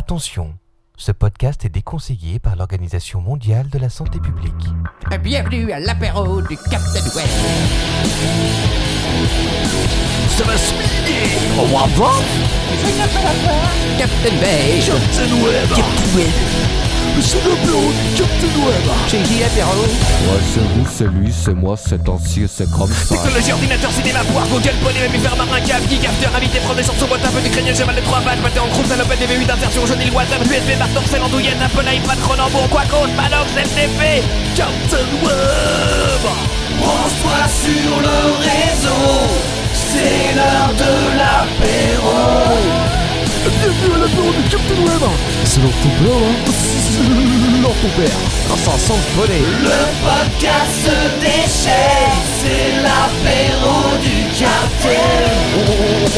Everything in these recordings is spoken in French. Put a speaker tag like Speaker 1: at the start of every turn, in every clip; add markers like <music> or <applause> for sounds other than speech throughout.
Speaker 1: Attention, ce podcast est déconseillé par l'Organisation mondiale de la santé publique.
Speaker 2: Bienvenue à l'apéro du Captain Web.
Speaker 3: Ça va se miner Au revoir, bon,
Speaker 2: Captain Bay.
Speaker 3: Captain Web Captain Web C'est le bureau du Captain Web
Speaker 2: Chez qui l'apéro
Speaker 4: Moi, c'est vous, c'est lui, c'est moi, c'est ancien, c'est comme ça.
Speaker 3: Technologie, ordinateur, cinéma, poire, Google, poney, même faire marin, cap, geek, after, invité, prendre des chansons, boîte un peu du crânien, cheval de trois pattes, pâté en groupe, salopette, DV8, d'insertion, jaune, il WhatsApp, USB, barre torselle, andouillette, Apple, iPad, Cronenbourg, quoi contre, Manox, FTP, Captain Web Branche-toi sur le réseau, c'est l'heure de l'apéro Bienvenue à l'apéro du Captain Web C'est l'heure ton père, hein C'est l'heure ton père On s'en sent volé Le podcast se déchaîne C'est l'apéro du Captain Web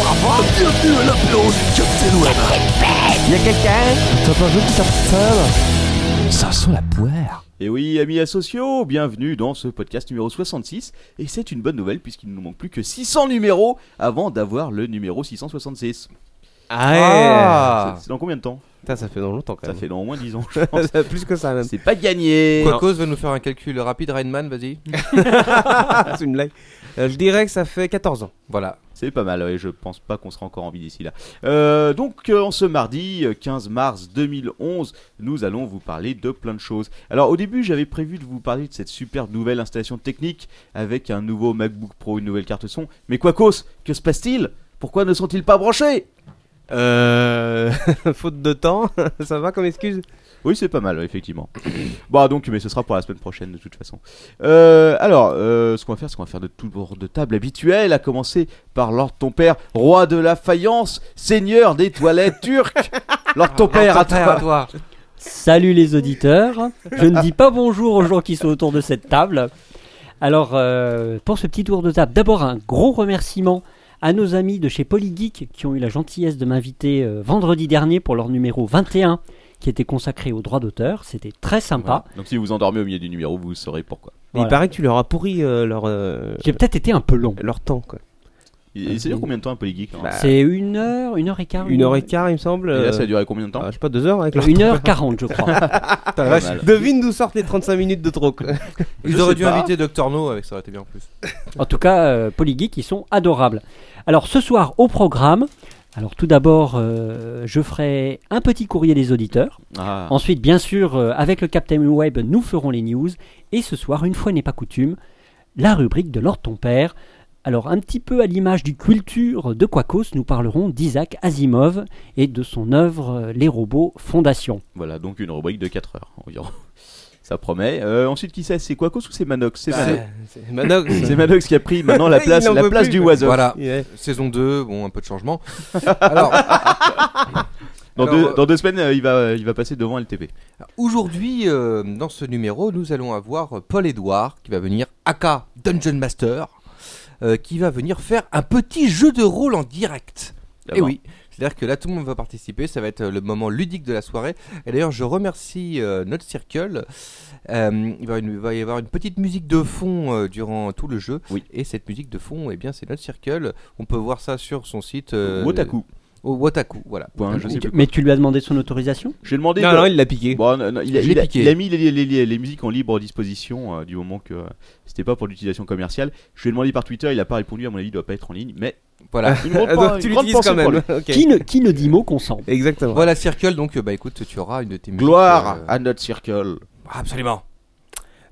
Speaker 3: Bienvenue à l'apéro du Captain Web Y'a quelqu'un T'as pas vu que ça Ça sent la poire
Speaker 5: Et oui, amis asociaux, bienvenue dans ce podcast numéro 66. Et c'est une bonne nouvelle puisqu'il ne nous manque plus que 600 numéros avant d'avoir le numéro 666.
Speaker 6: Ah,
Speaker 5: C'est- C'est dans combien de temps
Speaker 6: Putain, ça fait dans longtemps quand
Speaker 5: Ça
Speaker 6: même.
Speaker 5: fait dans au moins 10 ans, je pense.
Speaker 6: Plus que <laughs> ça même.
Speaker 5: C'est pas gagné
Speaker 6: Quacos veut nous faire un calcul rapide, Rainman, vas-y. <laughs> C'est une blague. Euh, je dirais que ça fait 14 ans. Voilà.
Speaker 5: C'est pas mal, ouais, je pense pas qu'on sera encore en vie d'ici là. Euh, donc, euh, en ce mardi euh, 15 mars 2011, nous allons vous parler de plein de choses. Alors, au début, j'avais prévu de vous parler de cette superbe nouvelle installation technique avec un nouveau MacBook Pro, une nouvelle carte son. Mais quoi cause Que se passe-t-il Pourquoi ne sont-ils pas branchés
Speaker 6: Euh... <laughs> Faute de temps, <laughs> ça va comme excuse
Speaker 5: Oui, c'est pas mal, ouais, effectivement. <coughs> bon, donc, mais ce sera pour la semaine prochaine, de toute façon. Euh, alors, euh, ce qu'on va faire, c'est qu'on va faire de tout bord de table habituel, à commencer par Lord ton père, roi de la faïence, seigneur des toilettes turques. Lord ton père, à toi.
Speaker 6: toi.
Speaker 7: Salut les auditeurs. Je ne dis pas bonjour aux gens qui sont autour de cette table. Alors, euh, pour ce petit tour de table, d'abord un gros remerciement à nos amis de chez Polygeek qui ont eu la gentillesse de m'inviter euh, vendredi dernier pour leur numéro 21 qui était consacré aux droits d'auteur. C'était très sympa.
Speaker 5: Donc, si vous endormez au milieu du numéro, vous saurez pourquoi.
Speaker 6: Mais il
Speaker 7: Voilà.
Speaker 6: paraît que tu leur as pourri euh, leur, euh,
Speaker 7: J'ai peut-être été un peu long.
Speaker 6: leur temps quoi.
Speaker 5: Et et ça dure combien de temps un polygeek hein
Speaker 6: Bah,
Speaker 7: C'est une heure, une heure et quart.
Speaker 6: Une heure et quart il me semble.
Speaker 5: Ah Et là,
Speaker 6: euh,
Speaker 5: ça a duré combien de temps
Speaker 6: ah, je sais pas,
Speaker 5: <laughs>
Speaker 6: deux heures avec leur
Speaker 7: Une
Speaker 6: temps.
Speaker 7: heure quarante, je crois.
Speaker 6: Putain, la vache.
Speaker 5: Ah, Pas mal.
Speaker 6: Devine d'où sortent les 35 minutes de trop quoi.
Speaker 5: Je
Speaker 8: Ils auraient
Speaker 5: sais
Speaker 8: dû
Speaker 5: pas.
Speaker 8: inviter Dr No avec ça aurait été bien en plus.
Speaker 7: En tout cas, euh, Polygeek, ils sont adorables. Alors ce soir au programme, alors tout d'abord, euh, je ferai un petit courrier des auditeurs.
Speaker 5: Ah.
Speaker 7: Ensuite, bien sûr, euh, avec le Captain Web, nous ferons les news. Et ce soir, une fois n'est pas coutume, la rubrique de Lord Ton Père. Alors un petit peu à l'image du culture de Quacos, nous parlerons d'Isaac Asimov et de son œuvre euh, Les robots Fondation.
Speaker 5: Voilà, donc une rubrique de 4 heures environ. <laughs> Ça promet. Euh, ensuite, qui c'est C'est Quacos ou c'est Manox C'est Manox.
Speaker 3: <laughs>
Speaker 6: C'est Manox.
Speaker 3: euh,
Speaker 5: C'est Manox qui a pris maintenant la
Speaker 6: Bah, Il
Speaker 5: place,
Speaker 6: n'en
Speaker 5: la
Speaker 6: peut
Speaker 5: place du
Speaker 6: plus, quoi.
Speaker 5: Oiseau.
Speaker 8: Voilà,
Speaker 6: Ouais.
Speaker 5: Ah.
Speaker 8: saison 2, bon, un peu de changement. Alors,
Speaker 5: Dans,
Speaker 8: Alors,
Speaker 5: deux,
Speaker 8: euh,
Speaker 5: dans deux semaines, euh, il, va, il va passer devant LTP.
Speaker 8: aujourd'hui, euh, dans ce numéro, nous allons avoir Paul-Edouard qui va venir, aka Dungeon Master, euh, qui va venir faire un petit jeu de rôle en direct.
Speaker 5: Ah
Speaker 8: Et
Speaker 5: bon.
Speaker 8: oui, c'est-à-dire que là tout le monde va participer, ça va être euh, le moment ludique de la soirée. Et d'ailleurs, je remercie euh, notre circle. Euh, il, va une- il va y avoir une petite musique de fond euh, durant tout le jeu.
Speaker 5: Oui.
Speaker 8: Et cette musique de fond, eh bien, c'est notre circle. On peut voir ça sur son site. euh,
Speaker 5: Wotaku.
Speaker 8: Au Wataku, voilà.
Speaker 5: Point, Ah, je sais plus.
Speaker 7: Mais tu lui as demandé son autorisation
Speaker 5: J'ai demandé.
Speaker 6: Non,
Speaker 5: de-
Speaker 6: non, il l'a piqué.
Speaker 5: Bon, non, non, il, a,
Speaker 8: Je l'ai
Speaker 5: il a-
Speaker 8: piqué.
Speaker 5: il a mis les, les- les- les musiques en libre disposition euh, du moment que euh, c'était pas pour l'utilisation commerciale. Je lui ai demandé par Twitter, il a pas répondu. À mon avis, il doit pas être en ligne. Mais
Speaker 8: Voilà.
Speaker 6: <laughs>
Speaker 5: une grande,
Speaker 6: Ah,
Speaker 5: pen-
Speaker 6: <laughs> donc, tu
Speaker 5: une grande
Speaker 6: l'utilises
Speaker 5: pensée
Speaker 6: quand
Speaker 5: pour
Speaker 6: même.
Speaker 5: lui.
Speaker 6: <laughs> Ok.
Speaker 7: qui ne, qui ne dit mot consent
Speaker 6: Exactement.
Speaker 8: Voilà Circle, donc euh, bah écoute, tu auras une de tes musiques,
Speaker 5: Gloire
Speaker 8: euh,
Speaker 5: à notre circle.
Speaker 8: Absolument.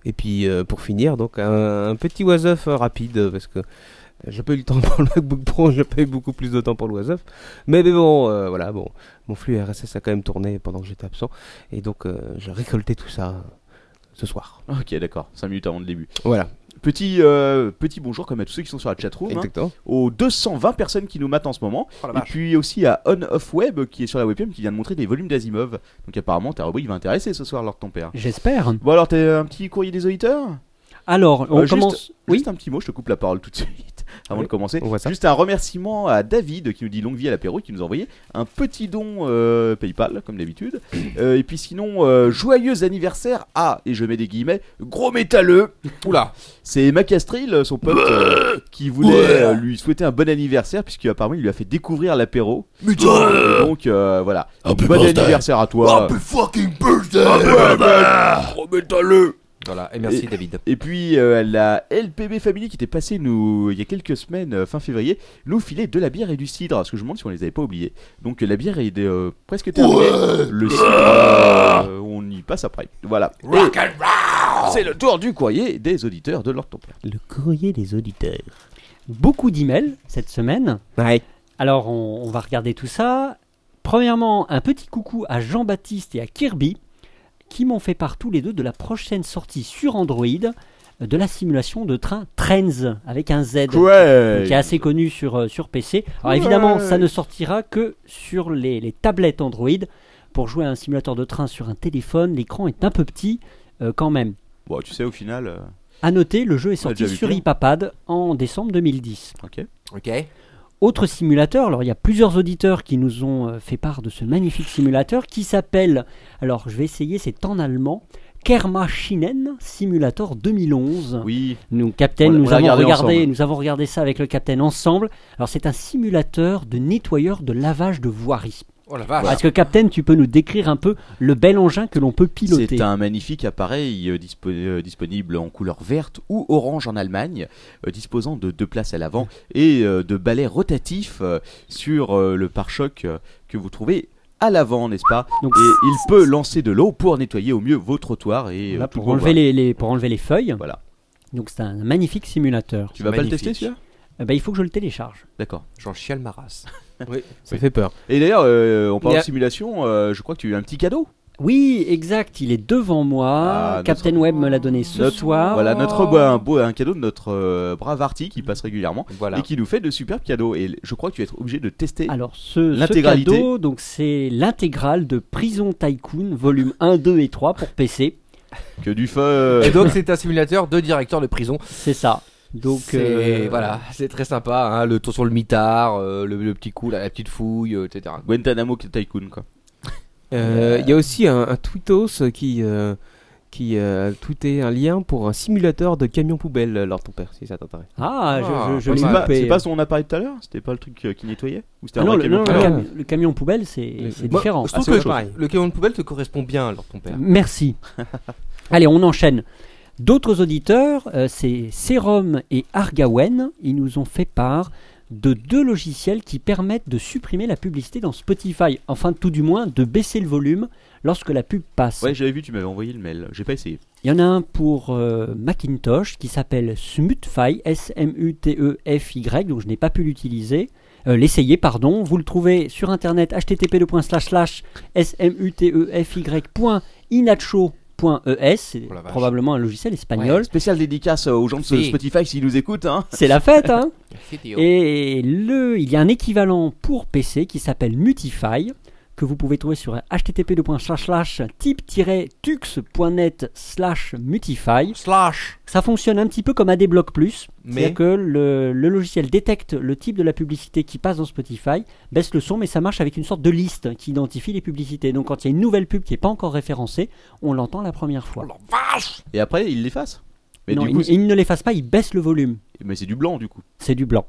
Speaker 6: Et puis euh, pour finir, donc un, un petit was-off euh, rapide euh, parce que j'ai pas eu le temps pour le MacBook Pro, <laughs> j'ai pas eu beaucoup plus de temps pour le was-off. Mais, mais bon, euh, voilà, bon, mon flux RSS a quand même tourné pendant que j'étais absent et donc euh, j'ai récolté tout ça euh, ce soir.
Speaker 5: Ok, d'accord. 5 minutes avant le début.
Speaker 6: Voilà,
Speaker 5: Petit, euh, petit bonjour quand même à tous ceux qui sont sur la chatroom. hein.
Speaker 6: exactement.
Speaker 5: aux 220 personnes qui nous matent en ce moment. et puis aussi à On Off Web qui est sur la webcam qui vient de montrer des volumes d'Asimov. Donc apparemment ta rubrique va intéresser ce soir lors de ton père.
Speaker 7: J'espère.
Speaker 5: Bon alors t'es un petit courrier des auditeurs
Speaker 7: Alors, on
Speaker 5: Euh, juste-
Speaker 7: commence.
Speaker 5: Juste un petit mot, je te coupe la parole tout de suite. <laughs> avant
Speaker 6: Oui,
Speaker 5: de commencer.
Speaker 6: on voit ça.
Speaker 5: Juste un remerciement à David qui nous dit longue vie à l'apéro, qui nous a envoyé un petit don euh, PayPal, comme
Speaker 6: <coughs>
Speaker 5: d'habitude. Euh, et puis sinon, euh, joyeux anniversaire à, et je mets des guillemets, gros
Speaker 6: <laughs>
Speaker 5: métalleux.
Speaker 8: Oula
Speaker 5: C'est Macastril, son pote,
Speaker 6: <coughs>
Speaker 5: euh, qui voulait euh, lui souhaiter un bon anniversaire, puisque apparemment il lui a fait découvrir l'apéro. Et Donc euh, voilà. Donc, bon anniversaire à toi.
Speaker 4: Ah,
Speaker 3: Oh,
Speaker 8: Voilà, et merci David.
Speaker 5: Et puis euh, la LPB Family qui était passée nous il y a quelques semaines euh, fin février nous filait de la bière et du cidre parce que je me demande si on les avait pas oubliés. Donc euh, la bière est euh, presque terminée. Le cidre euh, on y passe après. Voilà. Et C'est le tour du courrier des auditeurs de l'ordre ton père.
Speaker 6: Le courrier des auditeurs.
Speaker 7: Beaucoup d'emails cette semaine.
Speaker 6: Ouais.
Speaker 7: Alors, on, on va regarder tout ça. Premièrement, un petit coucou à Jean-Baptiste et à Kirby, qui m'ont fait part tous les deux de la prochaine sortie sur Android euh, de la simulation de train Trends, avec un Z,
Speaker 5: Ouais.
Speaker 7: qui est assez connu sur, euh, sur PC. Alors évidemment, ça ne sortira que sur les, les tablettes Android. Pour jouer à un simulateur de train sur un téléphone, l'écran est un peu petit euh, quand même.
Speaker 5: Bon, tu sais au final euh,
Speaker 7: À noter, le jeu est
Speaker 5: On a déjà
Speaker 7: sorti
Speaker 5: vu
Speaker 7: sur
Speaker 5: pire.
Speaker 7: iPapad en décembre 2010.
Speaker 5: OK.
Speaker 8: Ok.
Speaker 7: Autre simulateur, alors il y a plusieurs auditeurs qui nous ont euh, fait part de ce magnifique simulateur qui s'appelle, alors je vais essayer, c'est en allemand, Kermaschinen Simulator 2011.
Speaker 5: Oui.
Speaker 7: Nous, Captain,
Speaker 5: On l'a- on
Speaker 7: nous,
Speaker 5: l'a
Speaker 7: avons
Speaker 5: regardé
Speaker 7: regardé,
Speaker 5: ensemble.
Speaker 7: nous avons regardé ça avec le Captain ensemble. Alors c'est un simulateur de nettoyeur de lavage de voirie.
Speaker 8: Oh la vache
Speaker 7: Est-ce que Captain, tu peux nous décrire un peu le bel engin que l'on peut piloter
Speaker 5: C'est un magnifique appareil euh, dispo- euh, disponible en couleur verte ou orange en Allemagne, euh, disposant de deux places à l'avant et euh, de balais rotatifs euh, sur euh, le pare-choc euh, que vous trouvez à l'avant, n'est-ce pas
Speaker 7: Donc,
Speaker 5: Et il peut lancer de l'eau pour nettoyer au mieux vos trottoirs et euh,
Speaker 7: Là,
Speaker 5: tout
Speaker 7: pour,
Speaker 5: vos
Speaker 7: enlever
Speaker 5: voies.
Speaker 7: les, les- pour enlever les feuilles.
Speaker 5: Voilà.
Speaker 7: Donc c'est un magnifique simulateur.
Speaker 5: Tu vas pas le
Speaker 8: Magnifique.
Speaker 5: tester, celui-là
Speaker 7: Eh ben, il faut que je le télécharge.
Speaker 5: D'accord.
Speaker 8: J'en chiale ma race.
Speaker 6: Ça fait peur.
Speaker 5: Et d'ailleurs, euh, on parle
Speaker 6: Il y a-
Speaker 5: de simulation, euh, je crois que tu as eu un petit cadeau.
Speaker 7: Oui, exact, il est devant moi.
Speaker 5: Ah,
Speaker 7: Captain Web me l'a donné ce
Speaker 5: Notre-
Speaker 7: soir.
Speaker 5: Voilà, notre beau- un, beau, un cadeau de notre euh, brave Arty qui passe régulièrement
Speaker 8: Voilà.
Speaker 5: et qui nous fait de superbes cadeaux. Et je crois que tu vas être obligé de tester.
Speaker 7: Alors ce, ce
Speaker 5: L'intégralité.
Speaker 7: cadeau, donc c'est l'intégrale de Prison Tycoon volume 1, 2 et 3 pour PC.
Speaker 5: Que du feu
Speaker 8: Et donc c'est un simulateur de directeur de prison.
Speaker 7: C'est ça. Donc
Speaker 8: C'est-
Speaker 7: euh,
Speaker 8: voilà, c'est très sympa. hein, le tour sur le mitard, euh, le, le petit coup, la, la petite fouille, euh, etc.
Speaker 5: Guantanamo Tycoon quoi.
Speaker 6: Euh, Il y a aussi un, un tweetos qui, euh, qui euh, a tweeté un lien pour un simulateur de camion poubelle, euh, Lord ton père, si ça t'intéresse.
Speaker 7: Ah, je- je,
Speaker 8: Ah,
Speaker 7: je l'ai
Speaker 5: C'est pas,
Speaker 7: loupé.
Speaker 5: c'est pas ce dont on a parlé tout à l'heure C'était pas le truc euh, qui nettoyait Ou c'était
Speaker 7: Ah
Speaker 5: un
Speaker 7: non,
Speaker 5: vrai camion
Speaker 7: le, non, le
Speaker 5: poubelle
Speaker 6: Ah.
Speaker 7: cam- le camion poubelle, c'est c'est
Speaker 8: Moi,
Speaker 7: différent.
Speaker 8: Je trouve
Speaker 5: c'est autre
Speaker 8: que
Speaker 5: chose.
Speaker 8: le camion de poubelle te correspond bien, alors ton père.
Speaker 7: Merci. Allez, on enchaîne. D'autres auditeurs, euh, c'est Serum et Argawen, ils nous ont fait part de deux logiciels qui permettent de supprimer la publicité dans Spotify, enfin tout du moins de baisser le volume lorsque la pub passe.
Speaker 5: Ouais, j'avais vu, tu m'avais envoyé le mail. J'ai pas essayé.
Speaker 7: Il y en a un pour euh, Macintosh qui s'appelle Smutfy, S-M-U-T-E-F-Y, E donc je n'ai pas pu l'utiliser. euh, L'essayer, pardon. Vous le trouvez sur internet e http://smutefy.inacho.es. e C'est
Speaker 8: Oh la vache.
Speaker 7: probablement un logiciel espagnol.
Speaker 5: Spécial dédicace euh, aux gens de ce-
Speaker 8: Si.
Speaker 5: Spotify s'ils nous écoutent. Hein.
Speaker 7: C'est la
Speaker 8: <laughs>
Speaker 7: fête, hein
Speaker 8: Vidéo.
Speaker 7: Et le, il y a un équivalent pour PC qui s'appelle Mutify que vous pouvez trouver sur http://type-tux.net/mutify.
Speaker 8: Slash
Speaker 7: Ça fonctionne un petit peu comme AdBlock Plus,
Speaker 8: Mais-
Speaker 7: c'est-à-dire que le, le logiciel détecte le type de la publicité qui passe dans Spotify, baisse le son, mais ça marche avec une sorte de liste qui identifie les publicités. Donc quand il y a une nouvelle pub qui n'est pas encore référencée, on l'entend la première fois.
Speaker 5: Et après, ils l'effacent. Mais
Speaker 7: non,
Speaker 5: du coup,
Speaker 7: il, il ne l'efface pas, il baisse le volume.
Speaker 5: c'est- mais c'est du blanc du coup.
Speaker 7: C'est du blanc,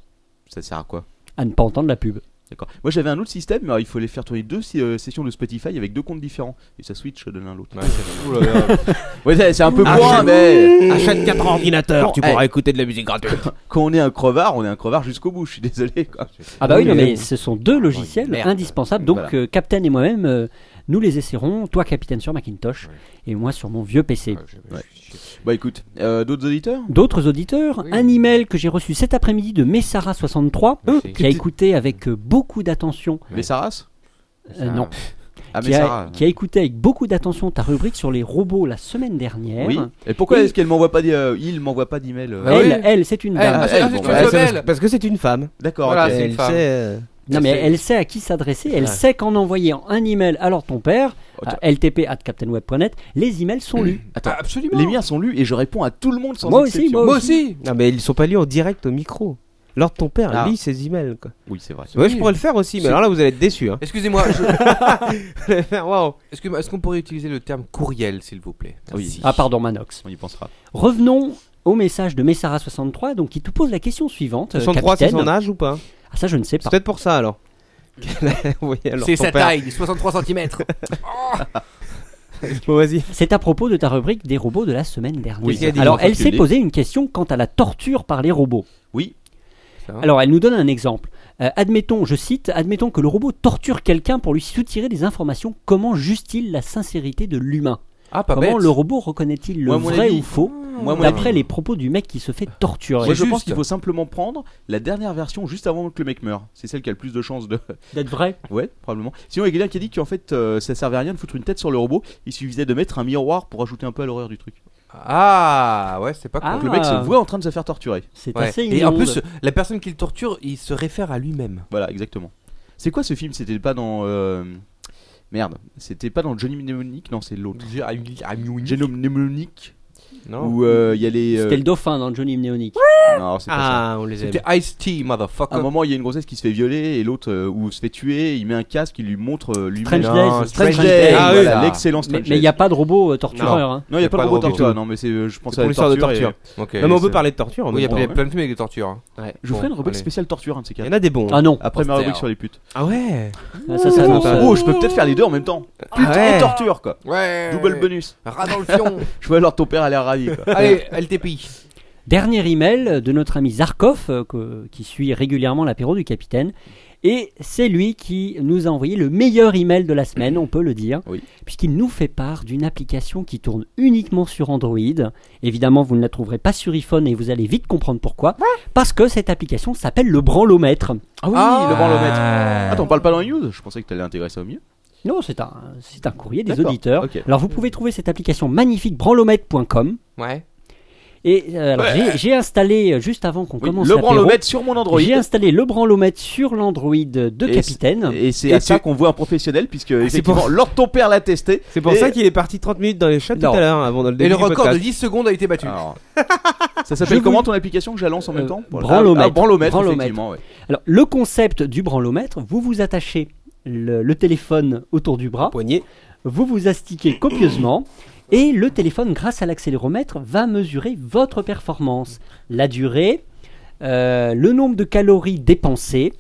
Speaker 5: Ça sert à quoi
Speaker 7: à ne pas entendre la pub.
Speaker 5: D'accord. Moi j'avais un autre système, mais alors, il fallait faire tourner deux si- euh, sessions de Spotify avec deux comptes différents. Et ça switch de l'un à l'autre. <laughs> Ouais, c'est- c'est un
Speaker 7: Ah,
Speaker 5: peu point, mais.
Speaker 6: Achète 4 ordinateurs,
Speaker 5: Bon,
Speaker 6: tu
Speaker 5: eh.
Speaker 6: pourras écouter de la musique gratuite.
Speaker 5: Quand on est un crevard, on est un crevard jusqu'au bout, je suis désolé quoi.
Speaker 7: Ah bah oui, non,
Speaker 6: Mais-
Speaker 7: mais ce sont deux logiciels
Speaker 8: merde.
Speaker 7: indispensables. Donc
Speaker 5: Voilà.
Speaker 7: euh, Captain et moi-même, euh, nous les essaierons. Toi, Capitaine, sur Macintosh, et moi sur mon vieux PC.
Speaker 5: Bah écoute, euh, d'autres auditeurs
Speaker 7: D'autres auditeurs,
Speaker 8: Oui.
Speaker 7: un email que j'ai reçu cet après-midi de Messara63,
Speaker 8: Merci.
Speaker 7: qui a écouté avec euh, beaucoup d'attention,
Speaker 8: Ouais.
Speaker 5: Messaras
Speaker 7: euh, non,
Speaker 5: Ah,
Speaker 7: qui
Speaker 5: Messaras.
Speaker 7: a, qui a écouté avec beaucoup d'attention ta rubrique sur les robots la semaine dernière.
Speaker 5: Oui. Et pourquoi
Speaker 7: Hein Et-
Speaker 5: est-ce qu'elle m'envoie pas des, euh, il m'envoie pas d'email euh,
Speaker 8: Ah oui.
Speaker 7: Elle, elle, c'est une dame.
Speaker 5: Ah,
Speaker 8: c'est-
Speaker 5: elle,
Speaker 8: c'est
Speaker 5: bon,
Speaker 8: une
Speaker 5: bah,
Speaker 6: c'est
Speaker 8: femelle.
Speaker 6: parce- parce que c'est une femme.
Speaker 5: D'accord.
Speaker 8: Voilà,
Speaker 5: ok.
Speaker 8: c'est une
Speaker 6: Elle
Speaker 8: femme.
Speaker 6: sait, euh,
Speaker 7: non mais
Speaker 8: c'est-
Speaker 7: elle sait à qui s'adresser, elle sait qu'en envoyant un email alors ton père,
Speaker 5: Attends.
Speaker 7: à ltp@captainweb.net, les emails sont lus.
Speaker 8: Mmh.
Speaker 5: Attends,
Speaker 8: absolument.
Speaker 5: Les miens sont lus et je réponds à tout le monde sans
Speaker 7: Moi aussi,
Speaker 5: exception.
Speaker 6: Ah,
Speaker 7: moi
Speaker 8: Moi aussi.
Speaker 6: Non mais ils sont pas lus en direct au micro. Lors de ton père,
Speaker 5: Ah.
Speaker 6: lit ses emails. Quoi.
Speaker 5: Oui, c'est vrai.
Speaker 6: Ouais, je pourrais le faire aussi, mais
Speaker 8: C'est-
Speaker 6: alors là, vous allez être déçus. Hein.
Speaker 8: Excusez-moi, je-
Speaker 6: Vous allez faire, waouh.
Speaker 8: excusez-moi, est-ce qu'on pourrait utiliser le terme courriel, s'il vous plaît
Speaker 5: Oui.
Speaker 8: Merci.
Speaker 7: Ah, pardon, Manox.
Speaker 5: On y pensera.
Speaker 7: Revenons au message de Messara63, donc qui te pose la question suivante. euh,
Speaker 6: 63, c'est
Speaker 7: capitaine.
Speaker 6: son âge ou pas hein.
Speaker 7: Ah, ça, je ne sais pas.
Speaker 6: C'est peut-être pour ça alors. Qu'elle a envoyé à leur
Speaker 8: C'est
Speaker 6: ton
Speaker 8: sa
Speaker 6: père.
Speaker 8: taille, 63 cm.
Speaker 6: Bon, vas-y.
Speaker 7: C'est à propos de ta rubrique des robots de la semaine dernière.
Speaker 6: Oui, qu'elle dit.
Speaker 7: Alors,
Speaker 5: Faut
Speaker 7: elle
Speaker 5: que tu
Speaker 7: s'est
Speaker 5: le
Speaker 7: posé une question quant à la torture par les robots.
Speaker 5: Oui.
Speaker 7: Alors, elle nous donne un exemple. Euh, admettons, je cite, admettons que le robot torture quelqu'un pour lui soutirer des informations. Comment juge-t-il la sincérité de l'humain
Speaker 8: Ah, pas
Speaker 7: Comment
Speaker 8: bête.
Speaker 7: le robot reconnaît-il le
Speaker 5: Moi, à mon
Speaker 7: vrai
Speaker 5: avis-
Speaker 7: ou faux
Speaker 5: Moi, à mon
Speaker 7: D'après
Speaker 5: avis-
Speaker 7: les propos du mec qui se fait torturer.
Speaker 5: Moi, je
Speaker 8: Juste.
Speaker 5: pense qu'il faut simplement prendre la dernière version juste avant que le mec meure. C'est celle qui a le plus de chances de. <laughs>
Speaker 7: D'être vrai
Speaker 5: Ouais, probablement. Sinon, il y a quelqu'un qui a dit qu'en fait, euh, ça servait à rien de foutre une tête sur le robot. Il suffisait de mettre un miroir pour ajouter un peu à l'horreur du truc.
Speaker 8: Ah, ouais, c'est pas con.
Speaker 7: Ah.
Speaker 5: Donc le mec se voit en train de se faire torturer.
Speaker 7: C'est
Speaker 8: Ouais.
Speaker 7: assez
Speaker 8: Et en
Speaker 7: immonde.
Speaker 8: plus, la personne qui le torture, il se réfère à lui-même.
Speaker 5: Voilà, exactement. C'est quoi ce film C'était pas dans. euh, Merde, c'était pas dans Johnny Mnemonic Non, c'est l'autre. Johnny Mnemonic
Speaker 8: Non.
Speaker 5: Où euh, il y a les. euh,
Speaker 7: C'était le dauphin dans Johnny Mnéonic.
Speaker 5: Non, c'est pas ça.
Speaker 6: Ah, on les aime.
Speaker 8: C'était Ice-T,
Speaker 5: À un
Speaker 8: motherfucker.
Speaker 5: moment, il y a une grossesse qui se fait violer et l'autre euh, où se fait tuer. Il met un casque, il lui montre euh, lui-même.
Speaker 7: Strange
Speaker 8: Non,
Speaker 7: Days.
Speaker 8: Strange
Speaker 5: Strange
Speaker 8: Days,
Speaker 5: Day,
Speaker 8: Ah,
Speaker 5: voilà,
Speaker 8: oui.
Speaker 5: l'excellent
Speaker 7: Mais
Speaker 5: Strange
Speaker 7: mais il n'y a pas de robot euh, tortureur. hein.
Speaker 5: Non, il n'y a, pas de robot torture, non, mais c'est, euh, je pense
Speaker 6: C'est
Speaker 5: à
Speaker 6: pour
Speaker 5: la
Speaker 6: l'histoire de
Speaker 5: torture.
Speaker 6: torture.
Speaker 8: Ok.
Speaker 6: Non, mais on
Speaker 5: c'est-
Speaker 6: peut parler de torture. en
Speaker 8: Oui, il y
Speaker 6: même
Speaker 8: a- il y a
Speaker 6: temps,
Speaker 8: plein de films avec des tortures. hein.
Speaker 6: hein. Ouais.
Speaker 5: Je vous ferai une
Speaker 8: Bon,
Speaker 5: rubrique
Speaker 8: allez.
Speaker 5: spéciale torture, un de ces
Speaker 6: Il y
Speaker 5: quatre.
Speaker 6: en a des bons. hein.
Speaker 7: Ah non,
Speaker 5: Après ma
Speaker 8: Poster.
Speaker 5: rubrique sur les putes.
Speaker 6: Ah ouais
Speaker 7: Ah, ça, ça annonce,
Speaker 6: Ah.
Speaker 7: euh,
Speaker 5: Oh, je peux peut-être faire les deux en même temps. Pute
Speaker 6: ouais.
Speaker 5: et torture, quoi.
Speaker 8: Ouais.
Speaker 5: Double bonus.
Speaker 8: Rat dans le <laughs> fion.
Speaker 5: Je vois alors ton père a l'air ravi, quoi.
Speaker 8: Allez, LTP.
Speaker 7: Dernier email de notre ami Zarkov, euh, que- qui suit régulièrement l'apéro du capitaine. Et c'est lui qui nous a envoyé le meilleur email de la semaine, on peut le dire,
Speaker 5: Oui.
Speaker 7: puisqu'il nous fait part d'une application qui tourne uniquement sur Android. Évidemment, vous ne la trouverez pas sur iPhone et vous allez vite comprendre pourquoi. Parce que cette application s'appelle le branlomètre.
Speaker 5: Ah oui, le branlomètre. Attends, on parle pas dans les news Je pensais que t'allais intégrer ça au mieux.
Speaker 7: Non, c'est un, c'est un courrier des
Speaker 5: D'accord,
Speaker 7: auditeurs.
Speaker 5: ok.
Speaker 7: Alors, vous pouvez trouver cette application magnifique branlomètre.com.
Speaker 8: Ouais.
Speaker 7: Et euh, alors, j'ai- j'ai installé, euh, juste avant qu'on
Speaker 5: Oui,
Speaker 7: commence
Speaker 5: le
Speaker 7: l'apéro,
Speaker 5: branlomètre sur mon Android.
Speaker 7: J'ai installé le branlomètre sur l'Android de
Speaker 5: Et
Speaker 7: Capitaine.
Speaker 5: Et c'est
Speaker 6: Et
Speaker 5: à
Speaker 6: tu-
Speaker 5: ça qu'on voit un professionnel, puisque
Speaker 6: c'est
Speaker 5: effectivement,
Speaker 6: pour-
Speaker 5: Lord ton père l'a testé.
Speaker 6: C'est pour
Speaker 5: Et-
Speaker 6: ça qu'il est parti 30 minutes dans les chats tout
Speaker 7: Non.
Speaker 6: à l'heure avant le début
Speaker 8: Et le
Speaker 6: du
Speaker 8: record de
Speaker 6: podcast.
Speaker 8: 10 secondes a été battu.
Speaker 5: Alors, <laughs> ça s'appelle
Speaker 7: Je
Speaker 5: comment
Speaker 7: vous-
Speaker 5: ton application que je la lance en même
Speaker 7: Euh,
Speaker 5: temps
Speaker 7: branlomètre.
Speaker 5: Ah, ah, branlomètre,
Speaker 7: Branlomètre.
Speaker 5: effectivement, ouais.
Speaker 7: Alors, le concept du branlomètre, vous vous attachez le, le téléphone autour du bras,
Speaker 6: poignet.
Speaker 7: vous vous astiquez copieusement, et le téléphone, grâce à l'accéléromètre, va mesurer votre performance, la durée, euh, le nombre de calories dépensées.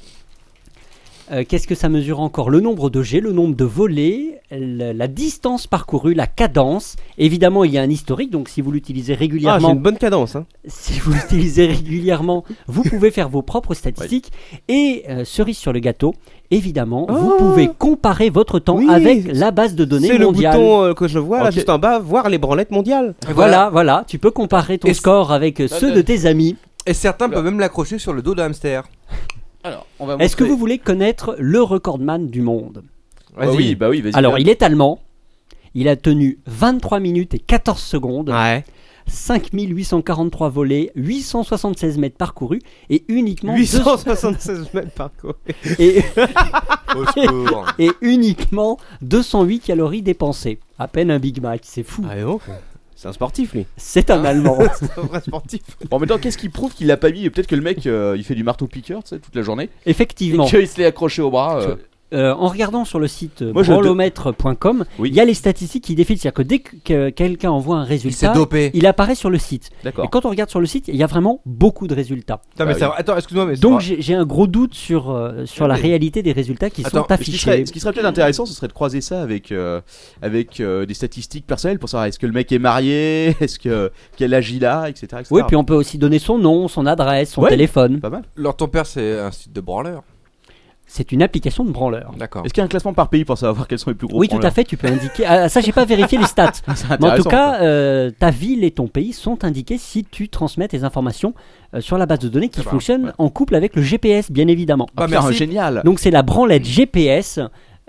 Speaker 7: euh, Qu'est-ce que ça mesure encore Le nombre de jets, le nombre de volets, le- la distance parcourue, la cadence. Évidemment, il y a un historique, donc si vous l'utilisez
Speaker 6: Ah, j'ai
Speaker 7: régulièrement,
Speaker 6: une bonne cadence. Hein.
Speaker 7: si vous l'utilisez régulièrement, vous pouvez faire vos propres statistiques. Et euh, cerise sur le gâteau, évidemment, vous
Speaker 6: Ah.
Speaker 7: pouvez comparer votre temps
Speaker 6: Oui,
Speaker 7: avec la base de données
Speaker 6: C'est le
Speaker 7: mondiale.
Speaker 6: bouton euh, que je vois là
Speaker 5: Ok.
Speaker 6: juste en bas, voir les branlettes mondiales.
Speaker 8: Et
Speaker 7: Voilà, voilà, tu peux comparer ton
Speaker 8: Et c-
Speaker 7: score avec euh, ceux de tes amis.
Speaker 8: Et certains peuvent même l'accrocher sur le dos d'un hamster.
Speaker 5: Alors, on va
Speaker 7: Est-ce que
Speaker 5: montrer-
Speaker 7: vous voulez connaître le recordman du monde
Speaker 5: Ah oui, bah oui, vas-y.
Speaker 7: Alors,
Speaker 5: viens.
Speaker 7: il est allemand. Il a tenu 23 minutes et 14
Speaker 6: <laughs>
Speaker 7: secondes,
Speaker 6: Ouais.
Speaker 7: 5843 volets, 876 mètres parcourus et uniquement
Speaker 6: 876 mètres par quoi
Speaker 7: deux- et-
Speaker 8: Au secours.
Speaker 7: <laughs> et uniquement 208 calories dépensées. À peine un Big Mac, c'est fou.
Speaker 6: Ah donc C'est un sportif lui.
Speaker 7: C'est
Speaker 5: Ah.
Speaker 7: un Allemand.
Speaker 5: <laughs>
Speaker 6: C'est un vrai sportif.
Speaker 5: Bon, en même temps, qu'est-ce qui prouve qu'il l'a pas mis Peut-être que le mec, euh, il fait du marteau-piqueur, tu sais, toute la journée. Et
Speaker 7: Effectivement.
Speaker 5: qu'il se l'est accroché au bras. euh.
Speaker 7: Euh, en regardant sur le site euh,
Speaker 5: Moi, je-
Speaker 7: branlomètre.com, il
Speaker 5: Oui.
Speaker 7: y a les statistiques qui défilent. C'est-à-dire que dès que- que quelqu'un envoie un
Speaker 8: Il s'est
Speaker 7: résultat,
Speaker 8: dopé.
Speaker 7: il apparaît sur le site. Et
Speaker 5: D'accord.
Speaker 7: quand on regarde sur le site, il y a vraiment beaucoup de résultats.
Speaker 8: Putain, mais
Speaker 5: Ah
Speaker 8: ça va- Attends, excuse-moi, mais ça
Speaker 7: Donc
Speaker 8: va-
Speaker 7: j'ai j'ai un gros doute sur, euh, sur la réalité des résultats qui
Speaker 5: Attends,
Speaker 7: sont
Speaker 5: ce qui
Speaker 7: affichés.
Speaker 5: serait, ce qui serait peut-être intéressant, ce serait de croiser ça avec, euh, avec euh, des statistiques personnelles pour savoir est-ce que le mec est marié, <laughs> est-ce que quel âge il a, etc. etc.
Speaker 7: Oui, puis on peut aussi donner son nom, son adresse, son
Speaker 5: Ouais.
Speaker 7: téléphone.
Speaker 5: Pas mal.
Speaker 8: leur ton père, c'est un site de branleur.
Speaker 7: C'est une application de branleur.
Speaker 8: D'accord.
Speaker 5: Est-ce qu'il y a un classement par pays pour savoir quels sont les plus gros
Speaker 7: Oui, tout à fait, tu peux indiquer. Ah, ça, j'ai pas vérifié les stats. Mais en tout cas, euh, ta ville et ton pays sont indiqués si tu transmets tes informations euh, sur la base de données qui
Speaker 8: C'est pas-
Speaker 7: fonctionne
Speaker 5: ouais.
Speaker 7: en couple avec le GPS, bien évidemment.
Speaker 8: Bah,
Speaker 5: Ah, putain,
Speaker 8: merci.
Speaker 5: génial.
Speaker 7: Donc c'est la branlette GPS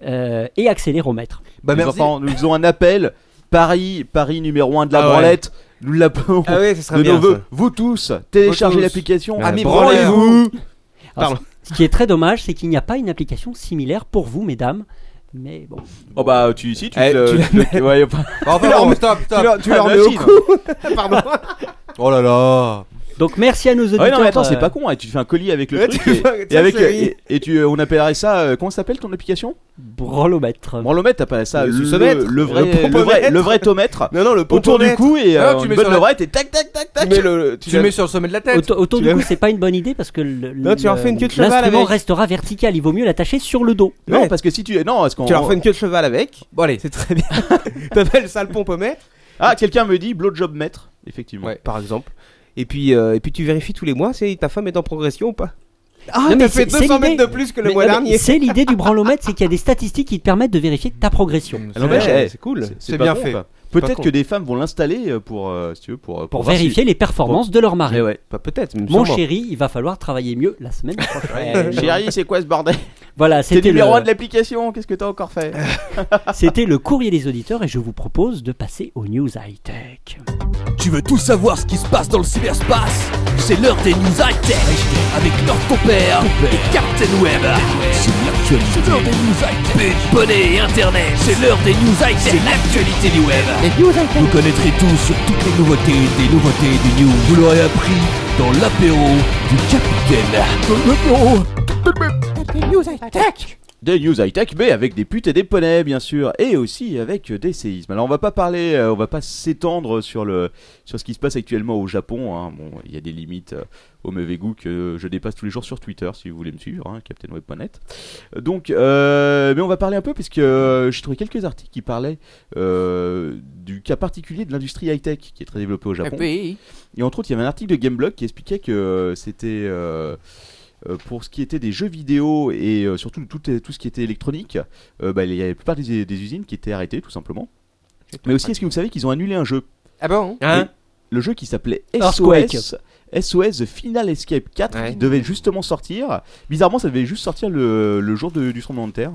Speaker 7: euh, et accéléromètre.
Speaker 8: Bah,
Speaker 5: nous,
Speaker 8: merci.
Speaker 5: enfin, nous faisons un appel. Paris, Paris numéro 1 de la
Speaker 6: Ah ouais.
Speaker 5: branlette. Nous l'appelons
Speaker 6: Ah ouais, ce
Speaker 5: de
Speaker 6: serait
Speaker 5: nos
Speaker 6: bien.
Speaker 5: voeux. Vous tous, téléchargez
Speaker 8: tous.
Speaker 5: l'application.
Speaker 6: Ah,
Speaker 5: Amis,
Speaker 8: branlez-vous.
Speaker 5: branlez-vous.
Speaker 7: Alors,
Speaker 6: Pardon.
Speaker 7: Ce qui est très dommage, c'est qu'il n'y a pas une application similaire pour vous, mesdames. Mais bon,
Speaker 5: Oh bah, tu, si, tu
Speaker 6: Eh,
Speaker 5: te-
Speaker 6: tu la
Speaker 5: tu te- ouais,
Speaker 8: Enfin, bon, stop, stop.
Speaker 6: Tu leur mets
Speaker 5: Ah,
Speaker 8: <laughs>
Speaker 6: au
Speaker 5: bah, si,
Speaker 6: cou. Pardon.
Speaker 8: Oh là là.
Speaker 7: Donc merci à nos auditeurs.
Speaker 5: <laughs> Ah ouais, non, mais attends, c'est
Speaker 7: euh,
Speaker 5: pas con, hein, tu te fais un colis avec le
Speaker 6: Ouais,
Speaker 5: truc.
Speaker 6: tu
Speaker 5: Et,
Speaker 6: vois,
Speaker 5: et
Speaker 6: ça,
Speaker 5: avec,
Speaker 6: c'est-
Speaker 5: et, et tu, euh, on appellerait ça. euh, comment ça s'appelle ton application
Speaker 7: Brolomètre.
Speaker 5: Branlomètre, t'appelles ça
Speaker 6: Le
Speaker 5: le,
Speaker 6: sous-somètre.
Speaker 5: le vrai,
Speaker 6: Le
Speaker 5: le, vrai,
Speaker 6: pompomètre.
Speaker 5: le vrai tomètre.
Speaker 6: Non, non, le
Speaker 5: Autour du cou et
Speaker 8: Ah,
Speaker 5: euh,
Speaker 8: tu
Speaker 5: une
Speaker 8: mets
Speaker 5: bonne
Speaker 8: sur la-
Speaker 5: levrette et tac tac tac
Speaker 6: tu
Speaker 5: tac.
Speaker 6: mets le.
Speaker 8: Tu le mets sur le sommet de la tête.
Speaker 7: Autour, autour
Speaker 6: Tu
Speaker 7: du
Speaker 6: l'as-
Speaker 7: coup, c'est pas une bonne idée parce que le-
Speaker 6: Non, tu leur
Speaker 7: le-
Speaker 6: fais une queue de cheval
Speaker 7: l'instrument
Speaker 6: avec.
Speaker 7: restera vertical. Il vaut mieux l'attacher sur le dos.
Speaker 5: Non
Speaker 6: Ouais.
Speaker 5: parce que si tu non est-ce qu'on
Speaker 6: Tu leur fais une queue de cheval avec.
Speaker 8: Bon, allez.
Speaker 6: C'est très bien. <laughs> T'appelles ça le pompomètre,
Speaker 5: ah quelqu'un me dit blowjob maître effectivement.
Speaker 8: Ouais.
Speaker 6: par exemple. Et puis, euh, et puis tu vérifies tous les mois si ta femme est en progression ou pas. Ah,
Speaker 7: Non, mais
Speaker 6: t'as fait
Speaker 7: c'est- c'est
Speaker 6: 200 mètres
Speaker 7: l'idée.
Speaker 6: de plus que le
Speaker 7: Mais-
Speaker 6: mois
Speaker 7: non, mais
Speaker 6: dernier.
Speaker 7: C'est l'idée du branlomètre, c'est qu'il y a des statistiques qui te permettent de vérifier ta progression.
Speaker 5: Ah non,
Speaker 6: Ouais,
Speaker 5: mais, eh,
Speaker 6: c'est cool.
Speaker 8: C'est
Speaker 5: pas
Speaker 8: bien
Speaker 5: con,
Speaker 8: fait.
Speaker 5: quoi.
Speaker 6: pas
Speaker 5: Peut-être
Speaker 6: con.
Speaker 5: que des femmes vont l'installer euh, pour euh, si tu veux pour euh,
Speaker 7: Pour
Speaker 5: voir si-
Speaker 7: vérifier les performances de leur mari.
Speaker 5: Ah,
Speaker 6: Mais ouais, pas Bah, peut-être. mais
Speaker 7: Mon
Speaker 6: sûrement.
Speaker 7: chéri, il va falloir travailler mieux
Speaker 5: <laughs>
Speaker 7: la semaine prochaine.
Speaker 5: Eh, Chérie, c'est quoi ce bordel
Speaker 7: Voilà,
Speaker 5: T'es
Speaker 7: c'était le,
Speaker 5: numéro 1 de l'application, qu'est-ce que t'as encore fait
Speaker 7: c'était le courrier des auditeurs et je vous propose de passer aux news high-tech.
Speaker 3: Tu veux tout savoir ce qui se passe dans le cyberspace C'est l'heure des news high-tech avec Lord ton père et Captain Web. C'est l'actualité. C'est l'heure des news high-tech. Bonnet et Internet. C'est l'heure des news high-tech. C'est l'actualité du web. Vous connaîtrez tout sur toutes les nouveautés des nouveautés du news. Vous l'aurez appris dans l'apéro du capitaine. l'apéro
Speaker 5: Des news high-tech, mais avec des putes et des poneys, bien sûr, et aussi avec des séismes. Alors, on va pas parler, euh, on va pas s'étendre sur le sur ce qui se passe actuellement au Japon. hein. Bon, il y a des limites euh, au mauvais goût que je dépasse tous les jours sur Twitter, si vous voulez me suivre, hein, CaptainWeb.net. Donc, euh, mais on va parler un peu, puisque euh, j'ai trouvé quelques articles qui parlaient euh, du cas particulier de l'industrie high-tech, qui est très développée au Japon. Et entre autres, il y avait un article de Gameblog qui expliquait que euh, c'était euh, euh, pour ce qui était des jeux vidéo et euh, surtout tout, tout ce qui était électronique, euh, bah, il y avait la plupart des, des usines qui étaient arrêtées tout simplement. Mais aussi, est-ce que vous savez qu'ils ont annulé un jeu
Speaker 8: Ah bon
Speaker 6: Hein
Speaker 5: Le jeu qui s'appelait
Speaker 7: Earthquake.
Speaker 5: SOS. SOS The Final Escape 4
Speaker 8: Ouais.
Speaker 5: qui devait justement sortir. Bizarrement, ça devait juste sortir le, le jour de- du tremblement de terre.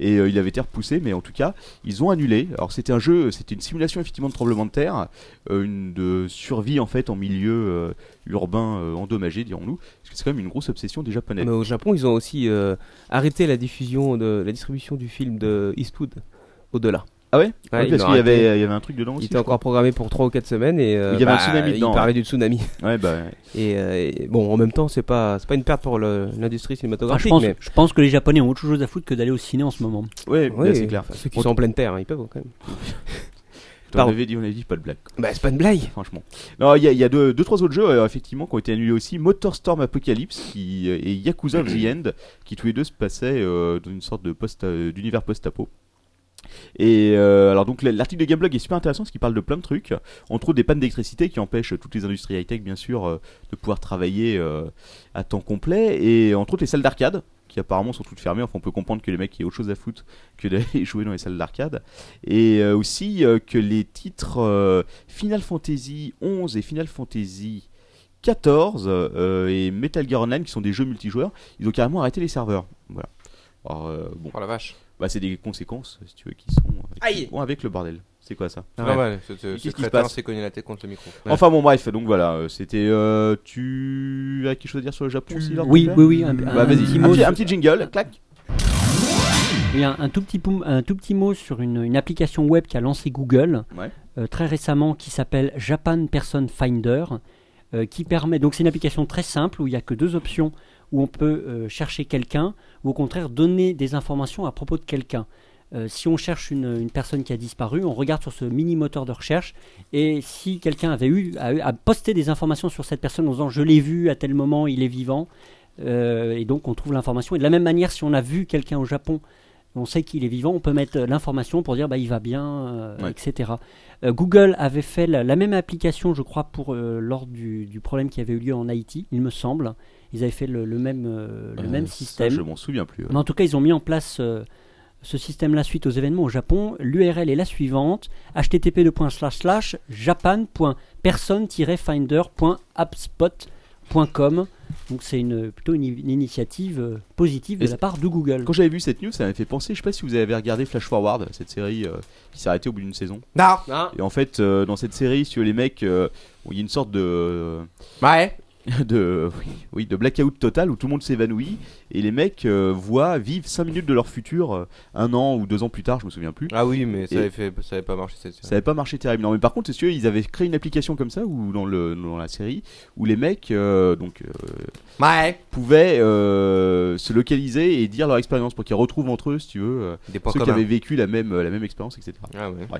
Speaker 5: Et euh, il avait été repoussé, mais en tout cas, ils ont annulé. Alors c'était un jeu, c'était une simulation effectivement de tremblement de terre, euh, une de survie en fait en milieu euh, urbain euh, endommagé, dirons-nous. Parce que c'est quand même une grosse obsession des Japonais.
Speaker 6: Mais au Japon, ils ont aussi euh, arrêté la diffusion de la distribution du film de Eastwood au-delà.
Speaker 5: Ah ouais,
Speaker 6: Ouais,
Speaker 5: Oui,
Speaker 6: ils
Speaker 5: Parce
Speaker 6: l'ont
Speaker 5: qu'il y
Speaker 6: arrêté.
Speaker 5: avait, il y avait un truc dedans
Speaker 6: Il
Speaker 5: aussi.
Speaker 6: était encore programmé pour 3 ou 4 semaines et euh,
Speaker 5: Il y avait un
Speaker 6: bah,
Speaker 5: tsunami
Speaker 6: il
Speaker 5: dedans, ouais.
Speaker 6: parlait du tsunami.
Speaker 5: Ouais, bah, ouais.
Speaker 6: Et, euh, et bon, en même temps, c'est pas c'est pas une perte pour le- l'industrie
Speaker 7: Enfin, je,
Speaker 6: cinématographique,
Speaker 7: pense,
Speaker 6: mais
Speaker 7: je pense que les Japonais ont autre chose à foutre que d'aller au ciné en ce moment.
Speaker 5: Ouais,
Speaker 6: Oui,
Speaker 5: bah, c'est clair.
Speaker 6: enfin, ceux qui
Speaker 5: On-
Speaker 6: sont en pleine terre, hein, ils peuvent quand même.
Speaker 5: On
Speaker 6: Pardon.
Speaker 5: avait dit, on avait dit pas de blague.
Speaker 6: Bah, c'est pas une blague.
Speaker 5: franchement. Non, il y a, il y a deux, deux, trois autres jeux, euh, effectivement, qui ont été annulés aussi. Motor Storm Apocalypse qui, euh, et Yakuza of the End, qui tous les deux se passaient euh, dans une sorte de post, euh, d'univers post-apo. Et euh, alors donc la- l'article de Gameblog est super intéressant parce qu'il parle de plein de trucs, entre autres des pannes d'électricité qui empêchent toutes les industries high-tech bien sûr euh, de pouvoir travailler euh, à temps complet et entre autres les salles d'arcade qui apparemment sont toutes fermées, enfin on peut comprendre que les mecs aient autre chose à foutre que d'aller <laughs> jouer dans les salles d'arcade et euh, aussi euh, que les titres euh, Final Fantasy 11 et Final Fantasy 14 euh, et Metal Gear Online qui sont des jeux multijoueurs, ils ont carrément arrêté les serveurs. Voilà. Alors, euh, bon,
Speaker 8: Oh la vache.
Speaker 5: bah, c'est des conséquences, si tu veux, qui sont, euh, qui
Speaker 6: Aïe.
Speaker 5: vont avec le bordel. C'est quoi ça
Speaker 6: Ah
Speaker 8: Ah
Speaker 6: ouais.
Speaker 8: ouais, ce- ce-
Speaker 5: Qu'est-ce
Speaker 8: ce
Speaker 5: qui se
Speaker 8: crétin
Speaker 5: passe
Speaker 8: s'est cogné la tête contre le micro.
Speaker 5: Enfin bon, bref, donc voilà, euh, c'était. euh, tu as quelque chose à dire sur le Japon aussi, Laure,
Speaker 7: Oui,
Speaker 5: s'il te
Speaker 7: oui,
Speaker 5: plaît
Speaker 7: oui. Un,
Speaker 5: Bah
Speaker 7: un
Speaker 5: vas-y,
Speaker 7: petit
Speaker 5: un,
Speaker 7: mot
Speaker 5: petit-
Speaker 7: sur-
Speaker 5: un petit jingle, clac.
Speaker 7: oui, un- un tout petit poum- un tout petit mot sur une, une application web qu'a lancée Google
Speaker 5: Ouais.
Speaker 7: euh, très récemment qui s'appelle Japan Person Finder, euh, qui permet. Donc c'est une application très simple où il n'y a que deux options où on peut euh, chercher quelqu'un ou au contraire donner des informations à propos de quelqu'un. Euh, si on cherche une, une personne qui a disparu, on regarde sur ce mini moteur de recherche et si quelqu'un avait eu a, eu- a posté des informations sur cette personne en disant je l'ai vu à tel moment, il est vivant, euh, et donc on trouve l'information. Et de la même manière, si on a vu quelqu'un au Japon, on sait qu'il est vivant, on peut mettre euh, l'information pour dire bah il va bien, euh,
Speaker 5: Ouais.
Speaker 7: etc. Euh, Google avait fait la, la même application, je crois, pour euh, lors du, du problème qui avait eu lieu en Haïti, il me semble. Ils avaient fait le, le même euh, le
Speaker 5: Euh,
Speaker 7: même
Speaker 5: ça,
Speaker 7: système.
Speaker 5: je m'en souviens plus. euh. ouais.
Speaker 7: Mais en tout cas, ils ont mis en place euh, ce système-là suite aux événements au Japon. L'URL est la suivante http japan.person-finder.appspot.com. Donc c'est une, plutôt une, une initiative euh, positive de
Speaker 5: Et
Speaker 7: la
Speaker 5: c'est-
Speaker 7: part de Google.
Speaker 5: Quand j'avais vu cette news, ça m'a fait penser, je sais pas si vous avez regardé Flash Forward, cette série euh, qui s'est arrêtée au bout d'une saison.
Speaker 8: Non
Speaker 5: Et en fait, euh, dans cette série, si tu veux, les mecs, euh, bon, il y a une sorte de.
Speaker 8: Ouais
Speaker 5: <laughs> de, oui, oui, de blackout total où tout le monde s'évanouit et les mecs euh, voient, vivent 5 minutes de leur futur euh, un an ou deux ans plus tard, je me souviens plus.
Speaker 8: Ah oui, mais ça
Speaker 5: Et-
Speaker 8: avait, fait, ça avait pas marché cette série.
Speaker 5: Ça n'avait pas marché terrible. Non, mais par contre, c'est sûr, ils avaient créé une application comme ça ou dans, le, dans la série où les mecs euh, donc, euh,
Speaker 8: Ouais.
Speaker 5: pouvaient euh, se localiser et dire leur expérience pour qu'ils retrouvent entre eux, si tu veux, euh,
Speaker 8: Des points
Speaker 5: ceux qui
Speaker 8: communs.
Speaker 5: avaient vécu la même, euh, la même expérience, etc.
Speaker 8: Ah ouais.
Speaker 5: Ça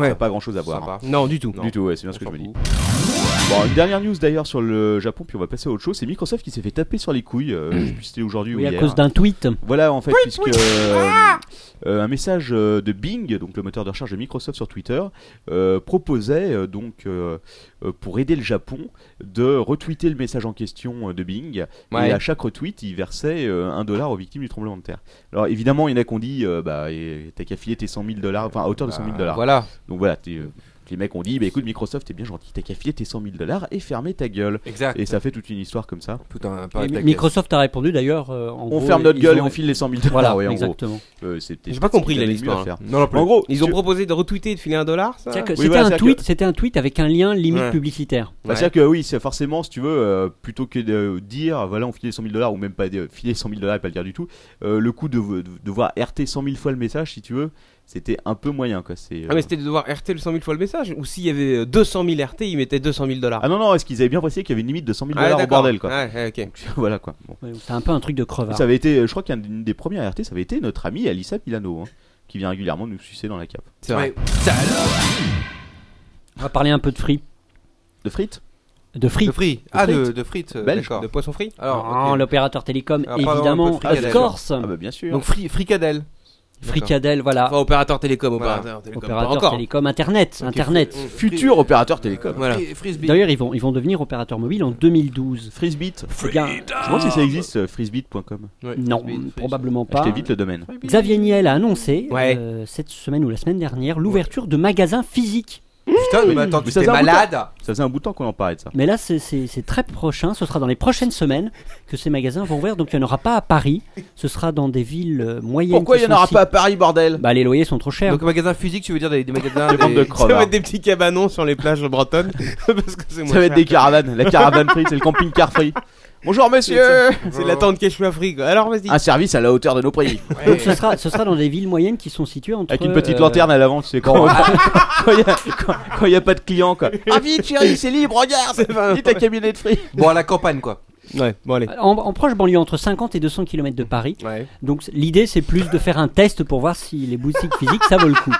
Speaker 6: Ouais.
Speaker 5: n'a pas grand chose à voir. hein.
Speaker 8: Sympa.
Speaker 6: Non, du tout.
Speaker 8: Non.
Speaker 5: Du tout, ouais, c'est bien ce que
Speaker 8: On
Speaker 5: je me
Speaker 8: s'en
Speaker 5: dis.
Speaker 8: fout.
Speaker 5: Bon, une dernière news d'ailleurs sur le Japon, puis on va passer à autre chose. C'est Microsoft qui s'est fait taper sur les couilles, euh, je sais plus si c'était aujourd'hui
Speaker 7: Mm. Oui,
Speaker 5: ou
Speaker 7: à
Speaker 5: hier.
Speaker 7: cause d'un tweet.
Speaker 5: Voilà, en fait, puisque euh, euh, un message euh, de Bing, donc le moteur de recherche de Microsoft sur Twitter, euh, proposait euh, donc euh, euh, pour aider le Japon de retweeter le message en question euh, de Bing.
Speaker 8: Ouais.
Speaker 5: Et à chaque retweet, il versait euh, un dollar aux victimes du tremblement de terre. Alors évidemment, il y en a qui ont dit, euh, bah, et- t'as qu'à filer tes 100 000 dollars, enfin à hauteur de 100 000
Speaker 8: Bah,
Speaker 5: dollars.
Speaker 8: Voilà.
Speaker 5: Donc voilà, t'es, euh, les mecs ont dit, bah écoute, Microsoft, t'es bien gentil, t'as qu'à filer tes 100 000 dollars et fermer ta gueule.
Speaker 8: Exact.
Speaker 5: Et ça fait toute une histoire comme ça.
Speaker 8: Tout un
Speaker 7: Et
Speaker 8: pareil
Speaker 7: Mi-
Speaker 8: paquet.
Speaker 7: Microsoft a répondu d'ailleurs. euh, en
Speaker 5: On
Speaker 7: gros,
Speaker 5: ferme notre
Speaker 7: ils
Speaker 5: gueule et
Speaker 7: ont-
Speaker 5: on file les 100 000 dollars.
Speaker 7: Voilà,
Speaker 5: ouais, en gros.
Speaker 7: exactement.
Speaker 5: Euh, c'est peut-être-
Speaker 6: J'ai pas compris,
Speaker 5: c'est
Speaker 6: la hein.
Speaker 5: peut-être
Speaker 6: l'histoire.
Speaker 5: mieux hein. à faire.
Speaker 8: Non, non plus.
Speaker 5: En gros,
Speaker 6: Ils ont
Speaker 5: c'est-
Speaker 6: proposé de retweeter et de filer un dollar, ça
Speaker 7: C'est-à-dire que
Speaker 5: Oui,
Speaker 7: C'était
Speaker 5: voilà,
Speaker 7: un
Speaker 5: c'est-à-dire
Speaker 7: tweet, c'était un tweet avec un lien limite
Speaker 6: Ouais.
Speaker 7: publicitaire.
Speaker 5: Bah, C'est-à-dire que oui, c'est forcément, si tu veux, euh, plutôt que de dire, voilà, on file les 100 000 dollars, ou même pas dire, filer 100 000 dollars et pas le dire du tout, euh, le coup de, de- de devoir RT 100 000 fois le message, si tu veux, c'était un peu moyen. Quoi. C'est, euh,
Speaker 6: Ah, mais c'était de devoir RT le 100 000 fois le message Ou s'il y avait euh, 200 000 RT, ils mettaient 200 000 dollars
Speaker 5: Ah non, non, est-ce qu'ils avaient bien précisé qu'il y avait une limite de 100 000
Speaker 6: Ah ouais,
Speaker 5: dollars au
Speaker 6: d'accord.
Speaker 5: bordel, quoi.
Speaker 6: Ouais, ouais, ok.
Speaker 5: <laughs> voilà, quoi. Bon.
Speaker 7: Ouais, C'est un peu un truc de crevard.
Speaker 5: Ça avait été, je crois qu'une des premières RT, ça avait été notre amie Alissa Milano, hein, qui vient régulièrement nous sucer dans la cape.
Speaker 6: C'est vrai.
Speaker 7: On va parler un peu de free,
Speaker 5: De frites
Speaker 7: de free.
Speaker 8: De frites. Ah,
Speaker 5: frites.
Speaker 8: de, de frites. euh,
Speaker 5: Belge.
Speaker 8: D'accord.
Speaker 6: De poisson frit
Speaker 8: Alors,
Speaker 7: Non,
Speaker 8: ok.
Speaker 7: Hein, l'opérateur télécom,
Speaker 8: Ah, pardon, un
Speaker 7: évidemment,
Speaker 8: peu fricadelle.
Speaker 7: of course.
Speaker 5: Ah bah bien sûr.
Speaker 8: donc fri- fricadelle.
Speaker 7: Fricadelle, voilà.
Speaker 6: Enfin, opérateur télécom,
Speaker 8: Voilà.
Speaker 6: opérateur télécom. pas
Speaker 7: opérateur
Speaker 6: encore.
Speaker 7: télécom, internet, internet.
Speaker 6: <laughs>
Speaker 5: Futur opérateur télécom.
Speaker 6: Voilà.
Speaker 8: Fri- Frisbee.
Speaker 7: D'ailleurs, ils vont, ils vont devenir opérateur mobile en 2012.
Speaker 5: Frisbeat.
Speaker 7: C'est Eh bien.
Speaker 5: Je pense si ça existe, euh, frisbeat.com.
Speaker 8: Ouais,
Speaker 7: Non,
Speaker 8: Frisbee,
Speaker 7: probablement pas.
Speaker 5: Achetez vite le domaine.
Speaker 7: Xavier Niel a annoncé
Speaker 6: Ouais.
Speaker 7: euh, cette semaine ou la semaine dernière l'ouverture de magasins physiques.
Speaker 8: Frisbee. Putain, mais attends,
Speaker 5: Mais
Speaker 8: tu
Speaker 5: ça
Speaker 8: t'es
Speaker 5: sert à
Speaker 8: malade.
Speaker 5: Ça faisait un bout de temps qu'on en parlait de ça.
Speaker 7: Mais là, c'est- c'est c'est très prochain. Ce sera dans les prochaines semaines que ces magasins vont ouvrir. Donc, il n'y en aura pas à Paris. Ce sera dans des villes euh, moyennes.
Speaker 5: Pourquoi
Speaker 7: qui
Speaker 5: il n'y en
Speaker 7: sont
Speaker 5: aura
Speaker 7: si-
Speaker 5: pas à Paris, bordel
Speaker 7: Bah, les loyers sont trop chers.
Speaker 8: Donc magasin physique, tu veux dire des, des magasins
Speaker 5: Des bandes de
Speaker 6: Ça va
Speaker 5: crevards.
Speaker 6: être des petits cabanons sur les plages bretonnes. parce que c'est moins
Speaker 5: Ça va être
Speaker 6: cher.
Speaker 5: des caravanes. La caravane free, c'est le camping-car free. Bonjour monsieur
Speaker 6: C'est la tente Quechua Free, quoi. Alors, vas-y.
Speaker 5: Un service à la hauteur de nos prix.
Speaker 7: Donc, ce sera, ce sera dans des villes moyennes qui sont situées entre.
Speaker 5: Avec une petite
Speaker 7: euh,
Speaker 5: lanterne à l'avant, tu sais, quand il n'y a, <laughs> quand- quand y a pas de clients quoi. Ah vite chérie, c'est libre, regarde Dis ta camionnette free
Speaker 8: Bon, à la campagne, quoi.
Speaker 6: Ouais, bon, allez.
Speaker 7: En, en proche banlieue, entre 50 et 200 km de Paris.
Speaker 6: Ouais.
Speaker 7: Donc c- l'idée, c'est plus de faire un test pour voir si les boutiques physiques, ça vaut le coup.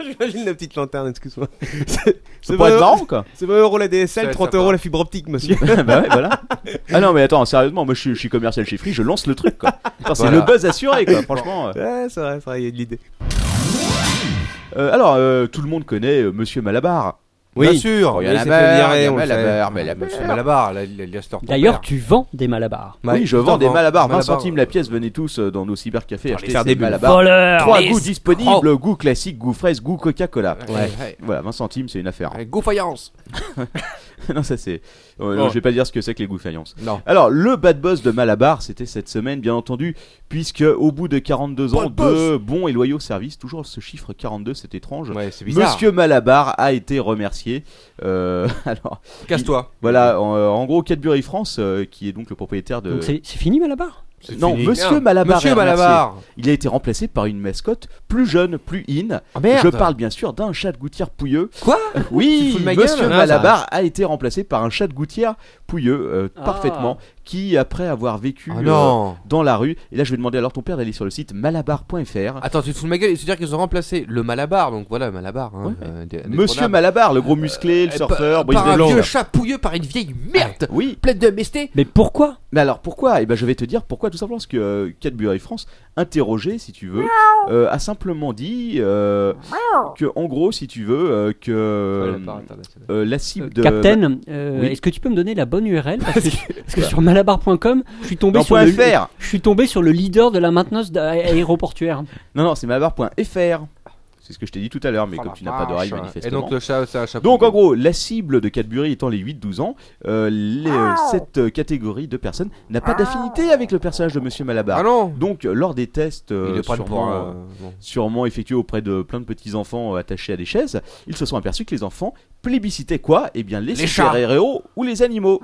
Speaker 6: J'imagine la petite lanterne, excuse-moi.
Speaker 5: C'est
Speaker 6: <laughs> C'est
Speaker 5: pas être
Speaker 6: euros-
Speaker 5: marrant quoi
Speaker 6: c'est 20 euros la
Speaker 8: Ça va
Speaker 6: DSL,
Speaker 8: être
Speaker 6: 30
Speaker 8: sympa.
Speaker 6: euros la fibre optique, monsieur.
Speaker 5: <laughs> Bah ouais, voilà Ah non mais attends, sérieusement, moi je suis, je suis commercial chez Free, je lance le truc quoi Attends, C'est
Speaker 8: Voilà.
Speaker 5: le buzz assuré <laughs> quoi, franchement euh.
Speaker 6: Ouais, c'est vrai, c'est vrai, il y a de l'idée.
Speaker 5: Euh, Alors, euh, tout le monde connaît euh, Monsieur Malabar
Speaker 8: Bien
Speaker 5: Oh,
Speaker 8: sûr.
Speaker 6: Oui,
Speaker 8: Il y a la
Speaker 6: c'est
Speaker 8: mer,
Speaker 6: fait
Speaker 8: il y
Speaker 6: virer,
Speaker 8: a
Speaker 6: on le
Speaker 8: la
Speaker 6: sait.
Speaker 8: mer, mais la mer, c'est Malabar, la- la- l'histoire de ton
Speaker 7: D'ailleurs,
Speaker 8: père.
Speaker 7: tu vends des malabars.
Speaker 5: Oui, je vends des
Speaker 8: Putain,
Speaker 5: Malabar, 20
Speaker 8: Malabar,
Speaker 5: centimes la pièce, venez tous euh, dans nos cybercafés acheter
Speaker 6: faire
Speaker 5: ces
Speaker 6: des bulles.
Speaker 5: Malabar
Speaker 7: Voleur
Speaker 5: Trois goûts disponibles, goût classique, goût fraise, goût Coca-Cola.
Speaker 8: Oh. Ouais. ouais.
Speaker 5: Voilà, 20 centimes, c'est une affaire. hein.
Speaker 8: Allez, Go faïence.
Speaker 5: <laughs> non, ça c'est. euh, non,
Speaker 8: Oh.
Speaker 5: je vais pas dire ce que c'est que les goûts faïences.
Speaker 8: Non.
Speaker 5: Alors, le bad boss de Malabar, c'était cette semaine, bien entendu, puisque au bout de 42 ans
Speaker 8: Bad boss.
Speaker 5: de bons et loyaux services, toujours ce chiffre 42, c'est étrange.
Speaker 8: Ouais, c'est bizarre.
Speaker 5: Monsieur Malabar a été remercié. Euh, <laughs> alors,
Speaker 8: casse-toi.
Speaker 5: voilà, en, en gros, Cadbury France, euh, qui est donc le propriétaire de.
Speaker 7: Donc c'est c'est fini Malabar
Speaker 5: non,
Speaker 8: fini.
Speaker 5: Monsieur
Speaker 8: Merde.
Speaker 5: Malabar. est
Speaker 8: Monsieur
Speaker 5: remercié.
Speaker 8: Malabar.
Speaker 5: Il a été remplacé par une mascotte plus jeune, plus in.
Speaker 8: Ah, merde.
Speaker 5: Je parle bien sûr d'un chat de gouttière pouilleux. Euh,
Speaker 8: Quoi Tu
Speaker 5: Oui,
Speaker 8: te fous de ma gueule,
Speaker 5: Monsieur
Speaker 8: hein, ça.
Speaker 5: Malabar a été remplacé par un chat de gouttière pouilleux, euh,
Speaker 7: Ah.
Speaker 5: parfaitement, qui après avoir vécu
Speaker 8: Ah,
Speaker 5: euh,
Speaker 8: non.
Speaker 5: dans la rue, et là je vais demander alors ton père d'aller sur le site malabar.fr.
Speaker 8: Attends, tu te fous de ma gueule, il se dire qu'ils ont remplacé le Malabar, donc voilà, Malabar. hein, euh, des- des
Speaker 5: Monsieur
Speaker 8: pronables.
Speaker 5: Malabar, le gros musclé, le
Speaker 8: Euh,
Speaker 5: surfeur,
Speaker 8: par-
Speaker 5: Brice
Speaker 8: Par un
Speaker 5: Leblanc.
Speaker 8: vieux chapouilleux, par une vieille merde,
Speaker 5: Oui,
Speaker 8: pleine de MST.
Speaker 7: Mais pourquoi
Speaker 5: mais alors pourquoi Eh ben je vais te dire pourquoi tout simplement parce que euh, Cadbury France, interrogé si tu veux, euh, a simplement dit euh, que en gros si tu veux euh, que euh, la cible de
Speaker 7: Captain, euh,
Speaker 5: oui.
Speaker 7: est-ce que tu peux me donner la bonne URL Parce que, parce que sur malabar.com, je suis tombé
Speaker 5: Non,
Speaker 7: sur
Speaker 5: point
Speaker 7: le
Speaker 5: fr.
Speaker 7: je suis tombé sur le leader de la maintenance d'a- aéroportuaire.
Speaker 5: Non, non, c'est malabar.fr. C'est ce que je t'ai dit tout à l'heure, mais
Speaker 8: Oh
Speaker 5: comme tu n'as pas d'oreille,
Speaker 8: Et
Speaker 5: manifestement.
Speaker 8: donc euh, le chat, c'est un chat.
Speaker 5: Donc, en gros, la cible de Cadbury étant les 8-12 ans, euh, les, euh, cette euh, catégorie de personnes n'a pas d'affinité avec le personnage de Monsieur Malabar.
Speaker 8: Ah non
Speaker 5: Donc, euh, lors des tests euh,
Speaker 8: Ils le prennent pour
Speaker 5: sûrement,
Speaker 8: un.
Speaker 5: euh, sûrement effectués auprès de plein de petits enfants euh, attachés à des chaises, ils se sont aperçus que les enfants plébiscitait quoi Eh bien les,
Speaker 2: Les chats.
Speaker 5: super-héros ou les animaux.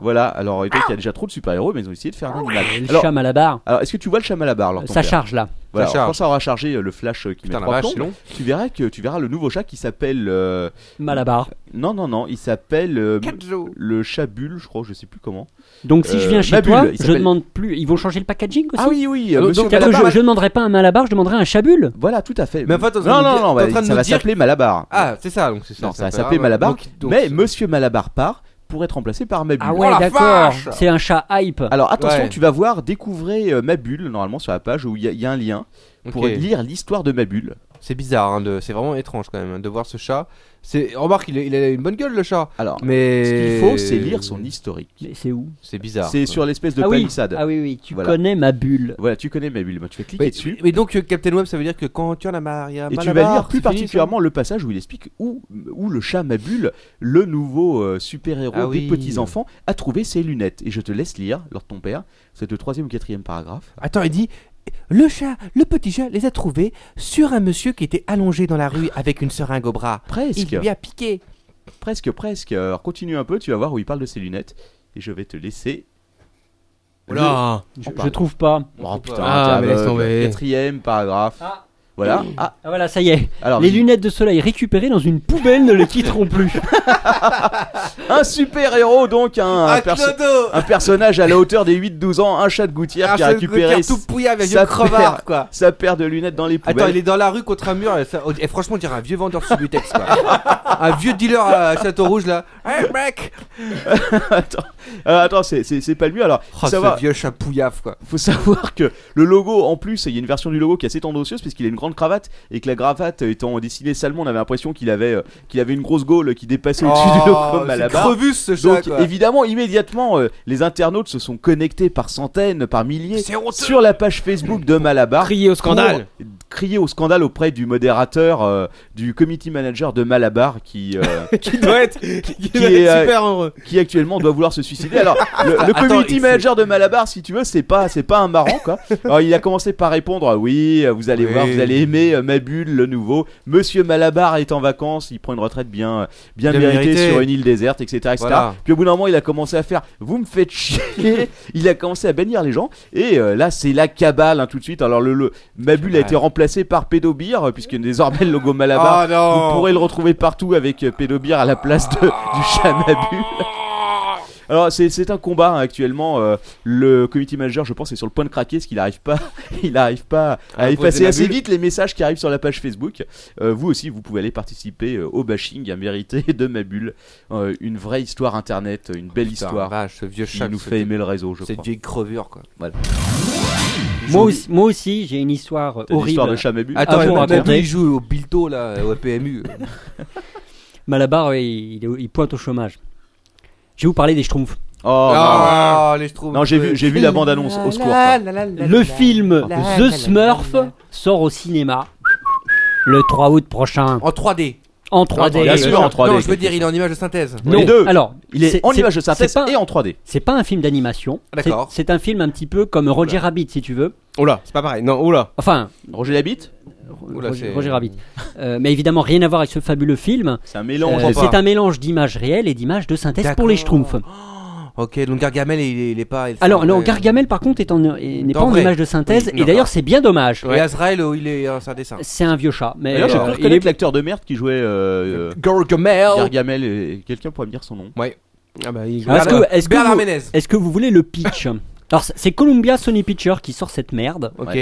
Speaker 5: Voilà, alors
Speaker 8: Ah.
Speaker 5: étant qu'il y a déjà trop de super-héros, mais ils ont essayé de faire un animal. <laughs>
Speaker 7: Le
Speaker 5: Alors,
Speaker 7: cham à la barre,
Speaker 5: alors, est-ce que tu vois le cham à la barre alors, ton
Speaker 7: ça
Speaker 5: père
Speaker 7: charge là.
Speaker 5: Voilà,
Speaker 8: Ça
Speaker 5: alors,
Speaker 8: charge.
Speaker 5: Quand ça aura chargé euh, le flash euh, qui met
Speaker 8: Putain, la
Speaker 5: trois
Speaker 8: vache,
Speaker 5: plombs,
Speaker 8: c'est long.
Speaker 5: tu verras que tu verras le nouveau chat qui s'appelle euh,
Speaker 7: Malabar.
Speaker 5: non non non, il s'appelle euh,
Speaker 2: Kenzo.
Speaker 5: le chat bulle, je crois, je sais plus comment.
Speaker 7: Donc si je
Speaker 5: Euh,
Speaker 7: viens chez
Speaker 5: ma bulle,
Speaker 7: toi,
Speaker 5: il
Speaker 7: je
Speaker 5: s'appelle-
Speaker 7: demande plus. Ils vont changer le packaging aussi.
Speaker 5: Ah oui oui, euh,
Speaker 7: Donc,
Speaker 5: monsieur
Speaker 7: c'est-à-dire que
Speaker 5: Malabar.
Speaker 7: je, je ne demanderai pas un Malabar, je demanderai un Chabul.
Speaker 5: Voilà, tout à fait.
Speaker 8: Mais en fait, t'es en train
Speaker 5: non
Speaker 8: de nous
Speaker 5: non
Speaker 8: dire-
Speaker 5: non,
Speaker 8: t'es en
Speaker 5: bah,
Speaker 8: train de
Speaker 5: ça
Speaker 8: nous
Speaker 5: va
Speaker 8: dire-
Speaker 5: s'appeler Malabar.
Speaker 8: Ah, c'est ça, donc c'est ça.
Speaker 5: Non,
Speaker 8: c'est
Speaker 5: ça va
Speaker 8: un peu
Speaker 5: s'appeler
Speaker 8: grave.
Speaker 5: Malabar,
Speaker 8: Donc, donc,
Speaker 5: mais
Speaker 8: c'est-
Speaker 5: Monsieur Malabar part pour être remplacé par Mabule.
Speaker 7: Ah ouais, d'accord. C'est un chat hype.
Speaker 5: Alors attention,
Speaker 8: Ouais.
Speaker 5: tu vas voir découvrez euh, Mabule normalement sur la page où il y, a- il y a un lien pour
Speaker 8: ok.
Speaker 5: lire l'histoire de Mabule.
Speaker 8: C'est bizarre, hein, de- c'est vraiment étrange quand même hein, de voir ce chat. C'est remarque, il, est- il a une bonne gueule le chat,
Speaker 5: Alors,
Speaker 8: mais
Speaker 5: ce qu'il faut, c'est lire son historique.
Speaker 7: Mais c'est où
Speaker 8: C'est bizarre.
Speaker 5: C'est sur l'espèce de
Speaker 7: ah, oui.
Speaker 5: palissade.
Speaker 7: ah oui, oui, tu
Speaker 5: Voilà.
Speaker 7: connais ma bulle.
Speaker 5: Voilà, tu connais Mabule, bah, tu vas cliquer
Speaker 8: Mais,
Speaker 5: dessus.
Speaker 8: mais donc euh, Captain Web, ça veut dire que quand tu en as Maria,
Speaker 5: Et tu
Speaker 8: Malabar,
Speaker 5: vas lire plus
Speaker 8: c'est fini,
Speaker 5: particulièrement le passage où il explique où, où le chat Mabule, le nouveau euh, super-héros
Speaker 8: Ah
Speaker 5: des
Speaker 8: oui.
Speaker 5: petits-enfants, a trouvé ses lunettes. Et je te laisse lire, lors de ton père, c'est le troisième ou quatrième paragraphe.
Speaker 8: ça Attends, il dit le chat, le petit chat les a trouvés sur un monsieur qui était allongé dans la rue avec une seringue au bras.
Speaker 5: Presque,
Speaker 8: a piqué.
Speaker 5: presque, presque. Alors continue un peu, tu vas voir où il parle de ses lunettes. Et je vais te laisser.
Speaker 8: Voilà.
Speaker 7: Je,
Speaker 5: On
Speaker 7: je
Speaker 5: parle.
Speaker 7: trouve pas.
Speaker 5: Oh putain,
Speaker 8: Ah,
Speaker 5: t'es
Speaker 8: mais
Speaker 5: aveugle.
Speaker 8: laisse tomber.
Speaker 5: Quatrième paragraphe.
Speaker 7: Ah.
Speaker 5: Voilà. Ah,
Speaker 7: Ah voilà, ça y est.
Speaker 5: alors,
Speaker 7: Les
Speaker 5: j'ai-
Speaker 7: lunettes de soleil récupérées dans une poubelle ne le quitteront
Speaker 5: <laughs>
Speaker 7: plus.
Speaker 5: Un super-héros, donc, un, un
Speaker 8: Ah,
Speaker 5: perso-
Speaker 8: Clodo
Speaker 5: un personnage à la hauteur des 8-12 ans, un chat de gouttière
Speaker 8: Ah,
Speaker 5: qui a
Speaker 8: ça,
Speaker 5: récupéré
Speaker 8: Gauthier, tout pouillé avec
Speaker 5: sa
Speaker 8: un crevard
Speaker 5: paire-
Speaker 8: quoi.
Speaker 5: sa paire de lunettes dans les poubelles.
Speaker 8: Attends, il est dans la rue contre un mur. Et, ça- et franchement, on dirait un vieux vendeur subutex quoi. un vieux dealer à Château Rouge
Speaker 5: <laughs>
Speaker 8: là. Hey mec,
Speaker 5: attends, euh, attends, c'est- c'est c'est pas le mieux. Alors,
Speaker 8: oh,
Speaker 5: faut
Speaker 8: ce
Speaker 5: savoir,
Speaker 8: vieux chat pouillaf quoi.
Speaker 5: faut savoir que le logo, en plus, il y a une version du logo qui est assez tendancieuse puisqu'il a une grande cravate et que la cravate euh, étant dessinée salement, on avait l'impression qu'il avait, euh, qu'il avait une grosse gaule qui dépassait au-dessus
Speaker 8: Oh,
Speaker 5: du logo
Speaker 8: c'est
Speaker 5: Malabar.
Speaker 8: crevus, ce chat
Speaker 5: Donc,
Speaker 8: quoi.
Speaker 5: évidemment, immédiatement, euh, les internautes se sont connectés par centaines, par milliers
Speaker 8: C'est honteux.
Speaker 5: sur la page Facebook de Malabar.
Speaker 6: Crier au scandale.
Speaker 5: pour crier au scandale auprès du modérateur, euh, du committee manager de Malabar qui, euh,
Speaker 6: qui doit être, qui doit
Speaker 5: est,
Speaker 6: être
Speaker 5: euh,
Speaker 6: super heureux.
Speaker 5: qui actuellement doit vouloir se suicider. Alors, le, le
Speaker 8: Ah, Attends,
Speaker 5: community
Speaker 8: il-
Speaker 5: manager de Malabar, si tu veux, c'est pas, c'est pas un marrant, quoi. Alors, il a commencé par répondre, oui, euh, vous allez
Speaker 8: Oui.
Speaker 5: voir, vous allez aimer euh, ma bulle, le nouveau. Monsieur Malabar est en vacances, il prend une retraite bien, euh, bien,
Speaker 8: Bien
Speaker 5: méritée
Speaker 8: méritée.
Speaker 5: sur une île déserte, etc., etc.
Speaker 8: Voilà.
Speaker 5: Puis au bout d'un moment, il a commencé à faire, vous me faites chier.
Speaker 8: <laughs>
Speaker 5: il a commencé à bannir les gens. Et euh, là, c'est la cabale, hein, tout de suite. Alors, le, le- ma bulle a
Speaker 8: Cabale.
Speaker 5: été remplacée par Pédobir, euh, puisque désormais le logo Malabar
Speaker 8: Ah non.
Speaker 5: vous pourrez le retrouver partout avec euh, Pédobir à la place de, du chat Mabule. Alors c'est c'est un combat hein, actuellement. euh, le committee manager, je pense, est sur le point de craquer parce qu'il n'arrive pas, il n'arrive pas à,
Speaker 8: À
Speaker 5: effacer
Speaker 8: imposer
Speaker 5: assez
Speaker 8: Mabule.
Speaker 5: vite les messages qui arrivent sur la page Facebook. Euh, vous aussi, vous pouvez aller participer euh, au bashing à mériter de Mabule. Euh, une vraie histoire internet, une belle
Speaker 8: Putain,
Speaker 5: histoire
Speaker 8: vache, ce vieux
Speaker 5: qui
Speaker 8: chat
Speaker 5: nous
Speaker 8: ce
Speaker 5: fait
Speaker 8: vieux-
Speaker 5: aimer le réseau, je
Speaker 8: Cette
Speaker 5: crois.
Speaker 8: vieille crevure quoi.
Speaker 7: moi, aussi, moi aussi, j'ai une histoire euh,
Speaker 5: T'as une
Speaker 7: horrible.
Speaker 5: histoire de chat Mabule.
Speaker 8: Attends,
Speaker 7: Ah,
Speaker 8: je
Speaker 7: bon,
Speaker 8: me rappelle,
Speaker 7: racontez.
Speaker 8: il joue au Bilto là, euh, au PMU.
Speaker 7: Malabar, ouais, il, il- il pointe au chômage. Je vais vous parler des Schtroumpfs.
Speaker 5: Oh, non.
Speaker 8: Ah, les Schtroumpfs.
Speaker 5: non, j'ai vu, j'ai vu la bande annonce. Au secours. quoi.
Speaker 7: Le film The Smurf sort au cinéma le 3 août prochain
Speaker 8: En 3D.
Speaker 7: en
Speaker 5: en
Speaker 7: 3D.
Speaker 5: bien sûr, en 3D,
Speaker 8: Non, je veux
Speaker 5: quelque
Speaker 8: dire, il est en image de synthèse.
Speaker 5: Oui, les deux.
Speaker 7: alors
Speaker 5: Il est,
Speaker 7: c'est-
Speaker 5: en
Speaker 7: c'est-
Speaker 5: image de synthèse
Speaker 7: c'est pas-
Speaker 5: et en 3D.
Speaker 7: C'est pas un film d'animation.
Speaker 8: Ah, d'accord.
Speaker 7: C'est c'est un film un petit peu comme Roger Rabbit, si tu veux.
Speaker 6: Oh là, c'est pas pareil. Non, oh là.
Speaker 7: Enfin,
Speaker 5: Roger Labitte,
Speaker 8: Oula,
Speaker 7: Roger,
Speaker 8: c'est-
Speaker 7: Roger Rabbit. Euh, mais évidemment, rien à voir avec ce fabuleux film.
Speaker 5: c'est un
Speaker 7: Euh,
Speaker 5: mélange.
Speaker 8: comprend pas.
Speaker 7: c'est un mélange d'images réelles et d'images de synthèse pour
Speaker 8: D'accord.
Speaker 7: les Schtroumpfs.
Speaker 8: Ok, donc Gargamel, il est, il est pas. hein, il fait
Speaker 7: Alors,
Speaker 8: un
Speaker 7: non,
Speaker 8: vrai-
Speaker 7: Gargamel, par contre, est en- est- n'est
Speaker 8: En
Speaker 7: pas en
Speaker 8: vrai.
Speaker 7: image de synthèse.
Speaker 8: Oui,
Speaker 7: et
Speaker 8: non,
Speaker 7: d'ailleurs,
Speaker 8: non.
Speaker 7: c'est bien dommage.
Speaker 8: Et Azrael, euh, il est. euh, C'est un dessin.
Speaker 7: C'est un vieux chat. Mais
Speaker 5: D'ailleurs, j'ai
Speaker 7: euh,
Speaker 5: cru
Speaker 7: il est-
Speaker 5: reconnaître l'acteur de merde qui jouait euh, euh,
Speaker 7: Oh.
Speaker 8: Gargamel.
Speaker 5: Gargamel. et- Quelqu'un pourrait me dire son nom
Speaker 6: Ah bah, il joue.
Speaker 7: Ah, Est-ce que, est-ce que
Speaker 8: Bernard
Speaker 7: vous-
Speaker 8: Ménez.
Speaker 7: est-ce que vous voulez le pitch Alors, c'est- c'est Columbia Sony Pictures qui sort cette merde.
Speaker 8: Ok.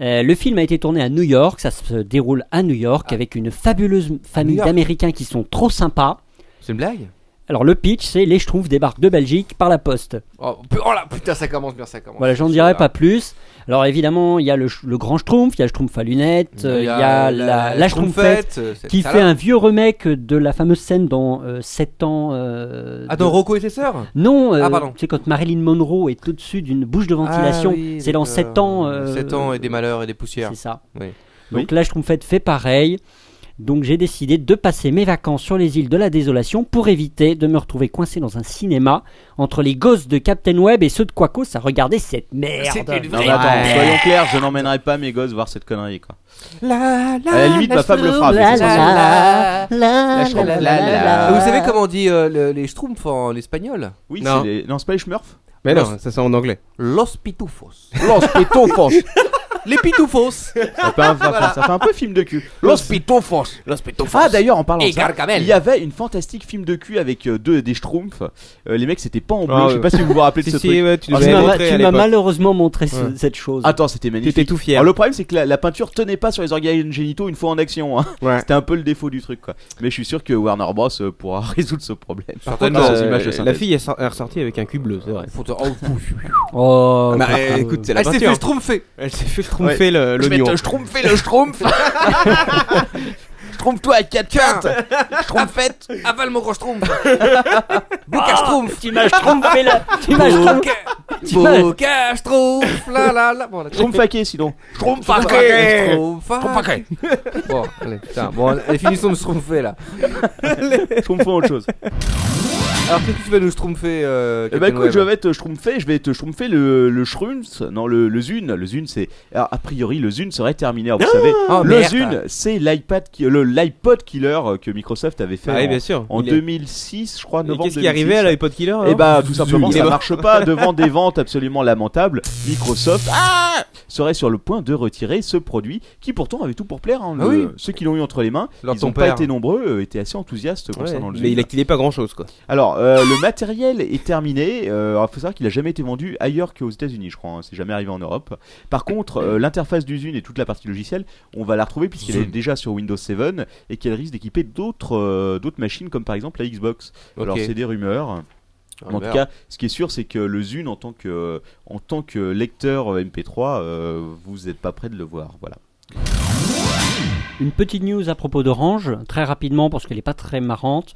Speaker 7: Euh, le film a été tourné à New York. Ça se déroule à New York avec une fabuleuse famille
Speaker 8: York.
Speaker 7: d'Américains qui sont trop sympas.
Speaker 8: C'est une blague
Speaker 7: Alors, le pitch, c'est les Schtroumpfs débarquent de Belgique par la poste.
Speaker 8: oh, pu- oh là, putain, ça commence bien, ça commence.
Speaker 7: Voilà, j'en dirai pas plus. Alors évidemment, il y a le, ch- le grand Schtroumpf, il y a le Schtroumpf à lunettes, euh, il y a la, la Schtroumpfette
Speaker 8: euh, cette
Speaker 7: qui
Speaker 8: salope.
Speaker 7: fait un vieux remake de la fameuse scène dans 7 ans. euh,
Speaker 8: Ah, dans
Speaker 7: de-
Speaker 8: Rocco et ses sœurs
Speaker 7: Non, euh,
Speaker 8: Ah, pardon.
Speaker 7: c'est quand Marilyn Monroe est au-dessus d'une bouche de ventilation.
Speaker 8: Ah oui,
Speaker 7: c'est dans
Speaker 8: d'accord.
Speaker 7: 7 ans. euh,
Speaker 8: 7 ans et des malheurs et des poussières.
Speaker 7: C'est ça.
Speaker 8: Oui.
Speaker 7: Donc la Schtroumpfette fait pareil. Donc j'ai décidé de passer mes vacances sur les îles de la désolation pour éviter de me retrouver coincé dans un cinéma entre les gosses de Captain Web et ceux de Quaco. Ça regardait cette merde.
Speaker 5: Non mais attends, soyons clairs, je n'emmènerai pas mes gosses voir cette connerie quoi. à la limite, ma femme le fera. mais
Speaker 7: La,
Speaker 5: c'est pas-
Speaker 7: la, la,
Speaker 5: chanson.
Speaker 7: la, la, la, la.
Speaker 8: Vous savez comment on dit euh, le- les schtroumpfs en espagnol
Speaker 5: Oui,
Speaker 6: Non.
Speaker 5: c'est les- non, c'est pas les Schmurfs
Speaker 6: Mais non, ça c'est en anglais.
Speaker 8: Los
Speaker 5: <laughs>
Speaker 8: pitufos.
Speaker 6: Lance pétofos.
Speaker 8: les pitufos
Speaker 5: ça fait, un, ça fait- ça fait un peu film de cul.
Speaker 8: Los pitufos Los pitufos
Speaker 5: Ah d'ailleurs en parlant
Speaker 8: Et
Speaker 5: de ça,
Speaker 8: Gargamel.
Speaker 5: il y avait une fantastique film de cul avec euh, deux des Schtroumpfs. Euh, les mecs c'était pas en bleu,
Speaker 6: Ah,
Speaker 5: je sais
Speaker 6: ouais.
Speaker 5: pas si vous vous rappelez de
Speaker 6: Si,
Speaker 5: ce
Speaker 6: si,
Speaker 5: truc.
Speaker 6: ouais, tu
Speaker 5: Ah,
Speaker 6: nous
Speaker 7: Tu
Speaker 5: c'est
Speaker 6: avais
Speaker 7: m'as-
Speaker 6: montré à
Speaker 7: Tu m'as
Speaker 6: l'époque.
Speaker 7: malheureusement montré ce-
Speaker 6: Ouais.
Speaker 7: cette chose.
Speaker 5: Attends, c'était magnifique.
Speaker 6: T'étais tout fier.
Speaker 5: Alors, le problème c'est que la, la peinture tenait pas sur les organes génitaux une fois en action. hein.
Speaker 6: <laughs> Ouais.
Speaker 5: C'était un peu le défaut du truc quoi. Mais je suis sûr que Warner Bros euh, pourra <laughs> résoudre ce problème.
Speaker 6: Par
Speaker 8: Certainement,
Speaker 6: contre,
Speaker 5: sans
Speaker 6: euh,
Speaker 5: image de synthèse.
Speaker 6: la fille est sor- est ressortie avec un cul bleu, c'est vrai.
Speaker 8: Ah,
Speaker 7: Oh,
Speaker 6: Bah,
Speaker 7: Quaco.
Speaker 6: euh, écoute, c'est la
Speaker 8: Elle s'est
Speaker 6: peinture.
Speaker 8: fait schtroumpfer
Speaker 6: Elle s'est fait tromper le l'oignon.
Speaker 8: schtroumpfer le <laughs> schtroumpf Schtroumpfe-toi à quatre cartes Schtroumpfette Avale mon gros <laughs> schtroumpf Boca schtroumpf
Speaker 7: Tu <laughs> m'as trompé là. Tu m'as trompé. m'as-
Speaker 8: Boca schtroumpf La la la Bon, la
Speaker 5: Schtroumpfaqué sinon. Eh.
Speaker 8: Schtroumpfaqué Schtroumpfaqué Bon, allez, putain, bon,
Speaker 5: <laughs>
Speaker 8: allez, finissons de schtroumpfer là
Speaker 5: Schtroumpfons autre
Speaker 6: <laughs>
Speaker 5: chose.
Speaker 8: Alors qu'est-ce que tu vas nous schtroumpfer euh,
Speaker 5: Eh ben
Speaker 8: Captain
Speaker 5: écoute,
Speaker 8: Web
Speaker 5: je vais te schtroumpfer, je vais te schtroumpfer le, le Shrooms, non le, le Zune. Le Zune, c'est. alors, A priori, le Zune serait terminé,
Speaker 6: Ah,
Speaker 5: alors, vous savez.
Speaker 8: Oh,
Speaker 5: le
Speaker 8: merde.
Speaker 5: Zune, c'est l'iPad, qui- le l'iPod Killer euh, que Microsoft avait fait
Speaker 6: Ah oui,
Speaker 5: en,
Speaker 6: bien sûr.
Speaker 5: en
Speaker 6: Il est-
Speaker 5: 2006, je crois,
Speaker 6: Et
Speaker 5: novembre.
Speaker 6: qu'est-ce qui
Speaker 5: 2006.
Speaker 6: arrivait à l'iPod Killer hein alors
Speaker 5: Eh
Speaker 6: <laughs>
Speaker 5: bah, tout simplement,
Speaker 6: Il est
Speaker 5: ça
Speaker 6: mort.
Speaker 5: marche pas. Devant des ventes absolument lamentables, Microsoft ah, serait sur le point de retirer ce produit qui pourtant avait tout pour plaire. hein.
Speaker 8: Ah
Speaker 5: Le-
Speaker 8: oui.
Speaker 5: Ceux qui l'ont eu entre les mains,
Speaker 8: Leur
Speaker 5: ils
Speaker 8: ton
Speaker 5: n'ont pas
Speaker 8: père.
Speaker 5: été nombreux, euh, étaient assez enthousiastes
Speaker 6: Ouais,
Speaker 5: concernant le Zune.
Speaker 6: mais il activait pas grand chose quoi.
Speaker 5: Alors, euh, le matériel est terminé. Euh, alors, faut savoir qu'il a jamais été vendu ailleurs qu'aux États-Unis, je crois. hein. C'est jamais arrivé en Europe. Par contre, euh, l'interface du Zune et toute la partie logicielle, on va la retrouver puisqu'elle est
Speaker 8: Zune.
Speaker 5: déjà sur Windows 7 et qu'elle risque d'équiper d'autres euh, d'autres machines comme par exemple la Xbox. Alors,
Speaker 8: Ok.
Speaker 5: c'est des rumeurs.
Speaker 8: Ah,
Speaker 5: En tout
Speaker 8: merde.
Speaker 5: cas, ce qui est sûr, c'est que le Zune, en tant que, en tant que lecteur euh, MP3, euh, vous n'êtes pas près de le voir. Voilà.
Speaker 7: Une petite news à propos d'Orange, très rapidement parce qu'elle n'est pas très marrante.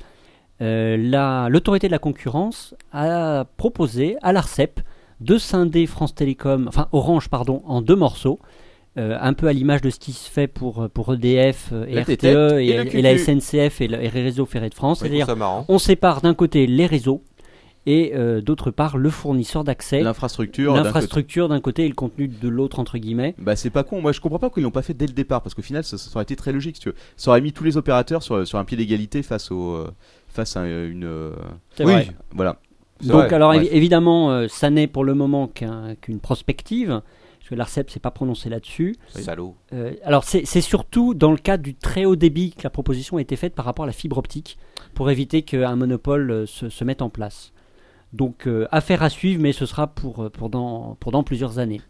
Speaker 7: Euh, la- L'autorité de la concurrence a proposé à l'ARCEP E de scinder France Télécom, enfin Orange, pardon, en deux morceaux, euh, un peu à l'image de ce qui se fait pour, pour E EDF et
Speaker 5: La
Speaker 7: RTE
Speaker 5: TT
Speaker 7: et,
Speaker 5: et le
Speaker 7: et la
Speaker 5: QQ.
Speaker 7: SNCF et, le- et les réseaux ferrés de France.
Speaker 8: Ouais, je trouve
Speaker 7: C'est-à-dire,
Speaker 8: ça marrant
Speaker 7: on sépare d'un côté les réseaux et euh, d'autre part le fournisseur d'accès,
Speaker 5: L'infrastructure, d'un côté.
Speaker 7: l'infrastructure d'un côté et le contenu de l'autre, entre guillemets.
Speaker 5: Bah c'est pas con, moi je comprends pas pourquoi ils l'ont pas fait dès le départ, parce qu'au final ça, ça aurait été très logique si tu veux. Ça aurait mis tous les opérateurs sur, sur un pied d'égalité face au euh, face à euh, une euh,
Speaker 7: C'est vrai.
Speaker 5: voilà. C'est
Speaker 7: Donc,
Speaker 5: vrai.
Speaker 7: alors
Speaker 5: Ouais.
Speaker 7: évi- évidemment, euh, ça n'est pour le moment qu'un- qu'une prospective, parce que l'ARCEP E s'est pas prononcé là-dessus.
Speaker 8: Salaud
Speaker 7: Euh, alors, c'est c'est surtout dans le cadre du très haut débit que la proposition a été faite par rapport à la fibre optique, pour éviter qu'un monopole euh, se, se mette en place. Donc, euh, affaire à suivre, mais ce sera pour, euh, pour, dans, pour dans plusieurs années.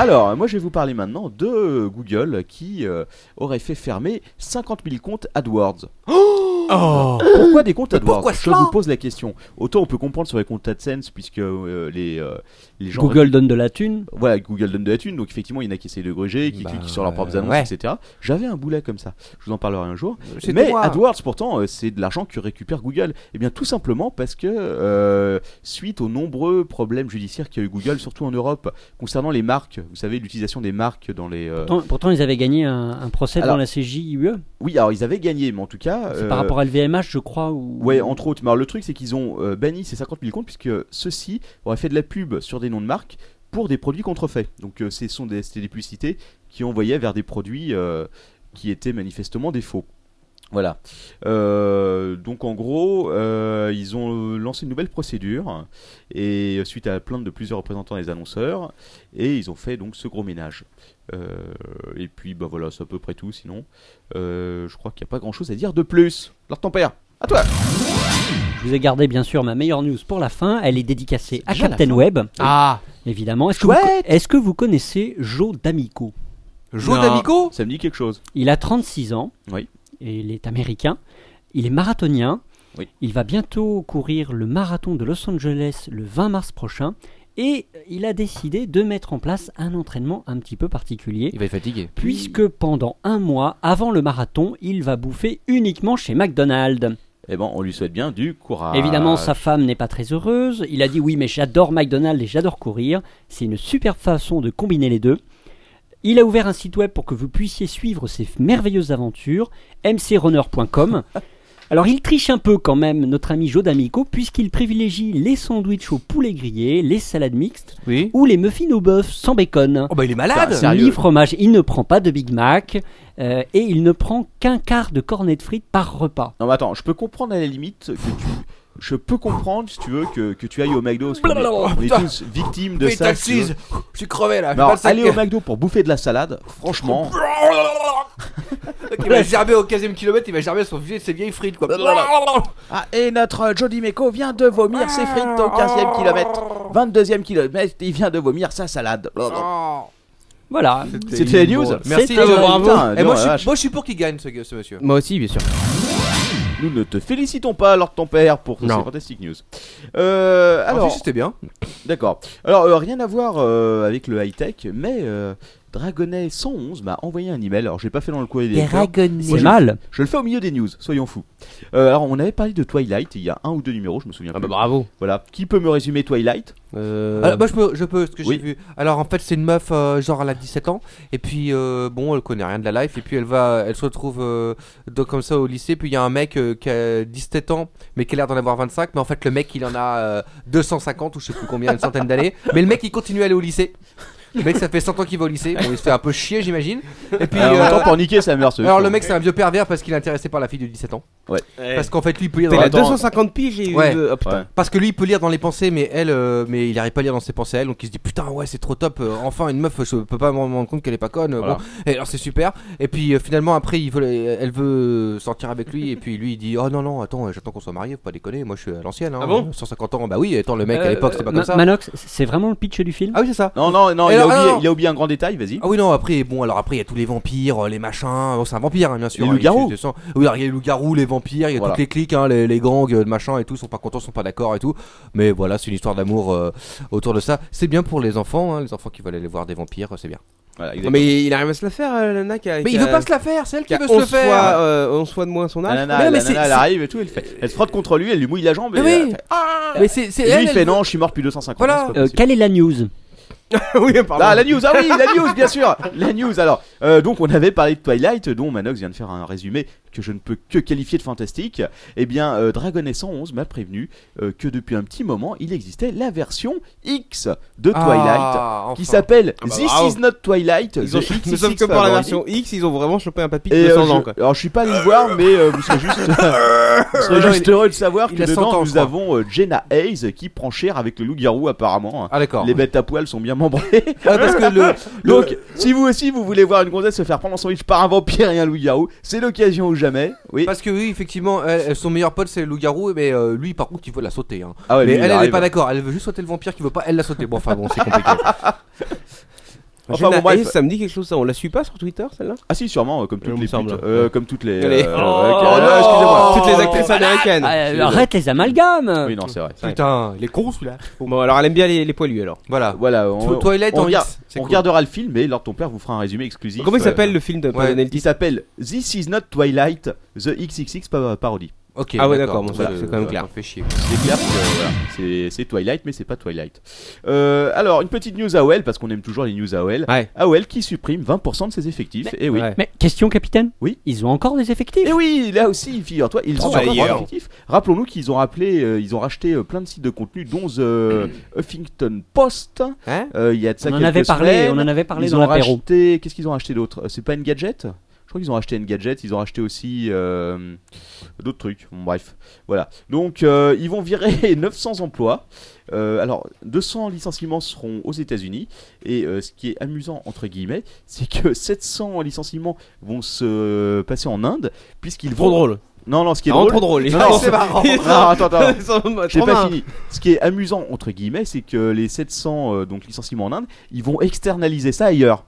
Speaker 5: Alors, moi je vais vous parler maintenant de euh, Google qui euh, aurait fait fermer 50 000 comptes AdWords. Oh pourquoi des comptes AdWords
Speaker 8: Oh pourquoi
Speaker 5: Je
Speaker 8: cela
Speaker 5: vous pose la question. Autant on peut comprendre sur les comptes AdSense puisque euh, les euh, les gens
Speaker 7: Google donne de la thune.
Speaker 5: voilà, Google donne de la thune, donc effectivement, il y en a qui essayent de gruger, qui
Speaker 8: Bah,
Speaker 5: cliquent sur leurs propres
Speaker 8: euh,
Speaker 5: annonces,
Speaker 8: ouais.
Speaker 5: etc. J'avais un boulet comme ça, je vous en parlerai un jour.
Speaker 8: C'est
Speaker 5: Mais
Speaker 8: toi. <laughs>
Speaker 5: AdWords, pourtant, euh, c'est de l'argent que récupère Google. Et bien, tout simplement parce que, euh, suite aux nombreux problèmes judiciaires qu'il y a eu Google, surtout en Europe, concernant les marques, vous savez, l'utilisation des marques dans les. euh,
Speaker 7: Pourtant, pourtant, ils avaient gagné un, un procès
Speaker 5: Alors,
Speaker 7: dans la CJUE.
Speaker 5: Oui, alors ils avaient gagné, mais en tout cas.
Speaker 7: E. C'est
Speaker 5: euh,
Speaker 7: par rapport à LVMH, je crois. Ou...
Speaker 5: Ouais, entre autres. Mais alors, le truc, c'est qu'ils ont euh, banni ces 50 000 comptes puisque ceux-ci auraient fait de la pub sur des noms de marques pour des produits contrefaits. Donc, euh, ce sont des, c'était des publicités qui envoyaient vers des produits euh, qui étaient manifestement des faux. Voilà. Euh, donc, en gros, euh, ils ont lancé une nouvelle procédure et euh, suite à la plainte de plusieurs représentants des annonceurs et ils ont fait donc ce gros ménage. Euh, et puis, bah voilà, c'est à peu près tout. Sinon, euh, je crois qu'il n'y a pas grand-chose à dire de plus. Alors, ton père. À toi
Speaker 7: Je vous ai gardé bien sûr ma meilleure news pour la fin. Elle est dédicacée à
Speaker 5: déjà la
Speaker 7: Captain
Speaker 5: fin.
Speaker 7: Web,
Speaker 8: Ah
Speaker 7: évidemment. Est-ce que, vous,
Speaker 5: Chouette
Speaker 7: est-ce que vous connaissez Joe D'Amico
Speaker 8: Joe
Speaker 6: Non.
Speaker 8: D'Amico
Speaker 5: Ça me dit quelque chose.
Speaker 7: Il a 36 ans.
Speaker 5: Oui.
Speaker 7: Et il est américain. Il est marathonien.
Speaker 5: Oui.
Speaker 7: Il va bientôt courir le marathon de Los Angeles le 20 mars prochain. Et il a décidé de mettre en place un entraînement un petit peu particulier,
Speaker 8: Il va être fatigué
Speaker 7: puisque pendant un mois avant le marathon, il va bouffer uniquement chez McDonald's.
Speaker 5: Eh ben, on lui souhaite bien du
Speaker 8: Ah,
Speaker 5: courage.
Speaker 7: Évidemment, sa femme n'est pas très heureuse. Il a dit oui, mais j'adore McDonald's et j'adore courir. C'est une superbe façon de combiner les deux. Il a ouvert un site web pour que vous puissiez suivre ses merveilleuses aventures, mcrunner.com.
Speaker 8: <laughs>
Speaker 7: Alors il triche un peu quand même, notre ami Joe D'Amico, puisqu'il privilégie les sandwichs au poulet grillé, les salades mixtes
Speaker 8: Oui.
Speaker 7: ou les muffins au bœuf sans bacon.
Speaker 8: Oh bah il est malade
Speaker 7: Ni fromage, il ne prend pas de Big Mac euh, et il ne prend qu'un quart de cornet de frites par repas.
Speaker 5: Non, mais attends, je peux comprendre à la limite que tu. Je peux comprendre, si tu veux, que, que tu ailles au McDo. parce qu'on est-
Speaker 8: Oh,
Speaker 5: on est,
Speaker 8: putain.
Speaker 5: tous victimes de
Speaker 8: Oui,
Speaker 5: ça. si tu veux.
Speaker 8: t'assises Je suis crevé là
Speaker 5: Mais alors, aller au McDo pour bouffer de la salade, franchement.
Speaker 8: Il va gerber au 15ème kilomètre, il va gerber son vieux, ses vieilles frites quoi.
Speaker 5: Ah, et notre Jody Meko vient de vomir ses frites au 15e kilomètre. 22e kilomètre, il vient de vomir sa salade.
Speaker 7: Voilà.
Speaker 5: C'était les news.
Speaker 8: Merci
Speaker 7: C'était
Speaker 8: Joe.
Speaker 7: le
Speaker 5: bravo.
Speaker 8: Putain, Et
Speaker 5: Non,
Speaker 8: moi
Speaker 5: la
Speaker 8: je suis-
Speaker 5: vache.
Speaker 8: moi, je suis pour qu'il gagne ce ce monsieur.
Speaker 6: Moi aussi, bien sûr.
Speaker 5: Nous ne te félicitons pas, Lord ton père, pour ces
Speaker 6: Non.
Speaker 5: fantastiques news. Euh,
Speaker 8: Alors,
Speaker 5: alors,
Speaker 8: si, c'était bien.
Speaker 5: d'accord. Alors, euh, rien à voir euh, avec le high-tech, mais euh, Dragonet 111 m'a envoyé un email. Alors, j'ai pas fait dans le courrier des lecteurs.
Speaker 7: C'est mal.
Speaker 5: Je le fais au milieu des news, soyons fous. Euh, alors, on avait parlé de Twilight il y a un ou deux numéros, je me souviens
Speaker 6: Ah bah
Speaker 5: plus.
Speaker 6: bravo.
Speaker 5: Voilà. Qui peut me résumer Twilight
Speaker 6: Euh,
Speaker 8: Alors, moi je peux, je peux, ce que
Speaker 5: Oui.
Speaker 8: j'ai vu. Alors en fait c'est une meuf euh, genre elle a 17 ans et puis euh, bon elle connaît rien de la life et puis elle va, elle se retrouve euh, donc, comme ça au lycée puis il y a un mec euh, qui a 17 ans mais qui a l'air d'en avoir 25 mais en fait le mec il en a euh, 250 ou je sais plus combien, une centaine <laughs> d'années mais le mec il continue à aller au lycée. Le mec ça fait 100 ans qu'il va au lycée, bon il se fait un peu chier j'imagine. Et puis
Speaker 5: Alors,
Speaker 8: euh,
Speaker 5: en même temps, pour niquer sa mère, ce
Speaker 8: alors le mec c'est un vieux pervers parce qu'il est intéressé par la fille de 17 ans.
Speaker 5: Ouais.
Speaker 8: Parce qu'en fait lui il peut lire
Speaker 6: t'es
Speaker 8: dans
Speaker 6: la
Speaker 8: la-
Speaker 5: attends.
Speaker 6: 250 piges et
Speaker 8: Ouais.
Speaker 6: euh, oh, putain.
Speaker 5: Ouais.
Speaker 8: parce que lui il peut lire dans les pensées mais elle euh, mais il arrive pas à lire dans ses pensées à elle donc il se dit putain ouais c'est trop top euh, enfin une meuf je peux pas me rendre compte qu'elle est pas conne euh,
Speaker 5: Voilà.
Speaker 8: bon. et alors c'est super et puis euh, finalement après il veut elle veut sortir avec lui et puis lui il dit oh non non attends euh, j'attends qu'on soit mariés faut pas déconner moi je suis à l'ancienne hein,
Speaker 6: Ah bon Euh,
Speaker 8: 150 ans bah oui attends le mec à l'époque c'était pas comme ça
Speaker 7: Manox, c'est vraiment le pitch du film
Speaker 8: ah oui c'est ça
Speaker 5: Non, non, non,
Speaker 8: Et
Speaker 5: il, a
Speaker 8: alors-
Speaker 5: oublié,
Speaker 8: alors-
Speaker 5: il a oublié un grand détail, vas-y.
Speaker 8: ah oui non après bon alors après il y a tous les vampires euh, les machins bon c'est un vampire hein, bien sûr
Speaker 5: Les
Speaker 8: hein, il
Speaker 5: loups-garous.
Speaker 8: tue des sangs. oui alors, il y a les loups-garous les vampires il y a
Speaker 5: Voilà.
Speaker 8: toutes les cliques hein, les, les gangs euh, de machin et tout sont pas contents sont pas d'accord et tout mais voilà c'est une histoire d'amour euh, autour de ça c'est bien pour les enfants hein, les enfants qui veulent aller voir des vampires euh, c'est bien
Speaker 5: Voilà,
Speaker 6: Non, mais il arrive à se la faire, euh, la nana qui a.
Speaker 8: mais
Speaker 6: qui
Speaker 8: il veut
Speaker 6: a-
Speaker 8: pas se la faire c'est elle
Speaker 6: qui
Speaker 8: qui
Speaker 6: a
Speaker 8: veut se le
Speaker 6: 11 fois,
Speaker 8: faire
Speaker 6: euh, 11 fois de moins son
Speaker 5: La
Speaker 6: âge.
Speaker 5: nana,
Speaker 8: Mais non, mais
Speaker 5: la
Speaker 8: c'est-
Speaker 5: nana, elle
Speaker 8: c'est-
Speaker 5: arrive et tout, elle, fait, elle se frotte contre lui, elle lui mouille la jambe.
Speaker 8: mais
Speaker 5: Et, elle
Speaker 8: oui Ah.
Speaker 5: fait-
Speaker 8: euh, mais c'est c'est
Speaker 5: et lui,
Speaker 8: elle
Speaker 5: il
Speaker 8: elle
Speaker 5: fait
Speaker 8: veut-
Speaker 5: non, je suis mort depuis 250
Speaker 8: Voilà.
Speaker 5: ans. hein, c'est pas
Speaker 7: Euh,
Speaker 5: possible. Bah,
Speaker 7: Quelle est la news
Speaker 6: <laughs> oui, pardon.
Speaker 5: Ah, la news, ah oui, la news, bien sûr La news, alors. Euh, donc, on avait parlé de Twilight, dont Manox vient de faire un résumé que je ne peux que qualifier de fantastique. Eh bien, euh, Dragonet 111 m'a prévenu euh, que depuis un petit moment, il existait la version X de Twilight,
Speaker 8: Ah,
Speaker 5: qui
Speaker 8: enfin.
Speaker 5: s'appelle
Speaker 6: Ah bah,
Speaker 5: This
Speaker 6: bravo.
Speaker 5: is not Twilight.
Speaker 6: Ils ont,
Speaker 5: the
Speaker 6: mais
Speaker 5: XXX
Speaker 6: sauf que pour la
Speaker 5: favori.
Speaker 6: version X, ils ont vraiment chopé un papy
Speaker 5: Et,
Speaker 6: de
Speaker 5: euh,
Speaker 6: 100 ans,
Speaker 5: je-
Speaker 6: quoi.
Speaker 5: alors je suis pas allé le voir, mais euh, vous serez
Speaker 6: <laughs>
Speaker 5: juste, vous serez
Speaker 8: Non,
Speaker 5: juste
Speaker 8: il-
Speaker 5: heureux de savoir
Speaker 8: il
Speaker 5: que
Speaker 8: a 100
Speaker 5: dedans
Speaker 8: ans, je
Speaker 5: nous
Speaker 8: crois.
Speaker 5: avons euh, Jenna Hayes qui prend cher avec le loup-garou apparemment.
Speaker 8: ah d'accord
Speaker 5: Les bêtes à poil sont bien membrées.
Speaker 8: Ouais, parce que le
Speaker 5: Donc, si vous aussi vous voulez voir une gonzesse se faire prendre en sandwich par un vampire et un loup-garou, c'est l'occasion ou jamais. Oui.
Speaker 8: parce que oui effectivement elle- son meilleur pote c'est le loup-garou mais euh, lui par contre il veut la sauter hein.
Speaker 5: Ah ouais,
Speaker 8: mais
Speaker 5: lui, il
Speaker 8: elle, elle est
Speaker 5: arrive.
Speaker 8: pas d'accord, elle veut juste sauter le vampire qui veut pas, elle l'a sauté. Bon, enfin bon, c'est
Speaker 5: <laughs>
Speaker 8: compliqué.
Speaker 5: Enfin,
Speaker 6: Jenna
Speaker 5: bon, bref.
Speaker 6: Hayes, ça me dit quelque chose, ça. On la suit pas sur Twitter, celle-là
Speaker 5: Ah si, sûrement, euh, comme toutes
Speaker 6: Il me
Speaker 5: les
Speaker 6: semble.
Speaker 5: putes, euh, comme toutes les.
Speaker 6: Allez.
Speaker 5: euh,
Speaker 7: Oh,
Speaker 5: ouais, qui-
Speaker 7: oh,
Speaker 5: non, excusez-moi.
Speaker 6: Toutes les actrices américaines.
Speaker 7: Euh, Arrête les amalgames
Speaker 5: Oui, non, c'est vrai.
Speaker 8: Putain, il est con celui-là.
Speaker 6: Bon, alors elle aime bien les, les poilus, alors.
Speaker 8: Voilà.
Speaker 5: Voilà, on,
Speaker 8: Twilight
Speaker 5: on
Speaker 8: en
Speaker 5: regarde-
Speaker 8: X.
Speaker 5: on regardera le film, mais Lord ton père vous fera un résumé exclusif.
Speaker 6: Comment il
Speaker 5: euh,
Speaker 6: s'appelle le film de
Speaker 8: Ouais.
Speaker 6: Paul Donnelly
Speaker 5: Il s'appelle This is not Twilight, The XXX pa- Parody.
Speaker 8: Ok.
Speaker 6: Ah ouais, d'accord, bon,
Speaker 8: Voilà,
Speaker 6: c'est- c'est quand même clair.
Speaker 8: ça me fait chier.
Speaker 5: C'est clair que euh, voilà, c'est- c'est Twilight, mais c'est pas Twilight. Euh, alors, une petite news AOL, parce qu'on aime toujours les news AOL.
Speaker 6: Ouais.
Speaker 5: AOL qui supprime 20% de ses effectifs. Et oui.
Speaker 6: Ouais.
Speaker 7: Mais question, capitaine
Speaker 5: Oui.
Speaker 7: Ils ont encore des effectifs
Speaker 5: Et oui, là aussi, figure-toi, ils ont
Speaker 6: bah,
Speaker 5: encore
Speaker 6: hier.
Speaker 5: un objectif. Rappelons-nous qu'ils ont rappelé, euh, ils ont racheté euh, plein de sites de contenu, dont The Huffington Post.
Speaker 8: Hein
Speaker 5: Euh, il y a de ça
Speaker 7: On en
Speaker 5: quelques
Speaker 7: avait parlé,
Speaker 5: semaines.
Speaker 7: on en avait parlé
Speaker 5: ils
Speaker 7: dans
Speaker 5: ont
Speaker 7: l'apéro.
Speaker 5: racheté. Qu'est-ce qu'ils ont acheté d'autre Euh, C'est pas Engadget Je crois qu'ils ont acheté Engadget. Ils ont acheté aussi euh, d'autres trucs. Bon, bref, voilà. Donc euh, ils vont virer <laughs> 900 emplois. Euh, alors 200 licenciements seront aux États-Unis. Et euh, ce qui est amusant entre guillemets, c'est que <laughs> 700 licenciements vont se passer en Inde, puisqu'ils
Speaker 6: Trop
Speaker 5: vont.
Speaker 6: drôle.
Speaker 5: Non, non, ce qui est
Speaker 6: Vraiment
Speaker 5: drôle.
Speaker 6: trop drôle. les
Speaker 5: Non,
Speaker 6: gens. <laughs>
Speaker 5: non,
Speaker 6: Ils
Speaker 5: <laughs> Non, attends, attends.
Speaker 6: sont- ils sont-
Speaker 5: J'ai
Speaker 6: trop
Speaker 5: pas
Speaker 6: marrants.
Speaker 5: fini. Ce qui est amusant entre guillemets, c'est que les 700 euh, donc licenciements en Inde, ils vont externaliser ça ailleurs.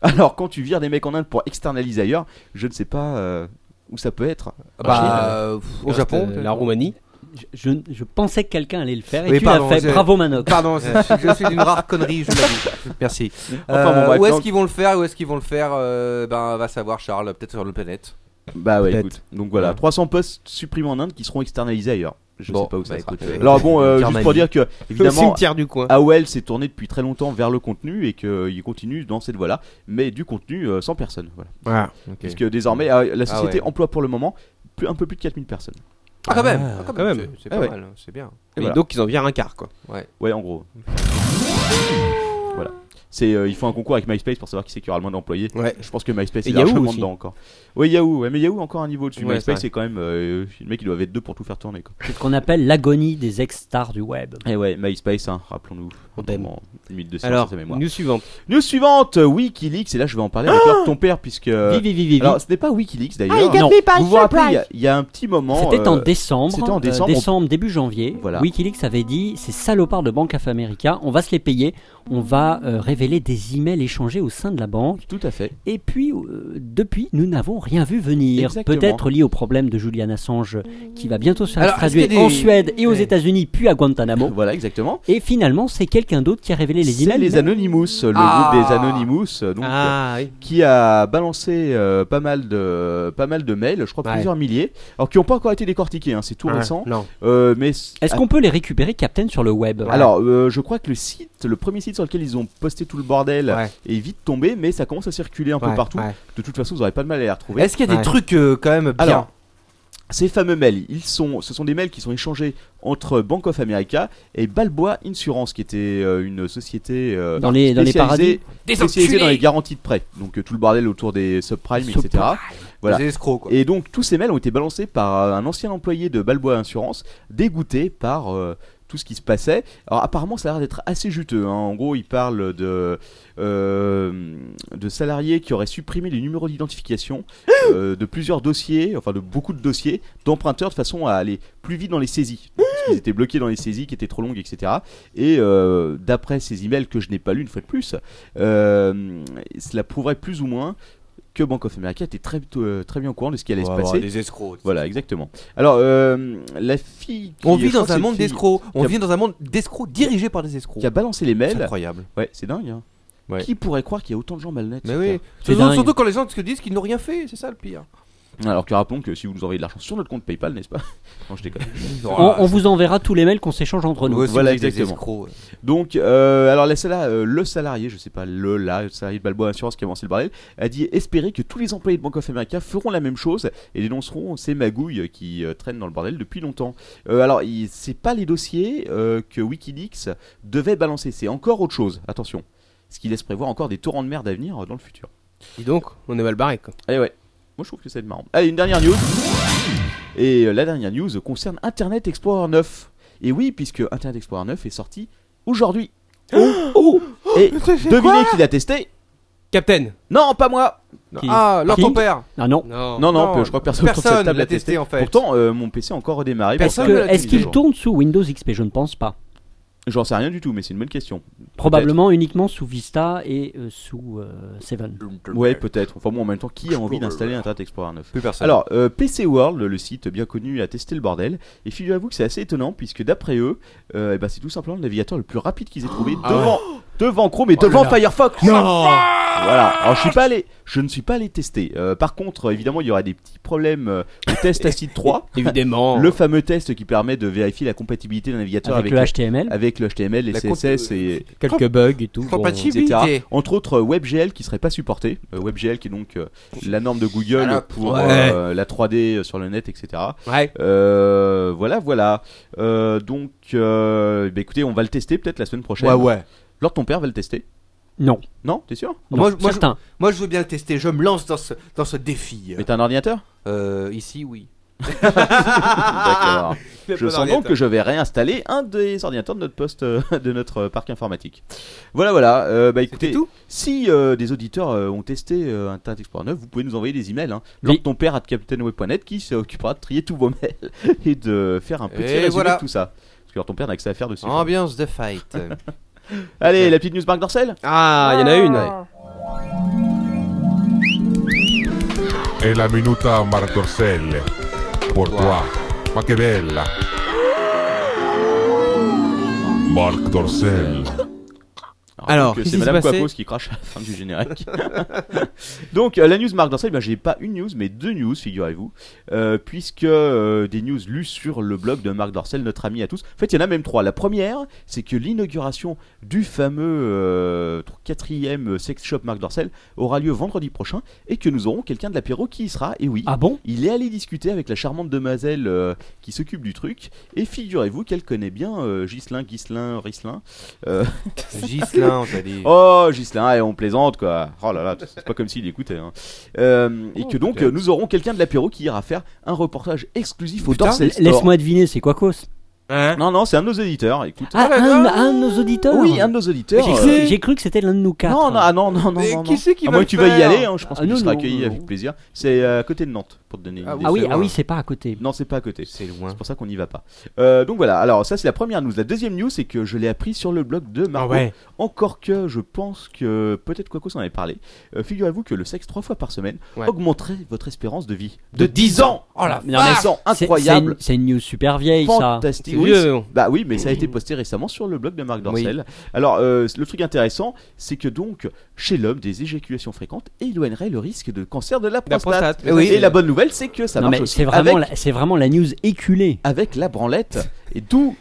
Speaker 5: <laughs> Alors quand tu vires des mecs en Inde pour externaliser ailleurs, je ne sais pas euh, où ça peut être.
Speaker 8: Bah, euh, pff, au
Speaker 6: Reste,
Speaker 8: Japon.
Speaker 6: euh,
Speaker 8: peut-être.
Speaker 6: La Roumanie.
Speaker 7: Je, je, je pensais que quelqu'un allait le faire et
Speaker 8: Oui,
Speaker 7: tu
Speaker 8: pardon,
Speaker 7: l'as fait.
Speaker 8: j'ai-
Speaker 7: Bravo Manox.
Speaker 8: Pardon, <laughs> c'est- je suis d'une rare connerie, je vous l'avoue. Merci.
Speaker 5: Enfin, bon,
Speaker 8: Euh,
Speaker 5: bref,
Speaker 8: où est-ce
Speaker 5: donc-
Speaker 8: qu'ils vont le faire Où est-ce qu'ils vont le faire euh, Ben, va savoir Charles, peut-être sur le planète.
Speaker 5: Bah ouais,
Speaker 6: Peut-être.
Speaker 5: écoute. Donc voilà,
Speaker 8: Ouais.
Speaker 5: 300 postes supprimés en Inde qui seront externalisés ailleurs. Je
Speaker 8: Bon,
Speaker 5: sais pas où ça
Speaker 8: bah,
Speaker 5: sera.
Speaker 8: écoute, euh,
Speaker 5: Alors bon, euh, juste
Speaker 8: Carmanie.
Speaker 5: pour dire que
Speaker 6: Le
Speaker 5: évidemment,
Speaker 6: cimetière du coin.
Speaker 5: AOL s'est tourné depuis très longtemps vers le contenu et qu'il continue dans cette voie-là, mais du contenu euh, sans personne. Voilà.
Speaker 8: Ok.
Speaker 5: Puisque désormais, euh, la société
Speaker 8: ouais.
Speaker 5: emploie pour le moment plus, un peu plus de 4000 personnes.
Speaker 8: Ah, quand même, ah,
Speaker 6: quand même.
Speaker 8: c'est- C'est
Speaker 5: Ah
Speaker 8: pas
Speaker 5: ouais.
Speaker 8: mal, c'est bien.
Speaker 6: Oui,
Speaker 5: Voilà.
Speaker 6: Donc ils en virent un quart, quoi.
Speaker 5: Ouais, en gros. voilà. C'est, euh, ils font un concours avec MySpace pour savoir qui c'est qui aura le moins d'employés.
Speaker 6: Ouais.
Speaker 5: Je pense que MySpace
Speaker 6: Et
Speaker 5: est
Speaker 6: Yahoo
Speaker 5: largement
Speaker 6: aussi.
Speaker 5: dedans encore. Oui, Yahoo, ouais, mais Yahoo encore un niveau au-dessus.
Speaker 8: Ouais, c'est
Speaker 5: MySpace,
Speaker 8: vrai.
Speaker 5: c'est quand même. euh, le mec, il doit être deux pour tout faire tourner. Quoi.
Speaker 7: C'est ce qu'on appelle l'agonie des ex-stars du web.
Speaker 5: Et ouais, MySpace, hein, rappelons-nous.
Speaker 6: On t'aime.
Speaker 5: En Minute de silence
Speaker 6: Alors,
Speaker 5: à mémoire.
Speaker 6: nous suivante.
Speaker 5: News suivante, euh, Wikileaks, et là je vais en parler avec l'heure de ton père, puisque...
Speaker 7: Vivi, vivi, vivi.
Speaker 5: Euh, Alors ce n'est pas Wikileaks
Speaker 9: Ah, il
Speaker 5: d'ailleurs.
Speaker 9: got me by
Speaker 5: Vous vous rappelez, il y
Speaker 9: surprise.
Speaker 5: a- il y, a un petit moment...
Speaker 7: C'était en
Speaker 5: euh,
Speaker 7: décembre,
Speaker 5: c'était en
Speaker 7: euh,
Speaker 5: décembre, on-
Speaker 7: début janvier.
Speaker 5: Voilà.
Speaker 7: Wikileaks avait dit ces salopards de Banque of America, on va se les payer, on va euh, révéler des emails échangés au sein de la banque.
Speaker 5: Tout à fait.
Speaker 7: Et puis, euh, depuis, nous n'avons rien vu venir.
Speaker 5: Exactement.
Speaker 7: Peut-être lié au problème de Julian Assange, qui va bientôt se faire
Speaker 8: Alors,
Speaker 7: traduire
Speaker 8: est-ce qu'il y a
Speaker 7: en
Speaker 8: des-
Speaker 7: Suède et aux
Speaker 8: Ouais.
Speaker 7: États-Unis, puis à Guantanamo.
Speaker 5: Voilà, exactement.
Speaker 7: Et finalement, c'est quelqu'un d'autre qui a révélé Ah les
Speaker 5: C'est
Speaker 7: emails.
Speaker 5: les Anonymous, le
Speaker 8: Ah.
Speaker 5: groupe des Anonymous, euh, donc,
Speaker 6: Ah, oui.
Speaker 5: euh, qui a balancé euh, pas, mal de, pas mal de mails, je crois
Speaker 6: Ouais.
Speaker 5: plusieurs milliers, alors qui n'ont pas encore été décortiqués, hein, c'est
Speaker 6: Ah.
Speaker 5: tout récent.
Speaker 6: Non.
Speaker 5: Euh, mais c-
Speaker 7: Est-ce qu'on peut les récupérer, Captain, sur le web
Speaker 5: Alors, euh, je crois que le site, le premier site sur lequel ils ont posté tout le bordel
Speaker 6: Ouais.
Speaker 5: est vite tombé, mais ça commence à circuler un peu
Speaker 6: Ouais,
Speaker 5: partout.
Speaker 6: ouais.
Speaker 5: De toute façon, vous n'aurez pas de mal à les retrouver.
Speaker 8: Est-ce qu'il y a des
Speaker 6: Ouais.
Speaker 8: trucs euh, quand même bien
Speaker 5: Alors, ces fameux mails, ils sont, ce sont des mails qui sont échangés entre Bank of America et Balboa Insurance, qui était euh, une société euh,
Speaker 7: Dans les- dans les
Speaker 5: spécialisée-
Speaker 2: Des
Speaker 5: spécialisée dans les
Speaker 2: enculés.
Speaker 5: garanties de prêt. Donc euh, tout le bordel autour des subprimes, etc. voilà.
Speaker 8: Des escrocs, quoi.
Speaker 5: Et donc tous ces mails ont été balancés par euh, un ancien employé de Balboa Insurance, dégoûté par euh, tout ce qui se passait. Alors apparemment ça a l'air d'être assez juteux. hein. En gros il parle de, euh, de salariés qui auraient supprimé les numéros
Speaker 7: <gasps>
Speaker 5: d'identification euh, de plusieurs dossiers, enfin de beaucoup de dossiers, d'emprunteurs de façon à aller plus vite dans
Speaker 8: <gasps>
Speaker 5: les saisies. Parce qu'ils étaient bloqués dans les saisies qui étaient trop longues, etc. Et euh, d'après ces emails que je n'ai pas lus une fois de plus, euh, cela prouverait plus ou moins que Bank of America était très, euh, très bien au courant de ce qui allait se passer.
Speaker 8: des escrocs.
Speaker 5: Voilà, exactement. Alors, euh, la fille. qui-
Speaker 8: On
Speaker 5: je
Speaker 8: vit
Speaker 5: crois
Speaker 8: dans
Speaker 5: que
Speaker 8: un
Speaker 5: c'est
Speaker 8: monde
Speaker 5: fille
Speaker 8: d'escrocs. On
Speaker 5: qui a-
Speaker 8: vit dans un monde d'escrocs dirigé par des escrocs.
Speaker 5: Qui a balancé les
Speaker 8: C'est
Speaker 5: mails.
Speaker 8: incroyable.
Speaker 5: Ouais, c'est dingue. hein.
Speaker 8: Ouais.
Speaker 5: Qui pourrait croire qu'il y a autant de gens malhonnêtes
Speaker 8: Mais
Speaker 5: sur
Speaker 8: oui.
Speaker 7: C'est
Speaker 8: Surtout,
Speaker 7: dingue.
Speaker 8: surtout quand les gens se disent qu'ils n'ont rien fait, c'est ça le pire.
Speaker 5: Terre Alors que rappelons que si vous nous envoyez de l'argent sur notre compte PayPal, n'est-ce pas <laughs> Non, je déconne.
Speaker 7: on, on vous enverra tous les mails qu'on s'échange entre nous.
Speaker 5: Voilà, exactement. Donc, euh, alors la sala- euh, le salarié, je sais pas, le là, le salarié de Balboa Assurance qui a avancé le bordel, a dit espérer que tous les employés de Bank of America feront la même chose et dénonceront ces magouilles qui euh, traînent dans le bordel depuis longtemps. Euh, alors, il- c'est pas les dossiers euh, que WikiLeaks devait balancer, c'est encore autre chose, attention. Ce qui laisse prévoir encore des torrents de merde à venir euh, dans le futur.
Speaker 6: Dis donc, on est mal barré, quoi.
Speaker 5: Allez, Eh ouais. Moi, je trouve que c'est marrant. Allez, une dernière news. Et euh, la dernière news concerne Internet Explorer 9. Et oui, puisque Internet Explorer 9 est sorti aujourd'hui.
Speaker 7: Oh
Speaker 5: Et devinez qui l'a testé
Speaker 6: Captain.
Speaker 5: Non, pas moi
Speaker 7: Qui-
Speaker 8: Ah, alors ton
Speaker 7: Qui
Speaker 8: père.
Speaker 7: Ah non.
Speaker 5: Non, non,
Speaker 8: Non,
Speaker 5: je crois que personne, sur cette
Speaker 8: personne
Speaker 5: table
Speaker 8: l'a
Speaker 5: l'a testé.
Speaker 8: testé, en fait.
Speaker 5: Pourtant, euh, mon PC a encore redémarré.
Speaker 7: Est-ce
Speaker 8: Personne
Speaker 5: Pourtant,
Speaker 7: que-
Speaker 8: ne l'a
Speaker 7: est-ce
Speaker 8: dit,
Speaker 7: qu'il
Speaker 8: genre.
Speaker 7: tourne sous Windows XP Je ne pense pas.
Speaker 5: J'en sais rien du tout, mais c'est une bonne question.
Speaker 7: Probablement uniquement sous Vista et euh, sous euh, Seven.
Speaker 5: Ouais, peut-être. Enfin, bon, en même temps, qui a envie d'installer Internet Explorer 9
Speaker 8: Plus personne.
Speaker 5: Alors, euh, PC World, le site bien connu, a testé le bordel. Et figurez-vous que c'est assez étonnant, puisque d'après eux, euh, eh ben, c'est tout simplement le navigateur le plus rapide qu'ils aient trouvé devant, devant Chrome et devant Firefox. voilà. Alors, je suis pas allé, je ne suis pas allé tester. Euh, par contre, évidemment, il y aura des petits problèmes euh, au test Acid 3.
Speaker 6: Évidemment.
Speaker 5: Le fameux test qui permet de vérifier la compatibilité d'un navigateur
Speaker 7: Avec
Speaker 5: avec,
Speaker 7: le HTML.
Speaker 5: avec le HTML, les
Speaker 8: La
Speaker 5: CSS et,
Speaker 6: Quelques bugs et tout. bon.
Speaker 5: etc.
Speaker 8: Compatibilité.
Speaker 5: Entre autres, euh, WebGL qui serait pas supporté. Euh, WebGL qui est donc euh, la norme de Google
Speaker 8: Alors,
Speaker 5: pour
Speaker 6: ouais.
Speaker 5: euh, la 3D sur le net, etc.
Speaker 6: Ouais.
Speaker 5: Euh, voilà, voilà. Euh, donc, euh, bah, écoutez, on va le tester peut-être la semaine prochaine.
Speaker 8: Ouais, ouais.
Speaker 5: Lors ton père va le tester.
Speaker 7: Non.
Speaker 5: Non, t'es sûr
Speaker 7: non,
Speaker 8: Moi, je- moi, je-
Speaker 7: certain.
Speaker 8: Moi, je veux bien le tester. Je me lance dans ce, dans ce défi.
Speaker 5: Mais t'as un ordinateur
Speaker 8: Euh, ici, oui.
Speaker 5: <laughs> D'accord. Je sens donc que
Speaker 6: que
Speaker 5: je vais réinstaller un des ordinateurs de notre poste, euh, de notre parc informatique. Voilà, voilà. Euh, bah écoutez,
Speaker 6: tout
Speaker 5: si euh, des auditeurs euh, ont testé euh, Internet Explorer 9, vous pouvez nous envoyer des emails. Hein, Genre
Speaker 7: Oui.
Speaker 5: ton père à captainweb.net qui s'occupera de trier tous vos mails <laughs> et de faire un petit
Speaker 8: Et
Speaker 5: résumé
Speaker 8: voilà. Ah,
Speaker 5: de tout ça. Parce que alors, ton père n'a que ça à faire dessus.
Speaker 8: Ambiance de fight.
Speaker 5: Allez, la petite news Marc Dorcel
Speaker 6: Ah, il y en a une.
Speaker 10: È la minuta Martorselle. Pour toi. Ma che bella. Marc Dorcel.
Speaker 5: Alors,
Speaker 6: Alors,
Speaker 5: que
Speaker 6: qu'est-ce
Speaker 5: c'est
Speaker 6: qui se
Speaker 5: Madame
Speaker 6: passait
Speaker 5: Quacos qui crache à la fin du générique. <laughs> Donc, euh, la news Marc Dorcel, ben, j'ai pas une news, mais deux news, figurez-vous. Euh, puisque euh, des news lues sur le blog de Marc Dorcel, notre ami à tous. En fait, il y en a même trois. La première, c'est que l'inauguration du fameux euh, quatrième sex shop Marc Dorcel aura lieu vendredi prochain et que nous aurons quelqu'un de l'apéro qui y sera. Et oui,
Speaker 7: Ah bon
Speaker 5: il est allé discuter avec la charmante demoiselle euh, qui s'occupe du truc. Et figurez-vous qu'elle connaît bien euh, Ghislain, Ghislain, Rislin. Euh,
Speaker 8: Gislin, on t'a dit.
Speaker 5: Oh, Ghislain, et on plaisante quoi. Oh là là, c'est pas comme s'il écoutait. hein. Euh,
Speaker 7: Oh,
Speaker 5: et que donc, euh, nous aurons quelqu'un de l'apéro qui ira faire un reportage exclusif au
Speaker 8: Putain,
Speaker 5: Dorcel Store.
Speaker 7: Laisse-moi deviner, c'est quoi cause
Speaker 5: Non, non, c'est un de nos éditeurs, écoute.
Speaker 7: Ah, un, un de nos auditeurs
Speaker 5: Oui, un de nos éditeurs.
Speaker 7: Ah, J'ai
Speaker 5: euh,
Speaker 7: cru, j'ai cru que c'était l'un de nous quatre.
Speaker 5: Non, non, ah non, non, non.
Speaker 8: Mais
Speaker 5: non,
Speaker 8: qui
Speaker 5: non.
Speaker 8: c'est qui
Speaker 5: Ah,
Speaker 8: va
Speaker 5: moi,
Speaker 8: le
Speaker 5: tu vas y
Speaker 8: faire
Speaker 5: aller, hein, je pense
Speaker 7: Ah,
Speaker 5: que tu
Speaker 7: non,
Speaker 5: seras
Speaker 7: non,
Speaker 5: accueilli
Speaker 7: non.
Speaker 5: avec plaisir. C'est euh, à côté de Nantes, pour te donner une
Speaker 8: Ah
Speaker 5: idée.
Speaker 7: Ah oui,
Speaker 8: C'est
Speaker 7: ah
Speaker 8: loin.
Speaker 7: oui, c'est pas à côté.
Speaker 5: Non, c'est pas à côté.
Speaker 8: C'est loin.
Speaker 5: C'est pour ça qu'on n'y va pas. Euh, donc voilà, alors ça c'est la première news. La deuxième news, c'est que je l'ai appris sur le blog
Speaker 7: Ah
Speaker 5: de
Speaker 6: Ah
Speaker 5: Margot. Encore que je pense que peut-être Quacos en avait parlé. Euh, Figurez-vous que le sexe trois fois par semaine
Speaker 8: Ouais.
Speaker 5: augmenterait votre espérance de vie. De 10 ans Oh
Speaker 8: Ah,
Speaker 5: la
Speaker 7: Non, mais
Speaker 5: vache
Speaker 7: Ah, C'est-
Speaker 5: Incroyable
Speaker 7: C'est une, c'est une news super vieille, ça.
Speaker 5: Fantastique.
Speaker 6: C'est
Speaker 5: Oui,
Speaker 6: vieux, mais bon.
Speaker 5: Bah oui, mais ça a été posté récemment sur le blog de Marc Dorcel. Alors, euh, le truc intéressant, c'est que donc, chez l'homme, des éjaculations fréquentes éloigneraient le risque de cancer de la
Speaker 6: La
Speaker 5: prostate.
Speaker 6: prostate.
Speaker 5: Et,
Speaker 6: Oui.
Speaker 5: la bonne nouvelle, c'est que ça
Speaker 7: Non,
Speaker 5: marche
Speaker 7: mais
Speaker 5: aussi
Speaker 7: c'est vraiment,
Speaker 5: avec,
Speaker 7: la- c'est vraiment la news éculée.
Speaker 5: avec la branlette. Et d'où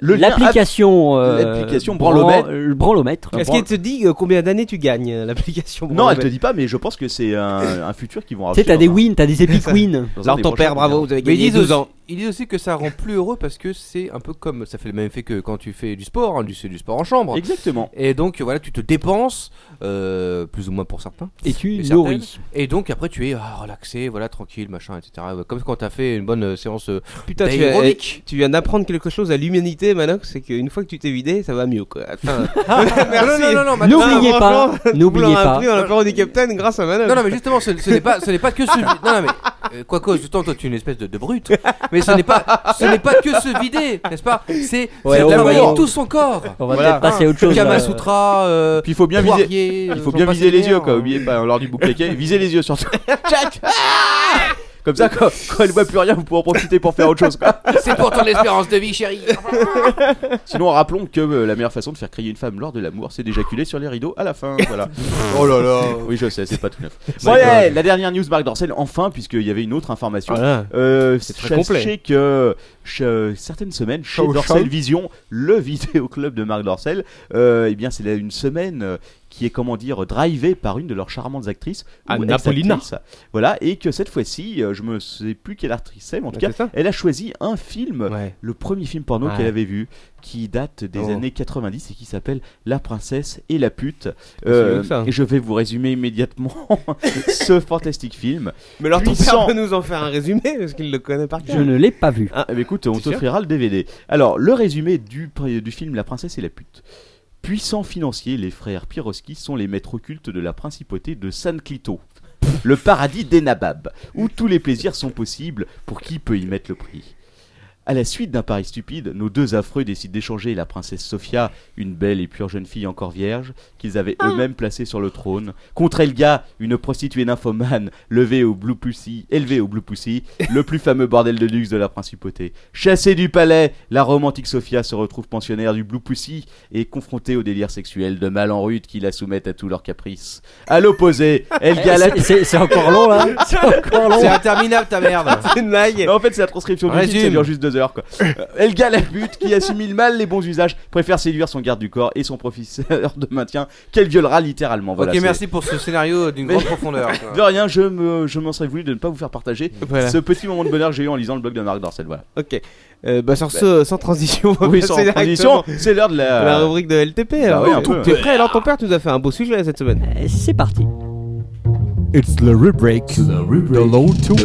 Speaker 5: le lien avec-
Speaker 7: L'application. euh,
Speaker 5: l'application
Speaker 7: bran-
Speaker 5: branlomètre.
Speaker 7: euh, branlomètre.
Speaker 6: Est-ce qu'elle te dit euh, combien d'années tu gagnes euh, l'application
Speaker 5: Non, elle
Speaker 6: Bon,
Speaker 5: te
Speaker 6: ben,
Speaker 5: dit pas, mais je pense que c'est un, un futur qui vont
Speaker 7: Tu sais, t'as
Speaker 5: avoir
Speaker 7: des wins, t'as des
Speaker 5: <laughs>
Speaker 7: epic wins.
Speaker 5: dans un
Speaker 6: Là,
Speaker 5: des
Speaker 6: ton père,
Speaker 5: prochains
Speaker 6: bravo, vous avez
Speaker 8: Mais ils
Speaker 6: gagné
Speaker 8: disent,
Speaker 6: 12
Speaker 8: aussi,
Speaker 6: ans.
Speaker 8: ils disent aussi que ça rend plus heureux parce que c'est un peu comme ça fait le même effet que quand tu fais du sport, hein, du, c'est du sport en chambre.
Speaker 5: Exactement.
Speaker 8: Et donc voilà, tu te dépenses, euh, plus ou moins pour certains.
Speaker 7: Et tu
Speaker 8: Et certaines.
Speaker 7: nourris.
Speaker 8: Et donc après tu es ah, relaxé, voilà tranquille, machin, etc. Ouais, Comme quand t'as fait une bonne euh, séance euh,
Speaker 6: Putain, tu, viens-
Speaker 8: d'aérobic.
Speaker 6: tu viens d'apprendre quelque chose à l'humanité, Manox, c'est qu'une fois que tu t'es vidé, ça va mieux, quoi. <laughs> Enfin, merci.
Speaker 8: Non, non, non, non, maintenant-
Speaker 7: N'oubliez pas,
Speaker 6: on
Speaker 7: n'oubliez pas.
Speaker 6: appris dans la parole du Capitaine grâce à Manox.
Speaker 8: Non, non, mais justement, ce, ce n'est pas, ce n'est pas que se vider. Non, non, mais euh, quoi que, justement, toi, tu es une espèce de, de brute. Mais ce n'est pas, ce n'est pas que se vider, n'est-ce pas C'est
Speaker 7: Ouais,
Speaker 8: c'est
Speaker 7: on va-
Speaker 8: travailler
Speaker 7: on-
Speaker 8: tout son corps.
Speaker 7: On va
Speaker 5: Voilà.
Speaker 7: peut-être passer à autre chose.
Speaker 8: Kama
Speaker 7: euh,
Speaker 8: Sutra, euh,
Speaker 5: Puis il faut bien viser.
Speaker 8: Poirier,
Speaker 5: Il faut
Speaker 8: euh,
Speaker 5: bien
Speaker 8: j'en passe
Speaker 5: viser les
Speaker 8: des
Speaker 5: yeux,
Speaker 8: meilleurs.
Speaker 5: quoi. Oubliez pas, hein, lors du <laughs> boucliquet, visez les yeux surtout. Tchac Ah Comme ça, quand, quand elle voit plus rien, vous pourrez en profiter pour faire autre chose, quoi.
Speaker 8: C'est pour ton espérance de vie, chérie.
Speaker 5: Sinon, rappelons que euh, la meilleure façon de faire crier une femme lors de l'amour, c'est d'éjaculer sur les rideaux à la fin. Voilà. oh là là. Oui, je sais, c'est pas tout neuf. Bon, allez, la dernière news, Marc Dorcel, enfin, puisqu'il y avait une autre information.
Speaker 6: Voilà.
Speaker 5: Euh,
Speaker 6: très
Speaker 5: sachez
Speaker 6: complet.
Speaker 5: que che- certaines semaines chez
Speaker 6: Ciao,
Speaker 5: Dorcel
Speaker 6: ciao.
Speaker 5: Vision, le <laughs> vidéoclub de Marc Dorcel, euh, eh bien c'est là une semaine euh, qui est comment dire drivée par une de leurs charmantes actrices, ou
Speaker 6: Anna
Speaker 5: ex-actrices.
Speaker 6: Paulina.
Speaker 5: Voilà, et que cette fois-ci, euh, je me sais plus quelle actrice c'est, mais en tout
Speaker 6: C'est
Speaker 5: cas,
Speaker 6: ça
Speaker 5: elle a choisi un film,
Speaker 6: Ouais.
Speaker 5: le premier film porno
Speaker 6: Ouais.
Speaker 5: qu'elle avait vu, qui date des
Speaker 6: Oh.
Speaker 5: années 90 et qui s'appelle La princesse et la pute. Euh,
Speaker 6: mieux Ah, que ça.
Speaker 5: et je vais vous résumer immédiatement <laughs> ce fantastique film.
Speaker 6: Mais alors, ton
Speaker 5: Puissant.
Speaker 6: père peut nous en faire un résumé, parce qu'il le connaît par cœur.
Speaker 7: Je ne l'ai pas vu.
Speaker 5: Ah, mais écoute, on
Speaker 6: C'est sûr
Speaker 5: t'offrira le DVD. Alors, le résumé du, du film La princesse et la pute. Puissants financiers, les frères Piroski sont les maîtres occultes de la principauté de San Clito, le paradis des nababs, où tous les plaisirs sont possibles pour qui peut y mettre le prix. À la suite d'un pari stupide, nos deux affreux décident d'échanger la princesse Sophia, une belle et pure jeune fille encore vierge, qu'ils avaient eux-mêmes placée sur le trône, contre Elga, une prostituée nymphomane, levée au Blue Pussy, élevée au Blue Pussy, le plus fameux bordel de luxe de la principauté. Chassée du palais, la romantique Sophia se retrouve pensionnaire du Blue Pussy et confrontée au délire sexuel de mal en rude qui la soumettent à tous leurs caprices. À l'opposé, Elga la...
Speaker 7: C'est- C'est c'est encore long là. C'est encore long.
Speaker 8: C'est interminable ta
Speaker 6: <laughs>
Speaker 8: merde.
Speaker 6: Une blague.
Speaker 5: Non, en fait, c'est la transcription du film,
Speaker 8: Résume.
Speaker 5: ça dure juste deux heures. Quoi. Euh, Elga la butte, qui assimile mal les bons usages, préfère séduire son garde du corps et son professeur de maintien, qu'elle violera littéralement. Voilà,
Speaker 8: ok,
Speaker 5: c'est-
Speaker 8: merci pour ce scénario d'une
Speaker 5: Mais-
Speaker 8: grande
Speaker 5: <laughs>
Speaker 8: profondeur. quoi.
Speaker 5: De rien, je me- je m'en serais voulu de ne pas vous faire partager
Speaker 6: Voilà.
Speaker 5: ce petit moment de bonheur que j'ai eu en lisant le blog de Marc Dorcel. Voilà.
Speaker 6: Ok. Euh, bah, sur ce, sans transition, on va
Speaker 5: Oui,
Speaker 6: passer
Speaker 5: sans
Speaker 6: directement
Speaker 5: transition, c'est l'heure de
Speaker 6: à
Speaker 5: la.
Speaker 6: la rubrique de LTP.
Speaker 5: Bah
Speaker 6: alors.
Speaker 5: oui, un peu.
Speaker 6: T'es prêt Alors, ton père, tu nous as fait un beau sujet cette semaine.
Speaker 7: Euh, C'est parti.
Speaker 9: It's the rubric. The low to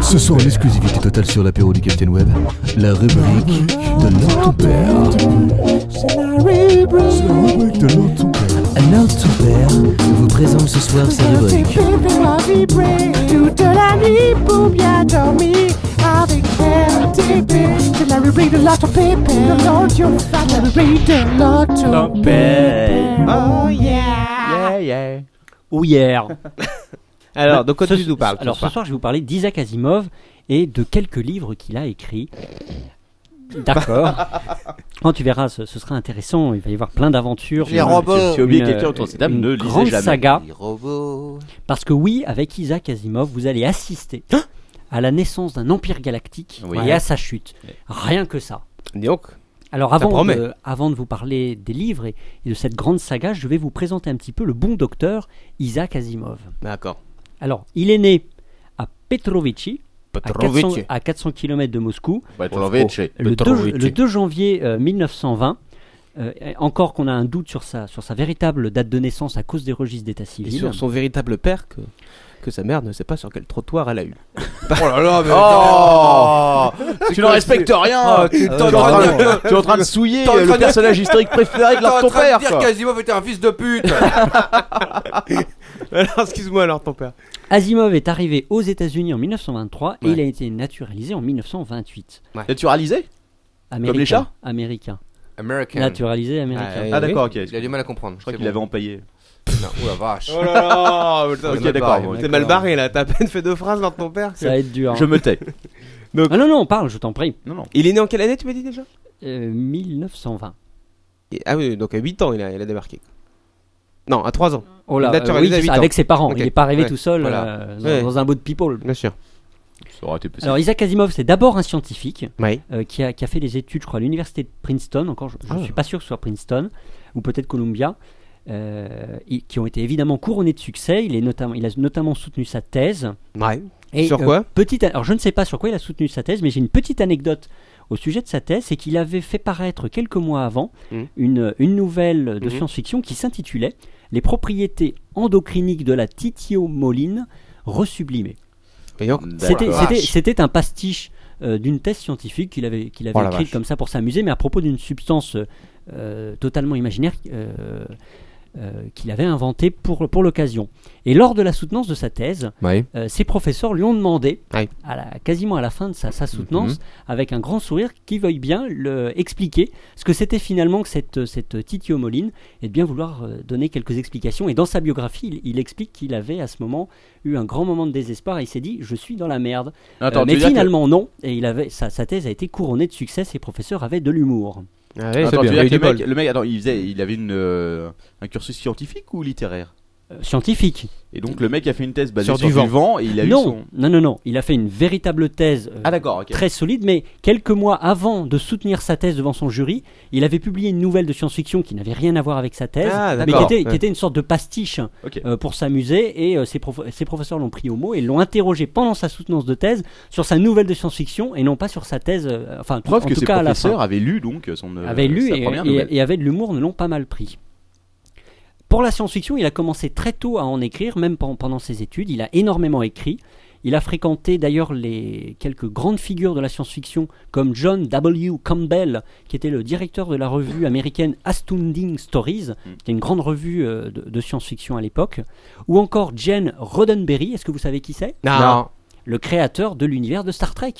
Speaker 9: Ce sont l'exclusivité totale sur l'apéro du Captain Web. La rubrique de low to bear. C'est la rubrique de low to bear.
Speaker 11: L'autre super vous présente ce soir sa rubrique. Toute la nuit pour bien dormir avec RTP. C'est la rubrique de l'autre pépé. La rubrique de l'autre Oh yeah.
Speaker 5: <laughs>
Speaker 7: Ou hier.
Speaker 6: Alors, de quoi
Speaker 7: Ce-
Speaker 6: tu nous parles
Speaker 7: Alors
Speaker 6: ce
Speaker 7: ce
Speaker 6: soir
Speaker 7: soir, je vais vous parler d'Isaac Asimov et de quelques livres qu'il a écrits.
Speaker 5: <laughs>
Speaker 7: D'accord. Oh, tu verras, ce, ce sera intéressant. Il va y avoir plein d'aventures.
Speaker 5: Les robots. Tu as oublié quelqu'un autour de cette table,
Speaker 7: une
Speaker 5: ne lisez
Speaker 7: grande
Speaker 5: jamais.
Speaker 7: saga.
Speaker 5: Les robots.
Speaker 7: Parce que oui, avec Isaac Asimov, vous allez assister hein, à la naissance d'un empire galactique
Speaker 6: Oui.
Speaker 7: et à sa chute. Rien que ça.
Speaker 6: Donc.
Speaker 7: Alors
Speaker 6: Ça
Speaker 7: avant
Speaker 6: promet.
Speaker 7: de, avant de vous parler des livres et, et de cette grande saga, je vais vous présenter un petit peu le bon docteur Isaac Asimov.
Speaker 6: Bah, D'accord.
Speaker 7: Alors, il est né à Petrovici, à 400
Speaker 6: Petrovici.
Speaker 7: à 400 km de Moscou,
Speaker 5: Petrovici.
Speaker 7: le 2,
Speaker 5: Petrovici.
Speaker 7: le 2 janvier euh, 1920. euh, encore qu'on a un doute sur sa, sur sa véritable date de naissance à cause des registres d'état
Speaker 6: Et
Speaker 7: civil.
Speaker 6: sur son véritable père que, que sa mère ne sait pas sur quel trottoir elle a eu.
Speaker 8: Oh là là, mais.
Speaker 5: Oh
Speaker 8: C'est
Speaker 5: Tu
Speaker 8: quoi,
Speaker 5: ne respectes
Speaker 8: c'est-
Speaker 5: rien
Speaker 8: Oh, tu-
Speaker 5: Tu es
Speaker 8: t'es
Speaker 5: Ah, en train de- tu es en train de souiller
Speaker 8: T'es en train
Speaker 5: le
Speaker 8: de-
Speaker 5: personnage historique préféré de
Speaker 8: T'es en
Speaker 5: leur ton
Speaker 8: train de
Speaker 5: père
Speaker 8: dire
Speaker 5: quoi.
Speaker 8: qu'Asimov était un fils de
Speaker 5: <laughs>
Speaker 8: pute
Speaker 6: <laughs> Alors, excuse-moi alors, ton père.
Speaker 7: Asimov est arrivé aux États-Unis en 1923 et
Speaker 6: Ouais.
Speaker 7: il a été naturalisé en 1928.
Speaker 5: Naturalisé
Speaker 7: Américain.
Speaker 5: les chats
Speaker 7: Américain.
Speaker 8: American.
Speaker 7: Naturalisé américain.
Speaker 5: Ah d'accord, ok.
Speaker 8: Il a du mal à comprendre.
Speaker 5: Je crois
Speaker 8: c'est
Speaker 5: qu'il
Speaker 8: bon.
Speaker 5: l'avait empaillé.
Speaker 8: Non, oh la vache.
Speaker 6: Oh là <laughs> là putain,
Speaker 5: Ok,
Speaker 6: t'es mal
Speaker 5: d'accord,
Speaker 6: barré,
Speaker 5: bon,
Speaker 6: T'es
Speaker 5: d'accord.
Speaker 6: mal barré là, t'as à peine fait deux phrases lors de ton père. que-
Speaker 7: Ça va être dur. hein.
Speaker 5: Je me tais.
Speaker 7: Ah non, non, on parle, je t'en prie.
Speaker 5: Non, non.
Speaker 6: Il est né en quelle année tu m'as dit déjà
Speaker 7: Euh, 1920.
Speaker 6: Et- Ah oui, donc à 8 ans il a, il a débarqué. Non, à 3 ans.
Speaker 7: Oh
Speaker 6: Il est
Speaker 7: là, euh, oui,
Speaker 6: naturalisé à 8 ans.
Speaker 7: avec ses parents.
Speaker 6: Ok,
Speaker 7: Il n'est pas arrivé
Speaker 6: ouais,
Speaker 7: tout seul
Speaker 6: voilà.
Speaker 7: euh, dans,
Speaker 6: Ouais.
Speaker 7: dans un bout de people.
Speaker 6: Bien sûr.
Speaker 5: <laughs> Ça aurait été possible.
Speaker 7: Alors Isaac Asimov, c'est d'abord un scientifique
Speaker 6: Oui.
Speaker 7: euh, qui, a, qui a fait des études, je crois, à l'université de Princeton. Encore, je ne
Speaker 6: Ah.
Speaker 7: suis pas sûr que ce soit Princeton ou peut-être Columbia, euh, et- qui ont été évidemment couronnés de succès. Il, est notamment, il a notamment soutenu sa thèse.
Speaker 6: Ouais.
Speaker 7: Et,
Speaker 6: Sur
Speaker 7: euh,
Speaker 6: quoi
Speaker 7: petite, Alors je ne sais pas sur quoi il a soutenu sa thèse, mais j'ai une petite anecdote au sujet de sa thèse, c'est qu'il avait fait paraître quelques mois avant
Speaker 6: Mhm.
Speaker 7: une, une nouvelle de
Speaker 6: Mhm.
Speaker 7: science-fiction qui s'intitulait Les propriétés endocriniques de la titiomoline resublimée.
Speaker 6: Et donc,
Speaker 7: C'était-
Speaker 5: D'accord.
Speaker 7: C'était c'était un pastiche euh, d'une thèse scientifique qu'il avait, qu'il avait
Speaker 6: Oh la
Speaker 7: écrite
Speaker 6: vache.
Speaker 7: comme ça pour s'amuser, mais à propos d'une substance euh, euh, totalement imaginaire euh, euh, qu'il avait inventée pour, pour l'occasion. Et lors de la soutenance de sa thèse,
Speaker 8: Ouais.
Speaker 7: euh, ses professeurs lui ont demandé,
Speaker 6: Ouais.
Speaker 7: à la- quasiment à la fin de sa, sa
Speaker 6: Mhm.
Speaker 7: soutenance, avec un grand sourire, qu'il veuille bien le, expliquer ce que c'était finalement que cette, cette Titio Moline et de bien vouloir euh, donner quelques explications. Et dans sa biographie, il, il explique qu'il avait à ce moment eu un grand moment de désespoir et il s'est dit Je suis dans la merde.
Speaker 5: Attends,
Speaker 7: Euh,
Speaker 5: tu
Speaker 7: mais
Speaker 5: veux dire que-
Speaker 7: finalement, non. Et il avait, sa, sa thèse a été couronnée de succès, ses professeurs avaient de l'humour.
Speaker 6: Ah ouais,
Speaker 5: Attends,
Speaker 6: c'est
Speaker 5: tu
Speaker 6: bien,
Speaker 5: veux
Speaker 6: il a eu
Speaker 5: dire
Speaker 6: du
Speaker 5: que le mec,
Speaker 6: bol.
Speaker 5: le mec, attends, il faisait, il avait une, euh, un cursus scientifique ou littéraire
Speaker 7: Euh, scientifique.
Speaker 5: Et donc le mec a fait une thèse basée
Speaker 6: Sur
Speaker 5: sur,
Speaker 6: du
Speaker 5: du,
Speaker 6: vent.
Speaker 5: vent et il a eu
Speaker 7: non,
Speaker 5: son.
Speaker 7: non, non, non. Il a fait une véritable thèse euh,
Speaker 5: Ah d'accord, ok.
Speaker 7: très solide, mais quelques mois avant de soutenir sa thèse devant son jury, il avait publié une nouvelle de science-fiction qui n'avait rien à voir avec sa thèse,
Speaker 6: Ah,
Speaker 7: mais qui
Speaker 6: d'accord.
Speaker 7: était, qui
Speaker 6: Ouais.
Speaker 7: était une sorte de pastiche
Speaker 5: Ok.
Speaker 7: euh, pour s'amuser, et euh, ses, prof- ses professeurs l'ont pris au mot et l'ont interrogé pendant sa soutenance de thèse sur sa nouvelle de science-fiction et non pas sur sa thèse, euh, enfin,
Speaker 5: Preuve
Speaker 7: en
Speaker 5: que
Speaker 7: tout
Speaker 5: ses
Speaker 7: cas à la fin
Speaker 5: professeurs avaient lu donc son. euh,
Speaker 7: avait lu
Speaker 5: sa
Speaker 7: et,
Speaker 5: première
Speaker 7: et-
Speaker 5: nouvelle.
Speaker 7: et avait de l'humour ne l'ont pas mal pris. Pour la science-fiction, il a commencé très tôt à en écrire, même pen- pendant ses études. Il a énormément écrit. Il a fréquenté d'ailleurs les quelques grandes figures de la science-fiction, comme John W. Campbell, qui était le directeur de la revue américaine Astounding Stories,
Speaker 5: Mm.
Speaker 7: qui est une grande revue euh, de, de science-fiction à l'époque, ou encore Jen Roddenberry. Est-ce que vous savez qui c'est
Speaker 6: Non.
Speaker 7: Le créateur de l'univers de Star Trek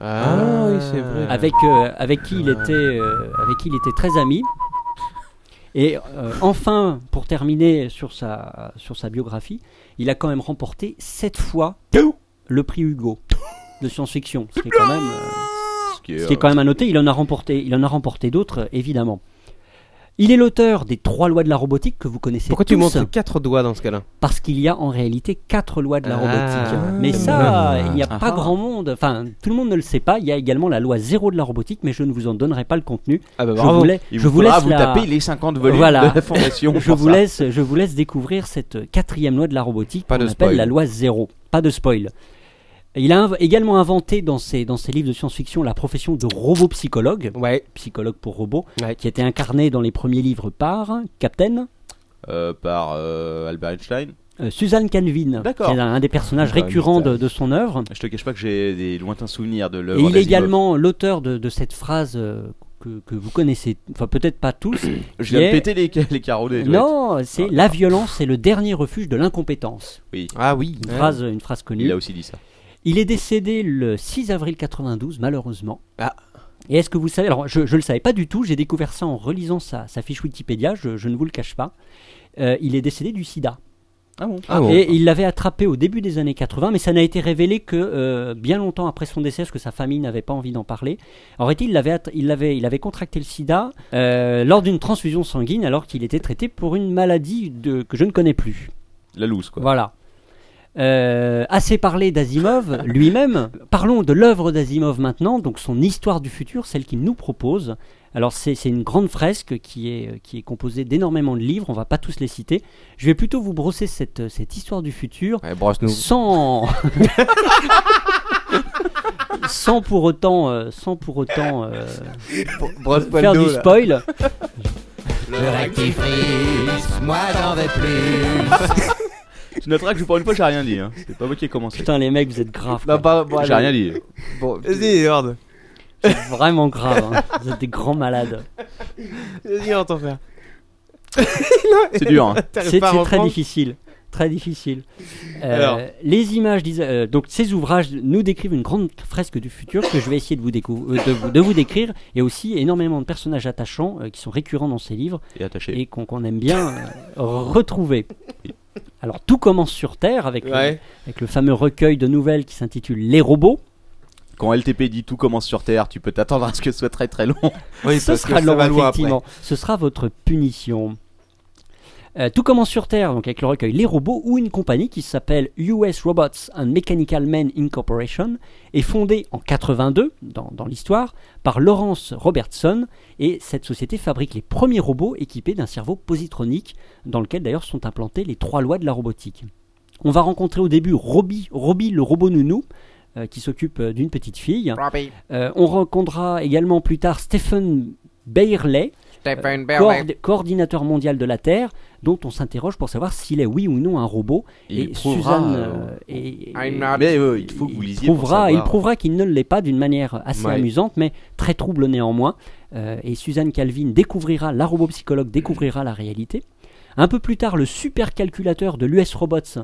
Speaker 6: Ah oui, c'est vrai.
Speaker 7: avec, euh, avec, qui il était, euh, avec qui il était très ami. Et euh, enfin, pour terminer sur sa, sur sa biographie, il a quand même remporté sept fois le prix Hugo de science-fiction. Ce qui est quand même, euh,
Speaker 5: Ce qui est,
Speaker 7: ce qui est
Speaker 5: euh,
Speaker 7: quand même à noter, il en a remporté, il en a remporté d'autres, euh, évidemment. Il est l'auteur des trois lois de la robotique que vous connaissez
Speaker 6: Pourquoi
Speaker 7: tous,
Speaker 6: tu montres quatre doigts dans ce cas-là
Speaker 7: parce qu'il y a en réalité quatre lois de la
Speaker 6: Ah.
Speaker 7: robotique. Mais ça,
Speaker 5: Ah.
Speaker 7: il n'y a pas grand monde, enfin tout le monde ne le sait pas, il y a également la loi zéro de la robotique, mais je ne vous en donnerai pas le contenu.
Speaker 6: Ah bah
Speaker 7: eh. Je
Speaker 6: bravo.
Speaker 7: vous, lai-
Speaker 5: Il
Speaker 7: je vous
Speaker 5: faudra
Speaker 7: laisse
Speaker 5: vous
Speaker 7: la-
Speaker 5: taper les 50 volumes
Speaker 7: Voilà.
Speaker 5: de la fondation.
Speaker 7: je
Speaker 5: pour
Speaker 7: vous
Speaker 5: ça.
Speaker 7: laisse, je vous laisse découvrir cette quatrième loi de la robotique
Speaker 8: Pas
Speaker 7: qu'on
Speaker 8: de
Speaker 7: appelle
Speaker 8: spoil.
Speaker 7: la loi zéro. Pas de spoil. Il a inv- également inventé dans ses, dans ses livres de science-fiction la profession de robot-psychologue,
Speaker 6: Ouais.
Speaker 7: psychologue pour robot,
Speaker 6: Ouais.
Speaker 7: qui était incarné dans les premiers livres par Captain,
Speaker 5: Euh, par euh, Albert Einstein.
Speaker 7: euh, Suzanne Canvin, qui est
Speaker 5: D'accord. Bah,
Speaker 7: un, un des personnages
Speaker 6: Ah,
Speaker 7: récurrents
Speaker 6: putain.
Speaker 7: de- de son œuvre.
Speaker 5: Je te cache pas que j'ai des lointains souvenirs de l'œuvre.
Speaker 7: Et il est
Speaker 5: d'Asimov.
Speaker 7: également l'auteur de, de cette phrase euh, que, que vous connaissez, enfin peut-être
Speaker 5: <coughs>
Speaker 7: pas tous.
Speaker 5: Je
Speaker 7: qui
Speaker 5: viens
Speaker 7: est-
Speaker 5: de péter les, les carreaux des doigts.
Speaker 7: Non, c'est la violence, c'est le dernier refuge de l'incompétence.
Speaker 5: Ah. Oui,
Speaker 8: Ah oui.
Speaker 7: Une phrase, une phrase connue.
Speaker 5: il a aussi dit ça.
Speaker 7: Il est décédé le 6 avril 92, malheureusement.
Speaker 6: Ah.
Speaker 7: Et est-ce que vous savez Alors, je ne le savais pas du tout. J'ai découvert ça en relisant sa, sa fiche Wikipédia. Je, je ne vous le cache pas. Euh, il est décédé du SIDA.
Speaker 5: Ah bon.
Speaker 7: Et il l'avait attrapé au début des années 80, mais ça n'a été révélé que euh, bien longtemps après son décès, parce que sa famille n'avait pas envie d'en parler. En réalité, il l'avait att- il l'avait- il avait contracté le sida euh, lors d'une transfusion sanguine, alors qu'il était traité pour une maladie de, que je ne connais plus.
Speaker 5: La loose, quoi.
Speaker 7: Voilà. Euh, assez parlé d'Asimov lui-même. Parlons de l'œuvre d'Asimov maintenant, donc son histoire du futur, celle qu'il nous propose. Alors c'est c'est une grande fresque qui est, euh, qui est composée d'énormément de livres, on va pas tous les citer. Je vais plutôt vous brosser cette, euh, cette histoire du futur
Speaker 8: brosse-nous.
Speaker 7: sans... sans pour autant... euh, sans pour autant euh,
Speaker 8: brosse-moi
Speaker 7: faire
Speaker 8: le dos,
Speaker 7: du
Speaker 8: là.
Speaker 7: spoil.
Speaker 2: Le rectifrice, moi j'en vais plus.
Speaker 5: Tu noteras que je- pour une fois, j'ai rien dit. Hein. C'est pas moi qui ai commencé.
Speaker 7: Putain les mecs, vous êtes graves.
Speaker 8: Bah,
Speaker 7: quoi.
Speaker 5: J'ai rien dit.
Speaker 8: Bon,
Speaker 6: Vas-y, Horde.
Speaker 7: C'est vraiment grave. hein. Vous êtes des grands malades.
Speaker 6: Vas-y, on t'en faire.
Speaker 5: C'est
Speaker 8: <laughs>
Speaker 5: dur, hein.
Speaker 7: C'est c'est très difficile. Très difficile. Euh,
Speaker 6: Alors.
Speaker 7: les images, d'Isa- euh, donc ces ouvrages nous décrivent une grande fresque du futur que je vais essayer de vous, décou- euh, de, vous- de vous décrire et aussi énormément de personnages attachants euh, qui sont récurrents dans ces livres
Speaker 5: Et attachés.
Speaker 7: et qu'on qu'on aime bien euh, retrouver. Alors tout commence sur Terre avec, le,
Speaker 6: Ouais.
Speaker 7: avec le fameux recueil de nouvelles qui s'intitule Les robots.
Speaker 5: Quand LTP dit tout commence sur Terre, tu peux t'attendre à ce que ce soit très très long.
Speaker 7: ce sera long, effectivement. Ce sera votre punition. Euh, tout commence sur Terre, donc avec le recueil Les Robots, où une compagnie qui s'appelle US Robots and Mechanical Men Incorporation est fondée en 82, dans, dans l'histoire, par Lawrence Robertson, et cette société fabrique les premiers robots équipés d'un cerveau positronique, dans lequel d'ailleurs sont implantées les trois lois de la robotique. On va rencontrer au début Robbie, Robbie le robot nounou, euh, qui s'occupe euh, d'une petite fille.
Speaker 8: Robbie.
Speaker 7: Euh, on rencontrera également plus tard Stephen Beirley,
Speaker 8: Stephen
Speaker 7: euh,
Speaker 8: Beirley.
Speaker 7: coord- coordinateur mondial de la Terre, dont on s'interroge pour savoir s'il est oui ou non un robot.
Speaker 5: Il
Speaker 7: et
Speaker 5: prouvera,
Speaker 7: Suzanne,
Speaker 5: euh,
Speaker 7: euh, et-
Speaker 8: I'm not-
Speaker 5: Mais euh, il faut que vous lisiez. pour
Speaker 7: prouvera, il
Speaker 5: savoir.
Speaker 7: prouvera qu'il ne l'est pas d'une manière assez
Speaker 8: Ouais.
Speaker 7: amusante, mais très trouble néanmoins. Euh, et Suzanne Calvin découvrira, la robopsychologue découvrira la réalité. Un peu plus tard, le supercalculateur de l'US Robots,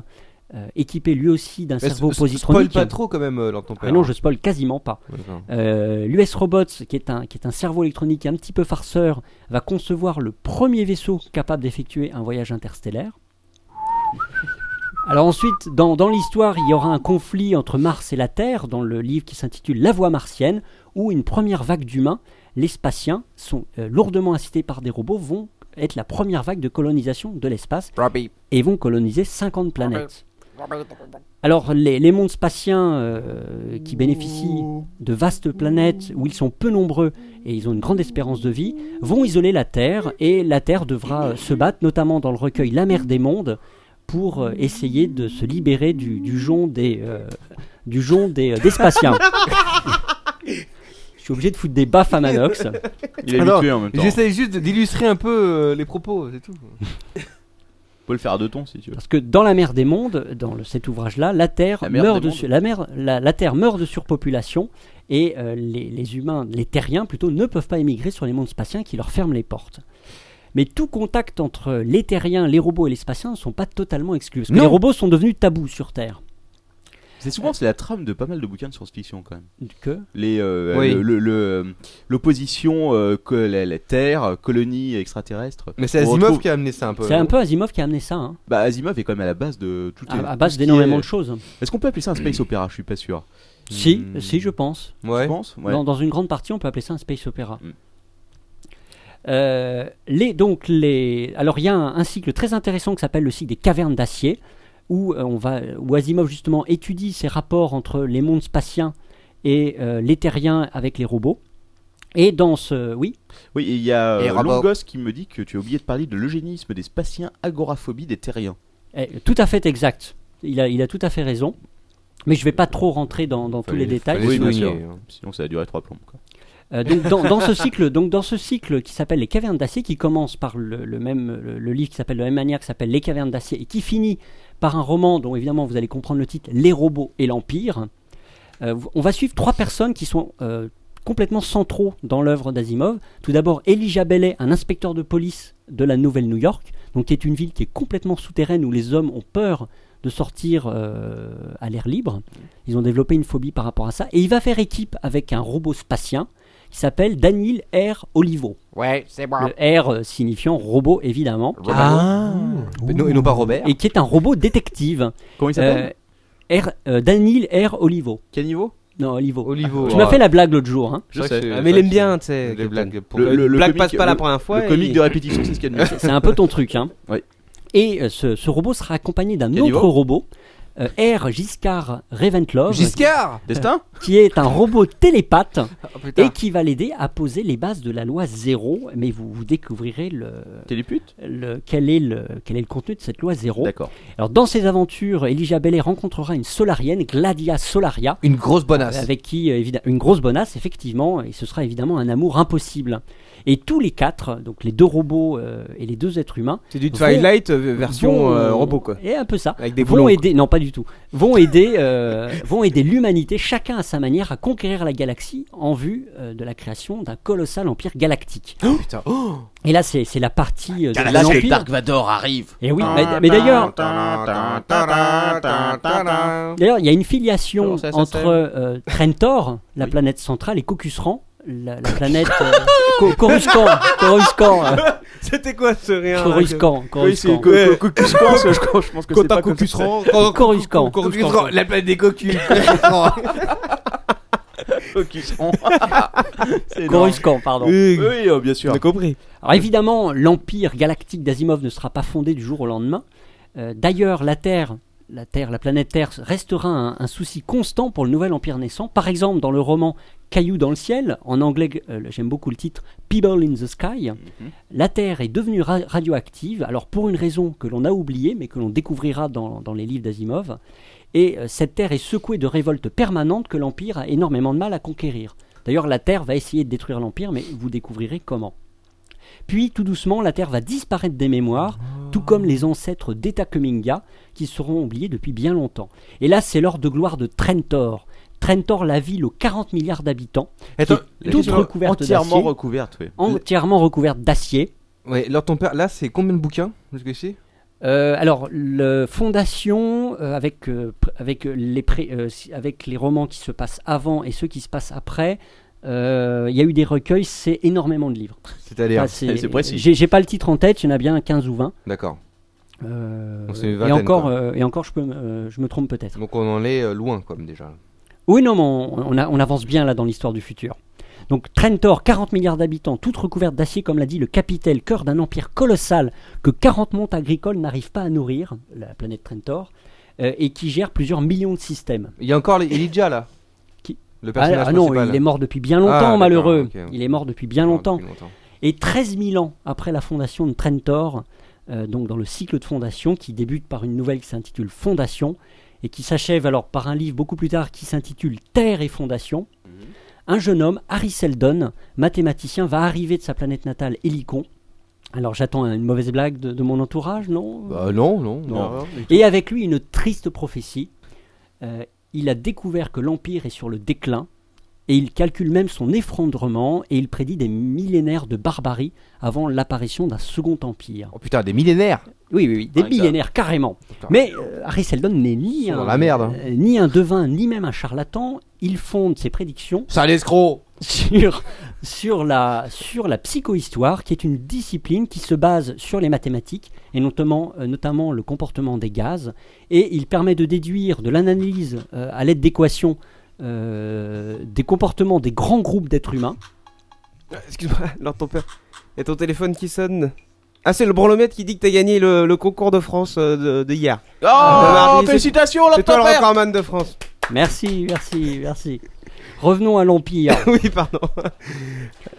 Speaker 7: euh, équipé lui aussi d'un
Speaker 8: Mais sp-
Speaker 7: cerveau
Speaker 8: sp- Spoil
Speaker 7: positronique.
Speaker 8: pas trop quand même, euh, Lord ton père.
Speaker 7: Ah non, je spoil quasiment pas.
Speaker 8: D'accord.
Speaker 7: Euh, L'US Robots, qui est, un, qui est un cerveau électronique un petit peu farceur, va concevoir le premier vaisseau capable d'effectuer un voyage interstellaire. Alors ensuite, dans, dans l'histoire, il y aura un conflit entre Mars et la Terre, dans le livre qui s'intitule La Voie martienne, où une première vague d'humains, les spatiens, sont euh, lourdement incités par des robots, vont être la première vague de colonisation de l'espace
Speaker 8: Robbie.
Speaker 7: et vont coloniser 50 planètes. Alors, les, les mondes spatiens euh, qui bénéficient de vastes planètes où ils sont peu nombreux et ils ont une grande espérance de vie vont isoler la Terre et la Terre devra euh, se battre, notamment dans le recueil La mer des mondes, pour euh, essayer de se libérer du, du jonc des, euh, du jonc des, euh, des spatiens. Je suis obligé de foutre des baffes à Manox.
Speaker 5: Il est
Speaker 8: Ah non,
Speaker 5: habitué en même temps.
Speaker 8: J'essaie juste d'illustrer un peu euh, les propos, c'est tout.
Speaker 5: Tu peux le faire à deux tons si tu veux.
Speaker 7: Parce que dans la mer des mondes, dans le- cet ouvrage-là, la Terre
Speaker 5: La mer
Speaker 7: meurt
Speaker 5: des
Speaker 7: de
Speaker 5: mondes.
Speaker 7: su- la mer- la- la Terre meurt de surpopulation et euh, les, les humains, les terriens plutôt, ne peuvent pas émigrer sur les mondes spatiens qui leur ferment les portes. Mais tout contact entre les terriens, les robots et les spatiens ne sont pas totalement exclus. Parce que
Speaker 8: Non.
Speaker 7: les robots sont devenus tabous sur Terre.
Speaker 5: C'est souvent c'est la trame de pas mal de bouquins de science-fiction quand même.
Speaker 7: Que
Speaker 5: Les euh,
Speaker 8: Oui.
Speaker 5: le- le- le, euh, l'opposition euh, que la, la Terre, colonie extraterrestre.
Speaker 8: Mais c'est
Speaker 5: On
Speaker 8: Asimov
Speaker 5: retrouve-
Speaker 8: qui a amené ça un peu.
Speaker 7: Oh, C'est un peu Asimov qui a amené ça, hein,
Speaker 5: Bah Asimov est quand même à la base de tout.
Speaker 7: à,
Speaker 5: est-
Speaker 7: Ah, à
Speaker 5: tout
Speaker 7: base
Speaker 5: ce qui
Speaker 7: d'énormément
Speaker 5: est-
Speaker 7: de choses.
Speaker 5: Est-ce qu'on peut appeler ça un space opéra Je suis pas sûr.
Speaker 7: Si,
Speaker 5: Hmm.
Speaker 7: si, je pense.
Speaker 5: Tu
Speaker 8: Ouais.
Speaker 5: penses Ouais.
Speaker 7: Dans, dans une grande partie, on peut appeler ça un space opéra.
Speaker 5: Mm.
Speaker 7: Euh, les, donc les, alors il y a un, un cycle très intéressant qui s'appelle le cycle des cavernes d'acier, où euh, on va, où Asimov justement étudie ces rapports entre les mondes spatiens et euh, les terriens avec les robots. Et dans ce, oui,
Speaker 5: Oui, et il y a
Speaker 8: Et
Speaker 5: euh,
Speaker 8: Rambo.
Speaker 5: Longos qui me dit que tu as oublié de parler de l'eugénisme des spatiens, agoraphobie des terriens.
Speaker 7: eh, tout à fait exact. Il a, il a tout à fait raison. Mais je ne vais pas trop rentrer dans, dans tous les détails.
Speaker 5: Oui, bien
Speaker 8: souligner,
Speaker 5: sûr.
Speaker 8: hein.
Speaker 5: Sinon ça a duré trois plombes. quoi.
Speaker 7: Euh, donc dans, dans ce cycle, donc dans ce cycle qui s'appelle les cavernes d'acier, qui commence par le, le même le, le livre qui s'appelle de la même manière, qui s'appelle les cavernes d'acier, et qui finit par un roman dont évidemment vous allez comprendre le titre, Les robots et l'empire. Euh, vous- on va suivre trois personnes qui sont euh, complètement centraux dans l'œuvre d'Asimov. Tout d'abord Elijah Bellet, un inspecteur de police de la Nouvelle-New York, donc qui est une ville qui est complètement souterraine où les hommes ont peur de sortir euh, à l'air libre. Ils ont développé une phobie par rapport à ça. Et il va faire équipe avec un robot spatien qui s'appelle Daniel R. Olivo.
Speaker 8: Ouais, c'est moi.
Speaker 7: Le R euh, signifiant robot, évidemment.
Speaker 8: Ah. Et non- et non pas Robert.
Speaker 7: Et qui est un robot détective.
Speaker 8: Comment il s'appelle
Speaker 7: Euh, R, euh, Daniel R. Olivo.
Speaker 5: Quel niveau
Speaker 7: Non, Olivo.
Speaker 6: Olivo.
Speaker 8: euh,
Speaker 7: Tu m'as fait la blague l'autre
Speaker 8: <laughs>
Speaker 7: jour. hein.
Speaker 6: Je sais. Ah, mais il aime bien, tu sais.
Speaker 7: Les blagues pour-
Speaker 6: Le,
Speaker 7: le- le
Speaker 6: blague
Speaker 7: comique-
Speaker 6: passe pas la
Speaker 7: le-
Speaker 6: première fois.
Speaker 7: le
Speaker 6: et-
Speaker 7: comique de répétition, c'est ce qu'il y a de <laughs> mieux. C'est un peu ton truc, hein. Et euh, ce, ce robot sera accompagné d'un
Speaker 6: Caniveau
Speaker 7: autre robot, euh, R. Giscard Reventlove.
Speaker 8: Giscard
Speaker 5: <laughs> Destin
Speaker 7: Qui est un robot télépathe
Speaker 11: Oh, bah,
Speaker 7: et qui va l'aider à poser les bases de la loi zéro. Mais vous, vous découvrirez le,
Speaker 5: Télépute
Speaker 7: le, quel, est le, quel est le contenu de cette loi
Speaker 8: Oh.
Speaker 7: zéro.
Speaker 5: D'accord.
Speaker 7: Alors, dans ses aventures, Elijah Bellay rencontrera une solarienne, Gladia Solaria.
Speaker 8: Une grosse
Speaker 6: Ah,
Speaker 11: Bah,
Speaker 8: bonasse.
Speaker 7: Avec qui, euh, évidemment, une grosse bonasse, effectivement, et ce sera évidemment un amour impossible. Et tous les quatre, donc les deux robots euh, et les deux êtres humains.
Speaker 6: C'est du Twilight, euh, version, euh, robot, quoi.
Speaker 7: Et un peu ça.
Speaker 6: Avec des boulons,
Speaker 7: vont
Speaker 6: quoi.
Speaker 7: aider, non pas du tout, vont aider, euh, <laughs> vont aider l'humanité, chacun à sa manière, à conquérir la galaxie en vue euh, de la création d'un colossal empire galactique.
Speaker 6: Oh,
Speaker 7: Et là, c'est c'est la partie euh, de
Speaker 2: Galactique
Speaker 7: l'empire.
Speaker 2: Dark Vador arrive.
Speaker 7: Et oui,
Speaker 6: Ah,
Speaker 7: mais, mais
Speaker 6: bah.
Speaker 7: d'ailleurs, D'ailleurs, il y a une filiation
Speaker 2: Comment ça, ça
Speaker 7: entre
Speaker 2: s'appelle
Speaker 7: euh, Trentor, la planète centrale, et Cocusran, la, la planète euh, Co- Coruscant. Coruscant, euh.
Speaker 6: <laughs> C'était quoi ce rien
Speaker 7: Coruscant, Coruscant.
Speaker 5: <laughs>
Speaker 6: Quentin Cocusran.
Speaker 7: Coruscant.
Speaker 8: Cocusran, la planète des
Speaker 11: <laughs>
Speaker 8: cocus.
Speaker 5: Cocusran. C'est énorme.
Speaker 7: Coruscant, pardon.
Speaker 5: Oui, oui, oh, bien sûr. On a
Speaker 6: compris.
Speaker 7: Alors évidemment, l'empire galactique d'Asimov ne sera pas fondé du jour au lendemain. Euh, D'ailleurs, la Terre, la Terre, la planète Terre restera un, un souci constant pour le nouvel empire naissant. Par exemple, dans le roman Cailloux dans le ciel, en anglais, euh, j'aime beaucoup le titre People in the Sky, la Terre est devenue ra- radioactive. Alors pour une raison que l'on a oubliée, mais que l'on découvrira dans, dans les livres d'Asimov. Et euh, cette Terre est secouée de révoltes permanentes que l'Empire a énormément de mal à conquérir. D'ailleurs, la Terre va essayer de détruire l'Empire, mais vous découvrirez comment. Puis, tout doucement, la Terre va disparaître des mémoires, tout comme les ancêtres d'Eta Cominga, qui seront oubliés depuis bien longtemps. Et là, c'est l'heure de gloire de Trentor. Trentor, la ville aux 40 milliards d'habitants, qui est
Speaker 8: Attends,
Speaker 7: toute recouverte
Speaker 8: entièrement
Speaker 7: d'acier.
Speaker 8: recouverte, oui.
Speaker 7: Entièrement recouverte d'acier.
Speaker 8: Ouais, alors ton père, là, c'est combien de bouquins jusqu'ici
Speaker 7: Euh, alors, le Fondation, euh, avec, euh, pr- avec, euh, les pré- euh, si- avec les romans qui se passent avant et ceux qui se passent après, euh, il y a eu des recueils, c'est énormément de livres.
Speaker 8: C'est-à-dire <laughs>
Speaker 7: Ah,
Speaker 8: C'est précis.
Speaker 7: J'ai j'ai pas le titre en tête, il y en a bien 15 ou 20.
Speaker 8: D'accord.
Speaker 7: Euh,
Speaker 8: Donc c'est une
Speaker 7: et,
Speaker 8: vingtaine,
Speaker 7: encore,
Speaker 8: quoi.
Speaker 7: euh, et encore, je, peux, me- euh, je me trompe peut-être.
Speaker 8: Donc on en est euh, loin, comme déjà.
Speaker 7: Oui, non, mais on, on a- on avance bien là dans l'histoire du futur. Donc Trentor, 40 milliards d'habitants, toute recouverte d'acier, comme l'a dit le capitaine, cœur d'un empire colossal que 40 montes agricoles n'arrivent pas à nourrir, la planète Trentor, euh, et qui gère plusieurs millions de systèmes.
Speaker 8: Il y a encore les Elijah là.
Speaker 7: Qui
Speaker 8: Le personnage
Speaker 7: ah, ah non,
Speaker 8: principal.
Speaker 7: il est mort depuis bien
Speaker 8: Ah,
Speaker 7: longtemps,
Speaker 8: d'accord,
Speaker 7: malheureux.
Speaker 8: ok, Ah, ok.
Speaker 7: Il est mort depuis bien longtemps.
Speaker 8: depuis longtemps.
Speaker 7: Et 13 000 ans après la fondation de Trentor, euh, donc dans le cycle de fondation qui débute par une nouvelle qui s'intitule Fondation et qui s'achève alors par un livre beaucoup plus tard qui s'intitule Terre et Fondation, un jeune homme, Harry Seldon, mathématicien, va arriver de sa planète natale, Helicon. Alors j'attends une mauvaise blague de, de mon entourage, non
Speaker 8: Bah non, non, non.
Speaker 7: et avec lui, une triste prophétie. Euh, il a découvert que l'Empire est sur le déclin, et il calcule même son effondrement, et il prédit des millénaires de barbarie avant l'apparition d'un second empire.
Speaker 8: Oh putain, des millénaires
Speaker 7: Oui, oui, oui, des
Speaker 8: Rien que ça.
Speaker 7: millénaires, carrément. Mais euh, Harry Seldon n'est ni
Speaker 8: Dans
Speaker 7: un,
Speaker 8: la merde, hein.
Speaker 7: euh, ni un devin, ni même un charlatan. Il fonde ses prédictions
Speaker 8: Sale escroc
Speaker 7: sur, sur, la, sur la psychohistoire, qui est une discipline qui se base sur les mathématiques, et notamment, euh, notamment le comportement des gaz. Et il permet de déduire de l'analyse euh, à l'aide d'équations euh, des comportements des grands groupes d'êtres humains.
Speaker 6: Excuse-moi, <laughs> alors ton père. Et ton téléphone qui sonne. Ah, c'est le branlomètre qui dit que t'as gagné le, le concours de France euh, de, de hier.
Speaker 11: Ah,
Speaker 5: Oh,
Speaker 11: bah,
Speaker 5: félicitations,
Speaker 6: C'est toi le
Speaker 5: Lord Tempère.
Speaker 6: recordman de France. <laughs>
Speaker 7: Merci, merci, merci. Revenons à l'Empire.
Speaker 6: oui, pardon.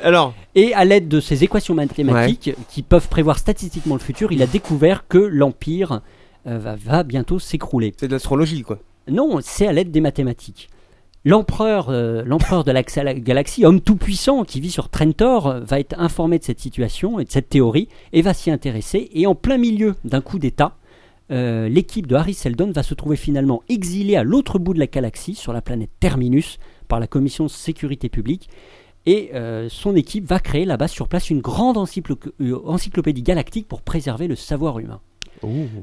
Speaker 6: Alors.
Speaker 7: Et à l'aide de ces équations mathématiques qui peuvent prévoir statistiquement le futur, il a découvert que l'Empire euh, va, va bientôt s'écrouler.
Speaker 6: C'est de l'astrologie, quoi.
Speaker 7: Non, c'est à l'aide des mathématiques. L'empereur, euh, l'empereur de la galaxie- la galaxie, homme tout puissant qui vit sur Trentor, euh, va être informé de cette situation et de cette théorie et va s'y intéresser. Et en plein milieu d'un coup d'État, euh, l'équipe de Harry Seldon va se trouver finalement exilée à l'autre bout de la galaxie, sur la planète Terminus, par la commission sécurité publique. Et euh, son équipe va créer là-bas sur place une grande encyclo- euh, encyclopédie galactique pour préserver le savoir humain.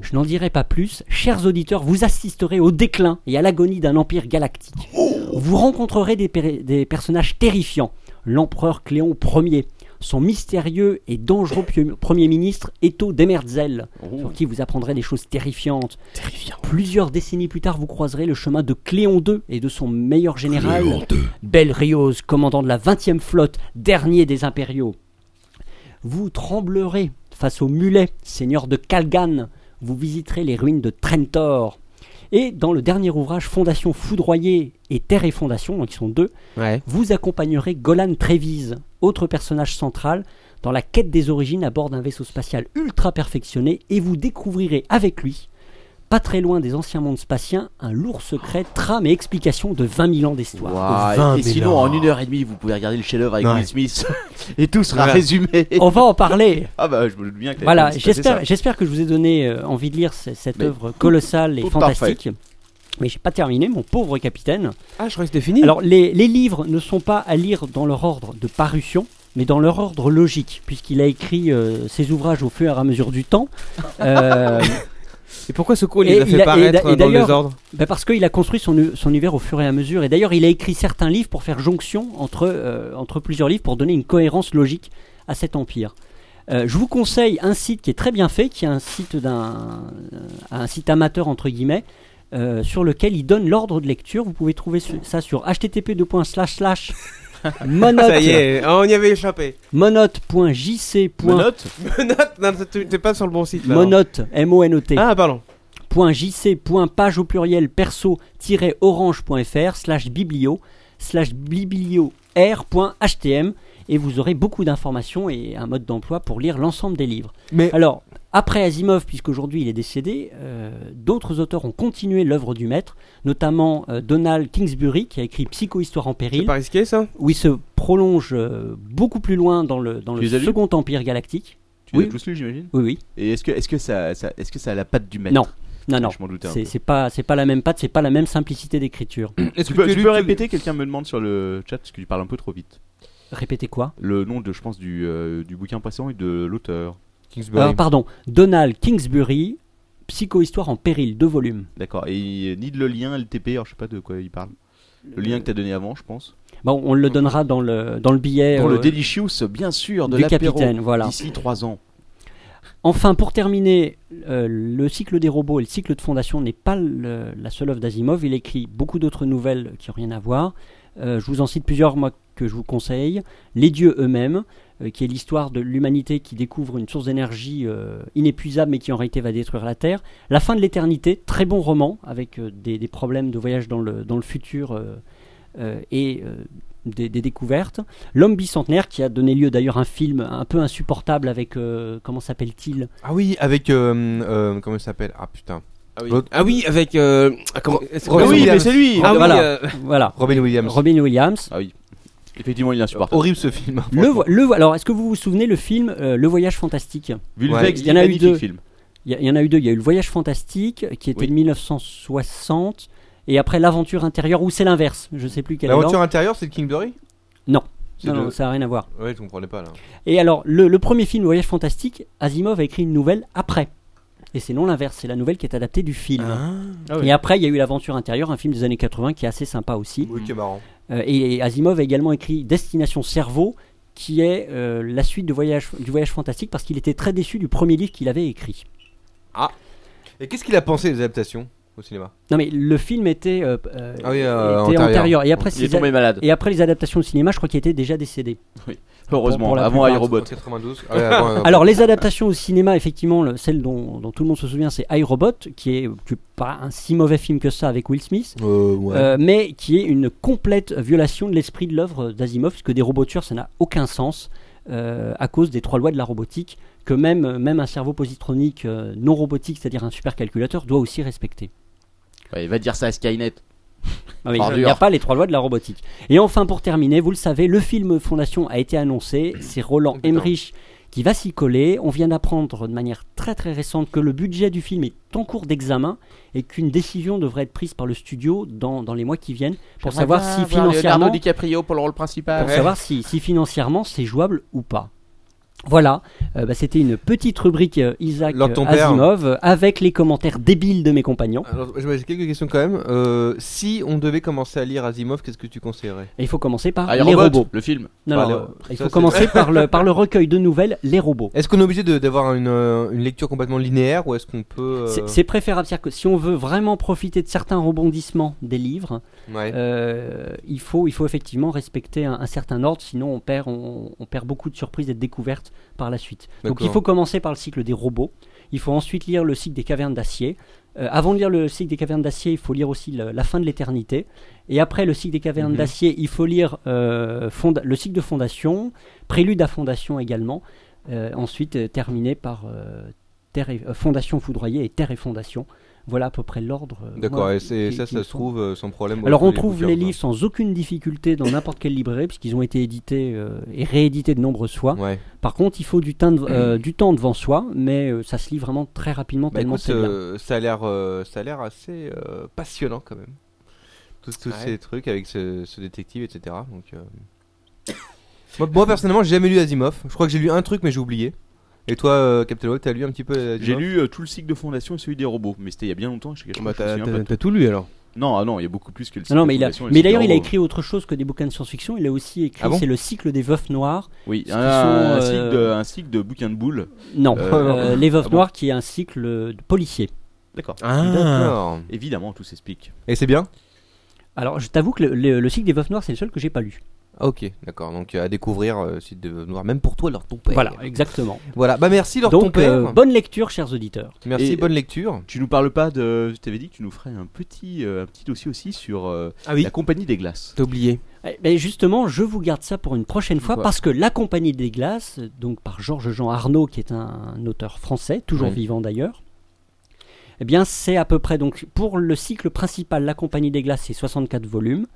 Speaker 7: Je n'en dirai pas plus. Chers auditeurs, vous assisterez au déclin et à l'agonie d'un empire galactique. Vous rencontrerez des, péri- des personnages terrifiants. L'empereur Cléon Ier, son mystérieux et dangereux pieu- premier ministre Eto Demerzel, sur qui vous apprendrez des choses terrifiantes. Plusieurs décennies plus tard, vous croiserez le chemin de Cléon II et de son meilleur général,
Speaker 12: Cléon II.
Speaker 7: Belrioz, commandant de la 20e flotte, dernier des impériaux. Vous tremblerez face au mulet, seigneur de Calgan. Vous visiterez les ruines de Trentor. Et dans le dernier ouvrage, Fondation Foudroyée et Terre et Fondation, donc ils sont deux, vous accompagnerez Golan Trévise, autre personnage central, dans la quête des origines à bord d'un vaisseau spatial ultra perfectionné et vous découvrirez avec lui, pas très loin des anciens mondes spatiens, un lourd secret, trame et explication de 20 000 ans d'histoire.
Speaker 5: et sinon, en une heure et demie, vous pouvez regarder le chef-d'œuvre avec
Speaker 7: Ouais.
Speaker 5: Will Smith <laughs> et tout sera
Speaker 7: Voilà.
Speaker 5: résumé.
Speaker 7: On va en parler.
Speaker 5: Ah bah, je me doute bien que t'avais
Speaker 7: Oh. Voilà,
Speaker 5: pas dit de se passer
Speaker 7: j'espère,
Speaker 5: ça.
Speaker 7: j'espère que je vous ai donné euh, envie de lire ce- cette
Speaker 5: Mais
Speaker 7: œuvre
Speaker 5: tout-
Speaker 7: colossale et
Speaker 5: tout
Speaker 7: fantastique. Mais j'ai pas terminé, mon pauvre capitaine.
Speaker 6: Ah, je crois que c'était fini.
Speaker 7: Alors, les, les livres ne sont pas à lire dans leur ordre de parution, mais dans leur ordre logique, puisqu'il a écrit euh, ses ouvrages au fur et à mesure du temps. Euh,
Speaker 5: <laughs>
Speaker 6: Et pourquoi ce cours, il les a fait paraître dans le désordre
Speaker 7: bah, Parce qu'il a construit son, u- son univers au fur et à mesure. Et d'ailleurs, il a écrit certains livres pour faire jonction entre, euh, entre plusieurs livres pour donner une cohérence logique à cet empire. Euh, je vous conseille un site qui est très bien fait, qui est un site d'un euh, un site amateur entre guillemets, euh, sur lequel il donne l'ordre de lecture. Vous pouvez trouver ce- ça sur http monote
Speaker 6: Ça y est, ah, on y avait échappé. <laughs>
Speaker 7: monote.jc.
Speaker 6: Monote Monote Non, t'es- t'es pas sur le bon site là.
Speaker 7: Monote, M-O-N-O-T.
Speaker 6: Ah, pardon.
Speaker 7: Point JC, point page au pluriel perso-orange.fr slash biblio slash biblio-r.htm et vous aurez beaucoup d'informations et un mode d'emploi pour lire l'ensemble des livres.
Speaker 6: Mais
Speaker 7: alors, après Asimov, puisqu'aujourd'hui il est décédé, euh, d'autres auteurs ont continué l'œuvre du maître, notamment euh, Donald Kingsbury qui a écrit Psychohistoire en péril.
Speaker 6: C'est pas risqué ça
Speaker 7: Où il se prolonge euh, beaucoup plus loin dans le, dans
Speaker 5: Tu
Speaker 7: le
Speaker 5: les as lus
Speaker 7: Second Empire galactique.
Speaker 5: Tu
Speaker 7: Oui.
Speaker 5: l'as tous lu, j'imagine
Speaker 7: Oui, oui.
Speaker 5: Et est-ce que, est que, ça, ça- est-ce que ça a la patte du maître
Speaker 7: Non, non, non.
Speaker 5: Je m'en doutais un
Speaker 7: C'est
Speaker 5: peu.
Speaker 7: c'est pas, c'est pas la même patte, c'est pas la même simplicité d'écriture.
Speaker 5: Tu peux, tu peux répéter Quelqu'un me demande sur le chat parce que tu parles un peu trop vite.
Speaker 7: Répétez quoi
Speaker 5: Le nom de, je pense, du, euh, du bouquin passant et de l'auteur.
Speaker 8: Ah.
Speaker 7: Alors, pardon, Donald Kingsbury, Psychohistoire en péril, deux volumes.
Speaker 5: D'accord. Et il ni de le lien LTP, alors je sais pas de quoi il parle. Le lien que t'as donné avant, je pense.
Speaker 7: Bon, on le donnera dans le, dans le billet.
Speaker 5: Pour
Speaker 7: euh,
Speaker 5: le Delicious, bien sûr, de
Speaker 7: du
Speaker 5: l'apéro,
Speaker 7: capitaine, voilà.
Speaker 5: D'ici 3 ans.
Speaker 7: Enfin, pour terminer, euh, le cycle des robots et le cycle de fondation n'est pas le- la seule œuvre d'Asimov. Il écrit beaucoup d'autres nouvelles qui n'ont rien à voir. Euh, je vous en cite plusieurs, moi, que je vous conseille. Les dieux eux-mêmes, euh, qui est l'histoire de l'humanité qui découvre une source d'énergie euh, inépuisable mais qui en réalité va détruire la Terre. La fin de l'éternité, très bon roman, avec euh, des, des problèmes de voyage dans le, dans le futur. euh, euh, et euh, des, des découvertes. L'homme bicentenaire qui a donné lieu d'ailleurs à un film un peu insupportable avec euh, comment
Speaker 8: <laughs>
Speaker 7: s'appelle-t-il
Speaker 8: Ah oui, avec. euh, euh, comment il s'appelle Ah putain.
Speaker 6: Ah oui.
Speaker 8: L'autre-
Speaker 6: Ah oui, avec. euh, ah, comment- c'est
Speaker 8: Robin
Speaker 6: pas-
Speaker 8: Williams.
Speaker 6: Ah oui,
Speaker 7: voilà,
Speaker 6: euh,
Speaker 7: voilà.
Speaker 8: Robin Williams.
Speaker 7: Robin Williams.
Speaker 5: Ah oui. Effectivement, il est insupportable.
Speaker 8: Horrible ce film.
Speaker 7: Le, vo- le vo- alors, est-ce que vous vous souvenez le film euh, Le Voyage Fantastique
Speaker 5: Vulvex,
Speaker 7: Oh, Il y en a eu
Speaker 5: magnifique
Speaker 7: deux.
Speaker 5: film.
Speaker 7: Il y, a- il y en a eu deux. Il y a eu Le Voyage Fantastique qui était de 1960 et après L'Aventure Intérieure ou c'est l'inverse. Je sais plus quel est
Speaker 8: L'aventure
Speaker 7: l'ordre.
Speaker 8: intérieure, c'est de Kingbury
Speaker 7: Non.
Speaker 8: C'est
Speaker 7: Non,
Speaker 8: de-
Speaker 7: non, ça n'a rien à voir.
Speaker 8: Ouais, je comprenais pas là.
Speaker 7: Et alors, le, le premier film, Voyage Fantastique, Asimov a écrit une nouvelle après. Et c'est non l'inverse, c'est la nouvelle qui est adaptée du film.
Speaker 8: Ah oui.
Speaker 7: Et après, il y a eu L'Aventure intérieure, un film des années 80 qui est assez sympa aussi.
Speaker 8: Oui, qui est marrant.
Speaker 7: Euh, et, et Asimov a également écrit Destination Cerveau, qui est euh, la suite de voyage, du Voyage Fantastique, parce qu'il était très déçu du premier livre qu'il avait écrit.
Speaker 8: Ah Et qu'est-ce qu'il a pensé des adaptations au cinéma
Speaker 7: Non mais le film était, euh, euh,
Speaker 8: Ah oui, euh,
Speaker 7: était
Speaker 8: antérieur.
Speaker 7: Et après,
Speaker 8: Il est
Speaker 7: ses-
Speaker 8: tombé malade.
Speaker 7: Et après les adaptations au cinéma, je crois qu'il était déjà décédé.
Speaker 5: Oui.
Speaker 7: Pour-
Speaker 5: Heureusement,
Speaker 7: pour la
Speaker 5: avant
Speaker 7: plupart.
Speaker 5: iRobot.
Speaker 8: 92. Ah ouais,
Speaker 7: <laughs>
Speaker 8: avant, euh,
Speaker 7: Alors les adaptations au cinéma, effectivement, le- celle dont, dont tout le monde se souvient, c'est iRobot, qui est qui est pas un si mauvais film que ça avec Will Smith,
Speaker 8: Euh, ouais.
Speaker 7: Euh, mais qui est une complète violation de l'esprit de l'œuvre d'Asimov, puisque des robots tueurs, ça n'a aucun sens euh, à cause des trois lois de la robotique que même même un cerveau positronique euh, non robotique, c'est-à-dire un supercalculateur, doit aussi respecter.
Speaker 5: Ouais, il va dire ça à Skynet.
Speaker 7: Ah oui,
Speaker 5: Bordure.
Speaker 7: il n'y a pas les trois lois de la robotique. Et enfin, pour terminer, vous le savez, le film Fondation a été annoncé. C'est Roland Emmerich qui va s'y coller. On vient d'apprendre de manière très très récente que le budget du film est en cours d'examen et qu'une décision devrait être prise par le studio dans, dans les mois qui viennent pour
Speaker 5: J'aimerais
Speaker 7: savoir
Speaker 5: bien
Speaker 7: si
Speaker 5: voir Leonardo
Speaker 7: financièrement,
Speaker 5: DiCaprio pour le rôle principal.
Speaker 7: pour
Speaker 5: Ouais.
Speaker 7: savoir si, si financièrement c'est jouable ou pas. Voilà, Euh, bah, c'était une petite rubrique euh, Isaac
Speaker 8: Alors, ton
Speaker 7: euh, Asimov euh, avec les commentaires débiles de mes compagnons.
Speaker 8: Alors, j'ai j'ai quelques questions quand même. Euh, si on devait commencer à lire Asimov, qu'est-ce que tu conseillerais
Speaker 7: Et il faut commencer par
Speaker 5: Ah, Iron
Speaker 7: les
Speaker 5: Bot,
Speaker 7: robots.
Speaker 5: le film.
Speaker 7: Non,
Speaker 8: Par
Speaker 7: non,
Speaker 8: les-
Speaker 7: euh, il
Speaker 8: ça,
Speaker 7: faut
Speaker 8: c'est-
Speaker 7: commencer par le, par le recueil de nouvelles, les robots.
Speaker 8: Est-ce qu'on est obligé de- d'avoir une, euh, une lecture complètement linéaire ou est-ce qu'on peut. euh,
Speaker 7: C'est- C'est préférable, c'est-à-dire que si on veut vraiment profiter de certains rebondissements des livres,
Speaker 8: Ouais.
Speaker 7: euh, il, faut, il faut effectivement respecter un, un certain ordre, sinon on perd, on, on perd beaucoup de surprises et de découvertes par la suite. Donc
Speaker 8: D'accord.
Speaker 7: il faut commencer par le cycle des robots, il faut ensuite lire le cycle des cavernes d'acier. Euh, avant de lire le cycle des cavernes d'acier, il faut lire aussi le- La fin de l'éternité. Et après le cycle des cavernes
Speaker 8: Mhm.
Speaker 7: d'acier, il faut lire euh, fonda- le cycle de fondation, prélude à fondation également. Euh, ensuite, euh, terminé par euh, Terre et- euh, Fondation foudroyée et Terre et Fondation. Voilà à peu près l'ordre. euh,
Speaker 8: D'accord,
Speaker 7: moi,
Speaker 8: et c'est-
Speaker 7: qui-
Speaker 8: ça,
Speaker 7: qui
Speaker 8: ça
Speaker 7: me
Speaker 8: se
Speaker 7: semble.
Speaker 8: trouve euh, sans problème.
Speaker 7: Alors
Speaker 8: dans
Speaker 7: on
Speaker 8: tous
Speaker 7: trouve
Speaker 8: bouquins,
Speaker 7: les
Speaker 8: quoi.
Speaker 7: livres sans aucune difficulté dans n'importe quelle librairie puisqu'ils ont été édités euh, et réédités de nombreuses fois.
Speaker 8: Ouais.
Speaker 7: Par contre, il faut du, teint de- euh, du temps devant soi, mais euh, ça se lit vraiment très rapidement
Speaker 8: Bah,
Speaker 7: tellement
Speaker 8: écoute,
Speaker 7: c'est bien.
Speaker 8: euh, ça a l'air, euh, ça a l'air assez euh, passionnant quand même. Tous, tous
Speaker 7: Ah Ouais.
Speaker 8: ces trucs avec ce, ce détective, etc. Donc, euh, moi, moi, personnellement, j'ai jamais lu Asimov. Je crois que j'ai lu un truc, mais j'ai oublié. Et toi, euh, Captain Web, t'as lu un petit peu Asimov
Speaker 5: J'ai lu euh, tout le cycle de fondation et celui des robots, mais c'était il y a bien longtemps. Je sais
Speaker 8: Bah, t'as- t'as-
Speaker 6: T'as tout lu alors
Speaker 5: Non, ah non, il y a beaucoup plus que le cycle
Speaker 7: Non, non,
Speaker 5: de
Speaker 7: mais, il a-
Speaker 5: fondation et le
Speaker 7: mais
Speaker 5: cycle
Speaker 7: d'ailleurs,
Speaker 5: des
Speaker 7: il a
Speaker 5: robots.
Speaker 7: écrit autre chose que des bouquins de science-fiction. Il a aussi écrit,
Speaker 5: Ah bon
Speaker 7: c'est le cycle des veufs noires.
Speaker 5: Oui,
Speaker 7: ce qui
Speaker 5: un,
Speaker 7: sont,
Speaker 5: un
Speaker 7: euh,
Speaker 5: cycle de, un cycle de bouquins de boules.
Speaker 7: Non,
Speaker 5: Euh,
Speaker 7: euh, les veufs
Speaker 5: ah bon
Speaker 7: noires qui est un cycle euh, de policiers.
Speaker 5: D'accord.
Speaker 8: Ah. D'accord.
Speaker 5: Évidemment, tout s'explique.
Speaker 8: Et c'est bien
Speaker 7: Alors, je t'avoue que le, le- le cycle des veufs noires, c'est le seul que j'ai pas lu.
Speaker 8: Ah, ok, d'accord. Donc euh, à découvrir, euh, site de noir, même pour toi, leur ton père.
Speaker 7: Voilà, exactement.
Speaker 8: Voilà, bah merci, leur
Speaker 7: Donc,
Speaker 8: ton père.
Speaker 7: euh, bonne lecture, chers auditeurs.
Speaker 8: Merci,
Speaker 5: Et-
Speaker 8: bonne lecture.
Speaker 5: Tu nous parles pas de. Je t'avais dit que tu nous ferais un petit, euh, un petit dossier aussi sur euh,
Speaker 8: Ah oui.
Speaker 5: la compagnie des glaces.
Speaker 8: T'as oublié.
Speaker 7: Eh ben, justement, je vous garde ça pour une prochaine fois
Speaker 8: Quoi
Speaker 7: parce que La Compagnie des Glaces, donc par Georges-Jean Arnaud, qui est un, auteur français, toujours
Speaker 8: Oui.
Speaker 7: vivant d'ailleurs, eh bien, c'est à peu près, donc, pour le cycle principal, La Compagnie des Glaces, c'est 64 volumes.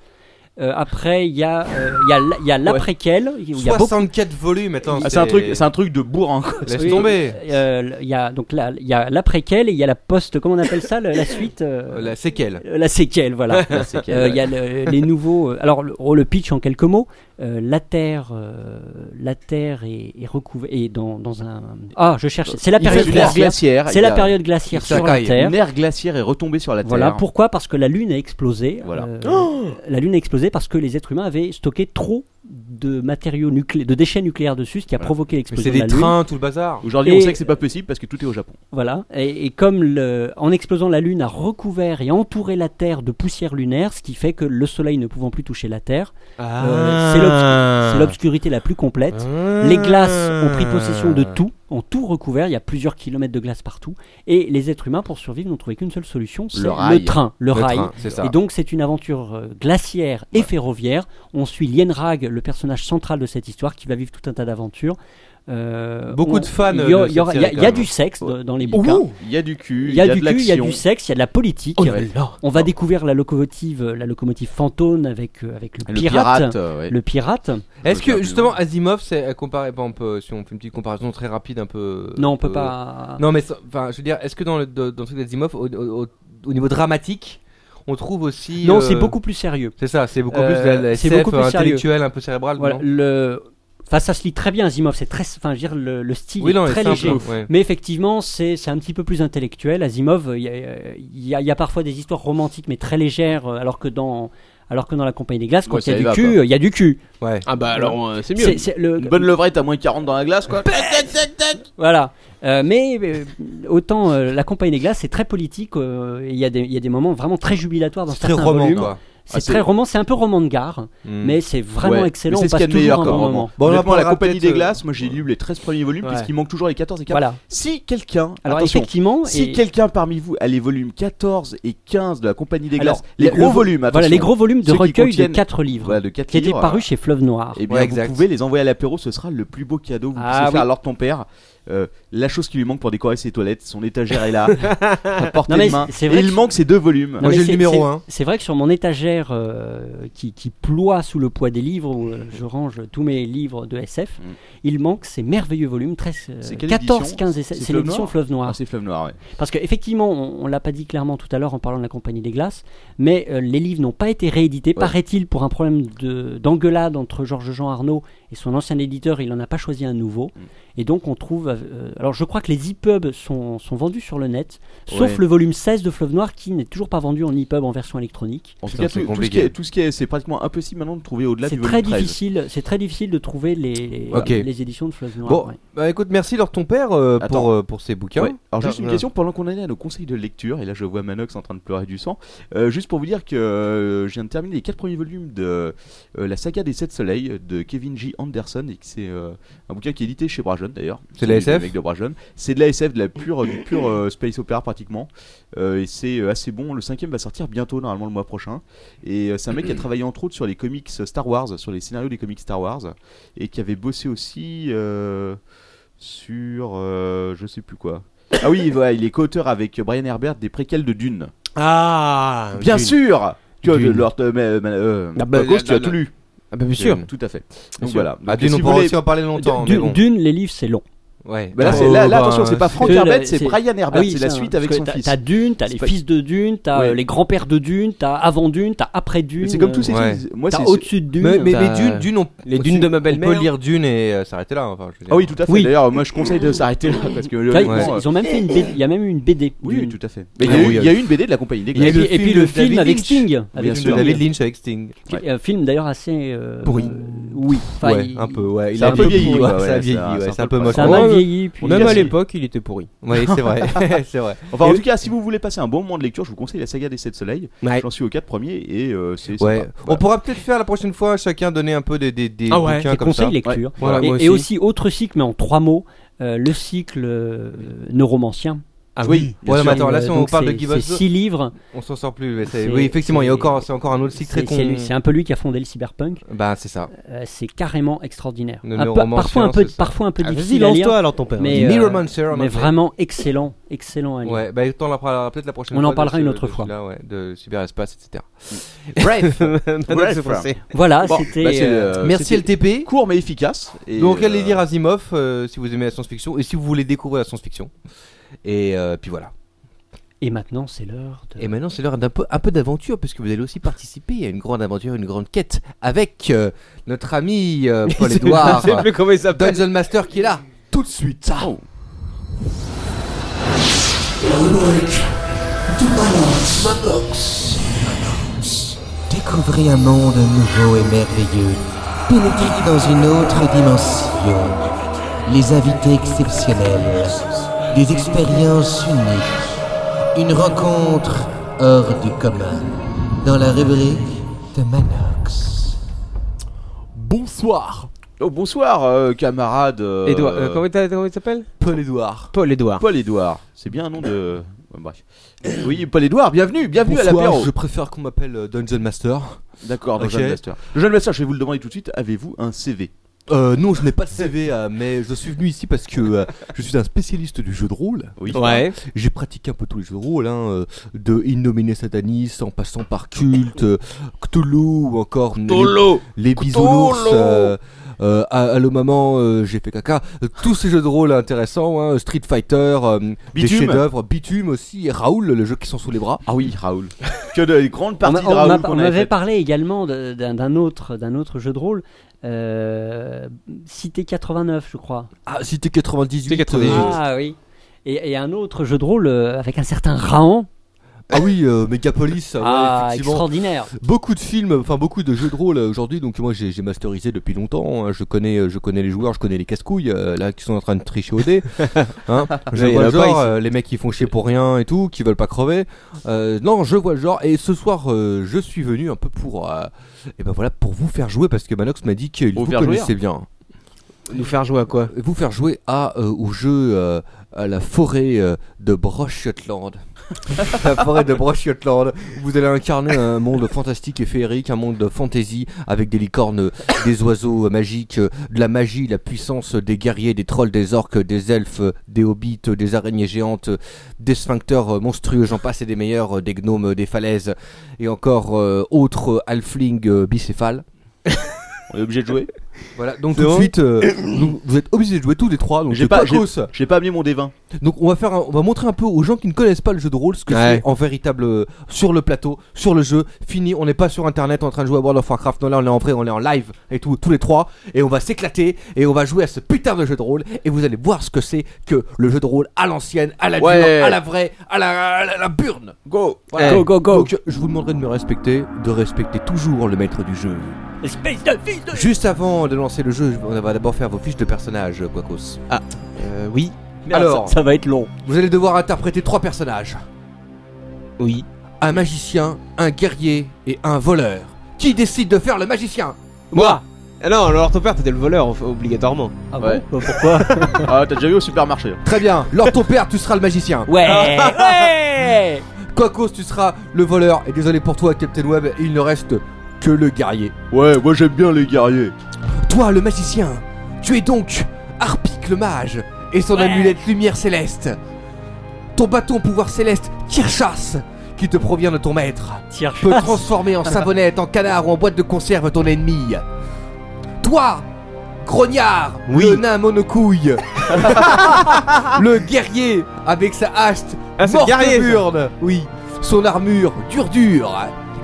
Speaker 7: Euh, après, il y a, euh, il y a, la- il y a l'après-quel, où il y a beaucoup
Speaker 8: 64 volumes, attends.
Speaker 5: Ah, c'est un truc, c'est un truc de bourrin. quoi.
Speaker 8: Laisse
Speaker 7: Oui,
Speaker 8: tomber.
Speaker 7: euh, Il y a donc la- il y a l'après-quel et il y a la post, comment on appelle ça, le- la suite euh,
Speaker 8: Euh, La séquelle.
Speaker 7: Euh, La séquelle, voilà.
Speaker 5: <laughs> La séquelle,
Speaker 7: Euh, Il y
Speaker 5: ouais.
Speaker 7: a le- les nouveaux. euh, alors, le, oh, le pitch en quelques mots. Euh, la Terre, euh, la Terre est, est recouverte et dans, dans un. Ah, je cherche. C'est la
Speaker 5: Il fait
Speaker 7: période
Speaker 5: une ère
Speaker 7: glaciaire.
Speaker 5: glaciaire.
Speaker 7: C'est
Speaker 5: il
Speaker 7: la
Speaker 5: y a-
Speaker 7: période glaciaire
Speaker 8: il
Speaker 7: sur la
Speaker 8: s'acaille.
Speaker 7: Terre.
Speaker 5: Une ère glaciaire est retombée sur la Terre.
Speaker 7: Voilà. Pourquoi Parce que la Lune a explosé.
Speaker 5: Voilà.
Speaker 7: Euh, la Lune a explosé parce que les êtres humains avaient stocké trop de matériaux nucléaires, de déchets nucléaires dessus, ce qui a
Speaker 5: Voilà.
Speaker 7: provoqué
Speaker 8: Mais c'est
Speaker 7: l'explosion de
Speaker 8: des
Speaker 7: la Lune.
Speaker 8: trains, tout le bazar.
Speaker 5: Aujourd'hui,
Speaker 7: Et-
Speaker 5: on sait que c'est pas possible parce que tout est au Japon.
Speaker 7: Voilà. Et, et comme le- en explosant la Lune a recouvert et entouré la Terre de poussière lunaire, ce qui fait que le Soleil ne pouvant plus toucher la Terre,
Speaker 6: Ah.
Speaker 7: euh, c'est
Speaker 8: Ah.
Speaker 7: l'obs- c'est l'obscurité la plus complète. Les glaces ont pris possession
Speaker 6: Ah.
Speaker 7: de tout, ont tout recouvert. Il y a plusieurs kilomètres de glace partout. Et les êtres humains, pour survivre, n'ont trouvé qu'une seule solution c'est
Speaker 5: Le rail.
Speaker 7: train, le,
Speaker 8: Le
Speaker 7: rail.
Speaker 8: train, c'est ça.
Speaker 7: Et donc, c'est une aventure euh, glaciaire et ferroviaire. On suit Lien Rag, le personnage central de cette histoire, qui va vivre tout un tas d'aventures. Euh,
Speaker 8: Beaucoup
Speaker 7: on-
Speaker 8: de fans,
Speaker 7: Il y,
Speaker 8: euh,
Speaker 7: a-
Speaker 8: de
Speaker 7: il y aura-
Speaker 8: cette
Speaker 7: il y a-
Speaker 8: série,
Speaker 7: il y a
Speaker 8: quand
Speaker 7: du
Speaker 8: même.
Speaker 7: sexe de- dans les bouquins.
Speaker 5: Il y a du cul,
Speaker 7: Il y a du
Speaker 5: de
Speaker 7: cul, il y a du
Speaker 5: l'action.
Speaker 7: sexe, il y a de la politique.
Speaker 5: Ouais.
Speaker 7: On va découvrir la locomotive, euh, la locomotive fantôme avec, euh, avec le,
Speaker 5: Le
Speaker 7: pirate.
Speaker 5: pirate, euh, ouais.
Speaker 7: Le pirate.
Speaker 8: Est-ce
Speaker 5: Je veux
Speaker 8: que
Speaker 5: faire
Speaker 8: justement
Speaker 5: plus-
Speaker 8: Asimov, c'est à comparer, par exemple, euh, si on fait une petite comparaison très rapide, un peu.
Speaker 7: Non,
Speaker 8: un
Speaker 7: on peut
Speaker 8: peu-
Speaker 7: pas.
Speaker 8: Non, mais ça- enfin, je veux dire, est-ce que dans le, dans dans le truc d'Asimov, au, au- au- au niveau dramatique, on trouve aussi.
Speaker 7: Non,
Speaker 8: euh,
Speaker 7: c'est beaucoup plus sérieux.
Speaker 8: C'est ça, c'est beaucoup
Speaker 7: Euh,
Speaker 8: plus de la, la
Speaker 7: c'est
Speaker 8: SF
Speaker 7: beaucoup plus sérieux.
Speaker 8: intellectuelle, un peu cérébrale.
Speaker 7: Voilà,
Speaker 8: non
Speaker 7: le... Enfin, ça se lit très bien, Asimov. C'est très, enfin, je veux dire, le, le style
Speaker 8: Oui, non,
Speaker 7: est
Speaker 8: mais
Speaker 7: très
Speaker 8: c'est un
Speaker 7: léger.
Speaker 8: peu ouf, ouais.
Speaker 7: Mais effectivement, c'est c'est un petit peu plus intellectuel. Asimov, il y, a- euh, il y a- il y a parfois des histoires romantiques, mais très légères, euh, alors que dans, alors que dans la Compagnie des Glaces, quand
Speaker 5: Ouais,
Speaker 7: il y a
Speaker 5: ça y
Speaker 7: du
Speaker 5: va,
Speaker 7: cul,
Speaker 5: quoi.
Speaker 7: euh, il y a du cul.
Speaker 8: Ouais.
Speaker 6: Ah bah alors euh, c'est mieux.
Speaker 7: C'est- c'est le-
Speaker 5: Une bonne levrette à moins 40 dans la glace, quoi.
Speaker 7: Voilà. Euh, mais euh, autant euh, la Compagnie des Glaces, c'est très politique. euh, et Il y, a des- il y a des moments vraiment très jubilatoires dans
Speaker 8: C'est très
Speaker 7: certains
Speaker 8: roman,
Speaker 7: volumes.
Speaker 8: quoi.
Speaker 7: C'est
Speaker 5: Ah, c'est-
Speaker 7: très roman. C'est un peu roman de gare,
Speaker 8: Hmm.
Speaker 7: mais c'est vraiment
Speaker 5: Mm. Ouais,
Speaker 7: excellent.
Speaker 5: mais
Speaker 7: On
Speaker 5: C'est ce qu'il y a
Speaker 7: passe
Speaker 5: de meilleur
Speaker 7: toujours un
Speaker 5: comme
Speaker 7: bon
Speaker 5: roman.
Speaker 7: moment.
Speaker 8: Bon, on en
Speaker 5: Honnêtement, la
Speaker 8: parlera
Speaker 5: compagnie des
Speaker 8: peut-être, euh,
Speaker 5: glaces, moi j'ai lu les 13 premiers volumes
Speaker 7: Ouais.
Speaker 5: puisqu'il manque toujours les 14 et 15.
Speaker 7: Voilà.
Speaker 5: Si quelqu'un,
Speaker 7: Alors
Speaker 5: attention,
Speaker 7: effectivement,
Speaker 5: si
Speaker 7: et-
Speaker 5: quelqu'un parmi vous a les volumes 14 et 15 de la compagnie des glaces,
Speaker 7: Alors,
Speaker 5: les
Speaker 7: le- le
Speaker 5: gros
Speaker 7: vo-
Speaker 5: volumes, attention.
Speaker 7: Voilà, les gros volumes de
Speaker 5: Ceux qui
Speaker 7: recueil de
Speaker 5: contiennent-
Speaker 7: 4 livres.
Speaker 5: Voilà, de 4
Speaker 7: qui étaient
Speaker 5: livres. hein.
Speaker 7: parus chez Fleuve Noir.
Speaker 5: Et Eh bien,
Speaker 8: Ouais,
Speaker 5: vous
Speaker 8: exact.
Speaker 5: pouvez les envoyer à l'apéro, ce sera le plus beau cadeau que vous
Speaker 7: Ah,
Speaker 5: puissiez faire
Speaker 7: oui.
Speaker 5: à l'ordre de ton père. Euh, la chose qui lui manque pour décorer ses toilettes, son étagère est là, à
Speaker 7: <laughs>
Speaker 5: portée
Speaker 7: Non, mais
Speaker 5: de main.
Speaker 7: c'est
Speaker 5: Et
Speaker 7: vrai
Speaker 5: il
Speaker 7: que-
Speaker 5: manque ces deux volumes.
Speaker 8: Moi,
Speaker 7: mais
Speaker 8: j'ai le
Speaker 7: c'est-
Speaker 8: numéro
Speaker 7: c'est-
Speaker 8: un.
Speaker 7: C'est vrai que sur mon étagère euh, qui, qui ploie sous le poids des livres, où euh, je range tous mes livres de SF, il manque ces merveilleux volumes 13, euh,
Speaker 5: Hmm. C'est quelle
Speaker 7: 14,
Speaker 5: édition
Speaker 7: 15 et 16.
Speaker 5: C'est
Speaker 7: C'est
Speaker 5: Fleuve
Speaker 7: l'édition
Speaker 5: Noir
Speaker 7: Fleuve Noir.
Speaker 5: Ah, c'est Flamme Noire, ouais.
Speaker 7: Parce qu'effectivement, on, on l'a pas dit clairement tout à l'heure en parlant de la Compagnie des Glaces, mais euh, les livres n'ont pas été réédités, paraît-il, pour un problème de- d'engueulade entre Georges Jean Arnaud et son ancien éditeur, il n'en a pas choisi un nouveau.
Speaker 5: Mm.
Speaker 7: Et donc on trouve. euh, alors je crois que les e-pubs sont, sont vendus sur le net, sauf
Speaker 5: Ouais.
Speaker 7: le volume 16 de Fleuve Noir qui n'est toujours pas vendu en e-pub en version électronique.
Speaker 5: En tout cas, tout, tout ce qui est, tout ce qui est, c'est pratiquement impossible maintenant de trouver au-delà
Speaker 7: C'est
Speaker 5: du
Speaker 7: très
Speaker 5: volume 13.
Speaker 7: difficile. C'est très difficile de trouver les, les,
Speaker 5: Ok.
Speaker 7: les éditions de Fleuve Noir.
Speaker 5: Bon,
Speaker 7: ouais.
Speaker 8: Bah écoute, merci leur ton père euh, pour, euh, pour ces bouquins.
Speaker 5: Ouais. Alors juste
Speaker 8: Ah,
Speaker 5: une
Speaker 8: euh,
Speaker 5: question pendant qu'on est à nos conseils de lecture et là je vois Manox en train de pleurer du sang. euh, juste pour vous dire que euh, je viens de terminer les quatre premiers volumes de euh, la saga des sept soleils de Kevin J Anderson et que c'est euh, un bouquin qui est édité chez Brajeune d'ailleurs.
Speaker 8: C'est de la
Speaker 5: le
Speaker 8: SF?
Speaker 5: mec de Brajeune. C'est de la SF, de la pure du pur euh, space opéra pratiquement. Euh, et c'est euh, assez bon. Le cinquième va sortir bientôt normalement le mois prochain. Et euh, c'est un mec qui a travaillé entre autres sur les comics Star Wars, sur les scénarios des comics Star Wars et qui avait bossé aussi. euh, sur euh, je sais plus quoi. Ah oui, voilà, il est co-auteur avec Brian Herbert des préquels de Dune.
Speaker 8: Ah
Speaker 5: Bien
Speaker 8: Dune.
Speaker 5: sûr Tu as de
Speaker 8: Dune.
Speaker 5: leur- euh, mais- mais- euh,
Speaker 8: Ah bah,
Speaker 5: Marcos,
Speaker 8: là,
Speaker 5: tu
Speaker 8: là,
Speaker 5: as
Speaker 8: là.
Speaker 5: tout lu.
Speaker 8: Ah bah, bien sûr.
Speaker 5: Dune, Tout à fait.
Speaker 8: Bien
Speaker 5: Donc
Speaker 8: sûr.
Speaker 5: voilà.
Speaker 8: Ah,
Speaker 5: Donc,
Speaker 8: Dune,
Speaker 5: si
Speaker 8: on
Speaker 5: vous
Speaker 8: pourra
Speaker 5: voulez-
Speaker 8: aussi en parler longtemps.
Speaker 7: Dune,
Speaker 8: mais bon.
Speaker 7: Dune, les livres, c'est long.
Speaker 8: Ouais. Oh,
Speaker 5: Bah là, c'est- là- là, attention, c'est pas Frank Herbert, c'est Brian
Speaker 7: Ah
Speaker 5: Herbert, c'est la
Speaker 7: bah un-
Speaker 5: suite avec
Speaker 7: parce
Speaker 5: son
Speaker 7: que t'as-
Speaker 5: fils.
Speaker 7: T'as Dune, t'as
Speaker 5: C'est
Speaker 7: les
Speaker 5: pas-
Speaker 7: fils de Dune, t'as euh,
Speaker 5: Ouais.
Speaker 7: les grands-pères de Dune, t'as avant Dune, t'as après Dune.
Speaker 5: Mais c'est comme
Speaker 7: euh,
Speaker 5: tous ces
Speaker 8: Ouais.
Speaker 5: films. Moi,
Speaker 7: T'as
Speaker 5: c'est
Speaker 7: au-dessus de Dune.
Speaker 8: Mais, mais, mais
Speaker 7: t'as-
Speaker 8: Dune, Dune, on,
Speaker 6: Les
Speaker 8: on-
Speaker 6: Dunes de ma
Speaker 8: On
Speaker 6: belle-mère.
Speaker 8: peut lire Dune et euh, s'arrêter là. Enfin, je veux dire.
Speaker 5: Ah oui, tout à fait.
Speaker 7: Oui.
Speaker 5: D'ailleurs, moi, je conseille de s'arrêter là parce que
Speaker 7: Tu vois,
Speaker 5: honnêtement,
Speaker 7: ils,
Speaker 5: euh,
Speaker 7: ils ont même fait une BD. Il y a même eu une BD.
Speaker 5: oui,
Speaker 7: Dune.
Speaker 5: tout à fait. Mais il y a
Speaker 8: Ah
Speaker 5: eu-
Speaker 8: oui,
Speaker 5: il y a eu une BD de la compagnie des
Speaker 8: Il y a
Speaker 5: Glaces.
Speaker 7: Et,
Speaker 8: le
Speaker 7: puis- et
Speaker 8: film
Speaker 7: puis
Speaker 8: de
Speaker 7: le film
Speaker 8: David
Speaker 7: avec
Speaker 8: Lynch.
Speaker 7: Sting.
Speaker 5: Bien
Speaker 7: Avec
Speaker 8: De
Speaker 5: sûr.
Speaker 8: David Lynch avec Sting.
Speaker 7: Qui- Un film d'ailleurs assez. euh,
Speaker 8: Pourri.
Speaker 7: euh, Oui. Enfin,
Speaker 8: ouais,
Speaker 7: il-
Speaker 8: un peu, ouais.
Speaker 7: c'est un peu pourri,
Speaker 8: ouais,
Speaker 5: ouais,
Speaker 8: ça a
Speaker 5: c'est
Speaker 8: vieilli,
Speaker 5: un-
Speaker 8: ouais,
Speaker 5: c'est un
Speaker 8: c'est un
Speaker 5: peu
Speaker 8: peu
Speaker 5: le
Speaker 8: moche.
Speaker 7: Ça
Speaker 5: Ouais,
Speaker 7: m'a
Speaker 5: ouais.
Speaker 7: vieilli. puis-
Speaker 6: Même à
Speaker 5: c'est-
Speaker 6: l'époque, il était pourri.
Speaker 8: Oui, c'est <laughs> vrai. c'est vrai.
Speaker 5: Enfin, en
Speaker 8: Et-
Speaker 5: tout cas, si vous voulez passer un bon moment de lecture, je vous conseille la saga des 7 soleils.
Speaker 6: Ouais.
Speaker 5: J'en suis aux 4 premiers et euh, c'est
Speaker 8: Ouais.
Speaker 5: sympa.
Speaker 8: On
Speaker 5: Voilà.
Speaker 8: pourra peut-être faire la prochaine fois chacun donner un peu des, des, des
Speaker 6: Ah ouais.
Speaker 8: bouquins
Speaker 7: des
Speaker 8: comme
Speaker 7: conseils
Speaker 8: ça.
Speaker 7: lecture.
Speaker 8: Voilà,
Speaker 7: et,
Speaker 8: moi
Speaker 7: et aussi autre cycle, mais en trois mots, euh, le cycle euh, neuromancien.
Speaker 8: Ah
Speaker 5: oui, bien
Speaker 8: Ouais,
Speaker 5: sûr.
Speaker 8: mais attends, là si
Speaker 7: Euh,
Speaker 8: on
Speaker 7: donc
Speaker 8: parle de
Speaker 7: c'est-
Speaker 8: Gibbons,
Speaker 7: C'est six livres.
Speaker 8: on s'en sort plus. mais c'est-
Speaker 7: C'est-
Speaker 8: Oui, effectivement, il y a
Speaker 7: c'est-
Speaker 8: encore, c'est encore un autre cycle très
Speaker 7: C'est
Speaker 8: con.
Speaker 7: c'est lui- c'est un peu lui qui a fondé le cyberpunk.
Speaker 8: Bah, c'est ça.
Speaker 7: Euh, c'est carrément extraordinaire.
Speaker 8: Le
Speaker 7: Un peu-
Speaker 8: neuromancien,
Speaker 7: parfois un peu,
Speaker 8: c'est ça.
Speaker 7: parfois un peu
Speaker 6: Ah, Vas-y,
Speaker 7: difficile à lire,
Speaker 6: lance-toi alors ton père.
Speaker 7: mais,
Speaker 8: The
Speaker 7: euh,
Speaker 8: Neuromancer, en
Speaker 7: mais
Speaker 8: effet.
Speaker 7: vraiment excellent, excellent à lire.
Speaker 8: Ouais, bah, on en parlera peut-être la prochaine
Speaker 7: On en
Speaker 8: fois. de
Speaker 7: parlera
Speaker 8: ce-
Speaker 7: une autre
Speaker 8: de
Speaker 7: fois.
Speaker 8: celui-là, ouais, de cyberespace, etc.
Speaker 5: Bref,
Speaker 6: Maintenant, c'est français.
Speaker 7: Voilà,
Speaker 5: Bon,
Speaker 7: c'était.
Speaker 5: bah, c'est,
Speaker 7: euh,
Speaker 5: euh,
Speaker 8: Merci
Speaker 5: c'était
Speaker 8: LTP.
Speaker 5: Court mais efficace. Et,
Speaker 8: Donc, allez
Speaker 5: euh,
Speaker 8: lire Asimov euh, si vous aimez la science-fiction et si vous voulez découvrir la science-fiction. Et euh, puis voilà.
Speaker 7: Et maintenant, c'est l'heure de.
Speaker 8: Et maintenant, c'est l'heure d'un peu, un peu d'aventure, puisque vous allez aussi participer à une grande aventure, une grande quête, avec euh, notre ami euh, <laughs> Paul-Édouard
Speaker 6: <laughs> Je sais plus comment il s'appelle.
Speaker 8: Dungeon Master qui est là, tout de suite.
Speaker 11: Découvrez un monde nouveau et merveilleux. Pénétrez dans une autre dimension. Les invités exceptionnels. Des expériences uniques. Une rencontre hors du commun. Dans la rubrique de Manox.
Speaker 8: Bonsoir,
Speaker 5: Oh, bonsoir, euh, camarade. euh,
Speaker 6: Édouard, euh, comment t'as- comment il s'appelle
Speaker 8: Paul-Édouard.
Speaker 6: Paul Édouard.
Speaker 5: Paul Édouard. C'est bien un nom de. Ouais, bref.
Speaker 8: <coughs>
Speaker 5: Oui, Paul Édouard, bienvenue, bienvenue à l'apéro.
Speaker 8: je préfère qu'on m'appelle euh, Dungeon Master.
Speaker 5: D'accord, le
Speaker 8: Ok.
Speaker 5: jeune master. Le jeune master, je vais vous le demander tout de suite. Avez-vous un CV
Speaker 8: Euh, non, je n'ai pas de CV, euh, mais je suis venu ici parce que euh, je suis un spécialiste du jeu de rôle.
Speaker 5: Oui.
Speaker 6: Ouais.
Speaker 8: J'ai pratiqué un peu tous les jeux de rôle, hein, euh, de Innominé Satanis en passant par Culte, euh, Cthulhu ou encore Les bisounours, euh, euh, à- Allô maman, euh, j'ai fait caca. Euh, Tous ces jeux de rôle intéressants, hein, Street Fighter, euh, des
Speaker 5: Bitume.
Speaker 8: chefs-d'œuvre, Bitume aussi, et Raoul, le jeu qui sont sous les bras.
Speaker 5: Ah oui, Raoul. que de grandes
Speaker 7: On,
Speaker 5: parties
Speaker 7: a-
Speaker 5: de
Speaker 7: on
Speaker 5: Raoul
Speaker 7: a-
Speaker 5: qu'on
Speaker 7: on
Speaker 5: avait
Speaker 7: avait
Speaker 5: faites.
Speaker 7: parlé également de- d'un d'un autre, d'un autre jeu de rôle, euh, Cité 89, je crois.
Speaker 8: Ah, Cité 98.
Speaker 6: Cité 98.
Speaker 8: euh,
Speaker 7: Ah oui. Et, et un autre jeu de rôle euh, avec un certain Raon.
Speaker 8: ah oui, euh, Megapolis. ouais,
Speaker 7: ah,
Speaker 8: effectivement.
Speaker 7: extraordinaire.
Speaker 8: Beaucoup de films, enfin beaucoup de jeux de rôle euh, aujourd'hui. Donc moi j'ai j'ai masterisé depuis longtemps. hein. Je connais, euh, je connais les joueurs, je connais les casse-couilles euh, là qui sont en train de tricher au dé. Hein. Je
Speaker 6: Ouais, il y en
Speaker 8: vois
Speaker 6: a
Speaker 8: le
Speaker 6: pas
Speaker 8: genre,
Speaker 6: ici.
Speaker 8: euh, les mecs qui font chier pour rien et tout, qui veulent pas crever. Euh, non, je vois le genre. Et ce soir, euh, je suis venu un peu pour, et ben voilà, pour vous faire jouer parce que Manox m'a dit qu'il
Speaker 5: Vous
Speaker 8: vous
Speaker 5: faire jouer
Speaker 8: connaissait bien.
Speaker 6: Nous faire jouer à quoi
Speaker 8: Vous faire jouer à euh, au jeu euh, à la forêt euh, de
Speaker 5: <laughs>
Speaker 8: Brochotland. <laughs> la forêt de Brochotland. Vous allez incarner un monde fantastique et féerique, un monde de fantasy avec des licornes, euh, des oiseaux euh, magiques, euh, de la magie, la puissance euh, des guerriers, des trolls, des orques, euh, des elfes, euh, des hobbits, euh, des araignées géantes, euh, des sphincters euh, monstrueux, j'en passe et des meilleurs, euh, des gnomes, euh, des falaises et encore euh, autres euh, halflings euh, bicéphales.
Speaker 5: On est obligé de jouer
Speaker 11: Voilà, donc tout de suite, euh, nous- vous êtes obligés de jouer tous les trois. Donc
Speaker 5: J'ai
Speaker 11: c'est
Speaker 5: pas, j'ai-
Speaker 11: Quacos.
Speaker 5: j'ai pas amené mon D20.
Speaker 11: Donc on va faire, un- on va montrer un peu aux gens qui ne connaissent pas le jeu de rôle ce que
Speaker 5: Ouais.
Speaker 11: c'est en véritable euh, sur le plateau, sur le jeu. Fini, on n'est pas sur internet en train de jouer à World of Warcraft. Non là on est en vrai, on est en live et tout, tous les trois et on va s'éclater et on va jouer à ce putain de jeu de rôle et vous allez voir ce que c'est que le jeu de rôle à l'ancienne, à la
Speaker 6: Ouais.
Speaker 11: dure, à la vraie, à la, à la- à la burne. Go,
Speaker 6: Eh.
Speaker 11: go, go, go. Donc je vous demanderai de me respecter, de respecter toujours le maître du jeu.
Speaker 7: Espèce de fils de.
Speaker 11: Juste avant de lancer le jeu, on va d'abord faire vos fiches de personnages, Quacos.
Speaker 6: Ah, oui.
Speaker 7: Merde, ça- ça va être long.
Speaker 11: Vous allez devoir interpréter trois personnages.
Speaker 6: Oui.
Speaker 11: Un magicien, un guerrier et un voleur. Qui décide de faire le magicien
Speaker 6: Moi Ah Non, alors ton père, t'étais le voleur, enfin, obligatoirement.
Speaker 7: Ah
Speaker 5: Ouais.
Speaker 7: bon Pourquoi
Speaker 5: Ah, t'as déjà vu au supermarché.
Speaker 11: Très bien, Lord ton père, tu seras le magicien. <laughs>
Speaker 7: Ouais Ouais
Speaker 11: Quacos, tu seras le voleur. Et désolé pour toi, Captain Web, il ne reste que le guerrier.
Speaker 5: Ouais, moi j'aime bien les guerriers.
Speaker 11: Toi, le magicien, tu es donc Harpic le mage et son amulette lumière céleste. Ton bâton pouvoir céleste, Kirchas, qui te provient de ton maître,
Speaker 7: Tire
Speaker 11: peut transformer en savonnette, en canard ou en boîte de conserve ton ennemi. Toi, Grognard, le nain monocouille, <laughs> le guerrier avec sa hache
Speaker 6: Ah, c'est le guerrier, ça.
Speaker 11: morte-burne, oui, son armure dure dure.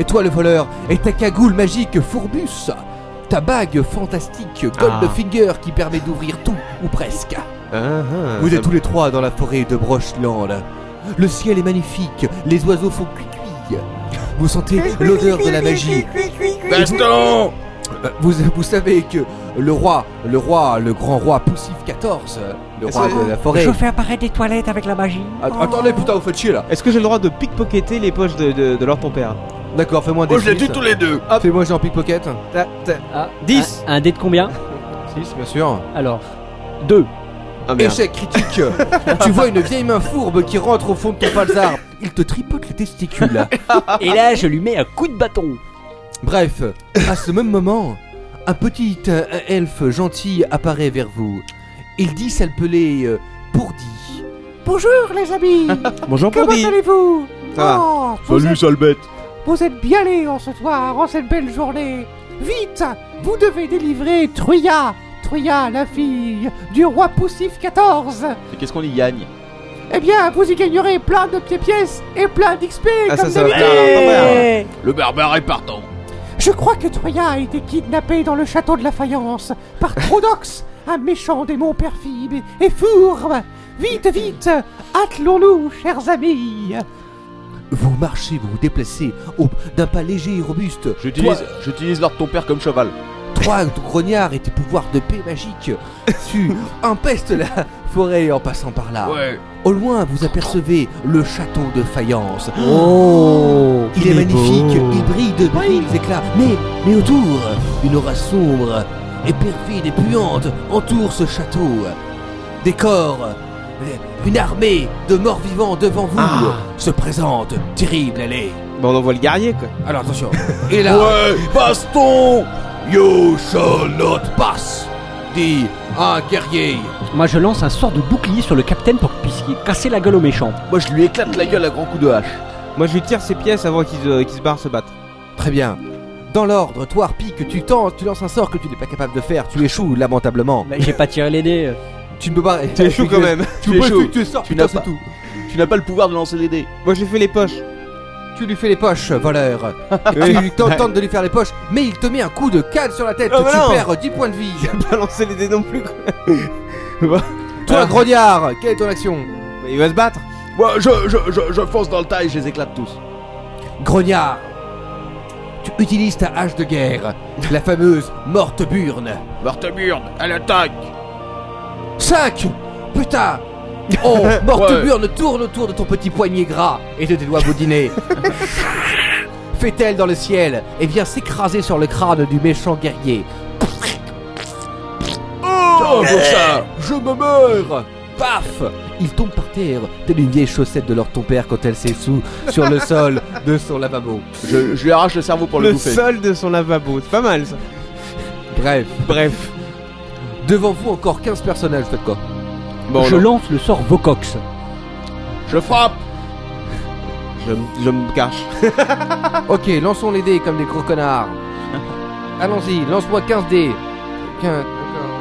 Speaker 11: Et toi, le voleur, et ta cagoule magique Fourbus, ta bague fantastique
Speaker 6: Ah.
Speaker 11: Goldfinger qui permet d'ouvrir tout ou presque.
Speaker 8: Ah,
Speaker 11: Vous êtes tous les trois dans la forêt de Brochland. Le ciel est magnifique, les oiseaux font cuicui. Vous sentez l'odeur de la magie. Baston vous, vous savez que le roi, le roi, le grand roi Poussif XIV, le roi de la forêt.
Speaker 7: fais apparaître des toilettes avec la magie.
Speaker 11: Att- Attendez, putain, vous faites chier là.
Speaker 6: Est-ce que j'ai le droit de pickpocketer les poches de, de, de leur ton père
Speaker 11: D'accord, fais-moi un
Speaker 5: Moi Oh, je les
Speaker 11: D6.
Speaker 5: tue tous les deux.
Speaker 11: Fais-moi j'ai en pickpocket.
Speaker 6: Ta- ta-
Speaker 7: Ah,
Speaker 6: 10.
Speaker 7: Un, un dé de combien
Speaker 11: 6, bien sûr.
Speaker 8: Ah,
Speaker 7: Alors, 2.
Speaker 6: Ah merde.
Speaker 5: <laughs>
Speaker 11: Échec critique. tu vois une vieille main fourbe qui rentre au fond de ton palzar. Il te tripote les testicules.
Speaker 7: Et là, je lui mets un coup de bâton.
Speaker 11: Bref, à ce même moment, un petit euh, elfe gentil apparaît vers vous. Il dit s'appeler euh, Pourdi.
Speaker 8: Bonjour les amis
Speaker 6: <laughs> Bonjour,
Speaker 8: Comment
Speaker 6: Pourdi.
Speaker 8: allez-vous
Speaker 6: Ça va.
Speaker 8: Oh, vous,
Speaker 5: Salut,
Speaker 8: êtes,
Speaker 5: sale bête.
Speaker 8: vous êtes bien les en ce soir, en cette belle journée Vite Vous devez délivrer Truya Truya, la fille du roi Poussif XIV
Speaker 5: Et qu'est-ce qu'on y gagne
Speaker 8: Eh bien, vous y gagnerez plein de pieds pièces et plein d'XP
Speaker 6: Ah,
Speaker 8: comme
Speaker 6: ça, ça va
Speaker 8: d'habitude.
Speaker 6: faire leur ton père.
Speaker 5: Le barbare est partant.
Speaker 8: Je crois que Troya a été kidnappé dans le château de la faïence par Crodox, un méchant démon perfide et fourbe. Vite, vite, attelons-nous, chers amis.
Speaker 11: Vous marchez, vous vous déplacez au- d'un pas léger et robuste.
Speaker 5: J'utilise, j'utilise l'ordre de ton père comme cheval.
Speaker 11: Trois grognards et tes pouvoirs de paix magique.
Speaker 5: <laughs>
Speaker 11: tu impestes la forêt en passant par là. Au loin, vous apercevez le château de faïence.
Speaker 7: Oh
Speaker 11: Il est magnifique, il brille de brilles éclats, mais, mais autour, une aura sombre et perfide et puante entoure ce château. Des corps, euh, une armée de morts vivants devant vous
Speaker 5: Ah.
Speaker 11: se présente, terrible elle est.
Speaker 6: Bah, on envoie le guerrier, quoi.
Speaker 11: Alors attention, et là... Ouais, baston You shall not pass dit un guerrier.
Speaker 7: Moi, je lance un sort de bouclier sur le capitaine pour qu'il puisse casser la gueule au méchant.
Speaker 5: Moi je lui éclate la gueule à grands coups de hache.
Speaker 6: Moi, je lui tire ses pièces avant qu'ils euh, qu'ils se barrent se
Speaker 11: <laughs>
Speaker 6: battre.
Speaker 11: Très bien. Dans l'ordre, toi, Harpy, que tu tentes, tu lances un sort que tu n'es pas capable de faire, tu échoues lamentablement.
Speaker 5: Bah,
Speaker 7: Mais j'ai pas tiré les dés.
Speaker 11: Tu ne peux pas.
Speaker 6: Tu échoues quand même.
Speaker 5: Tu
Speaker 11: Tu peux
Speaker 5: échoues.
Speaker 11: plus que tu sors,
Speaker 5: Tu
Speaker 11: putain,
Speaker 5: n'as
Speaker 11: c'est
Speaker 5: pas-
Speaker 11: tout.
Speaker 5: Tu n'as pas le pouvoir de lancer les dés.
Speaker 6: Moi, j'ai fait les poches.
Speaker 11: Tu lui fais les
Speaker 6: <laughs>
Speaker 11: poches, voleur. tu
Speaker 6: Oui.
Speaker 11: lui tentes tentes de lui faire les poches, mais il te met un coup de canne sur la tête.
Speaker 6: Oh,
Speaker 11: tu
Speaker 6: bah non.
Speaker 11: perds 10 points de vie.
Speaker 6: Pas lancer les dés non plus, Euh. quoi.
Speaker 11: <laughs> Toi, grognard, quelle est ton action
Speaker 6: Mais il va se battre.
Speaker 5: Moi je, je, je, je fonce dans le tas et je les éclate tous.
Speaker 11: Grognard, tu utilises ta hache de guerre, la fameuse morte burne.
Speaker 5: Morteburne, à l'attaque.
Speaker 11: 5 Putain Oh, Morteburne tourne autour de ton petit poignet gras et de tes doigts boudinés. Fait-elle dans le ciel et vient s'écraser sur le crâne du méchant guerrier. Oh,
Speaker 5: Eh.
Speaker 11: Je me meurs Paf Il tombe par terre, telle une vieille chaussette de leur ton père quand elle s'essout sur le sol de son lavabo.
Speaker 5: Je, je lui arrache le cerveau pour le,
Speaker 6: Le
Speaker 5: bouffer.
Speaker 6: sol de son lavabo. C'est pas mal, ça.
Speaker 11: Bref,
Speaker 6: Bref.
Speaker 11: devant vous encore 15 personnages, faites quoi
Speaker 6: Bon,
Speaker 5: Oh
Speaker 7: je lance le sort Vocox.
Speaker 5: Je frappe.
Speaker 6: je, m- je me cache.
Speaker 8: <laughs>
Speaker 11: Ok, lançons les dés comme des gros connards. Allons-y, lance-moi 15 dés. quelqu'un.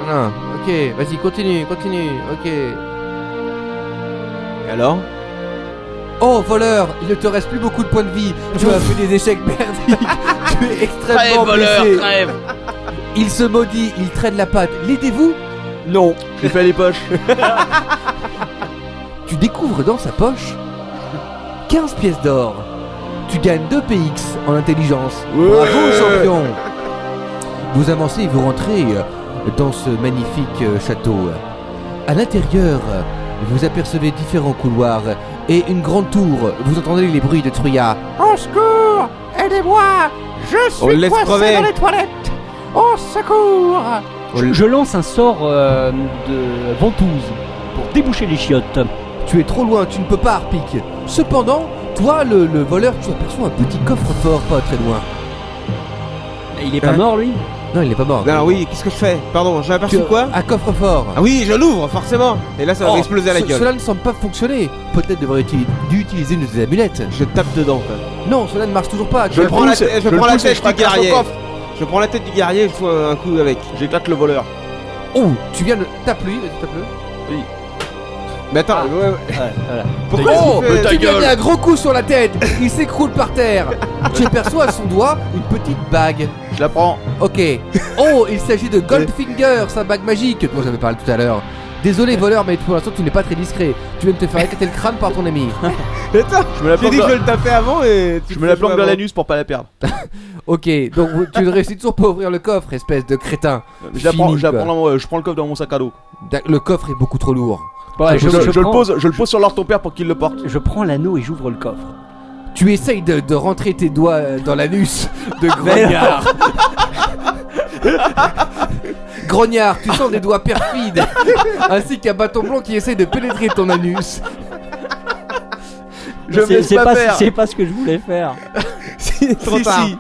Speaker 11: D'accord, non, Ok, vas-y, continue, continue. Ok.
Speaker 8: Et alors
Speaker 11: Oh, voleur, il ne te reste plus beaucoup de points de vie. Tu as fait des échecs merdiques. tu es extrêmement
Speaker 13: Crève, voleur,
Speaker 11: blessé.
Speaker 13: crève.
Speaker 11: Ah, Il se maudit, il traîne la patte. L'aidez-vous Non.
Speaker 5: Il fait les <laughs> poches.
Speaker 11: tu découvres dans sa poche 15 pièces d'or. Tu gagnes 2 PX en intelligence. Bravo, champion Vous avancez et vous rentrez euh, dans ce magnifique euh, château. À l'intérieur, vous apercevez différents couloirs et une grande tour. Vous entendez les bruits de Truya.
Speaker 14: Au secours Aidez-moi Je
Speaker 11: On le
Speaker 14: suis
Speaker 11: laisse
Speaker 14: coincé
Speaker 11: crever.
Speaker 14: dans les toilettes Au secours
Speaker 5: Oh
Speaker 7: Je, je lance un sort euh, de ventouse pour déboucher les chiottes.
Speaker 11: Tu es trop loin, tu ne peux pas, Arpic. Cependant, toi, le, le voleur, tu aperçois un petit coffre-fort pas très loin.
Speaker 7: Il est pas
Speaker 11: Hein
Speaker 7: mort lui
Speaker 11: Non, il n'est pas mort.
Speaker 8: Alors oui, qu'est-ce que je fais Pardon, j'ai aperçu
Speaker 11: Tu-
Speaker 8: quoi
Speaker 11: Un coffre-fort.
Speaker 8: Ah oui, je l'ouvre, forcément Et là, ça va
Speaker 11: Oh,
Speaker 8: m'exploser à la
Speaker 11: ce-
Speaker 8: gueule.
Speaker 11: Cela ne semble pas fonctionner. Peut-être devrais-tu utiliser une de tes amulettes.
Speaker 8: Je tape dedans, quoi.
Speaker 11: Non, cela ne marche toujours pas.
Speaker 8: Je,
Speaker 11: Tu-
Speaker 8: prends, la,
Speaker 5: pousse,
Speaker 8: tête- je
Speaker 5: je le
Speaker 8: prends la
Speaker 5: pousse et
Speaker 8: tête
Speaker 5: je
Speaker 8: du
Speaker 5: fracasse son
Speaker 8: guerrier.
Speaker 5: coffre.
Speaker 8: Je prends la tête du guerrier, je fous un coup avec.
Speaker 5: J'éclate le voleur.
Speaker 11: Oh, tu viens de. Tape-lui, vas-y, tape-le.
Speaker 8: Mais attends, ouais, ouais.
Speaker 7: Voilà.
Speaker 8: pourquoi
Speaker 11: Oh,
Speaker 8: est-ce qu'il fait-
Speaker 5: ta
Speaker 11: tu lui as
Speaker 5: gueule.
Speaker 11: mis un gros coup sur la tête. Il s'écroule par
Speaker 8: <laughs>
Speaker 11: terre. tu aperçois à son doigt une petite bague.
Speaker 5: Je la prends.
Speaker 11: Ok. Oh, il s'agit de Goldfinger, sa bague magique dont j'avais parlé tout à l'heure. Désolé voleur, mais pour l'instant tu n'es pas très discret. Tu viens de te faire éclater le crâne par ton ami.
Speaker 8: Attends,
Speaker 5: Je me la
Speaker 8: j'ai
Speaker 5: planque,
Speaker 8: dit que je
Speaker 5: dans...
Speaker 8: le tapais avant et tu
Speaker 5: je
Speaker 8: le
Speaker 5: me la
Speaker 8: fais
Speaker 5: planque
Speaker 8: jouer
Speaker 5: dans
Speaker 8: avant.
Speaker 5: l'anus pour pas la perdre.
Speaker 11: Ok, donc tu ne réussis toujours pas à ouvrir le coffre, espèce de crétin.
Speaker 5: Je, la prends-
Speaker 11: Fini,
Speaker 5: je la
Speaker 11: quoi.
Speaker 5: prends dans mon- je prends le coffre dans mon sac à dos.
Speaker 11: D'ac- Le coffre est beaucoup trop lourd.
Speaker 7: Voilà,
Speaker 5: je, je le
Speaker 7: Ah, prends-
Speaker 5: pose, je le pose sur l'or de ton père pour qu'il le porte.
Speaker 7: je prends l'anneau et j'ouvre le coffre.
Speaker 5: <laughs>
Speaker 11: Tu essayes de, de rentrer tes doigts euh, dans l'anus de Grognard. Grognard, tu sens des
Speaker 8: <laughs>
Speaker 11: doigts perfides, ainsi qu'un bâton blanc qui essaye de pénétrer ton anus.
Speaker 5: Je me
Speaker 7: C'est
Speaker 5: laisse
Speaker 7: c'est
Speaker 5: pas
Speaker 7: pas,
Speaker 5: faire.
Speaker 7: c'est pas ce que je voulais faire.
Speaker 8: Si, trop
Speaker 11: Si,
Speaker 8: tard.
Speaker 11: si.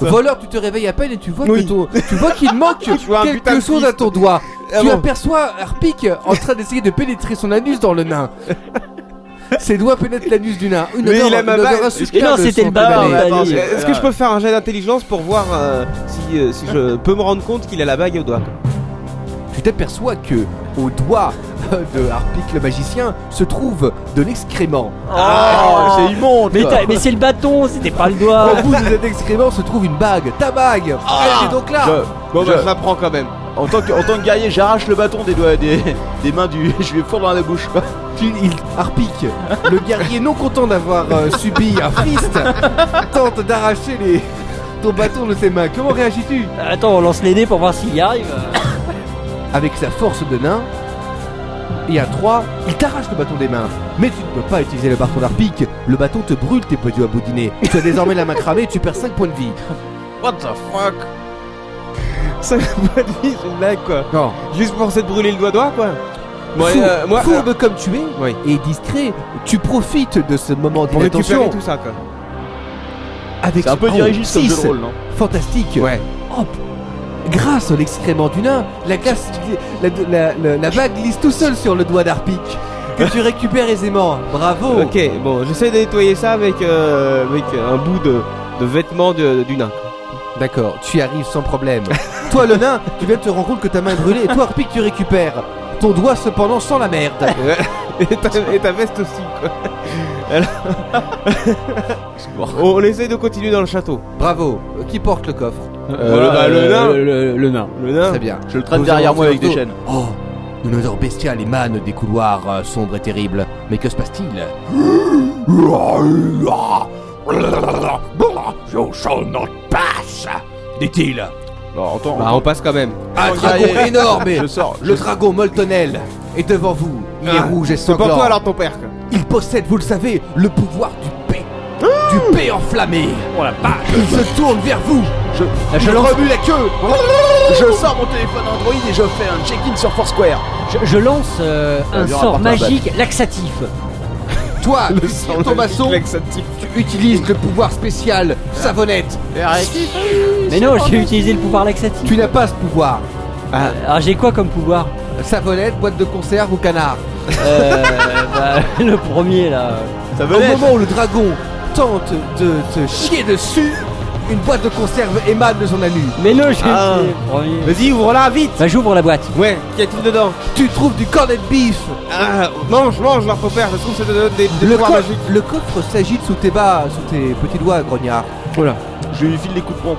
Speaker 11: Voleur, tu te réveilles à peine et tu vois que
Speaker 8: Oui.
Speaker 11: ton- tu vois qu'il manque
Speaker 8: <laughs> vois un putain
Speaker 11: quelque
Speaker 8: de
Speaker 11: chose à
Speaker 8: fist.
Speaker 11: ton doigt.
Speaker 8: Ah
Speaker 11: tu
Speaker 8: bon
Speaker 11: aperçois Harpic en train d'essayer de pénétrer son anus dans le nain. Ses doigts pénètrent l'anus du nain. Une
Speaker 8: Mais
Speaker 11: odeur,
Speaker 8: il a ma
Speaker 11: une odeur
Speaker 8: balle.
Speaker 11: insoutenable
Speaker 7: Non, c'était
Speaker 11: sent
Speaker 7: le bâton,
Speaker 11: émaner.
Speaker 7: ouais.
Speaker 5: attends,
Speaker 7: Dani.
Speaker 5: c'est-
Speaker 8: Est-ce que je peux faire un jet d'intelligence pour voir euh, si, euh, si je peux me rendre compte qu'il a la bague au doigt
Speaker 11: Tu t'aperçois que au doigt de Harpic le magicien se trouve de l'excrément.
Speaker 5: Ah, c'est immonde.
Speaker 7: Mais,
Speaker 5: quoi.
Speaker 7: t'as- mais c'est le bâton, c'était pas le
Speaker 5: <laughs>
Speaker 7: doigt.
Speaker 11: Au bout de cet excrément se trouve une bague. Ta bague Elle est donc là
Speaker 5: Je-
Speaker 8: Bon, bah,
Speaker 5: Je-
Speaker 8: je la prends quand même.
Speaker 5: en, tant que, en tant que guerrier, j'arrache le bâton des doigts des, des mains du. <laughs> Je lui fourre dans la bouche. quoi.
Speaker 11: Tu- il- Harpic, le guerrier non content d'avoir euh, subi un fist, tente d'arracher les... ton bâton de ses mains. Comment réagis-tu
Speaker 7: Attends, on lance les dés pour voir s'il y arrive.
Speaker 11: Avec sa force de nain, et à 3, il t'arrache le bâton des mains. Mais tu ne peux pas utiliser le bâton d'Arpic. Le bâton te brûle tes poignets à boudiner. Tu as désormais la main cramée et tu perds 5 points de vie.
Speaker 5: What the fuck
Speaker 8: Ça va de vie, c'est une blague quoi.
Speaker 11: Non.
Speaker 8: Juste pour cette brûler le doigt doigt quoi. Bon,
Speaker 11: Fourbe,
Speaker 8: euh, moi,
Speaker 11: fourbe comme tu es
Speaker 8: Oui.
Speaker 11: et discret, tu profites de ce moment
Speaker 8: pour récupérer
Speaker 11: d'inattention
Speaker 8: tout ça quoi.
Speaker 11: avec
Speaker 5: C'est un peu
Speaker 11: oh,
Speaker 5: dirigiste comme
Speaker 11: six.
Speaker 5: jeu de rôle, non
Speaker 11: Fantastique.
Speaker 8: Ouais.
Speaker 11: Hop. Grâce à l'excrément du nain, la, glace, la, la- la- la vague glisse tout seul sur le doigt d'Arpic que tu récupères aisément. Bravo.
Speaker 8: Ok, bon, j'essaie de nettoyer ça avec, euh, avec un bout de, de vêtement de- du nain.
Speaker 11: D'accord, tu y arrives sans problème. <laughs> Toi le nain, tu viens de te rendre compte que ta main est brûlée et toi Arpic tu récupères. Ton doigt cependant sent la merde.
Speaker 8: Et ta, <laughs> et ta veste aussi <laughs> quoi. Alors... on, on essaie de continuer dans le château.
Speaker 11: Bravo. Qui porte le coffre
Speaker 5: Euh,
Speaker 8: Voilà, bah, le nain.
Speaker 7: le- le nain.
Speaker 8: Le nain.
Speaker 11: Très bien.
Speaker 5: Hein Je le traîne
Speaker 11: Vous
Speaker 5: derrière moi
Speaker 11: avancez
Speaker 5: avec des
Speaker 11: autour.
Speaker 5: chaînes.
Speaker 11: Oh, une odeur bestiale émane des couloirs euh, sombres et terribles. Mais que se passe-t-il
Speaker 2: You shall not pass, dit-il.
Speaker 5: Alors, attends,
Speaker 8: Bah, on passe quand même.
Speaker 11: Un
Speaker 5: Oh,
Speaker 11: dragon
Speaker 5: guerrier.
Speaker 11: énorme
Speaker 5: je sors.
Speaker 11: Le dragon Moltonel est devant vous. Il est
Speaker 8: Ah,
Speaker 11: rouge et
Speaker 8: C'est pour
Speaker 11: sanglant.
Speaker 8: toi alors ton père quoi.
Speaker 11: Il possède, vous le savez, le pouvoir du paix. Du paix enflammé.
Speaker 7: Oh la vache.
Speaker 11: Il se tourne vers vous.
Speaker 5: Je, je remue la queue. Je sors mon téléphone Android et je fais un check-in sur Foursquare.
Speaker 7: Je, je lance euh,
Speaker 5: Ça
Speaker 7: un
Speaker 5: dure un
Speaker 7: sort
Speaker 5: partage.
Speaker 7: magique laxatif.
Speaker 11: Toi, tu tires ton maçon, tu utilises le pouvoir spécial, savonnette.
Speaker 7: Mais non, j'ai utilisé le pouvoir laxatif.
Speaker 11: Tu n'as pas ce pouvoir.
Speaker 7: Alors j'ai quoi comme pouvoir
Speaker 11: Savonnette, boîte de conserve ou canard.
Speaker 7: euh, bah, <laughs> Le premier là.
Speaker 5: Ça
Speaker 11: Au
Speaker 5: veut dire.
Speaker 11: moment où le dragon tente de te chier dessus, Une boîte de conserve émane de son alu.
Speaker 7: Mais non,
Speaker 11: Ah.
Speaker 6: Vas-y, ouvre-la vite.
Speaker 7: Bah, j'ouvre la boîte.
Speaker 6: Ouais, qu'y a-t-il dedans
Speaker 11: Tu trouves du cornet de beef.
Speaker 6: Ah, mange, mange, leur père, ça se trouve, ça te donne des, des
Speaker 11: Le,
Speaker 6: pouvoirs
Speaker 11: co-
Speaker 6: magiques.
Speaker 11: le coffre s'agite sous tes bas, sous tes petits doigts, grognard.
Speaker 6: Voilà.
Speaker 5: Je lui file les coups de pompe.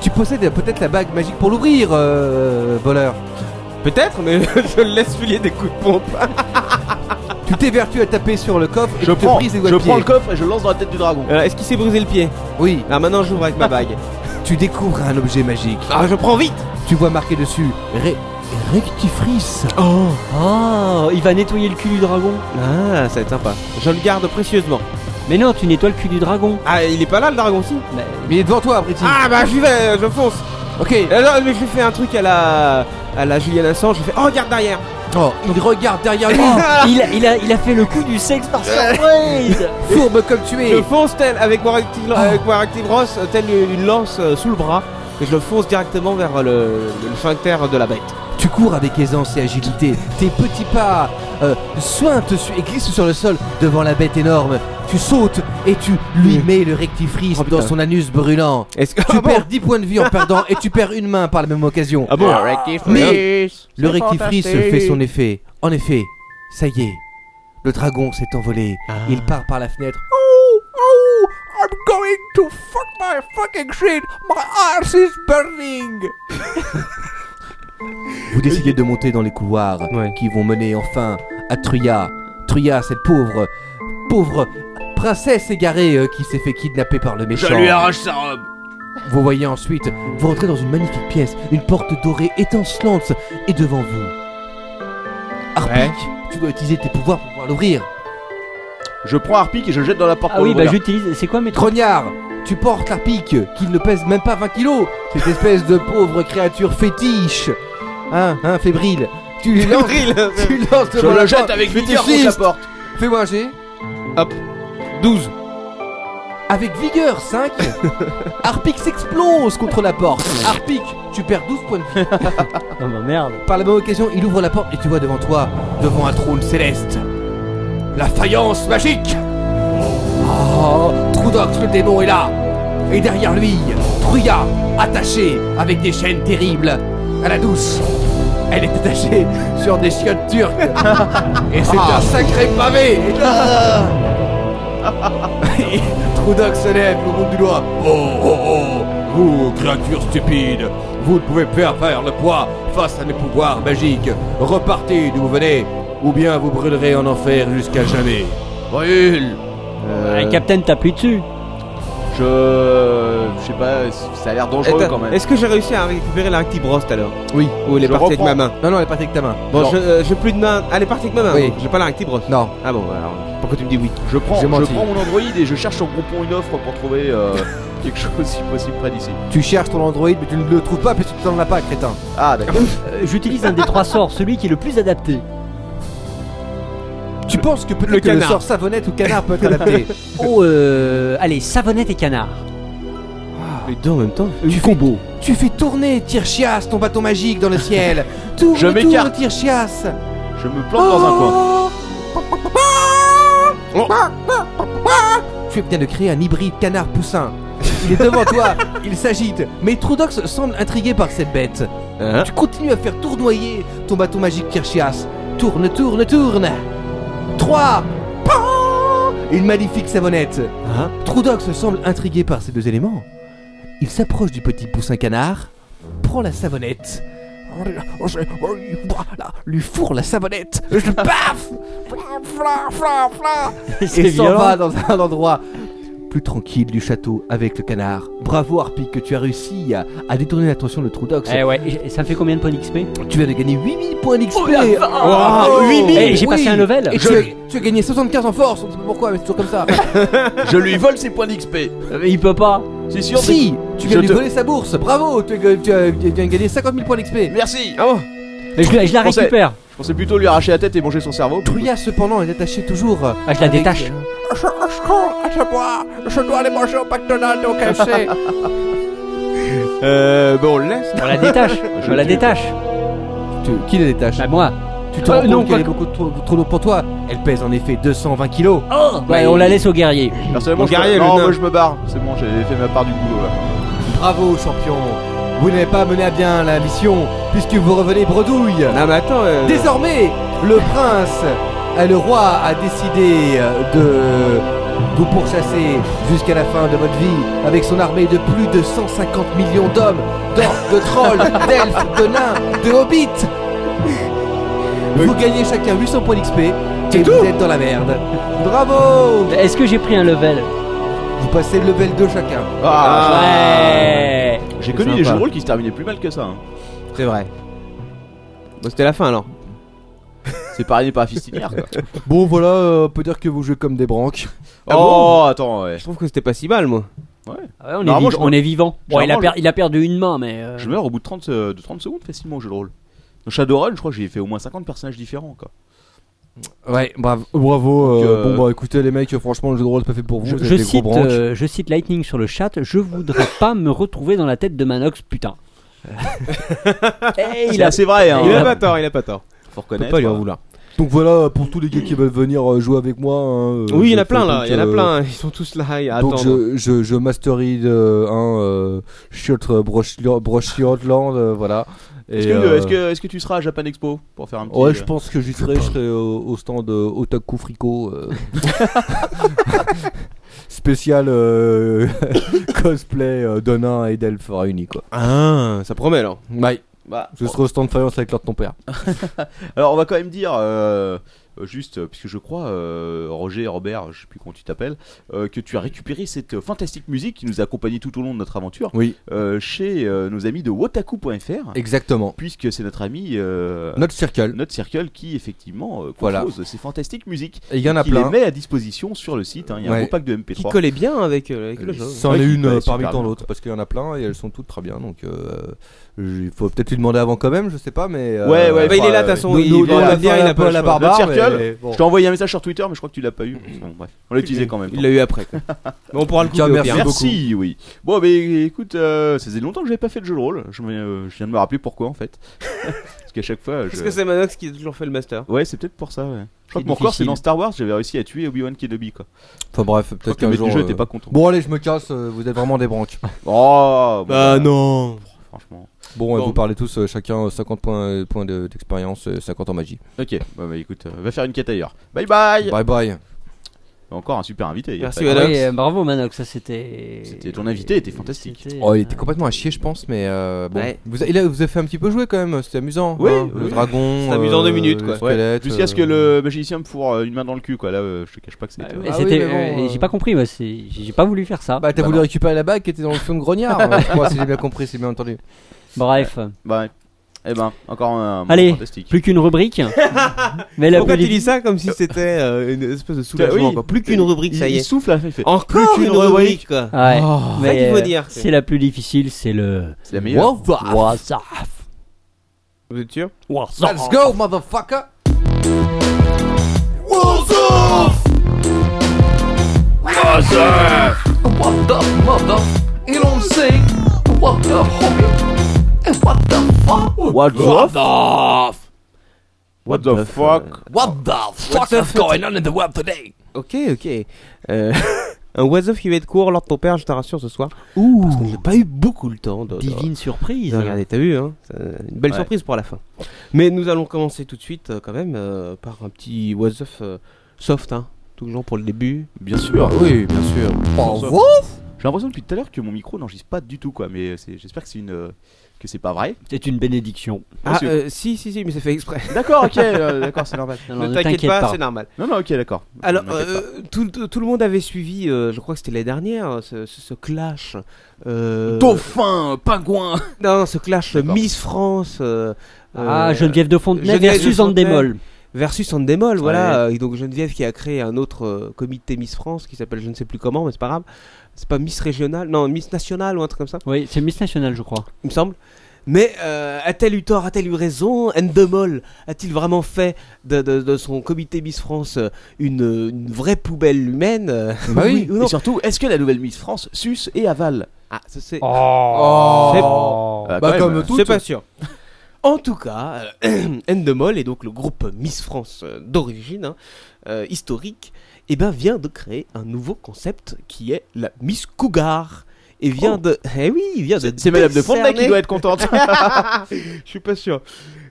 Speaker 11: Tu possèdes peut-être la bague magique pour l'ouvrir, euh, voleur.
Speaker 6: Peut-être, mais <laughs> je le laisse filer des coups de pompe. <laughs>
Speaker 11: Tu t'évertues à taper sur le coffre et
Speaker 5: Je
Speaker 11: tu te
Speaker 5: prends,
Speaker 11: brises les doigts
Speaker 5: je
Speaker 11: de pied.
Speaker 5: prends le coffre et je le lance dans la tête du dragon.
Speaker 6: Alors, Euh, est-ce qu'il s'est brisé le pied
Speaker 11: Oui,
Speaker 6: Ah, maintenant j'ouvre avec ma bague.
Speaker 11: <laughs> tu découvres un objet magique.
Speaker 6: Ah, je prends vite
Speaker 11: Tu vois marqué dessus Ré- rectifrice.
Speaker 6: Oh
Speaker 7: Oh, il va nettoyer le cul du dragon.
Speaker 6: Ah, ça va être sympa. Je le garde précieusement.
Speaker 7: Mais non, tu nettoies le cul du dragon.
Speaker 6: Ah, il est pas là le dragon aussi
Speaker 7: Bah,
Speaker 11: Mais il est devant toi, Briti.
Speaker 6: Ah, bah j'y vais, je fonce
Speaker 11: Ok.
Speaker 6: Alors, mais j'ai fait un truc à la. à la Julian Assange, j'ai fait. Oh, regarde derrière
Speaker 11: Oh, il regarde derrière lui.
Speaker 7: oh, il, a, il, a, il a fait le coup du sexe par
Speaker 11: <laughs>
Speaker 7: surprise.
Speaker 11: Fourbe comme tu
Speaker 6: Je
Speaker 11: es.
Speaker 6: fonce tel, avec mon Active, avec mon Active Ross, euh, tel une une lance euh, sous le bras, et je le fonce directement vers euh, le, le, le sphincter de la bête.
Speaker 11: Tu cours avec aisance et agilité. Tes petits pas euh, suintent su- et glissent sur le sol devant la bête énorme. Tu sautes et tu lui
Speaker 6: Oui.
Speaker 11: mets le rectifrice
Speaker 6: Oh, putain.
Speaker 11: dans son anus brûlant.
Speaker 6: Est-ce que.
Speaker 11: Tu perds 10 points de vie en perdant et tu perds une main par la même occasion.
Speaker 6: Ah bon
Speaker 11: Mais le rectifrice fait son effet. En effet, ça y est, le dragon s'est envolé. Il part par la fenêtre. Oh, oh, I'm going to fuck my fucking shit. My ass is burning. Vous décidez de monter dans les couloirs
Speaker 6: Ouais.
Speaker 11: qui vont mener enfin à Truya. Truya, cette pauvre, pauvre princesse égarée euh, qui s'est fait kidnapper par le méchant.
Speaker 15: sa robe.
Speaker 11: Vous voyez ensuite, vous rentrez dans une magnifique pièce, une porte dorée étincelante est devant vous. Harpic,
Speaker 6: Ouais.
Speaker 11: tu dois utiliser tes pouvoirs pour pouvoir l'ouvrir.
Speaker 5: Je prends Harpic et je le jette dans la porte.
Speaker 7: Ah
Speaker 5: pour
Speaker 7: oui, bah
Speaker 5: l'ouvrir.
Speaker 7: j'utilise. C'est quoi mes trucs
Speaker 11: Grognard, tu portes l'Harpic, qui ne pèse même pas 20 kilos, cette espèce de pauvre créature fétiche, hein, hein, fébrile. Tu lui lances, tu lances
Speaker 5: Je
Speaker 11: devant la
Speaker 5: le jette
Speaker 11: porte.
Speaker 5: avec
Speaker 11: Mais t'es
Speaker 5: vigueur contre la
Speaker 11: juste.
Speaker 5: porte.
Speaker 11: Fais-moi un G.
Speaker 6: 12
Speaker 11: Avec vigueur <laughs> 5, Harpic s'explose contre la porte. Harpic, tu perds 12 points de vie.
Speaker 7: Oh bah merde.
Speaker 11: Par la même occasion, il ouvre la porte et tu vois devant toi, devant un trône céleste, la faïence magique. Oh, Trudox le démon est là. Et derrière lui, Truya, attachée avec des chaînes terribles à la douce. Elle est attachée sur des chiottes turques. <laughs> et c'est un sacré pavé. Et Trudox se lève, le monde du doigt. Oh, oh, oh, vous, créatures stupides, vous ne pouvez pas faire le poids face à mes pouvoirs magiques. Repartez d'où vous venez, ou bien vous brûlerez en enfer jusqu'à jamais. Brûle
Speaker 7: Euh, Captain, t'appuies dessus.
Speaker 5: Je. Je sais pas, ça a l'air dangereux
Speaker 6: Attends,
Speaker 5: quand même.
Speaker 6: Est-ce que j'ai réussi à récupérer la Actibros tout à l'heure
Speaker 11: Oui.
Speaker 6: Ou elle est
Speaker 5: Je
Speaker 6: partie avec
Speaker 5: reprends.
Speaker 6: ma main
Speaker 11: Non, non, elle est partie avec ta main.
Speaker 6: Bon,
Speaker 5: Non.
Speaker 6: je- euh, j'ai plus de main. Elle est partie avec ma main.
Speaker 11: Oui.
Speaker 6: donc J'ai pas la Actibros.
Speaker 11: Non.
Speaker 6: Ah bon, alors pourquoi tu me dis oui
Speaker 5: Je prends,
Speaker 11: J'ai
Speaker 5: je
Speaker 11: menti.
Speaker 5: prends mon Android et je cherche sur Groupon une offre pour trouver euh, <laughs> quelque chose si possible près d'ici.
Speaker 11: Tu cherches ton Android, mais tu ne le trouves pas puisque tu t'en as pas, crétin.
Speaker 5: Ah d'accord.
Speaker 7: Euh, J'utilise un des
Speaker 11: <laughs>
Speaker 7: trois sorts, celui qui est le plus adapté.
Speaker 11: Tu penses que peut-être
Speaker 6: le
Speaker 11: que le
Speaker 6: canard.
Speaker 11: sort savonnette ou canard peut être adapté
Speaker 7: Oh, euh, allez, savonnette et canard. <laughs>
Speaker 6: Les deux en même temps
Speaker 11: Tu combo. Tu fais tourner, tire chiasse, ton bâton magique dans le ciel. Tourne,
Speaker 5: Je
Speaker 11: tourne,
Speaker 5: m'écarte.
Speaker 11: tire chiasse.
Speaker 5: Je me plante dans un coin.
Speaker 11: Tu viens de créer un hybride canard poussin. Il est devant toi, il s'agite, mais Trudox semble intrigué par cette bête.
Speaker 6: Hein
Speaker 11: Tu continues à faire tournoyer ton bâton magique Kirchias. Tourne, tourne, tourne. 3 Une magnifique savonnette.
Speaker 6: Hein
Speaker 11: Trudox semble intrigué par ces deux éléments. Il s'approche du petit poussin canard, prend la savonnette, lui fourre la savonnette,
Speaker 6: <laughs>
Speaker 11: je paf et
Speaker 7: C'est
Speaker 11: s'en
Speaker 7: violent.
Speaker 11: va dans un endroit plus tranquille du château avec le canard. Bravo Harpy que tu as réussi à, à détourner l'attention de Trudox.
Speaker 7: Eh ouais, et ça me fait combien de points d'XP
Speaker 11: Tu viens de gagner 8000 points d'XP.
Speaker 5: Ah,
Speaker 7: Oh, 8000. Eh, j'ai
Speaker 11: Oui.
Speaker 7: passé un level.
Speaker 11: <laughs> Et tu, as, tu as gagné 75 en force, on ne sait pas pourquoi, mais c'est toujours comme ça.
Speaker 5: oh. Je lui vole ses points d'XP.
Speaker 7: Euh, Il peut pas.
Speaker 5: C'est sûr
Speaker 11: si, tu
Speaker 5: Je
Speaker 11: viens de lui
Speaker 5: te-
Speaker 11: voler sa bourse, bravo, tu, as ga- tu as- tu viens de gagner 50 000 points d'XP.
Speaker 5: Merci.
Speaker 7: Mais je, la- je la
Speaker 5: Français.
Speaker 7: récupère.
Speaker 5: Je pensais plutôt lui arracher la tête et manger son cerveau.
Speaker 11: Truya cependant est attaché toujours. euh,
Speaker 7: Ah, je la détache.
Speaker 11: Je, dois, aller manger au McDonald's au cachet.
Speaker 6: Euh. Bon, on le laisse.
Speaker 7: On la détache. Je la détache.
Speaker 11: qui les détache
Speaker 7: Bah moi.
Speaker 8: Tu te
Speaker 7: Euh,
Speaker 8: rends compte
Speaker 7: non,
Speaker 8: qu'elle
Speaker 7: pas-
Speaker 8: est beaucoup trop, trop lourde pour toi. Elle pèse en effet 220 kilos.
Speaker 7: Oh Ouais, on la laisse au guerrier.
Speaker 5: Personnellement,
Speaker 8: Mon
Speaker 5: je, me-
Speaker 8: guerrier, le
Speaker 5: non,
Speaker 8: nain.
Speaker 5: moi, je me barre. C'est bon, j'ai fait ma part du boulot là.
Speaker 8: Bravo, champion. Vous n'avez pas mené à bien la mission puisque vous revenez bredouille.
Speaker 6: Non mais attends. euh,
Speaker 8: Désormais, le prince, euh, le roi a décidé euh, de vous pourchasser jusqu'à la fin de votre vie avec son armée de plus de 150 millions d'hommes, d'orques, de trolls, <laughs> d'elfes, de nains, de hobbits. Vous gagnez chacun 800 points d'XP et vous êtes dans la merde. Bravo
Speaker 7: Est-ce que j'ai pris un level
Speaker 8: Vous passez le level 2 chacun.
Speaker 7: Ouais.
Speaker 5: Ah, J'ai
Speaker 6: C'est
Speaker 5: connu des
Speaker 6: sympa.
Speaker 5: jeux de rôle qui se terminaient plus mal que ça. hein.
Speaker 6: C'est vrai. Bon, c'était la fin alors.
Speaker 5: C'est parrainé par la fistinière quoi.
Speaker 8: Bon voilà, euh, on peut dire que vous jouez comme des branques.
Speaker 5: Ah oh, attends, ouais.
Speaker 6: Je trouve que c'était pas si mal moi.
Speaker 5: Ouais.
Speaker 7: Ah ouais, on, est
Speaker 5: Normalement,
Speaker 7: vivant,
Speaker 5: je-
Speaker 7: on est vivant. Bon, il a,
Speaker 5: Normalement,
Speaker 7: per- il a perdu une main, mais. euh,
Speaker 5: Je meurs au bout de 30, euh, de 30 secondes facilement au jeu de rôle. Dans Shadowrun, je crois que j'ai fait au moins 50 personnages différents quoi.
Speaker 8: Ouais, bravo. Bravo.
Speaker 5: Donc,
Speaker 8: euh,
Speaker 5: euh,
Speaker 8: Bon bah écoutez les mecs, franchement le jeu de rôle c'est pas fait pour vous.
Speaker 7: Je,
Speaker 8: vous êtes
Speaker 7: je
Speaker 8: des gros
Speaker 7: cite,
Speaker 8: branques.
Speaker 7: euh, je cite Lightning sur le chat. Je voudrais pas me retrouver dans la tête de Manox, putain. Eh, il
Speaker 5: C'est
Speaker 7: a-
Speaker 5: assez vrai, hein.
Speaker 6: Il a pas tort, il a pas tort.
Speaker 5: Faut
Speaker 6: On peut
Speaker 5: reconnaître.
Speaker 6: pas lui en
Speaker 5: hein.
Speaker 6: vouloir.
Speaker 8: Donc voilà, pour tous les gars qui veulent venir euh, jouer avec moi. hein, euh,
Speaker 6: Oui, il y en
Speaker 8: je
Speaker 6: a plein
Speaker 8: fais
Speaker 6: là,
Speaker 8: donc,
Speaker 6: il y en a
Speaker 8: euh,
Speaker 6: plein, ils sont tous là et à
Speaker 8: Donc
Speaker 6: attendre.
Speaker 8: je, je, je masterise euh, un euh, shirt euh, broche- Brochiotland, euh, voilà. Et,
Speaker 5: Est-ce que,
Speaker 8: euh,
Speaker 5: est-ce que, est-ce que tu seras à Japan Expo pour faire un petit. euh,
Speaker 8: Ouais, je pense que j'y serai, je serai au, au stand euh, Otaku Frico.
Speaker 6: <laughs>
Speaker 8: euh, <laughs> Spécial euh, <laughs> cosplay euh, de nains et d'elfes réunis quoi.
Speaker 6: Ah, ça promet alors.
Speaker 8: Ouais,
Speaker 5: Bah,
Speaker 8: je serai au stand faïence avec l'autre de ton père.
Speaker 5: Alors on va quand même dire euh, euh, juste euh, puisque je crois euh, Roger Robert, je sais plus comment tu t'appelles, euh, que tu as récupéré cette euh, fantastique musique qui nous a accompagnés tout au long de notre aventure
Speaker 8: Oui,
Speaker 5: euh, chez euh, nos amis de wotaku.fr
Speaker 8: exactement.
Speaker 5: puisque c'est notre ami euh,
Speaker 8: Notre circle,
Speaker 5: notre circle qui effectivement euh, compose
Speaker 8: Voilà.
Speaker 5: ces fantastiques musiques
Speaker 8: et il y en a
Speaker 5: qui les
Speaker 8: plein.
Speaker 5: met à disposition sur le site. hein. Il y a
Speaker 8: Ouais.
Speaker 5: un gros pack de
Speaker 6: Qui
Speaker 5: MP3.
Speaker 6: collait bien avec, euh, avec le jeu.
Speaker 8: C'en
Speaker 5: Ouais,
Speaker 8: est
Speaker 5: qui
Speaker 8: une
Speaker 5: paraît
Speaker 8: euh, parmi
Speaker 5: super
Speaker 8: tant
Speaker 5: bien,
Speaker 8: d'autres parce qu'il y en a plein et elles sont toutes très bien donc euh, il
Speaker 5: Ah,
Speaker 8: faut peut-être lui demander avant quand même je sais pas mais euh,
Speaker 5: Ouais, ouais,
Speaker 6: Bah, il est là, de
Speaker 5: euh,
Speaker 6: toute façon,
Speaker 8: nous-
Speaker 6: il
Speaker 8: nous,
Speaker 6: il
Speaker 8: on
Speaker 6: va
Speaker 8: l'a
Speaker 6: bien,
Speaker 8: fait
Speaker 6: il
Speaker 8: un
Speaker 6: a
Speaker 8: peu
Speaker 6: pas
Speaker 8: à la
Speaker 6: le choix.
Speaker 8: barbe.
Speaker 5: Notre
Speaker 8: barbare,
Speaker 5: circle,
Speaker 8: mais bon.
Speaker 5: je t'ai envoyé un message sur Twitter, mais je crois que tu l'as pas eu. Bon, bref, on l'a utilisé quand même.
Speaker 6: Il l'a eu après. quoi. Mais on pourra le
Speaker 8: Tiens,
Speaker 6: couper au
Speaker 8: merci
Speaker 6: pire.
Speaker 5: Merci, oui. Bon, mais écoute, euh, ça faisait longtemps que j'avais pas fait de jeu de rôle. Je, me- euh, je viens de me rappeler pourquoi en fait. <laughs> Parce qu'à chaque fois, je.
Speaker 6: Est-ce que c'est Manox qui a toujours fait le master
Speaker 5: Ouais, c'est peut-être pour ça. ouais. Je crois
Speaker 7: C'est
Speaker 5: que mon record, c'est
Speaker 7: difficile.
Speaker 5: dans Star Wars, j'avais réussi à tuer Obi-Wan Kenobi quoi.
Speaker 8: enfin bref
Speaker 5: Je
Speaker 8: peut-être
Speaker 5: crois que le
Speaker 8: qu'un
Speaker 5: maître
Speaker 8: jour
Speaker 5: du jeu
Speaker 8: euh,
Speaker 5: était pas content.
Speaker 8: bon allez je me casse euh, vous êtes vraiment des branques
Speaker 5: <laughs> Oh, bon,
Speaker 6: Bah non
Speaker 5: Franchement.
Speaker 8: bon, euh,
Speaker 6: Bon.
Speaker 8: vous parlez tous euh, chacun euh, 50 points euh, points de- d'expérience euh, 50 en magie
Speaker 5: Ok, bah, bah, écoute, euh, va faire une quête ailleurs. Bye bye.
Speaker 8: bye bye
Speaker 5: Bah, Encore un super invité. y a
Speaker 6: Merci,
Speaker 5: pas-
Speaker 6: madame.
Speaker 7: oui, euh, bravo Manox, ça c'était.
Speaker 5: C'était- ton invité était fantastique.
Speaker 7: C'était- euh,
Speaker 8: oh il était complètement à chier je pense mais euh, bon
Speaker 6: Ouais.
Speaker 8: vous, a- il a- vous avez fait un petit peu jouer quand même c'était amusant
Speaker 5: Oui,
Speaker 8: hein, le
Speaker 5: oui.
Speaker 8: dragon
Speaker 6: C'était amusant deux
Speaker 8: euh,
Speaker 6: minutes, quoi.
Speaker 8: le
Speaker 5: Ouais,
Speaker 8: squelette,
Speaker 5: Jusqu'à ce que
Speaker 8: euh,
Speaker 5: le magicien me fourre euh, une main dans le cul quoi. Là, euh, je te cache pas que c'était.
Speaker 7: Et
Speaker 8: Ah oui,
Speaker 7: c'était-
Speaker 8: mais bon,
Speaker 7: euh,
Speaker 8: euh,
Speaker 7: J'ai pas compris, moi, c'est- j'ai j'ai pas voulu faire ça.
Speaker 8: bah t'as voulu récupérer la bague qui était dans le fond de grognard hein, je crois si j'ai bien compris c'est bien entendu
Speaker 7: Bref,
Speaker 5: Bah ouais. Eh ben, encore un moment
Speaker 7: Allez.
Speaker 5: fantastique.
Speaker 7: plus
Speaker 6: <laughs>
Speaker 7: qu'une rubrique. mais la
Speaker 6: Pourquoi tu
Speaker 7: police-
Speaker 6: dis ça comme si c'était euh, une espèce de soulagement
Speaker 5: Oui.
Speaker 6: quoi. Plus qu'une rubrique, ça y
Speaker 5: Il
Speaker 6: est. Oh.
Speaker 5: souffle, là, il fait.
Speaker 6: Encore
Speaker 5: Plus qu'une rubrique.
Speaker 6: quoi.
Speaker 7: Ouais,
Speaker 6: ça qu'il faut
Speaker 7: euh,
Speaker 6: dire.
Speaker 7: C'est la plus difficile, c'est le.
Speaker 5: C'est la meilleure.
Speaker 7: Waza.
Speaker 6: Vous êtes sûr
Speaker 7: Waza.
Speaker 8: let's go motherfucker
Speaker 5: What the fuck? What the fuck?
Speaker 6: What's going on in the web today Ok, ok. Euh, <laughs> un was off qui va être court, Lord ton père, je te rassure ce soir.
Speaker 7: Ouh,
Speaker 6: Parce qu'on n'a pas eu beaucoup le temps de. de-
Speaker 7: divine surprise.
Speaker 6: de regarder, t'as vu, hein Ça- Une belle
Speaker 5: Ouais.
Speaker 6: surprise pour la fin. Mais nous allons commencer tout de suite, euh, quand même, euh, par un petit was off euh, soft, hein. Toujours pour le début.
Speaker 5: Bien sûr.
Speaker 8: oui bien sûr
Speaker 6: Oh,
Speaker 5: J'ai l'impression depuis tout à l'heure que mon micro n'enregistre pas du tout quoi, mais c'est- j'espère que c'est une euh, que c'est pas
Speaker 6: <laughs>
Speaker 5: vrai.
Speaker 7: C'est une bénédiction.
Speaker 6: Ah,
Speaker 5: Monsieur.
Speaker 6: euh, si, si, si, mais c'est fait exprès.
Speaker 5: D'accord, ok, euh, d'accord, c'est normal.
Speaker 7: Non, non,
Speaker 6: Ne t'inquiète pas, c'est normal.
Speaker 5: Non, non, ok, d'accord.
Speaker 6: Alors,
Speaker 5: M'inquiète pas.
Speaker 6: euh, tout, tout- tout le monde avait suivi, euh, je crois que c'était la dernière, ce, ce- ce clash. euh,
Speaker 5: dauphin, pingouin.
Speaker 6: <laughs> Non, non, ce clash
Speaker 5: D'accord.
Speaker 6: Miss France. euh,
Speaker 7: Ah,
Speaker 6: euh,
Speaker 7: Geneviève de Fontenay
Speaker 6: Geneviève de
Speaker 7: versus
Speaker 6: Fontenay.
Speaker 7: Andemol.
Speaker 6: Versus Andemol, voilà. euh, Et donc Geneviève qui a créé un autre euh, comité Miss France qui s'appelle je ne sais plus comment, mais c'est pas grave. C'est pas Miss Régionale, non, Miss Nationale ou un truc comme ça,
Speaker 7: Oui, c'est Miss National, je crois.
Speaker 6: il me semble. Mais euh, a-t-elle eu tort, a-t-elle eu raison Endemol a-t-il vraiment fait de, de- de son comité Miss France euh, une, une vraie poubelle humaine euh,
Speaker 8: Bah oui.
Speaker 6: <laughs> ou non
Speaker 5: Et surtout, est-ce que la nouvelle Miss France suce et avale
Speaker 6: Ah, ça, c'est.
Speaker 8: Oh.
Speaker 6: C'est-
Speaker 8: Bah
Speaker 5: Ah, quand
Speaker 6: Oh.
Speaker 5: même,
Speaker 8: comme
Speaker 5: euh,
Speaker 8: tout.
Speaker 6: C'est pas sûr. <laughs> En tout cas, euh, <clears throat> Endemol, et donc le groupe Miss France euh, d'origine, hein, euh, historique, eh ben, vient de créer un nouveau concept qui est la Miss Cougar. Et vient de. <laughs> Eh oui, il vient de.
Speaker 5: c'est Madame de Frontenac
Speaker 6: décerner-
Speaker 5: qui doit être
Speaker 6: <laughs>
Speaker 5: contente.
Speaker 6: Je suis pas sûr.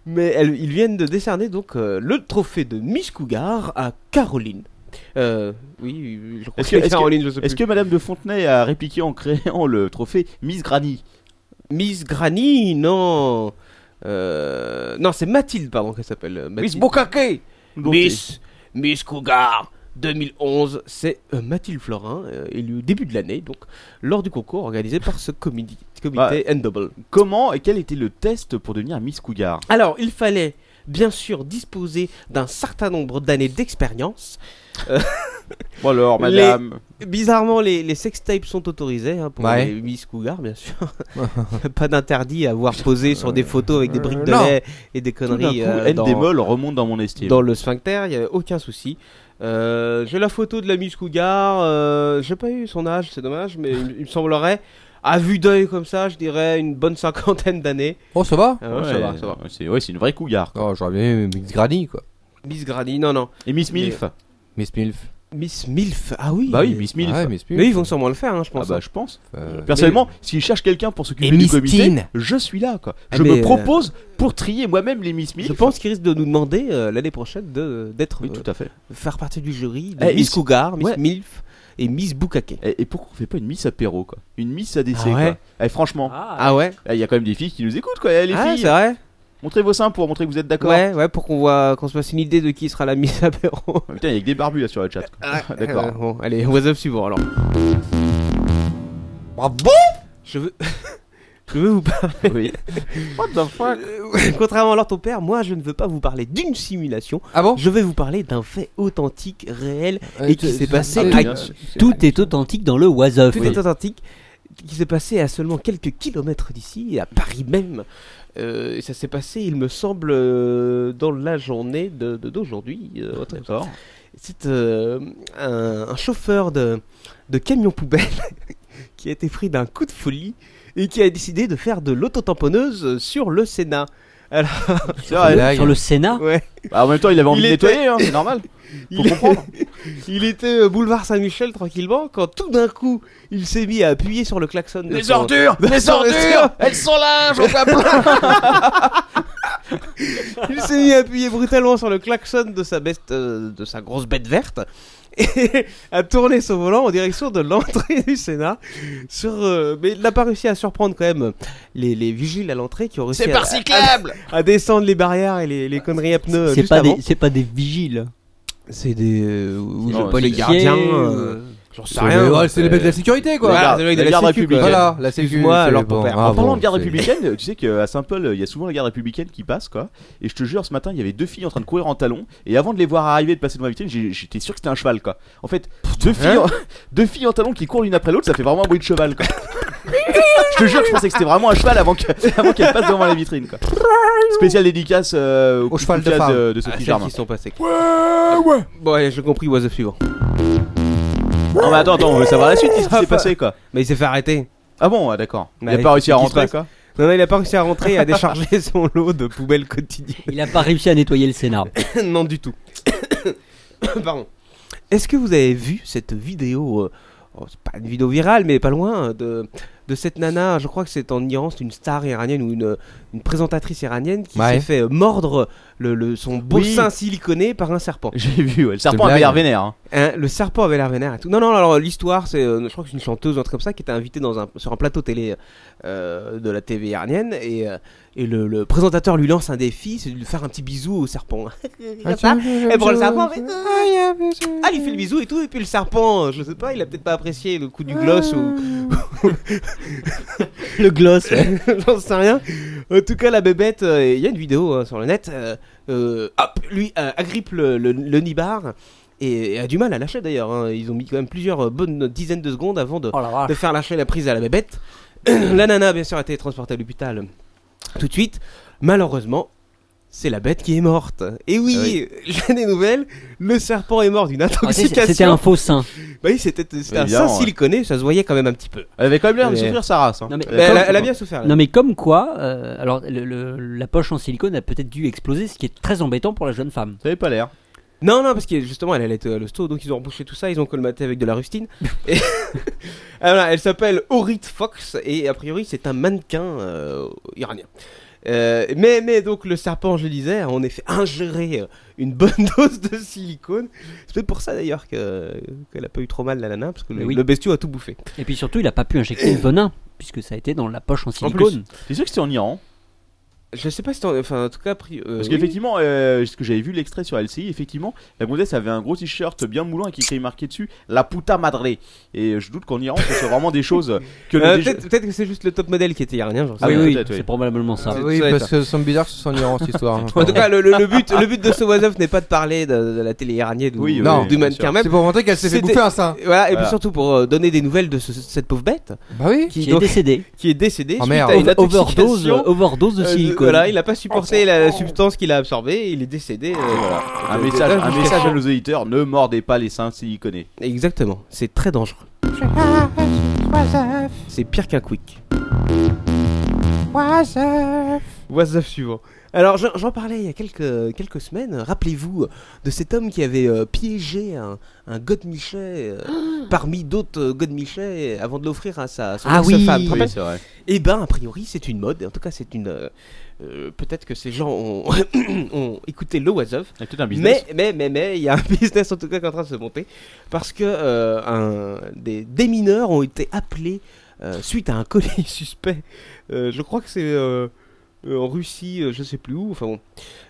Speaker 6: Mais elles- ils viennent de décerner donc euh, le trophée de Miss Cougar à Caroline. Euh, oui, je crois
Speaker 5: Est-ce que,
Speaker 6: c'est
Speaker 5: est-ce que-
Speaker 6: Caroline, je sais
Speaker 5: est-ce
Speaker 6: plus.
Speaker 5: que Madame de Fontenay a répliqué en créant le trophée Miss Granny
Speaker 6: Miss Granny, non. Euh, non, c'est Mathilde, pardon, qu'elle s'appelle. euh,
Speaker 3: Miss
Speaker 6: Mathilde.
Speaker 3: Bukake
Speaker 6: Miss, Miss Cougar 2011, c'est euh, Mathilde Florin, euh, élue au début de l'année, donc lors du concours organisé par ce comité, comité
Speaker 5: Bah,
Speaker 6: Endouble.
Speaker 5: Comment et quel était le test pour devenir Miss Cougar
Speaker 6: Alors, il fallait bien sûr disposer d'un certain nombre d'années d'expérience. Euh,
Speaker 5: Bon alors,
Speaker 6: les-
Speaker 5: madame.
Speaker 6: Bizarrement, les, les sextapes sont autorisés hein, pour
Speaker 8: Ouais.
Speaker 6: les Miss Cougar,
Speaker 5: <laughs>
Speaker 6: bien sûr. Pas d'interdit à avoir posé sur des photos avec des briques de
Speaker 5: Euh, Non.
Speaker 6: lait et des
Speaker 5: Tout d'un
Speaker 6: conneries.
Speaker 5: coup,
Speaker 6: euh,
Speaker 5: N
Speaker 6: dans-
Speaker 5: démol remonte dans mon estime.
Speaker 6: dans le sphincter, il n'y avait aucun souci. Euh, j'ai la photo de la Miss Cougar, euh, j'ai pas eu son âge, c'est dommage, mais il, il me semblerait, à vue d'œil comme ça, je dirais une bonne cinquantaine d'années.
Speaker 8: Oh, ça va
Speaker 6: Ah ouais,
Speaker 5: Ouais,
Speaker 6: ça va, ça va.
Speaker 5: ouais, C'est ouais, c'est une vraie Cougar. quoi.
Speaker 8: Oh, j'aurais bien eu Miss Granny, quoi.
Speaker 6: Miss Grady, non, non.
Speaker 5: Et Miss Milf
Speaker 8: Miss Milf.
Speaker 6: Miss Milf, ah oui.
Speaker 5: Bah oui, Miss Milf.
Speaker 8: Ouais, Miss Milf.
Speaker 6: Mais ils vont sûrement le faire, hein, je
Speaker 5: Ah
Speaker 6: pense.
Speaker 5: bah je pense.
Speaker 8: Euh,
Speaker 5: Personnellement, s'ils cherchent quelqu'un pour
Speaker 8: Et
Speaker 5: s'occuper du
Speaker 8: Miss
Speaker 5: comité,
Speaker 8: Teen.
Speaker 5: je suis là quoi.
Speaker 6: Ah,
Speaker 5: Je
Speaker 6: mais,
Speaker 5: me
Speaker 6: euh,
Speaker 5: propose pour trier moi-même les Miss Milf.
Speaker 6: hein. Je pense qu'ils risquent de nous demander euh, l'année prochaine de, d'être,
Speaker 5: Oui, tout à fait.
Speaker 6: euh, faire partie du jury de
Speaker 5: Eh,
Speaker 6: Miss
Speaker 5: ils-
Speaker 6: Cougar, Miss
Speaker 5: ouais.
Speaker 6: Milf et Miss Bukake.
Speaker 5: Et, et pourquoi on fait pas une Miss apéro quoi Une Miss ADC
Speaker 6: Ah ouais
Speaker 5: quoi. Eh, franchement,
Speaker 7: Ah,
Speaker 6: Ah ouais
Speaker 5: eh, il y a quand même des filles qui nous écoutent quoi. Eh, les
Speaker 6: Ah,
Speaker 5: filles,
Speaker 6: c'est vrai
Speaker 5: montrez vos seins pour montrer que vous êtes d'accord.
Speaker 6: Ouais, ouais, pour qu'on voit, qu'on se fasse une idée de qui sera la Miss Apéro.
Speaker 5: Ah, Putain, il y a que des barbus là sur le chat. quoi. <laughs> D'accord.
Speaker 6: Euh, bon, allez, what's up suivant alors.
Speaker 8: Bravo
Speaker 6: Je veux. <laughs> je veux vous parler. <laughs>
Speaker 5: Oui. What the fuck
Speaker 6: Contrairement à leur ton père, moi je ne veux pas vous parler d'une simulation.
Speaker 8: Ah bon Euh,
Speaker 6: Je vais vous parler d'un fait authentique, réel et qui s'est passé.
Speaker 5: Ah,
Speaker 6: à-
Speaker 5: bien sûr.
Speaker 7: Tout est authentique dans le Wasoff.
Speaker 6: Tout est authentique. Qui s'est passé à seulement quelques kilomètres d'ici, à Paris même. Euh, et ça s'est passé, il me semble, euh, dans la journée de- de- d'aujourd'hui. euh, un truc comme ça.
Speaker 5: D'accord.
Speaker 6: C'est euh, un, un chauffeur de, de camion poubelle <laughs> qui a été pris d'un coup de folie et qui a décidé de faire de l'autotamponneuse sur le Sénat.
Speaker 5: C'est vrai.
Speaker 6: Ah,
Speaker 8: Blague.
Speaker 7: Sur le Sénat
Speaker 6: Ouais.
Speaker 5: Bah, en même temps, il avait envie
Speaker 6: Il
Speaker 5: de
Speaker 6: était-
Speaker 5: nettoyer, hein, c'est normal. Faut
Speaker 6: Il,
Speaker 5: comprendre.
Speaker 6: <laughs> il était euh, boulevard Saint-Michel tranquillement quand tout d'un coup il s'est mis à appuyer sur le klaxon. de
Speaker 5: Les
Speaker 6: son-
Speaker 5: ordures
Speaker 6: de
Speaker 5: Les
Speaker 6: son
Speaker 5: ordures
Speaker 6: restaurant.
Speaker 5: Elles sont là J'en vois plein
Speaker 6: Il s'est mis à appuyer brutalement sur le klaxon de sa, bête, euh, de sa grosse bête verte et <laughs> a tourné son volant en direction de l'entrée du Sénat. Sur, euh, mais il n'a pas réussi à surprendre quand même les, les vigiles à l'entrée qui ont réussi à, à- à descendre les barrières et les, les conneries à pneus.
Speaker 7: C'est
Speaker 6: juste
Speaker 7: pas,
Speaker 6: avant.
Speaker 7: des- c'est pas des vigiles.
Speaker 6: C'est des. euh, ou-
Speaker 5: Non,
Speaker 6: ou-
Speaker 5: c'est
Speaker 6: les
Speaker 7: des
Speaker 6: gardiens.
Speaker 7: pieds,
Speaker 6: euh, J'en sais
Speaker 8: C'est
Speaker 6: rien.
Speaker 8: ouais, c'est les mecs de la sécurité, quoi.
Speaker 6: Ouais,
Speaker 5: garde-
Speaker 6: c'est les mecs
Speaker 5: la
Speaker 6: de la
Speaker 5: garde
Speaker 6: sécu, quoi.
Speaker 5: républicaine.
Speaker 8: Voilà, la sécurité.
Speaker 6: Excuse-moi, alors, ton père.
Speaker 5: En parlant de garde républicaine, tu sais qu'à Saint-Paul, il y a souvent la garde républicaine qui passe, quoi. Et je te jure, ce matin, il y avait deux filles en train de courir en talons. Et avant de les voir arriver, de passer devant la vitrine, j'ai- j'étais sûr que c'était un cheval, quoi. En fait, deux filles en... <laughs> deux filles en talons qui courent l'une après l'autre, ça fait vraiment un bruit de cheval, quoi. Je te jure, je pensais que c'était vraiment un cheval avant que- <laughs> avant qu'elle passe devant la vitrine, quoi. Spéciale dédicace euh,
Speaker 8: Au cheval de
Speaker 5: dédicace
Speaker 8: femme.
Speaker 5: de, de
Speaker 6: Ah,
Speaker 5: Sophie
Speaker 6: celles
Speaker 5: Germain.
Speaker 6: qui sont passées. Bon, allez, j'ai compris, what's up suivant.
Speaker 5: Non, mais attends, attends, on veut savoir la suite, qu'est-ce qui s'est passé, quoi.
Speaker 6: Mais il s'est fait arrêter.
Speaker 5: Ah bon, ah, d'accord. Il a
Speaker 6: Ouais,
Speaker 5: pas réussi à
Speaker 6: qu'est-ce qui se
Speaker 5: rentrer,
Speaker 6: passe
Speaker 5: quoi. <laughs>
Speaker 6: Non, non, il a pas réussi à rentrer et à décharger <laughs> son lot de poubelles quotidiennes.
Speaker 7: Il a pas réussi à nettoyer le Sénat.
Speaker 6: <laughs> non du tout. <coughs> Pardon. Est-ce que vous avez vu cette vidéo euh, oh, C'est pas une vidéo virale, mais pas loin euh, de de cette nana. Je crois que c'est en Iran, c'est une star iranienne ou une, une présentatrice iranienne qui
Speaker 8: Ouais.
Speaker 6: s'est fait euh, mordre le, le- son beau
Speaker 5: Oui.
Speaker 6: sein siliconé par un serpent.
Speaker 5: J'ai vu, ouais, le serpent
Speaker 8: une
Speaker 5: avait
Speaker 8: blague.
Speaker 5: l'air vénère. hein.
Speaker 6: Hein, le serpent avait l'air vénère et tout. Non, non, alors l'histoire, c'est, euh, je crois que c'est une chanteuse, ou un truc comme ça, qui était invitée dans un, sur un plateau télé euh, de la TV iranienne et, euh, et le, le présentateur lui lance un défi, c'est de lui faire un petit bisou au serpent. Comme ça. Et Eh, pour le serpent, fait, ah, il fait le bisou et tout, et puis le serpent, euh, je sais pas, il a peut-être pas apprécié le coup du gloss ou.
Speaker 7: Ah.
Speaker 6: <laughs>
Speaker 7: Le gloss.
Speaker 6: J'en sais rien. En tout cas, la bébête, euh, il y a une vidéo hein, sur le net. euh, euh, hop, lui euh, agrippe le, le, le nibar et, et a du mal à lâcher d'ailleurs. hein. Ils ont mis quand même plusieurs euh, bonnes dizaines de secondes avant de,
Speaker 7: Oh la vache.
Speaker 6: de faire lâcher la prise à la bébête. <clears throat> euh, la nana, bien sûr, a été transportée à l'hôpital tout de suite. Malheureusement, c'est la bête qui est morte. Et
Speaker 7: Ah
Speaker 6: oui, <laughs> j'ai des nouvelles, le serpent est mort d'une intoxication.
Speaker 7: c'était un faux saint.
Speaker 6: Bah oui, c'était c'était un
Speaker 7: Évidemment,
Speaker 6: saint s'il
Speaker 7: ouais.
Speaker 6: connaît, ça se voyait quand même un petit peu.
Speaker 5: Elle avait quand même l'air de
Speaker 6: Mais-
Speaker 5: souffrir sa race. hein.
Speaker 7: Non, mais
Speaker 6: Mais elle,
Speaker 7: comme-
Speaker 6: a- elle a bien souffert. elle.
Speaker 7: Non mais comme quoi, euh, alors le- le- la poche en silicone a peut-être dû exploser, ce qui est très embêtant pour la jeune femme.
Speaker 5: Ça avait pas l'air.
Speaker 6: Non, non, parce que justement, elle allait être à l'hosto, donc ils ont rebouché tout ça, ils ont colmaté avec de la
Speaker 5: <laughs>
Speaker 6: rustine. et... <laughs> Ah, voilà, elle s'appelle Orit Fox, et a priori, c'est un mannequin euh, iranien. Euh, mais, mais donc, le serpent, je le disais, a en effet ingéré euh, une bonne <laughs> dose de silicone. C'est peut-être pour ça d'ailleurs que- qu'elle a pas eu trop mal, la nana, parce que le,
Speaker 7: Mais oui.
Speaker 6: le bestiau a tout bouffé.
Speaker 7: Et puis surtout, il a pas pu injecter le venin puisque ça a été dans la poche en silicone.
Speaker 5: T'es sûr que c'était en Iran
Speaker 6: Je sais pas si t'en- Enfin, en tout cas, a priori- euh,
Speaker 5: Parce
Speaker 6: oui.
Speaker 5: qu'effectivement, euh, ce que j'avais vu l'extrait sur LCI, effectivement, la gonzesse avait un gros t-shirt bien moulant et qui était marqué dessus La puta madre. Et je doute qu'en Iran, ce soit vraiment des choses que
Speaker 6: Euh,
Speaker 5: le DG
Speaker 6: peut-être peut-être que c'est juste le top modèle qui était iranien. j'en sais
Speaker 5: Ah oui,
Speaker 6: rien.
Speaker 5: oui, Peut-être, oui. c'est
Speaker 7: probablement
Speaker 6: C'est-
Speaker 8: Oui,
Speaker 6: doit
Speaker 8: parce
Speaker 6: être.
Speaker 8: que ça me bizarre que ce soit en Iran cette histoire. hein.
Speaker 6: <laughs> En tout cas, le, le-
Speaker 8: <laughs>
Speaker 6: le but, le but de ce was-up n'est pas de parler de, de la télé iranienne ou
Speaker 8: Oui, oui, oui,
Speaker 6: non, du
Speaker 8: bien
Speaker 6: mannequin
Speaker 8: sûr.
Speaker 6: même.
Speaker 8: C'est pour montrer qu'elle s'est fait
Speaker 6: C'était-
Speaker 8: bouffer un sein.
Speaker 6: Voilà, et
Speaker 8: Voilà.
Speaker 6: puis surtout pour euh, donner des nouvelles de ce- cette pauvre bête.
Speaker 8: Bah oui.
Speaker 7: Qui est décédée.
Speaker 6: Qui est décédée.
Speaker 8: Oh,
Speaker 6: suite
Speaker 8: merde.
Speaker 6: à une
Speaker 7: Overdose-
Speaker 6: intoxication.
Speaker 7: overdose de
Speaker 6: Euh,
Speaker 7: silicone.
Speaker 6: voilà, il n'a pas supporté
Speaker 8: Ah,
Speaker 6: la substance qu'il a absorbée, il est décédé. euh,
Speaker 5: Un
Speaker 6: de-
Speaker 5: message,
Speaker 6: de-
Speaker 5: un
Speaker 6: d'intoxication.
Speaker 5: message à nos auditeurs ne mordez pas les seins siliconés.
Speaker 6: Exactement, c'est très dangereux.
Speaker 11: Oiseuf,
Speaker 6: C'est pire qu'un quick.
Speaker 11: oiseuf.
Speaker 6: WhatsApp suivant. Alors j'en j'en parlais il y a quelques, quelques semaines, rappelez-vous de cet homme qui avait euh, piégé un, un godemichet euh, parmi d'autres euh, godemichets avant de l'offrir à sa, à son
Speaker 7: Ah oui.
Speaker 6: femme.
Speaker 7: Oui,
Speaker 5: c'est vrai.
Speaker 6: Et ben a priori c'est une mode, en tout cas c'est une... euh, euh, Peut-être que ces gens ont, <coughs> ont écouté le WhatsApp.
Speaker 5: C'est peut-être un business.
Speaker 6: Mais mais mais mais il y a un <laughs> business en tout cas qui est en train de se monter parce que euh, un- des, des mineurs ont été appelés euh, suite à un colis <laughs> suspect. Euh, je crois que c'est euh, euh, en Russie, euh, je sais plus où. Enfin bon.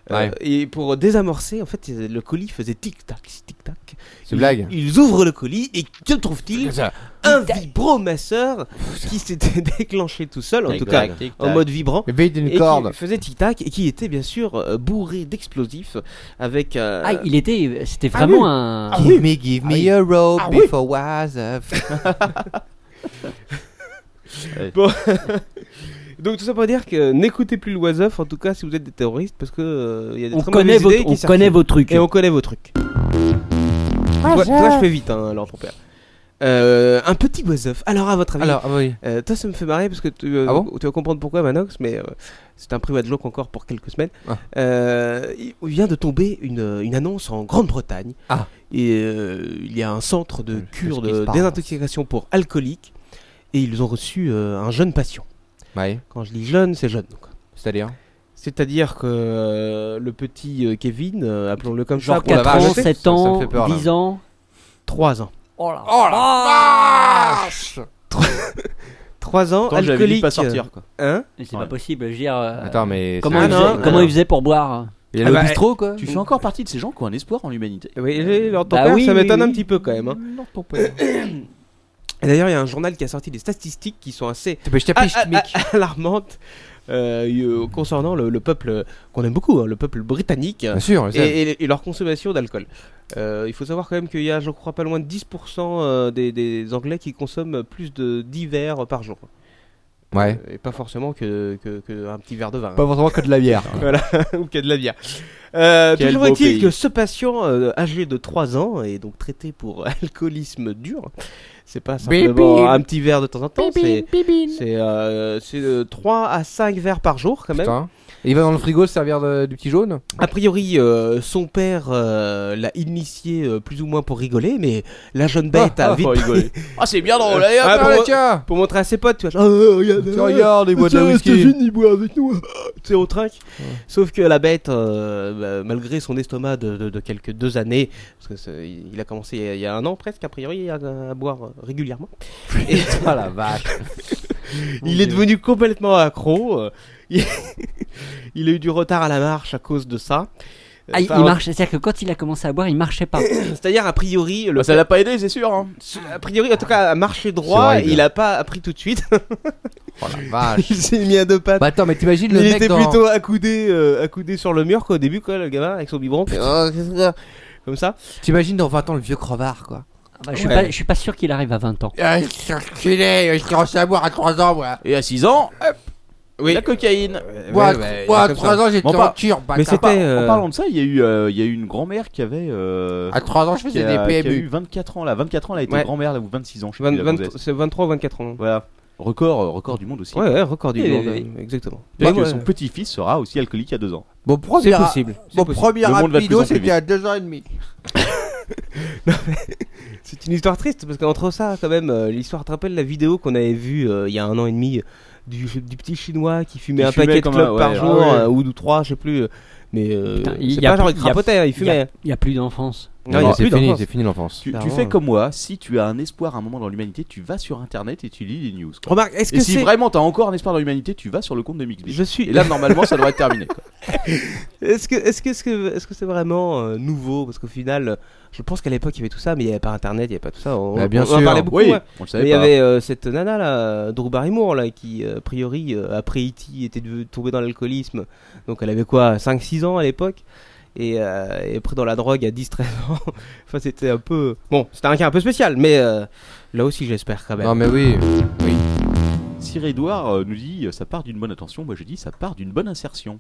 Speaker 6: Euh,
Speaker 8: Ouais.
Speaker 6: et pour désamorcer, en fait, le colis faisait tic tac, tic tac.
Speaker 8: C'est une blague.
Speaker 6: Ils ouvrent le colis et que trouvent-ils Un vibromasseur qui s'était <laughs> déclenché tout seul, en
Speaker 8: Tic
Speaker 6: tout
Speaker 8: tac,
Speaker 6: cas
Speaker 8: tic
Speaker 6: en
Speaker 8: tac.
Speaker 6: mode vibrant,
Speaker 8: Le vide d'une
Speaker 6: et qui
Speaker 8: corde.
Speaker 6: faisait tic tac et qui était bien sûr euh, bourré d'explosifs avec. euh,
Speaker 7: Ah, il était, c'était
Speaker 6: Ah
Speaker 7: vraiment
Speaker 6: oui.
Speaker 7: un.
Speaker 6: Ah oui.
Speaker 8: Give me, give
Speaker 6: Ah
Speaker 8: me
Speaker 6: oui.
Speaker 8: a rope
Speaker 6: Ah oui.
Speaker 8: before was
Speaker 6: <laughs>
Speaker 8: a-
Speaker 6: Bon. Donc tout ça pour dire que n'écoutez plus le Wasoff, en tout cas si vous êtes des terroristes, parce que euh, il y a des
Speaker 7: On
Speaker 6: très
Speaker 7: connaît
Speaker 6: mauvaises
Speaker 7: votre-
Speaker 6: idées qui
Speaker 7: on
Speaker 6: circulent.
Speaker 7: connaît vos trucs.
Speaker 6: Et on connaît vos trucs. Toi, toi, je fais vite, hein, alors ton père. Euh, un petit Wasoff. Alors à votre avis.
Speaker 8: Alors, ah oui.
Speaker 6: euh, toi ça me fait marrer parce que tu, euh,
Speaker 8: Ah bon
Speaker 6: tu vas comprendre pourquoi Manox, mais euh, c'est un private joke encore pour quelques semaines.
Speaker 8: Ah.
Speaker 6: Euh, il il vient de tomber une, une annonce en Grande-Bretagne.
Speaker 8: Ah. Hum,
Speaker 6: Et euh, il y a un centre de cure
Speaker 8: qui se
Speaker 6: de
Speaker 8: passe.
Speaker 6: désintoxication pour alcooliques et ils ont reçu euh, un jeune patient.
Speaker 8: Ouais.
Speaker 6: Quand je dis jeune, c'est jeune. quoi.
Speaker 8: C'est-à-dire
Speaker 6: C'est-à-dire que euh, le petit euh, Kevin, euh, appelons-le comme ça,
Speaker 7: Genre
Speaker 6: pour
Speaker 7: 4
Speaker 6: l'avoir
Speaker 7: ans,
Speaker 6: acheté,
Speaker 7: 7
Speaker 8: ça me
Speaker 7: ans,
Speaker 8: fait peur, là.
Speaker 7: 10 ans.
Speaker 6: 3 ans.
Speaker 7: Oh là.
Speaker 6: Ah Trois ans,
Speaker 5: Pourtant, j'avais dit de
Speaker 6: alcoolique.
Speaker 5: pas sortir, quoi.
Speaker 6: Hein
Speaker 7: Mais c'est
Speaker 5: Ouais.
Speaker 7: pas possible, je veux dire. euh,
Speaker 8: Attends, mais.
Speaker 7: Comment,
Speaker 6: Ah
Speaker 7: il,
Speaker 6: non,
Speaker 7: faisait,
Speaker 6: non.
Speaker 7: comment il faisait pour boire
Speaker 8: Il y
Speaker 6: Ah
Speaker 8: a le
Speaker 6: bah,
Speaker 8: bistrot quoi.
Speaker 5: Tu fais encore partie de ces gens qui ont un espoir en l'humanité.
Speaker 6: Oui, j'ai- alors, ton
Speaker 7: Bah
Speaker 6: père,
Speaker 7: oui,
Speaker 6: ça
Speaker 7: oui,
Speaker 6: m'étonne
Speaker 7: oui.
Speaker 6: un petit peu quand même. hein. <coughs> Et d'ailleurs, il y a un journal qui a sorti des statistiques qui sont assez
Speaker 8: Tu peux
Speaker 7: Ah,
Speaker 8: jeter
Speaker 2: Ah,
Speaker 6: a- a- a- alarmantes euh, euh, concernant le, le peuple qu'on aime beaucoup, hein, le peuple britannique,
Speaker 8: Bien sûr, on le
Speaker 6: et,
Speaker 8: sait.
Speaker 6: et- et leur consommation d'alcool. Euh, il faut savoir quand même qu'il y a, je crois, pas loin de 10% euh, des, des Anglais qui consomment plus de 10 verres par jour.
Speaker 8: Ouais.
Speaker 6: Euh, Et pas forcément que, que- que un petit verre de vin. hein.
Speaker 8: Pas forcément que de la bière.
Speaker 6: <laughs> Voilà, ou qu'il y a de la bière. Euh,
Speaker 5: Quel
Speaker 6: toujours
Speaker 5: beau
Speaker 6: est-il
Speaker 5: pays.
Speaker 6: que ce patient euh, âgé de 3 ans et donc traité pour <laughs> alcoolisme dur, c'est pas simplement
Speaker 11: Bébine.
Speaker 6: un petit verre de temps en temps, c'est
Speaker 11: Bibine, bibine.
Speaker 6: c'est, euh, c'est, euh, 3 à 5 verres par jour quand même.
Speaker 8: Putain. Et il va dans le frigo se servir de- du petit jaune
Speaker 6: A priori, euh, son père euh, l'a initié euh, plus ou moins pour rigoler, mais la jeune bête
Speaker 8: <laughs> Ah,
Speaker 6: a
Speaker 8: ah,
Speaker 6: vite
Speaker 8: pour
Speaker 6: pris-
Speaker 8: rigoler.
Speaker 5: Ah, c'est bien drôle,
Speaker 6: allez, hop,
Speaker 8: Ah,
Speaker 6: pour,
Speaker 8: bah, tiens
Speaker 6: <laughs> pour montrer à ses potes, tu vois. genre, Ah, regarde,
Speaker 8: Tu regardes, il boit de la
Speaker 6: Tiens,
Speaker 8: whisky.
Speaker 6: <laughs> Stéphane, il boit avec nous. Tu sais, on trinque. Sauf que la bête, euh, bah, malgré son estomac de, de- de quelques deux années, parce que c'est- il a commencé il y a, il y a un an presque, a priori, à, à boire euh, régulièrement,
Speaker 8: Ah la vache
Speaker 6: il est devenu complètement accro. euh, <laughs> Il... il a eu du retard à la marche à cause de ça.
Speaker 7: Ah, il,
Speaker 6: Enfin,
Speaker 7: il marche, c'est-à-dire que quand il a commencé à boire, il
Speaker 6: <coughs>
Speaker 7: marchait pas.
Speaker 6: C'est-à-dire, a priori, le
Speaker 5: Bah, ça l'a pas aidé, c'est sûr. hein.
Speaker 6: a priori, en tout cas, à marcher
Speaker 8: C'est
Speaker 6: droit,
Speaker 8: horrible.
Speaker 6: il a pas appris tout de suite.
Speaker 8: Oh la vache
Speaker 6: <laughs> il s'est mis à deux pattes.
Speaker 8: Bah attends, mais t'imagines le
Speaker 6: il
Speaker 8: mec
Speaker 6: était
Speaker 8: dans...
Speaker 6: plutôt accoudé, euh, accoudé sur le mur quoi, au début, quoi, le gamin, avec son biberon. Oh, qu'est-ce que c'est Comme ça.
Speaker 8: T'imagines dans 20 ans le vieux crevard quoi
Speaker 7: Bah, je, suis
Speaker 8: Ouais.
Speaker 7: pas, je suis pas sûr qu'il arrive à 20 ans.
Speaker 8: Ah, je suis enculé, je suis à boire à 3 ans moi
Speaker 5: Et à 6 ans, hop, Oui. La cocaïne.
Speaker 6: Ah,
Speaker 8: Moi, à- moi, à trois ans, j'étais
Speaker 5: Bon, par-
Speaker 8: en cure, bâtard.
Speaker 5: Mais c'était.
Speaker 8: euh,
Speaker 5: En parlant de ça, il y a eu, euh, il y a eu une grand-mère qui avait. euh,
Speaker 6: Ah,
Speaker 8: À trois ans, je
Speaker 5: qui
Speaker 8: faisais
Speaker 5: a-
Speaker 8: des
Speaker 5: Qui a
Speaker 8: PMU.
Speaker 5: eu 24 ans là. 24 ans, elle a été
Speaker 6: Ouais.
Speaker 5: grand-mère là ou 26 ans. Je sais
Speaker 6: Vingt-
Speaker 5: plus, la
Speaker 6: vingt-
Speaker 5: gonzesse.
Speaker 6: c'est 23 ou 24 ans.
Speaker 5: Voilà. Record, euh, record du monde aussi.
Speaker 6: Ouais, ouais, record du
Speaker 5: Et-
Speaker 6: monde, euh, exactement.
Speaker 5: Peut-être
Speaker 6: Bah,
Speaker 5: que
Speaker 6: ouais.
Speaker 7: euh,
Speaker 5: son petit-fils sera aussi alcoolique à 2 ans.
Speaker 8: Mon premier,
Speaker 6: C'est possible, c'est
Speaker 8: Mon
Speaker 6: possible.
Speaker 8: premier
Speaker 5: Le monde va de plus
Speaker 8: rapido,
Speaker 5: en plus
Speaker 8: c'était
Speaker 5: vite.
Speaker 8: à 2 ans et demi.
Speaker 6: C'est une histoire triste parce qu'entre ça, quand même, euh, l'histoire te rappelle la vidéo qu'on avait vue euh, il y a un an et demi du, du petit chinois qui fumait
Speaker 5: Qui
Speaker 6: un
Speaker 5: fumait
Speaker 6: paquet de
Speaker 5: comme
Speaker 6: clopes
Speaker 5: un- ouais,
Speaker 6: par
Speaker 5: ouais.
Speaker 6: jour
Speaker 5: Ah ouais.
Speaker 6: euh, ou de trois, je sais plus. euh, Mais euh,
Speaker 7: Putain, il
Speaker 6: c'est
Speaker 7: y a
Speaker 6: pas genre il
Speaker 7: plus- il y a-
Speaker 6: crapotait, hein, il
Speaker 7: il y a-
Speaker 6: fumait.
Speaker 7: Il n'y a plus d'enfance.
Speaker 6: Non, il y a plus d'enfance.
Speaker 5: Tu, tu
Speaker 6: Clairement.
Speaker 5: fais comme moi, si tu as un espoir à un moment dans l'humanité, tu vas sur internet et tu lis les news. quoi.
Speaker 6: Remarque, est-ce
Speaker 5: Et
Speaker 6: que
Speaker 5: si
Speaker 6: c'est-
Speaker 5: vraiment t'as encore un espoir dans l'humanité, tu vas sur le compte de Mixby.
Speaker 6: Je suis-
Speaker 5: Et là, normalement, ça devrait être terminé. quoi.
Speaker 6: Est-ce que est-ce que est-ce que est-ce que c'est vraiment euh, nouveau parce qu'au final euh, je pense qu'à l'époque il y avait tout ça mais il n'y avait pas internet, il n'y avait pas tout ça. On,
Speaker 8: Bah, bien
Speaker 6: on- on en
Speaker 8: sûr.
Speaker 6: parlait beaucoup. hein.
Speaker 8: Oui,
Speaker 6: ouais.
Speaker 8: on le savait
Speaker 6: mais il y
Speaker 8: pas.
Speaker 6: avait euh, cette nana là, euh, Drew Barrymore là qui euh, a priori euh, après E.T. était devenue- tombée dans l'alcoolisme. Donc elle avait quoi 5 6 ans à l'époque. Et, euh, et après dans la drogue à 10-13 ans, <laughs> enfin c'était un peu... Bon, c'était un cas un peu spécial, mais euh, là aussi j'espère quand même.
Speaker 8: Non, mais oui.
Speaker 6: Oui.
Speaker 5: Sir Edouard euh, nous dit euh, ça part d'une bonne attention. Moi, je dis ça part d'une bonne insertion.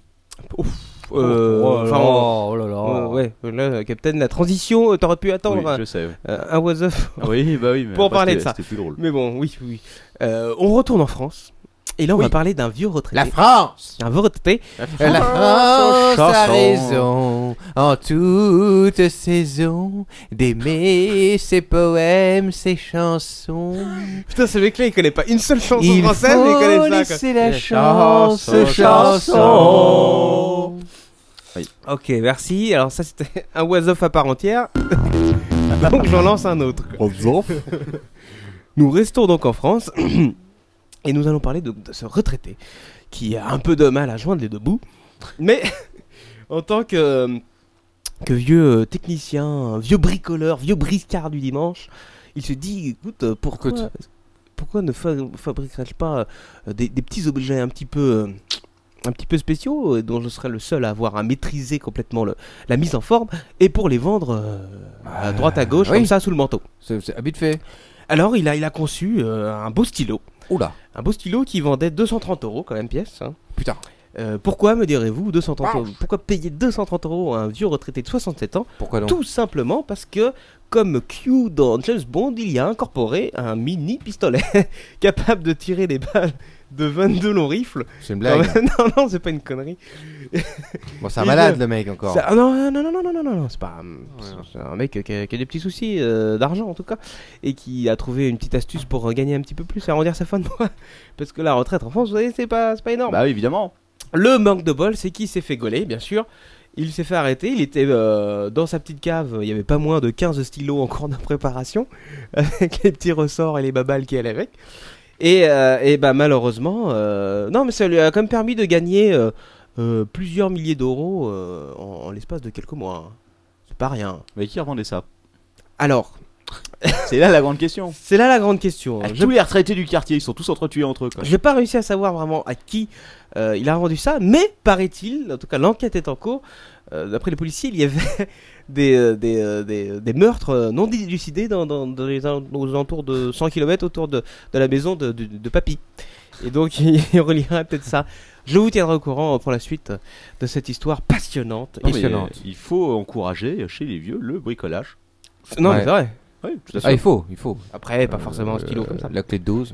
Speaker 6: Euh,
Speaker 5: Oh là
Speaker 6: enfin,
Speaker 5: là,
Speaker 6: on-
Speaker 5: oh là là.
Speaker 6: on- ouais, là, Captain, la transition, euh, t'aurais pu attendre
Speaker 5: Oui, je sais, ouais.
Speaker 6: euh, un was up
Speaker 5: Ah oui, bah oui, mais
Speaker 6: pour
Speaker 5: après,
Speaker 6: parler de
Speaker 5: c'était-
Speaker 6: ça.
Speaker 5: c'était plus drôle.
Speaker 6: Mais bon, oui, oui. Euh, on retourne en France. Et là, on va parler d'un vieux retraité.
Speaker 8: La France
Speaker 6: Un vieux retraité.
Speaker 8: Euh, La France a raison en toute saison d'aimer ses poèmes, ses chansons.
Speaker 6: Putain, ce mec-là, il connaît pas une seule chanson
Speaker 8: Il
Speaker 6: française, mais il
Speaker 8: faut
Speaker 6: connaît ça. quoi.
Speaker 8: laisser la chance aux chansons.
Speaker 5: Oui.
Speaker 6: Ok, merci. Alors ça, c'était <laughs> un was off à part entière. <laughs> donc j'en lance un autre. quoi. nous restons donc en France <clears throat> et nous allons parler de, de ce retraité qui a un peu de mal à joindre les deux bouts, mais <laughs> en tant que que vieux euh, technicien, vieux bricoleur, vieux briscard du dimanche, il se dit, écoute, euh, pourquoi, pourquoi ne fa- fabriquerais-je pas euh, des, des petits objets un petit peu, euh, un petit peu spéciaux, euh, dont je serais le seul à avoir à maîtriser complètement le- la mise en forme, et pour les vendre euh, à droite à gauche,
Speaker 8: oui.
Speaker 6: comme ça, sous le manteau.
Speaker 8: C'est habitué fait.
Speaker 6: Alors, il a, il a conçu euh, un beau stylo.
Speaker 8: Oula.
Speaker 6: Un beau stylo qui vendait 230 euros, quand même, pièce. hein.
Speaker 8: Putain.
Speaker 6: Euh, pourquoi, me direz-vous, 230 euros Pourquoi payer 230 euros à un vieux retraité de 67 ans
Speaker 8: Pourquoi donc
Speaker 6: Tout simplement parce que, comme Q dans James Bond, il y a incorporé un mini pistolet <laughs> capable de tirer des balles de 22 longs rifles.
Speaker 8: C'est une blague.
Speaker 6: Quand même- <laughs> Non, non, c'est pas une connerie.
Speaker 8: Bon, c'est un
Speaker 6: Il
Speaker 8: malade,
Speaker 6: veut-
Speaker 8: le mec, encore.
Speaker 6: C'est- ah, non, non, non, non, non, non, non, non, c'est pas. un- C'est un mec qui a, qui a des petits soucis euh, d'argent en tout cas et qui a trouvé une petite astuce pour euh, gagner un petit peu plus et arrondir sa fin de mois. <laughs> Parce que la retraite en France, vous voyez, c'est pas, c'est pas énorme.
Speaker 5: Bah oui, évidemment.
Speaker 6: Le manque de bol, c'est qu'il s'est fait gauler, bien sûr. Il s'est fait arrêter, il était euh, dans sa petite cave, il n'y avait pas moins de 15 stylos en cours de préparation, <laughs> avec les petits ressorts et les babales qui allaient avec. Et, euh, et bah malheureusement, euh, non mais ça lui a quand même permis de gagner euh, euh, plusieurs milliers d'euros euh, en, en l'espace de quelques mois. hein. C'est pas rien.
Speaker 5: Mais qui revendait ça
Speaker 6: Alors,
Speaker 5: C'est là la grande question.
Speaker 6: c'est là la grande question. hein.
Speaker 5: Ah,
Speaker 6: Je-
Speaker 5: Tous les retraités du quartier, ils sont tous entretués entre eux. Quoi.
Speaker 6: J'ai pas réussi à savoir vraiment à qui euh, il a rendu ça, mais paraît-il, en tout cas l'enquête est en cours. euh, D'après les policiers, il y avait <laughs> des, euh, des, euh, des- des meurtres euh, non élucidés dans, dans- dans les al- aux alentours de 100 km autour de, de la maison de, de- de Papy. Et donc <laughs> il reliera peut-être ça. Je vous tiendrai au courant pour la suite de cette histoire passionnante.
Speaker 5: Non, mais,
Speaker 6: Passionnante.
Speaker 5: euh, il faut encourager chez les vieux le bricolage.
Speaker 6: Non, mais c'est vrai.
Speaker 5: Oui, tout à fait.
Speaker 8: Ah, il faut, il faut. Euh,
Speaker 6: Après, pas forcément un stylo comme ça.
Speaker 8: La clé de 12.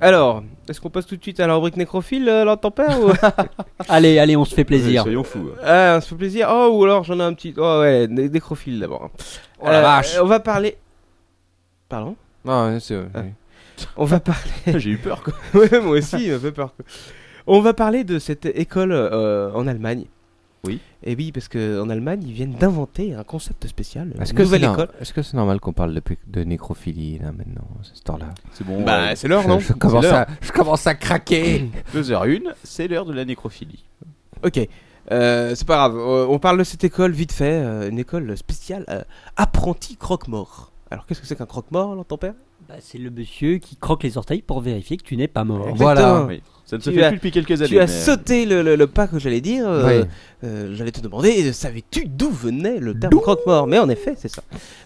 Speaker 6: Alors, est-ce qu'on passe tout de suite à la rubrique nécrophile, euh, Lord Tempère ou...
Speaker 7: Allez, allez, on se fait plaisir.
Speaker 5: Euh, Soyons fous.
Speaker 6: Ah, ça fait plaisir. Oh, ou alors j'en ai un petit. Oh, ouais, né- nécrophile d'abord. Euh,
Speaker 8: Oh la vache.
Speaker 6: On va parler. Pardon
Speaker 8: Non, c'est. oui.
Speaker 6: On va parler.
Speaker 5: hein. J'ai eu peur, quoi.
Speaker 6: <laughs> ouais, moi aussi, il m'a fait peur. quoi. On va parler de cette école euh, en Allemagne.
Speaker 5: Oui.
Speaker 6: Et oui, parce qu'en Allemagne, ils viennent d'inventer un concept spécial.
Speaker 8: Est-ce
Speaker 6: une
Speaker 8: que c'est
Speaker 6: nouvelle
Speaker 8: nor-
Speaker 6: école.
Speaker 8: est-ce que c'est normal qu'on parle de, p- de nécrophilie là maintenant, cette histoire-là
Speaker 5: C'est bon.
Speaker 6: Bah,
Speaker 5: euh,
Speaker 6: c'est l'heure,
Speaker 8: je, <laughs>
Speaker 6: non
Speaker 8: je commence
Speaker 5: C'est l'heure.
Speaker 8: à, je commence à craquer
Speaker 5: 2h01, c'est l'heure de la nécrophilie.
Speaker 6: Ok. Euh, c'est pas grave. Euh, on parle de cette école vite fait. euh, une école spéciale euh, apprenti croque-mort. Alors, qu'est-ce que c'est qu'un croque-mort, là, ton père
Speaker 7: Bah, c'est le monsieur qui croque les orteils pour vérifier que tu n'es pas mort.
Speaker 6: Exactement.
Speaker 5: Oui. Ça ne se
Speaker 6: Tu
Speaker 5: fait
Speaker 6: as-
Speaker 5: plus depuis quelques années.
Speaker 6: Tu as
Speaker 5: mais, euh,
Speaker 6: sauté le, le- le pas que j'allais dire. euh,
Speaker 5: Oui.
Speaker 6: euh, j'allais te demander, euh, savais-tu d'où venait le terme croque-mort Mais en effet, c'est ça.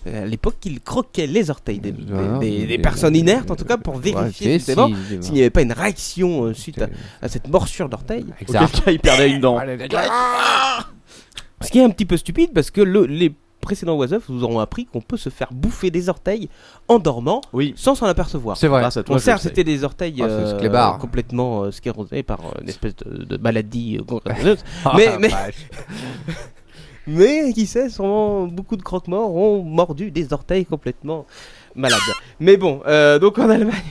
Speaker 6: Euh, à l'époque, il croquait les orteils des, des-
Speaker 8: Ah,
Speaker 6: des-
Speaker 8: des-
Speaker 6: des personnes inertes, en tout cas, pour vérifier
Speaker 8: si,
Speaker 6: justement
Speaker 8: si,
Speaker 6: s'il n'y avait pas une réaction euh, suite à, à cette morsure d'orteil.
Speaker 5: euh, Auquel cas, il perdait
Speaker 2: <laughs>
Speaker 5: une dent.
Speaker 6: Ce qui est un petit peu stupide parce que le- les précédents oiseaux vous auront appris qu'on peut se faire bouffer des orteils en dormant sans s'en apercevoir.
Speaker 8: C'est vrai.
Speaker 6: On
Speaker 8: Grâce à toi, je le sais.
Speaker 6: c'était des orteils
Speaker 8: Ah, c'est
Speaker 6: euh,
Speaker 8: ce clébard.
Speaker 6: complètement euh, sclérosés par euh, une espèce de, de maladie euh, congénitale.
Speaker 8: <laughs> Ah,
Speaker 6: mais,
Speaker 8: la
Speaker 6: mais,
Speaker 8: vache.
Speaker 6: <laughs> mais qui sait, sûrement beaucoup de croque-morts ont mordu des orteils complètement malades. Mais bon, euh, donc en Allemagne.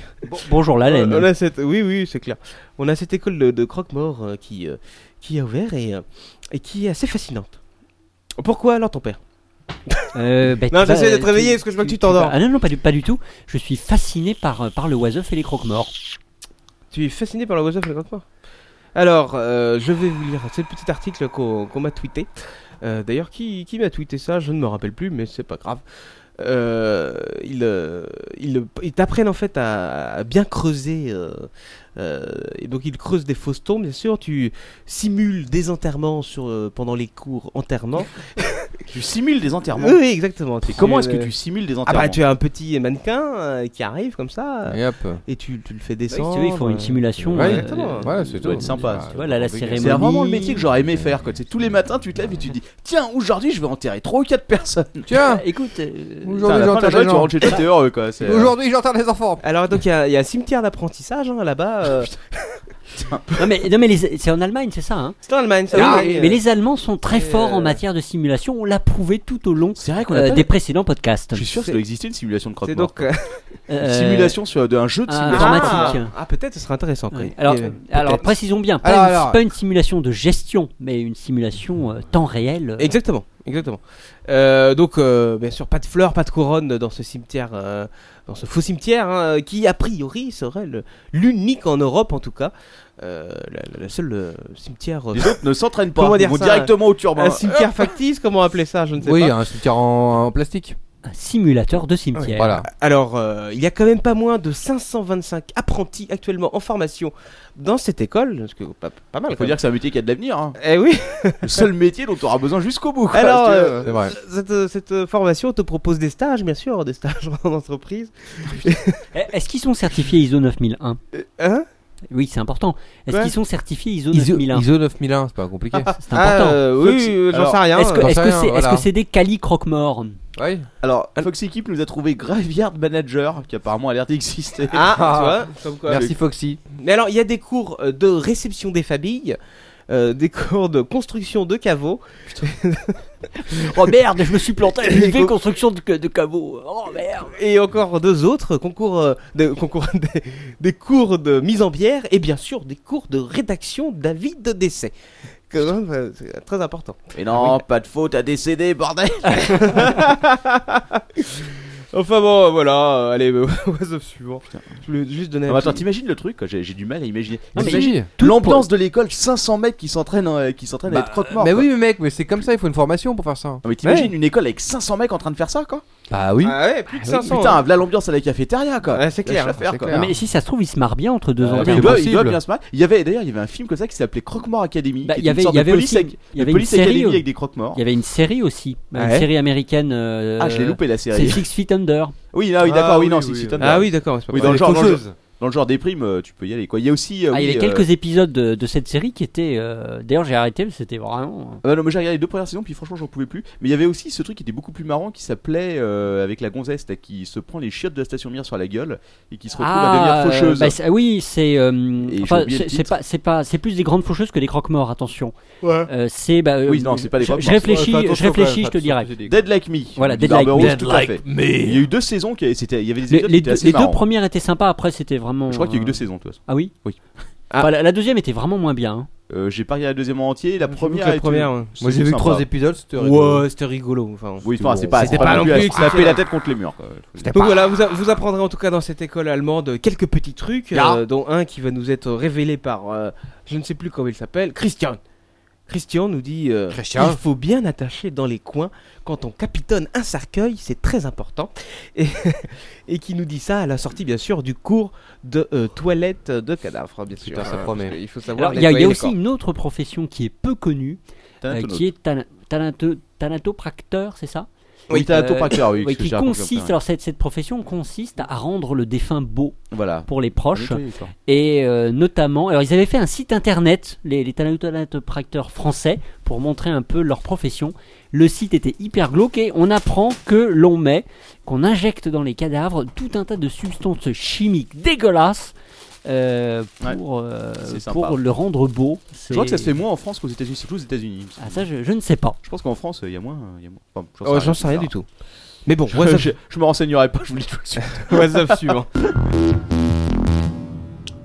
Speaker 7: bonjour la laine.
Speaker 6: On a cette... Oui, oui, c'est clair. On a cette école de, de croque-morts euh, qui, euh, qui a ouvert et, euh, et qui est assez fascinante. Pourquoi alors ton père
Speaker 7: Euh, bah,
Speaker 6: Non, j'essaie de te réveiller parce que je vois que tu t'endors.
Speaker 7: Ah non, non, pas du, pas du tout. Je suis fasciné par, euh, par le oiseuf et les croque-morts.
Speaker 6: Tu es fasciné par la oiseau et le croque-mort Alors, euh, je vais vous lire ce petit article qu'on qu'on m'a tweeté. Euh, D'ailleurs, qui, qui m'a tweeté ça Je ne me rappelle plus, mais c'est pas grave. Euh, ils, euh, ils, ils t'apprennent en fait à, à bien creuser. euh, euh, et donc, ils creusent des fausses tombes, bien sûr. Tu simules des enterrements sur, euh, pendant les cours enterrements.
Speaker 5: tu simules des enterrements
Speaker 6: Oui, exactement. Tu-
Speaker 5: Comment est-ce que tu simules des
Speaker 6: Euh, Ah bah,
Speaker 5: enterrements
Speaker 6: tu as un petit mannequin euh, qui arrive comme ça.
Speaker 8: Et hop.
Speaker 6: tu, tu le fais
Speaker 7: c'est
Speaker 6: descendre.
Speaker 7: vrai, ils font une simulation, Ouais, euh, exactement.
Speaker 5: Ouais, c'est tout. sympa.
Speaker 7: Tu
Speaker 8: Ah,
Speaker 7: vois, là, la cérémonie.
Speaker 5: C'est vraiment le métier que j'aurais aimé faire. quoi. C'est tous les matins, tu te lèves et tu dis Tiens, aujourd'hui, je vais enterrer 3 ou 4 personnes.
Speaker 8: Tiens
Speaker 7: Écoute,
Speaker 8: euh,
Speaker 5: Putain, à la fin de la journée, tu rentres chez toi, t'es heureux quoi. c'est- euh,
Speaker 8: j'entends les enfants.
Speaker 6: Alors donc il y, a il y a un cimetière d'apprentissage hein, là-bas.
Speaker 7: Ah,
Speaker 6: euh.
Speaker 7: non mais, non, mais les- c'est en Allemagne, c'est ça. Hein
Speaker 6: C'est en Allemagne, ça.
Speaker 7: Oui,
Speaker 6: oui,
Speaker 7: mais,
Speaker 6: euh,
Speaker 7: mais euh, les Allemands sont très forts en matière de simulation. On l'a prouvé tout au long euh, des précédents podcasts. Euh,
Speaker 5: Je suis sûr que ça doit exister une simulation de croque
Speaker 7: c'est donc,
Speaker 6: euh,
Speaker 5: Une simulation sur- d'un jeu de
Speaker 7: Ah,
Speaker 5: simulation.
Speaker 7: informatique.
Speaker 6: Ah, peut-être ce serait intéressant. quoi.
Speaker 7: Ouais. Alors,
Speaker 6: Euh,
Speaker 7: alors
Speaker 6: peut-être.
Speaker 7: précisons bien, pas,
Speaker 6: Alors,
Speaker 7: une,
Speaker 6: alors.
Speaker 7: pas une simulation de gestion, mais une simulation euh, temps réel. euh,
Speaker 6: Exactement, exactement. Euh, donc, euh, bien sûr, pas de fleurs, pas de couronne dans ce cimetière, euh, dans ce faux cimetière, hein, qui a priori serait le- l'unique en Europe, en tout cas, euh, le, le seul euh, cimetière. euh,
Speaker 5: Les autres ne s'entraînent pas,
Speaker 6: comment
Speaker 5: ils
Speaker 6: dire
Speaker 5: vont
Speaker 6: ça, Ah,
Speaker 5: directement au turbin.
Speaker 6: Un cimetière factice, comment appeler ça Je ne sais
Speaker 8: Oui,
Speaker 6: pas.
Speaker 8: un cimetière en, en plastique.
Speaker 7: Un simulateur de cimetière.
Speaker 8: Voilà.
Speaker 6: Alors, euh, il y a quand même pas moins de 525 apprentis actuellement en formation dans cette école, parce que pas, pas mal.
Speaker 5: Il
Speaker 6: quand
Speaker 5: faut dire
Speaker 6: même.
Speaker 5: que c'est un métier qui a de l'avenir. hein.
Speaker 6: Eh oui. <laughs>
Speaker 5: Le seul métier dont tu auras besoin jusqu'au bout. quoi,
Speaker 6: Alors,
Speaker 5: parce que,
Speaker 6: euh, cette, euh, cette, euh, formation te propose des stages, bien sûr, des stages <laughs> en entreprise.
Speaker 7: Eh, Est-ce qu'ils sont certifiés ISO 9001
Speaker 6: Hein
Speaker 7: Oui, c'est important. Est-ce
Speaker 6: Ouais.
Speaker 7: qu'ils sont certifiés
Speaker 6: Ah,
Speaker 7: ISO
Speaker 8: ISO
Speaker 7: 9001
Speaker 8: ISO 9001, c'est pas compliqué.
Speaker 7: C'est important.
Speaker 6: oui, euh, j'en sais rien.
Speaker 7: Est-ce que
Speaker 8: J'en sais
Speaker 7: est-ce que
Speaker 8: rien,
Speaker 7: c'est est-ce
Speaker 8: voilà.
Speaker 7: que c'est des quali croque-morts
Speaker 8: Oui.
Speaker 5: Alors, Fox Equipe nous a trouvé Graveyard Manager, qui apparemment a l'air d'exister.
Speaker 6: Ah, tu vois, comme quoi.
Speaker 8: Merci Foxy.
Speaker 6: Mais alors, il y a des cours euh, de réception des familles, euh, des cours de construction de caveaux.
Speaker 7: Oh merde, je me suis planté. J'ai fait
Speaker 6: co-
Speaker 7: construction de, de caveaux. Oh merde.
Speaker 6: Et encore deux autres concours, euh, de- concours <laughs> des, des cours de mise en bière et bien sûr des cours de rédaction d'avis de décès. Quand même, euh, C'est très important.
Speaker 5: Mais non, pas de faute à décéder, bordel
Speaker 6: Enfin bon, voilà, euh, allez, <laughs> euh, oiseau suivant. Je voulais juste donner
Speaker 5: Non,
Speaker 6: un
Speaker 5: mais attends,
Speaker 6: petit-
Speaker 5: t'imagines le truc quoi, J'ai j'ai du mal à imaginer.
Speaker 7: Non, mais
Speaker 5: T'imagines
Speaker 7: tout
Speaker 5: L'ambiance de l'école, 500 mecs qui s'entraînent euh, qui s'entraînent
Speaker 7: Bah,
Speaker 5: à être croque-mort.
Speaker 8: Mais
Speaker 5: quoi.
Speaker 8: oui, mais mec, mais c'est comme ça, il faut une formation pour faire ça.
Speaker 5: Non, mais t'imagines
Speaker 6: Ouais.
Speaker 5: une école avec 500 mecs en train de faire ça quoi
Speaker 8: Bah oui.
Speaker 6: Ah ouais, plus de 500.
Speaker 5: Putain,
Speaker 6: hein.
Speaker 5: v'là l'ambiance à la cafétéria quoi.
Speaker 6: Ouais, c'est
Speaker 5: Lâche
Speaker 6: clair,
Speaker 5: l'affaire,
Speaker 8: c'est
Speaker 5: quoi.
Speaker 8: clair.
Speaker 7: Mais si ça se trouve, ils se marrent bien entre deux
Speaker 5: Ah,
Speaker 7: antennes.
Speaker 5: il doit, il doit
Speaker 8: possible.
Speaker 5: bien se marrer. Il y avait d'ailleurs il y avait un film comme ça qui s'appelait Croque-mort Academy.
Speaker 7: Bah,
Speaker 5: qui était
Speaker 7: il
Speaker 5: une
Speaker 7: y avait-
Speaker 5: sorte
Speaker 7: il y
Speaker 5: de
Speaker 7: avait
Speaker 5: police
Speaker 7: aussi-
Speaker 5: ac-
Speaker 7: il y avait
Speaker 5: de
Speaker 7: une
Speaker 5: police
Speaker 7: série,
Speaker 5: academy
Speaker 7: euh,
Speaker 5: avec des croque-morts.
Speaker 7: Il y avait une série aussi, une
Speaker 6: Ouais.
Speaker 7: série américaine. euh,
Speaker 5: Ah, je l'ai loupé la série.
Speaker 7: C'est Six Feet Under.
Speaker 5: Oui, ah oui,
Speaker 8: Ah,
Speaker 5: d'accord, oui,
Speaker 8: oui,
Speaker 5: non,
Speaker 8: oui.
Speaker 5: Six Feet Under.
Speaker 6: Ah oui, d'accord. c'est pas
Speaker 5: Oui,
Speaker 6: mal.
Speaker 5: dans le
Speaker 8: Les
Speaker 5: genre, dans le,
Speaker 8: faucheuses.
Speaker 5: genre- dans le genre des primes, euh, tu peux y aller quoi. Il y a aussi. euh,
Speaker 7: Ah, il y
Speaker 5: oui,
Speaker 7: avait
Speaker 5: euh,
Speaker 7: quelques épisodes de, de cette série qui étaient. euh, D'ailleurs, j'ai arrêté, c'était vraiment. euh,
Speaker 5: Ah bah non, moi j'ai regardé les deux premières saisons, puis franchement j'en pouvais plus. Mais il y avait aussi ce truc qui était beaucoup plus marrant qui s'appelait euh, avec la gonzesse là, qui se prend les chiottes de la station mire sur la gueule et qui se retrouve à devenir faucheuse.
Speaker 7: euh, bah, c'est- oui, c'est. euh,
Speaker 5: Et j'ai
Speaker 7: enfin,
Speaker 5: oublié le
Speaker 7: c'est c'est
Speaker 5: titre.
Speaker 7: pas, c'est pas, c'est plus des grandes faucheuses que des croque-morts. Attention. Euh, c'est. Bah, euh,
Speaker 5: Oui, non, c'est pas des
Speaker 7: je, je
Speaker 5: croque-morts.
Speaker 7: réfléchis,
Speaker 8: Ouais, fais
Speaker 7: je
Speaker 8: attention,
Speaker 7: réfléchis,
Speaker 8: ouais,
Speaker 7: je te
Speaker 8: fais
Speaker 7: dirai.
Speaker 8: attention, c'est des-
Speaker 5: Dead Like Me.
Speaker 7: Voilà,
Speaker 5: de
Speaker 7: Dead
Speaker 5: Barbe
Speaker 7: Like Me.
Speaker 5: Rose,
Speaker 7: Dead
Speaker 5: tout à fait. Il y a eu deux saisons qui c'était, il y avait des
Speaker 7: Les,
Speaker 5: épisodes qui
Speaker 7: les
Speaker 5: étaient
Speaker 7: deux,
Speaker 5: assez
Speaker 7: les deux
Speaker 5: marrants.
Speaker 7: premières étaient sympas. Après, c'était vraiment.
Speaker 5: Je crois qu'il y a eu que
Speaker 7: euh,
Speaker 5: deux saisons de toute façon.
Speaker 7: Ah oui.
Speaker 5: Oui. Ah.
Speaker 7: Enfin, la, la deuxième était vraiment moins bien. hein.
Speaker 5: Euh, j'ai pas regardé la deuxième en entier, la
Speaker 6: J'avoue
Speaker 5: première.
Speaker 6: que la
Speaker 5: était-
Speaker 6: première, ouais.
Speaker 5: c'était
Speaker 8: Moi j'ai vu que
Speaker 5: hein. sympa.
Speaker 8: trois épisodes, c'était rigolo.
Speaker 6: Ouais, c'était rigolo. Enfin,
Speaker 5: Oui, enfin,
Speaker 6: bon.
Speaker 5: c'est pas, c'est
Speaker 6: C'était
Speaker 5: pas non plus à se taper
Speaker 6: exceptionnel.
Speaker 5: la tête contre les murs. quoi.
Speaker 6: Donc voilà, vous, a- vous apprendrez en tout cas dans cette école allemande quelques petits trucs, euh, dont un qui va nous être révélé par, euh, je ne sais plus comment il s'appelle, Christian. Christian nous dit euh,
Speaker 8: Christian.
Speaker 6: il faut bien attacher dans les coins quand on capitonne un cercueil, c'est très important. <laughs> Et, et qui nous dit ça à la sortie, bien sûr, du cours de euh, toilette de cadavre, bien sûr.
Speaker 8: Putain, ça
Speaker 6: hein,
Speaker 8: promet.
Speaker 6: parce que Il faut savoir.
Speaker 7: Alors, il y a, il y a
Speaker 6: nettoyer les
Speaker 7: aussi
Speaker 6: corps.
Speaker 7: une autre profession qui est peu connue, euh,
Speaker 5: Thanatonaute.
Speaker 7: qui est thana- thanato- thanatopracteur, c'est ça
Speaker 5: Oui,
Speaker 7: Euh,
Speaker 5: thanatopracteur, oui, que
Speaker 7: qui
Speaker 5: j'ai raconté l'autre
Speaker 7: consiste,
Speaker 5: fois.
Speaker 7: alors cette, cette profession consiste à rendre le défunt beau
Speaker 5: hein. Voilà.
Speaker 7: pour les proches.
Speaker 5: nettoyer les corps.
Speaker 7: Et euh, notamment, alors ils avaient fait un site internet, les, les thanatopracteurs français, pour montrer un peu leur profession. Le site était hyper glauque et on apprend que l'on met, qu'on injecte dans les cadavres tout un tas de substances chimiques dégueulasses. euh, pour, euh,
Speaker 5: c'est sympa.
Speaker 7: pour le rendre beau.
Speaker 5: Je crois que ça se fait moins en France qu'aux États-Unis, surtout aux États-Unis. il me semble.
Speaker 7: Ah, ça, je, je ne sais pas.
Speaker 5: Je pense qu'en France, il y a moins. euh, il y a moins... Enfin,
Speaker 6: Oh, j'en sais rien
Speaker 5: etc.
Speaker 6: du tout. Mais bon,
Speaker 5: Je,
Speaker 6: what's up-
Speaker 5: je- je me renseignerai pas, je vous le dis tout de suite.
Speaker 6: What's up suivant.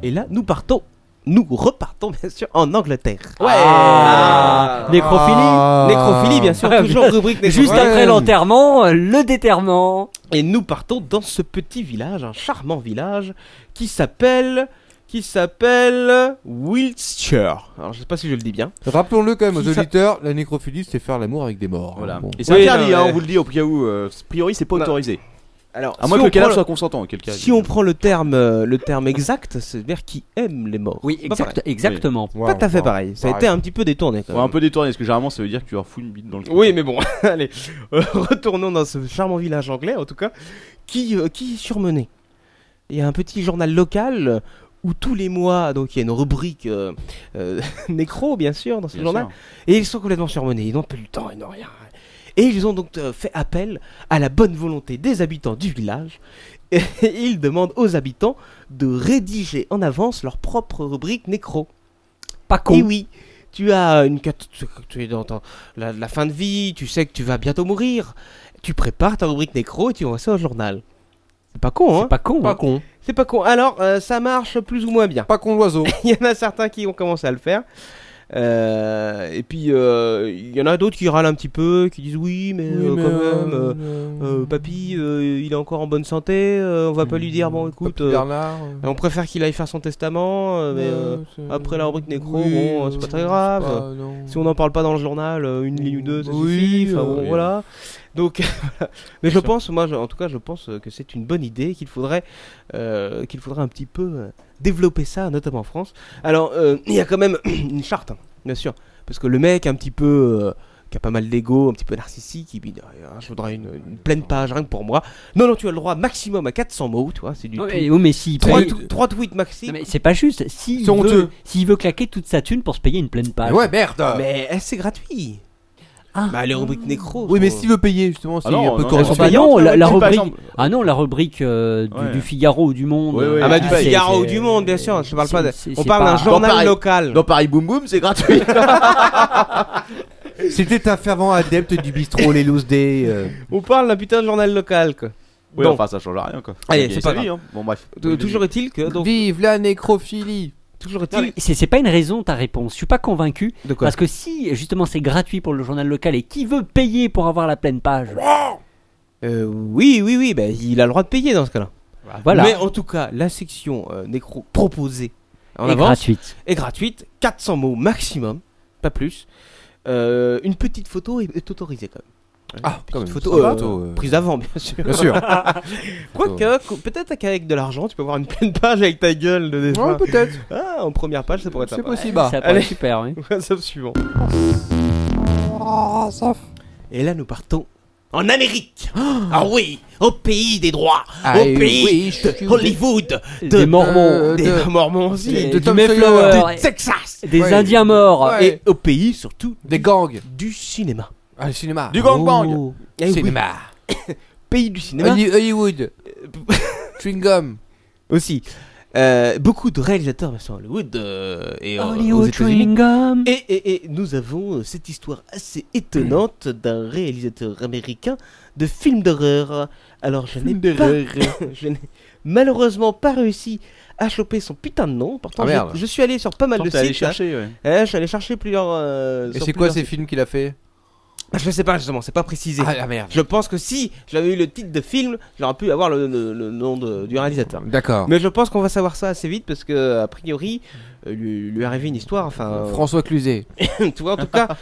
Speaker 6: Et là, nous partons, nous repartons bien sûr en Angleterre. Ouais. Ah.
Speaker 7: Nécrophilie
Speaker 6: Nécrophilie, bien sûr,
Speaker 7: Ah,
Speaker 6: toujours
Speaker 7: bien-
Speaker 6: rubrique nécrophilie.
Speaker 7: Juste après l'enterrement, euh, le déterrement.
Speaker 6: Et nous partons dans ce petit village, un charmant village qui s'appelle qui s'appelle Wiltshire. Alors je sais pas si je le dis bien.
Speaker 8: Rappelons-le quand même aux
Speaker 6: Qui ça-
Speaker 8: auditeurs, la nécrophilie c'est faire l'amour avec des morts.
Speaker 5: Voilà.
Speaker 8: Bon.
Speaker 5: Et c'est
Speaker 6: Oui,
Speaker 5: interdit,
Speaker 6: non,
Speaker 5: hein,
Speaker 6: mais-
Speaker 5: on vous le dit au cas où. euh, a priori, c'est pas
Speaker 6: Non.
Speaker 5: autorisé.
Speaker 6: Alors
Speaker 5: À moins
Speaker 6: si
Speaker 5: que
Speaker 6: on
Speaker 5: le cadavre
Speaker 6: prend
Speaker 5: soit consentant, auquel cas.
Speaker 6: Si on prend le terme euh, le terme exact, c'est-à-dire qui aime les morts.
Speaker 7: Oui,
Speaker 6: C'est pas pareil.
Speaker 7: exactement.
Speaker 6: Pas tout à fait
Speaker 8: Waouh,
Speaker 6: pareil. Ça a été un petit peu détourné quand
Speaker 5: On va
Speaker 6: même.
Speaker 5: un peu détourner, parce que généralement, ça veut dire que tu leur fous une bite dans le cul.
Speaker 6: Oui, mais bon, <laughs> allez, euh, retournons dans ce charmant village anglais, en tout cas, qui, euh, qui est surmené. Il y a un petit journal local euh, où tous les mois, donc il y a une rubrique euh, euh, <laughs> nécro, bien sûr, dans ce
Speaker 5: Bien
Speaker 6: journal,
Speaker 5: sûr.
Speaker 6: et ils sont complètement surmenés, ils n'ont plus le temps, ils n'ont rien. Et ils ont donc euh, fait appel à la bonne volonté des habitants du village. <laughs> Et ils demandent aux habitants de rédiger en avance leur propre rubrique nécro.
Speaker 7: Pas con.
Speaker 6: Et Eh oui, tu as une cat- tu- tu es dans ton- la, la fin de vie, tu sais que tu vas bientôt mourir. Tu prépares ta rubrique nécro et tu envoies ça au journal. C'est pas con, hein
Speaker 7: C'est pas con.
Speaker 8: Pas
Speaker 7: hein.
Speaker 8: con.
Speaker 6: C'est pas con. Alors, euh, ça marche plus ou moins bien.
Speaker 8: Pas con l'oiseau.
Speaker 6: <laughs> Il y en a certains qui ont commencé à le faire. Euh, et puis, euh, il y en a d'autres qui râlent un petit peu, qui disent oui, mais, euh, quand même, euh, euh, papy, euh, il est encore en bonne santé, euh, on va pas lui dire, bon, écoute, euh, on préfère qu'il aille faire son testament, euh, mais... euh, après la rubrique nécro, bon, c'est pas très grave. Si on n'en parle pas dans le journal, euh, une ligne ou deux, ça
Speaker 8: Oui,
Speaker 6: suffit. Enfin,
Speaker 8: euh,
Speaker 6: bon,
Speaker 8: oui.
Speaker 6: voilà. Donc, <laughs> voilà. mais je pense, moi, je- en tout cas, je pense euh, que c'est une bonne idée, qu'il faudrait, euh, qu'il faudrait un petit peu euh, développer ça, notamment en France. Alors, euh, il y a quand même <clears throat> une charte, hein, bien sûr, parce que le mec, un petit peu. euh, qui a pas mal d'ego, un petit peu narcissique, il dit Ah, je voudrais une, une pleine page rien que pour moi. Non, non, tu as le droit maximum à 400 mots, tu vois, c'est du
Speaker 7: Non,
Speaker 6: tout.
Speaker 7: mais, oh, mais s'il
Speaker 6: Trois
Speaker 7: paye-
Speaker 6: tw- trois tweets maxi.
Speaker 7: Non, mais c'est pas juste. S'il
Speaker 8: C'est
Speaker 7: veut,
Speaker 8: honteux.
Speaker 7: s'il veut claquer toute sa thune pour se payer une pleine page.
Speaker 8: Ouais, merde
Speaker 6: Mais eh, c'est gratuit.
Speaker 7: Ah.
Speaker 6: Bah, les rubriques nécro.
Speaker 8: Oui, mais
Speaker 6: sont-
Speaker 8: s'il veut payer, justement, s'il
Speaker 5: Ah non,
Speaker 8: peut
Speaker 5: non,
Speaker 7: Ah
Speaker 5: non,
Speaker 8: correspondre.
Speaker 7: bah
Speaker 5: payant,
Speaker 7: non,
Speaker 5: sur
Speaker 7: la,
Speaker 5: la
Speaker 7: la
Speaker 5: wiki, par
Speaker 7: rubrique.
Speaker 5: exemple.
Speaker 7: ah non, la rubrique euh, du,
Speaker 5: Ouais.
Speaker 7: du Figaro ou du Monde.
Speaker 5: Ouais, ouais.
Speaker 7: euh,
Speaker 6: Ah bah
Speaker 5: Ah,
Speaker 6: du
Speaker 5: c'est-
Speaker 6: Figaro
Speaker 7: c'est-
Speaker 6: ou du Monde, bien sûr. Je parle
Speaker 7: c'est-
Speaker 6: pas. de-
Speaker 7: c'est-
Speaker 6: On
Speaker 7: c'est
Speaker 6: parle d'un
Speaker 7: pas-
Speaker 5: Dans
Speaker 6: journal
Speaker 5: Paris-
Speaker 6: local.
Speaker 5: Dans Paris Boom Boom, c'est gratuit.
Speaker 8: C'était un fervent adepte du bistrot, les loose day. euh.
Speaker 6: On parle d'un putain de journal local. Quoi.
Speaker 5: Oui,
Speaker 6: Bon.
Speaker 5: enfin, ça change rien, quoi.
Speaker 6: Allez,
Speaker 5: Il y a
Speaker 6: c'est pas
Speaker 5: sa vie, hein. Bon, bref.
Speaker 6: T- Toujours est-il que donc
Speaker 8: Vive la nécrophilie
Speaker 6: toujours
Speaker 7: Non,
Speaker 6: est-il
Speaker 7: mais C'est c'est pas une raison ta réponse. Je suis pas convaincu
Speaker 6: de quoi
Speaker 7: parce que si justement c'est gratuit pour le journal local et qui veut payer pour avoir la pleine page,
Speaker 6: Euh, Oui, oui, oui. Bah, il a le droit de payer dans ce cas-là.
Speaker 7: voilà,
Speaker 6: Mais en tout cas, la section euh, nécro proposée en
Speaker 7: est
Speaker 6: avance
Speaker 7: gratuite.
Speaker 6: est gratuite. 400 mots maximum, pas plus. Euh, une petite photo est, est autorisée quand même.
Speaker 8: Ah, quand même.
Speaker 6: Photo,
Speaker 8: Photo,
Speaker 6: euh,
Speaker 8: euh,
Speaker 6: prise avant, bien sûr. Oh.
Speaker 8: Bien sûr.
Speaker 6: <laughs> Quoique, co- peut-être qu'avec de l'argent, tu peux avoir une pleine page avec ta gueule de
Speaker 8: <laughs>
Speaker 6: dessin.
Speaker 8: Ouais, peut-être.
Speaker 6: Ah, en première page, ça pourrait être
Speaker 8: C'est
Speaker 6: sympa.
Speaker 8: possible. Ah.
Speaker 7: Ça pourrait
Speaker 6: Bah, Allez.
Speaker 7: être super. oui.
Speaker 6: Sauf suivant. Et là, nous partons en Amérique. ah oui, au pays des droits,
Speaker 8: Ah,
Speaker 6: au
Speaker 8: oui,
Speaker 6: pays
Speaker 8: oui,
Speaker 6: de
Speaker 8: je suis-
Speaker 6: Hollywood,
Speaker 7: Des Mormons,
Speaker 8: euh,
Speaker 6: des
Speaker 8: de-
Speaker 6: Mormons aussi,
Speaker 7: des-
Speaker 8: de
Speaker 7: du
Speaker 8: Tom
Speaker 7: Mayflower,
Speaker 8: Sawyer,
Speaker 7: et-
Speaker 6: du Texas,
Speaker 7: des
Speaker 8: Ouais.
Speaker 7: Indiens morts.
Speaker 8: Ouais.
Speaker 6: et au pays surtout
Speaker 8: Des gangs.
Speaker 6: du cinéma.
Speaker 8: Ah, le cinéma.
Speaker 5: Du gangbang.
Speaker 6: Oh. Eh oui,
Speaker 8: Cinéma.
Speaker 6: pays du cinéma
Speaker 8: Holly- Hollywood. Chewing gum.
Speaker 6: aussi. Euh, beaucoup de réalisateurs, bien sûr, Hollywood euh, et euh, aux
Speaker 7: Hollywood
Speaker 6: États-Unis.
Speaker 7: chewing gum.
Speaker 6: Et, et- et nous avons euh, cette histoire assez
Speaker 8: <clears throat>
Speaker 6: étonnante d'un réalisateur américain de films d'horreur. Alors je n'ai pas, <laughs> je n'ai malheureusement pas réussi à choper son putain de nom. Pourtant,
Speaker 8: Ah, merde.
Speaker 6: je, je suis allé sur pas mal
Speaker 5: Tant
Speaker 6: de
Speaker 5: que t'es allé
Speaker 6: sites.
Speaker 5: chercher, ouais.
Speaker 6: hein. Eh, je suis allé chercher plusieurs. euh,
Speaker 8: Et
Speaker 6: sur
Speaker 8: c'est quoi
Speaker 6: plusieurs
Speaker 8: ces
Speaker 6: sites.
Speaker 8: films qu'il a fait
Speaker 6: Ah, Je sais pas justement, c'est pas précisé.
Speaker 8: Ah, la merde.
Speaker 6: Je pense que si j'avais eu le titre de film, j'aurais pu avoir le, le- le nom de- du réalisateur.
Speaker 8: D'accord.
Speaker 6: Mais je pense qu'on va savoir ça assez vite parce que a priori euh, lui, lui est arrivée une histoire. Enfin, euh,
Speaker 8: François Cluzet.
Speaker 6: <laughs> tu vois en tout cas,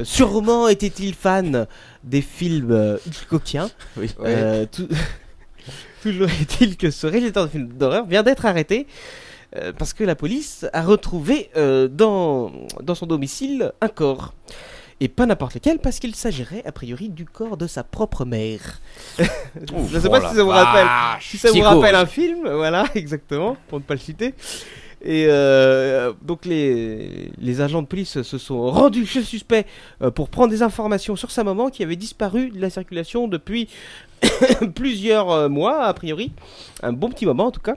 Speaker 6: euh, sûrement était-il fan des films euh, Hitchcockiens.
Speaker 5: Oui.
Speaker 6: Euh, tout- <laughs> Toujours est-il que ce réalisateur de films d'horreur vient d'être arrêté euh, parce que la police a retrouvé euh, dans, dans son domicile un corps. Et pas n'importe lequel, parce qu'il s'agirait a priori du corps de sa propre mère. Je ne sais
Speaker 5: oh
Speaker 6: pas
Speaker 5: la
Speaker 6: si ça vous rappelle.
Speaker 5: vache,
Speaker 6: Si ça vous
Speaker 5: psycho.
Speaker 6: rappelle un film, euh, voilà, <laughs> exactement, pour ne pas le citer. Et euh, donc les, les agents de police se sont rendus chez le suspect euh, pour prendre des informations sur sa maman qui avait disparu de la circulation depuis <coughs> plusieurs euh, mois, a priori. Un bon petit moment en tout cas.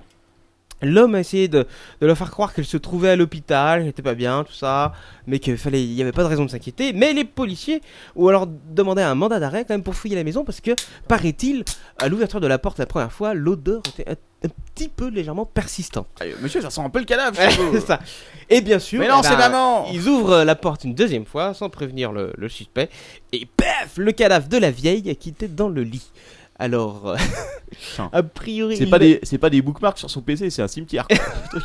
Speaker 6: L'homme a essayé de, de leur faire croire qu'elle se trouvait à l'hôpital, qu'elle n'était pas bien, tout ça, mais qu'il fallait, il n'y avait pas de raison de s'inquiéter. Mais les policiers ont alors demandé un mandat d'arrêt quand même pour fouiller la maison parce que, paraît-il, à l'ouverture de la porte la première fois, l'odeur était un, un petit peu légèrement persistante.
Speaker 5: <laughs> Ah, Monsieur, ça sent un peu le cadavre. je suppose.
Speaker 6: C'est ça. Et bien sûr,
Speaker 5: Mais non,
Speaker 6: eh ben,
Speaker 5: c'est maman.
Speaker 6: Ils ouvrent euh, la porte une deuxième fois sans prévenir le, le suspect et paf, le cadavre de la vieille qui était dans le lit. Alors, euh,
Speaker 5: Tiens.
Speaker 6: <laughs> a priori,
Speaker 5: C'est
Speaker 6: il
Speaker 5: pas
Speaker 6: a-
Speaker 5: des, c'est pas des bookmarks sur son PC, c'est un cimetière. quoi.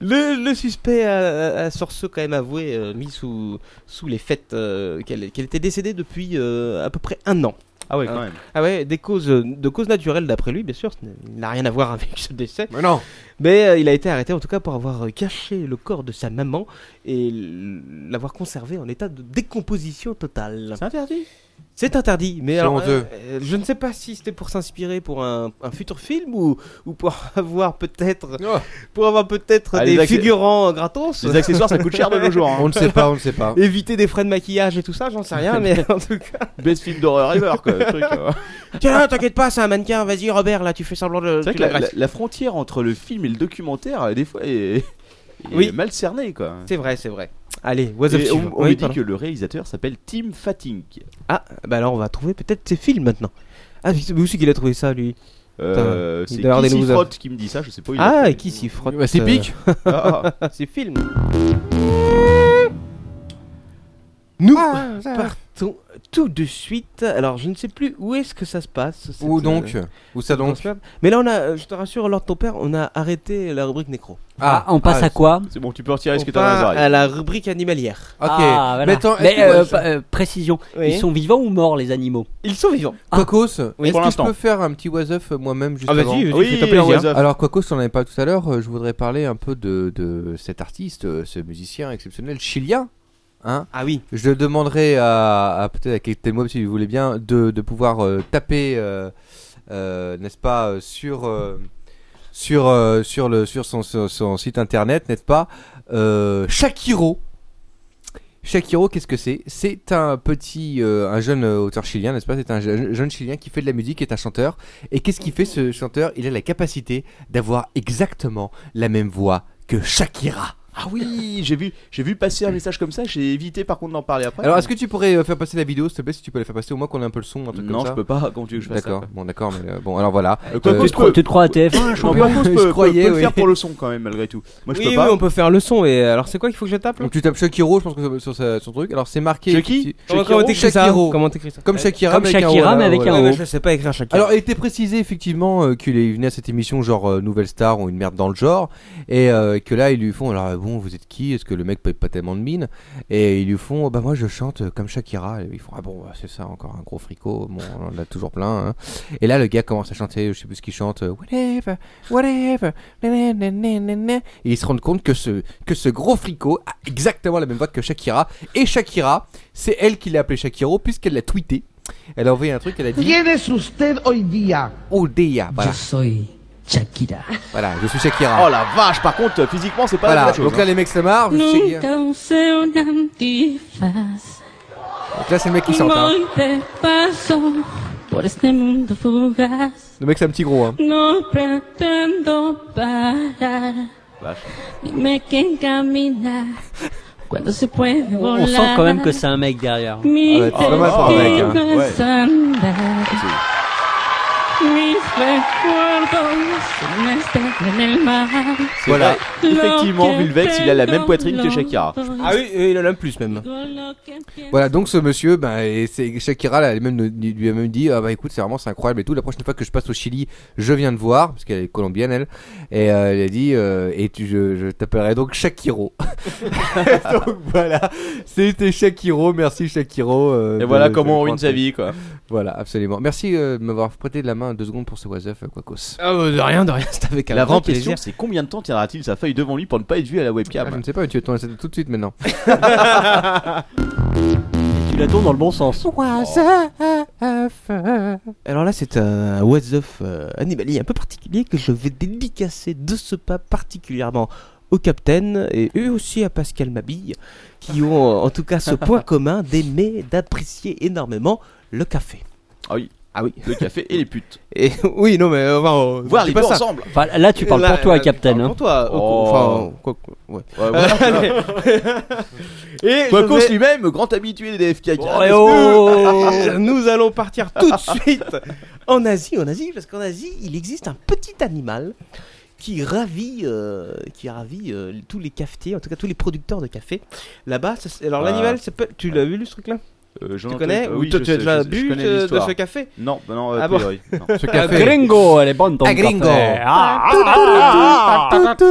Speaker 6: Le, le suspect a, a- a sur ce quand même avoué, euh, mis sous, sous les fêtes, euh, qu'elle qu'elle était décédée depuis euh, à peu près un an.
Speaker 5: ah ouais,
Speaker 6: quand
Speaker 5: quand même.
Speaker 6: Ah ouais, des causes, de causes naturelles d'après lui, bien sûr, ce n'est- il n'a rien à voir <laughs> avec ce décès.
Speaker 8: Mais non.
Speaker 6: Mais euh, il a été arrêté en tout cas pour avoir euh, caché le corps de sa maman et l- l'avoir conservé en état de décomposition totale.
Speaker 5: C'est interdit.
Speaker 6: C'est interdit, mais
Speaker 8: C'est
Speaker 6: alors,
Speaker 8: honteux.
Speaker 6: euh, euh, je ne sais pas si c'était pour s'inspirer pour un, un futur film ou, ou pour <laughs> avoir peut-être
Speaker 8: Oh.
Speaker 6: pour avoir peut-être
Speaker 5: Ah, les
Speaker 6: des
Speaker 5: accé-
Speaker 6: figurants euh, gratos,
Speaker 5: Les accessoires, ça coûte cher de nos jours.
Speaker 8: On
Speaker 5: Hein.
Speaker 8: ne sait pas, on ne sait
Speaker 6: <laughs>
Speaker 8: pas.
Speaker 6: éviter des frais de maquillage et tout ça, j'en sais rien, <laughs> mais en tout cas.
Speaker 5: Best film d'horreur ever, quoi. le truc, hein.
Speaker 6: Tiens, non, t'inquiète pas, c'est un mannequin. Vas-y, Robert, là, tu fais semblant de.
Speaker 5: C'est vrai
Speaker 6: tu
Speaker 5: que la, la-
Speaker 6: l'agresses.
Speaker 5: la frontière entre le film et le documentaire, euh, des fois, est, est
Speaker 6: Oui.
Speaker 5: mal cernée, quoi.
Speaker 6: C'est vrai, c'est vrai. Allez, what's up
Speaker 5: Et
Speaker 6: suivant.
Speaker 5: on on
Speaker 6: Oui,
Speaker 5: me dit
Speaker 6: pardon.
Speaker 5: que le réalisateur s'appelle Tim Fatink.
Speaker 6: Ah, bah alors on va trouver peut-être ses films maintenant. Ah, c'est où c'est qu'il a trouvé ça, lui
Speaker 5: Euh,
Speaker 6: Putain,
Speaker 5: c'est
Speaker 6: il doit avoir des
Speaker 5: Kissy
Speaker 6: losers.
Speaker 5: Frotte qui me dit ça, je sais pas. où il a
Speaker 6: Ah,
Speaker 5: trouvé.
Speaker 6: et qui s'y frotte
Speaker 8: Bah, c'est
Speaker 6: euh,
Speaker 8: pique.
Speaker 5: Ah, ah.
Speaker 6: <laughs> Ah, ses films.
Speaker 8: Euh,
Speaker 6: Nous partons tout de suite. Alors, je ne sais plus où est-ce que ça se passe. cette,
Speaker 8: Où
Speaker 6: euh,
Speaker 8: donc Où ça donc
Speaker 6: transfert. Mais là, on a, euh, je te rassure, Lord ton père, on a arrêté la rubrique nécro.
Speaker 7: Ah, on passe à quoi
Speaker 5: C'est bon, tu peux retirer ce
Speaker 6: On
Speaker 5: Ah, que t'as dans
Speaker 6: part
Speaker 5: les
Speaker 6: à
Speaker 5: oreilles.
Speaker 6: la rubrique animalière.
Speaker 8: Ok.
Speaker 7: Ah, voilà.
Speaker 8: Mais attends,
Speaker 7: Mais,
Speaker 8: est-ce que-
Speaker 7: euh, pa- euh, précision,
Speaker 6: Oui.
Speaker 7: ils sont vivants ou morts les animaux
Speaker 6: Ils sont vivants.
Speaker 8: Quacos, est-ce
Speaker 5: pour
Speaker 8: que je
Speaker 5: l'instant.
Speaker 8: peux faire un petit was of moi-même juste
Speaker 6: Ah,
Speaker 8: avant
Speaker 6: vas-y,
Speaker 5: Oui,
Speaker 6: fais-toi
Speaker 5: en
Speaker 6: plaisir.
Speaker 5: was-up.
Speaker 8: Hein. Alors Quacos, on n'en avait pas tout à l'heure, euh, je voudrais parler un peu de, de cet artiste, euh, ce musicien exceptionnel chilien. Hein
Speaker 6: Ah oui.
Speaker 8: je demanderai à, à peut-être à Captain Web, si vous voulez bien, de, de pouvoir euh, taper, euh, euh, n'est-ce pas, euh, sur, euh, sur, euh, sur, le, sur son, son- son site internet, n'est-ce pas, euh, Shakiro. Shakiro, qu'est-ce que c'est C'est un petit, euh, un jeune euh, auteur chilien, n'est-ce pas C'est un je- jeune chilien qui fait de la musique, qui est un chanteur. Et qu'est-ce qu'il fait ce chanteur Il a la capacité d'avoir exactement la même voix que Shakira.
Speaker 5: Ah oui, j'ai vu, j'ai vu passer un message comme ça, j'ai évité par contre d'en parler après.
Speaker 8: Alors, est-ce que tu pourrais euh, faire passer la vidéo, s'il te plaît, si tu peux la faire passer, au moins qu'on ait un peu le son, un truc
Speaker 5: Non,
Speaker 8: comme
Speaker 5: je
Speaker 8: ça
Speaker 5: peux pas, quand tu veux que je fasse ça.
Speaker 8: D'accord, bon, d'accord, mais euh, bon, alors voilà.
Speaker 5: Euh, quoi,
Speaker 8: Euh,
Speaker 5: quoi,
Speaker 7: tu te, crois, tu te crois à TF1
Speaker 5: Non,
Speaker 7: champion
Speaker 5: par
Speaker 8: <laughs>
Speaker 5: contre,
Speaker 8: Je
Speaker 5: je peux,
Speaker 8: croyais,
Speaker 5: peux- peux le
Speaker 8: oui.
Speaker 5: faire pour le son quand même, malgré tout. Moi, je
Speaker 6: oui,
Speaker 5: peux
Speaker 6: oui,
Speaker 5: pas.
Speaker 6: on peut faire le son. Et alors, c'est quoi qu'il faut que je tape là
Speaker 8: Donc tu tapes Shakiro, je pense que sur sa- son truc. Alors c'est marqué.
Speaker 5: Shaki
Speaker 8: tu-
Speaker 6: Comment-
Speaker 8: Shakiro.
Speaker 6: Comment t'écris ça
Speaker 8: Shakiro.
Speaker 6: Comment t'écris ça Euh,
Speaker 8: Comme Shakira,
Speaker 7: Comme
Speaker 8: mais avec un
Speaker 7: Shakira,
Speaker 8: O,
Speaker 7: mais
Speaker 8: là,
Speaker 7: avec
Speaker 8: voilà.
Speaker 6: Ouais,
Speaker 7: un O.
Speaker 6: mais je sais pas écrire Shakira.
Speaker 8: Alors, il était précisé effectivement euh, qu'il est- venait à cette émission genre euh, Nouvelle Star ou une merde dans le genre, et euh, que là ils lui font alors euh, bon vous êtes qui Est-ce que le mec paye pas tellement de mine Et ils lui font bah moi je chante euh, comme Shakira. Et ils font ah bon bah, c'est ça encore un gros fricot. Bon on en a toujours plein. hein. Et là le gars commence à chanter, je sais plus ce qu'il chante. euh, whatever, whatever. na, na, na, na, na. Et ils se rendent compte que ce que ce gros fricot a exactement la même voix que Shakira. Et Shakira, c'est elle qui l'a appelé Shakiro puisqu'elle l'a tweeté. Elle a envoyé un truc, elle a dit.
Speaker 11: es usted hoy día?
Speaker 8: Oh Deya, voilà,
Speaker 2: soy Shakira.
Speaker 8: voilà, je suis Shakira.
Speaker 5: Oh la vache, par contre, physiquement, c'est pas la
Speaker 8: voilà,
Speaker 5: même chose. hein.
Speaker 8: donc là les mecs se marrent, je suis Shakira.
Speaker 11: Entonces un antifaz
Speaker 8: Donc là c'est le mec qui chante. hein.
Speaker 11: Voy despacio por este mundo fugaz
Speaker 8: Le mec c'est un petit gros. Hein.
Speaker 11: No pretendo parar Dime quién camina Cuando se puede
Speaker 7: On,
Speaker 11: volar
Speaker 7: sent quand même que c'est un mec derrière.
Speaker 11: Mi
Speaker 8: Ah bah, c'est pas mal pour un mec, hein.
Speaker 11: destino es andar
Speaker 12: Oui, c'est c'est
Speaker 5: Voilà, effectivement, Vulvex, il a la même poitrine que Shakira.
Speaker 6: Ah oui, il en a plus même.
Speaker 8: Voilà, donc ce monsieur, ben, et c'est Shakira, là, elle même, nous- lui a même dit, ah bah écoute, c'est vraiment c'est incroyable et tout. La prochaine fois que je passe au Chili, je viens de voir, parce qu'elle est colombienne, elle, et euh, elle a dit, euh, et tu, je, je t'appellerai donc
Speaker 5: <laughs>
Speaker 8: Shakiro. <laughs> donc voilà, c'était Shakiro, merci Shakiro. euh,
Speaker 5: Et voilà
Speaker 8: de-
Speaker 5: comment
Speaker 8: de-
Speaker 5: on ruine sa vie, quoi.
Speaker 8: Voilà, absolument. Merci euh, de m'avoir prêté de la main deux secondes pour ce was Up, euh, Quacos.
Speaker 6: Ah, bah, de rien, de rien, c'était avec un
Speaker 5: La
Speaker 6: grand
Speaker 5: vraie question,
Speaker 6: plaisir.
Speaker 5: c'est combien de temps tiendra-t-il sa feuille devant lui pour ne pas être vu à la webcam
Speaker 8: Ah, Je ne sais pas, mais tu attends tout de suite maintenant.
Speaker 7: Tu la tournes dans le bon sens.
Speaker 11: Was a
Speaker 6: Alors là, c'est un What's Up euh, animalier un peu particulier que je vais dédicacer de ce pas particulièrement au Capitaine et eux aussi à Pascal Mabille, qui ont euh, en tout cas ce <laughs> point commun d'aimer, d'apprécier énormément le café.
Speaker 5: Ah oui.
Speaker 6: Ah oui.
Speaker 5: Le café et les putes.
Speaker 6: Et, <laughs> oui, non, mais euh, enfin, on-
Speaker 5: Voir
Speaker 6: on dit
Speaker 5: les
Speaker 6: pas
Speaker 5: deux
Speaker 6: ça. euh,
Speaker 5: ensemble.
Speaker 7: Enfin, là, tu parles pour toi, Captain,
Speaker 6: tu parles
Speaker 7: hein.
Speaker 6: Pour toi. au-
Speaker 5: Oh.
Speaker 6: Enfin, quoi, que- ouais.
Speaker 5: Ouais, voilà, tu vois.
Speaker 6: <laughs> Et
Speaker 5: Quacos
Speaker 6: je vais-
Speaker 5: lui-même, grand habitué des FK.
Speaker 6: Oh, et oh, <laughs> Nous allons partir tout de suite en Asie, en Asie, parce qu'en Asie, il existe un petit animal qui ravit, euh, qui ravit euh, tous les cafetiers, en tout cas tous les producteurs de café. Là-bas, ça s- alors
Speaker 5: Ah.
Speaker 6: l'animal, s'appelle- tu l'as vu le truc là
Speaker 5: Euh, j'en
Speaker 6: Tu
Speaker 5: entends-
Speaker 6: connais
Speaker 5: euh,
Speaker 6: Ou
Speaker 5: oui,
Speaker 6: toi,
Speaker 5: je
Speaker 6: tu as
Speaker 5: sais,
Speaker 6: déjà
Speaker 5: je-
Speaker 6: bu euh,
Speaker 5: je connais
Speaker 6: de, de
Speaker 5: l'histoire.
Speaker 6: ce café
Speaker 5: Non, bah non, a
Speaker 6: Ah bon
Speaker 5: priori, non.
Speaker 8: Ce
Speaker 7: Ah, Gringo, elle est bonne ton
Speaker 8: Ah, gringo.
Speaker 7: café.
Speaker 6: Euh,
Speaker 7: Ah, ah, ah, ah,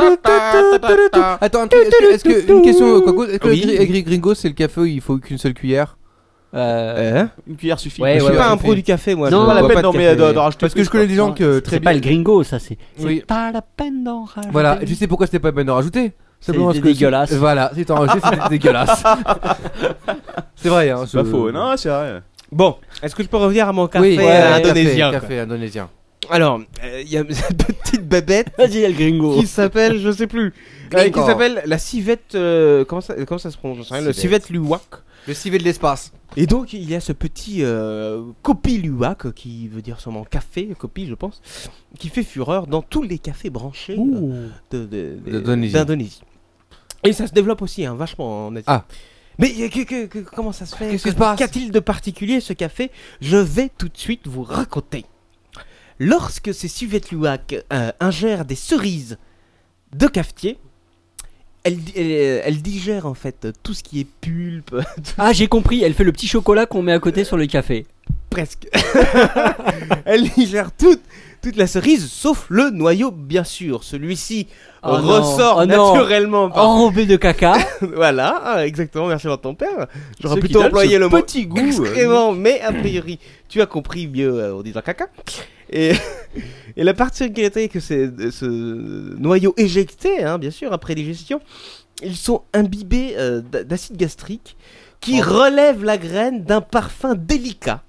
Speaker 7: ah.
Speaker 8: Attends, un truc, est-ce que- est-ce que, une question, euh, Quacos, est-ce que
Speaker 6: Oui.
Speaker 8: gri- gri- Gringo, c'est le café, où il faut qu'une seule cuillère
Speaker 6: Euh,
Speaker 5: Une cuillère suffit.
Speaker 8: Ouais, ouais,
Speaker 6: je suis
Speaker 8: ouais,
Speaker 6: pas un
Speaker 8: fait.
Speaker 6: pro du café, moi.
Speaker 7: Non,
Speaker 6: je
Speaker 7: pas la
Speaker 6: bois
Speaker 7: peine,
Speaker 6: de
Speaker 5: non, mais,
Speaker 6: café.
Speaker 5: euh, d'en racheter
Speaker 8: Parce que je connais des gens que Euh, très
Speaker 7: C'est pas le
Speaker 8: bien.
Speaker 7: gringo, ça, c'est. c'est
Speaker 8: Oui.
Speaker 7: pas la peine d'en rajouter.
Speaker 8: Voilà, tu sais pourquoi c'était pas bon de rajouter Simplement parce que
Speaker 7: dégueulasse.
Speaker 8: Voilà, si t'en rajoutes, c'était <laughs> dégueulasse. c'est vrai, hein.
Speaker 5: C'est pas faux, non, c'est vrai.
Speaker 6: Bon, est-ce que je peux revenir à mon
Speaker 8: Oui,
Speaker 6: café euh,
Speaker 8: ouais,
Speaker 6: indonésien
Speaker 8: café,
Speaker 6: quoi
Speaker 8: café indonésien.
Speaker 6: Alors, euh, il y a <laughs> cette petite babette
Speaker 7: Vas-y, le gringo.
Speaker 6: qui s'appelle, je sais plus, euh, qui
Speaker 8: Gringo.
Speaker 6: s'appelle la civette. euh, comment, ça, comment ça se prononce J'en sais rien, Le
Speaker 8: Civette.
Speaker 6: civette luwak.
Speaker 8: Le civet de l'espace.
Speaker 6: Et donc, il y a ce petit euh, copie luwak qui veut dire sûrement café, copie, je pense, qui fait fureur dans tous les cafés branchés euh, de- de- de-
Speaker 8: D'Indonésie.
Speaker 6: d'Indonésie. Et ça se développe aussi hein, vachement en Asie.
Speaker 8: Ah.
Speaker 6: Mais euh, que- que- que- comment ça se fait
Speaker 8: Qu'est-ce qui se
Speaker 7: Ah.
Speaker 8: passe
Speaker 6: Qu'a-t-il de particulier ce café Je vais tout de suite vous raconter. Lorsque ces suvettes luac euh, ingèrent des cerises de cafetier, elles, di- elles- elles digèrent en fait tout ce qui est pulpe, <laughs> tout-
Speaker 7: Ah, j'ai compris, elle fait le petit chocolat qu'on met à côté sur le café.
Speaker 6: presque. <laughs> elles digèrent toute, toute la cerise sauf le noyau, bien sûr. Celui-ci
Speaker 7: Oh non,
Speaker 6: ressort
Speaker 7: oh non.
Speaker 6: naturellement.
Speaker 8: Ah.
Speaker 6: par-
Speaker 7: Enrobé
Speaker 8: <laughs>
Speaker 7: de caca.
Speaker 6: voilà, ah, exactement, merci à ton père. J'aurais
Speaker 5: Ceux qui
Speaker 6: plutôt
Speaker 5: donnent
Speaker 6: employé
Speaker 5: ce
Speaker 6: le mot
Speaker 5: petit goût, euh,
Speaker 6: excrément, mais a priori, tu as compris mieux euh, en disant caca. Et, <laughs> et la particularité est que c'est ce noyau éjecté, hein, bien sûr, après digestion, ils sont imbibés euh, d'a- d'acide gastrique qui
Speaker 5: Oh.
Speaker 6: relève la graine d'un parfum délicat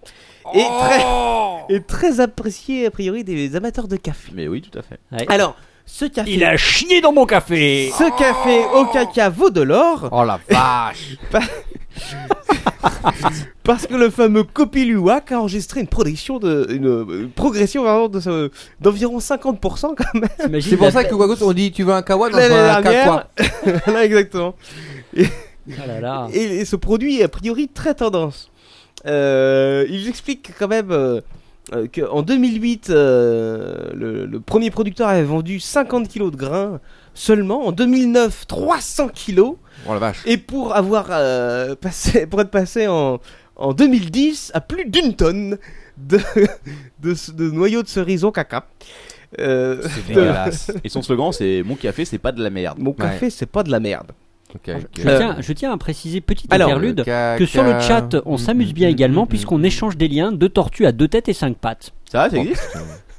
Speaker 6: et très,
Speaker 5: Oh.
Speaker 6: et très apprécié a priori des amateurs de café.
Speaker 5: Mais oui, tout à fait.
Speaker 6: Alors, ce café,
Speaker 7: a chié dans mon café.
Speaker 6: ce café au cacao de l'or
Speaker 8: Oh la vache
Speaker 6: Parce que le fameux Copiluac a enregistré une progression de une, euh, progression vraiment de ce- d'environ 50% quand même
Speaker 7: T'imagines
Speaker 8: C'est pour
Speaker 7: la-
Speaker 8: ça que Quacos, on dit tu veux un kawa dans
Speaker 6: l'année
Speaker 8: un
Speaker 6: dernière.
Speaker 8: kakwa.
Speaker 6: <laughs> Là exactement.
Speaker 7: Ah là là.
Speaker 6: Et, et ce produit est a priori très tendance. Euh, ils expliquent quand même euh, euh, qu'en 2008, euh, le, le premier producteur avait vendu 50 kilos de grains seulement. En 2009, 300 kilos.
Speaker 8: Oh la vache.
Speaker 6: Et pour avoir euh, passé, pour être passé en, en 2010 à plus d'une tonne de, de, ce- de noyaux de cerison caca. Euh,
Speaker 5: Et son slogan, c'est Mon café, c'est pas de la merde.
Speaker 6: mon café, c'est pas de la merde.
Speaker 8: Ok,
Speaker 7: Je,
Speaker 6: Euh,
Speaker 7: tiens, je tiens à préciser, petite
Speaker 6: alors, euh, mm,
Speaker 7: interlude, que sur le chat, on s'amuse bien également puisqu'on échange des liens de tortues à deux têtes et cinq pattes.
Speaker 5: Ça, ça existe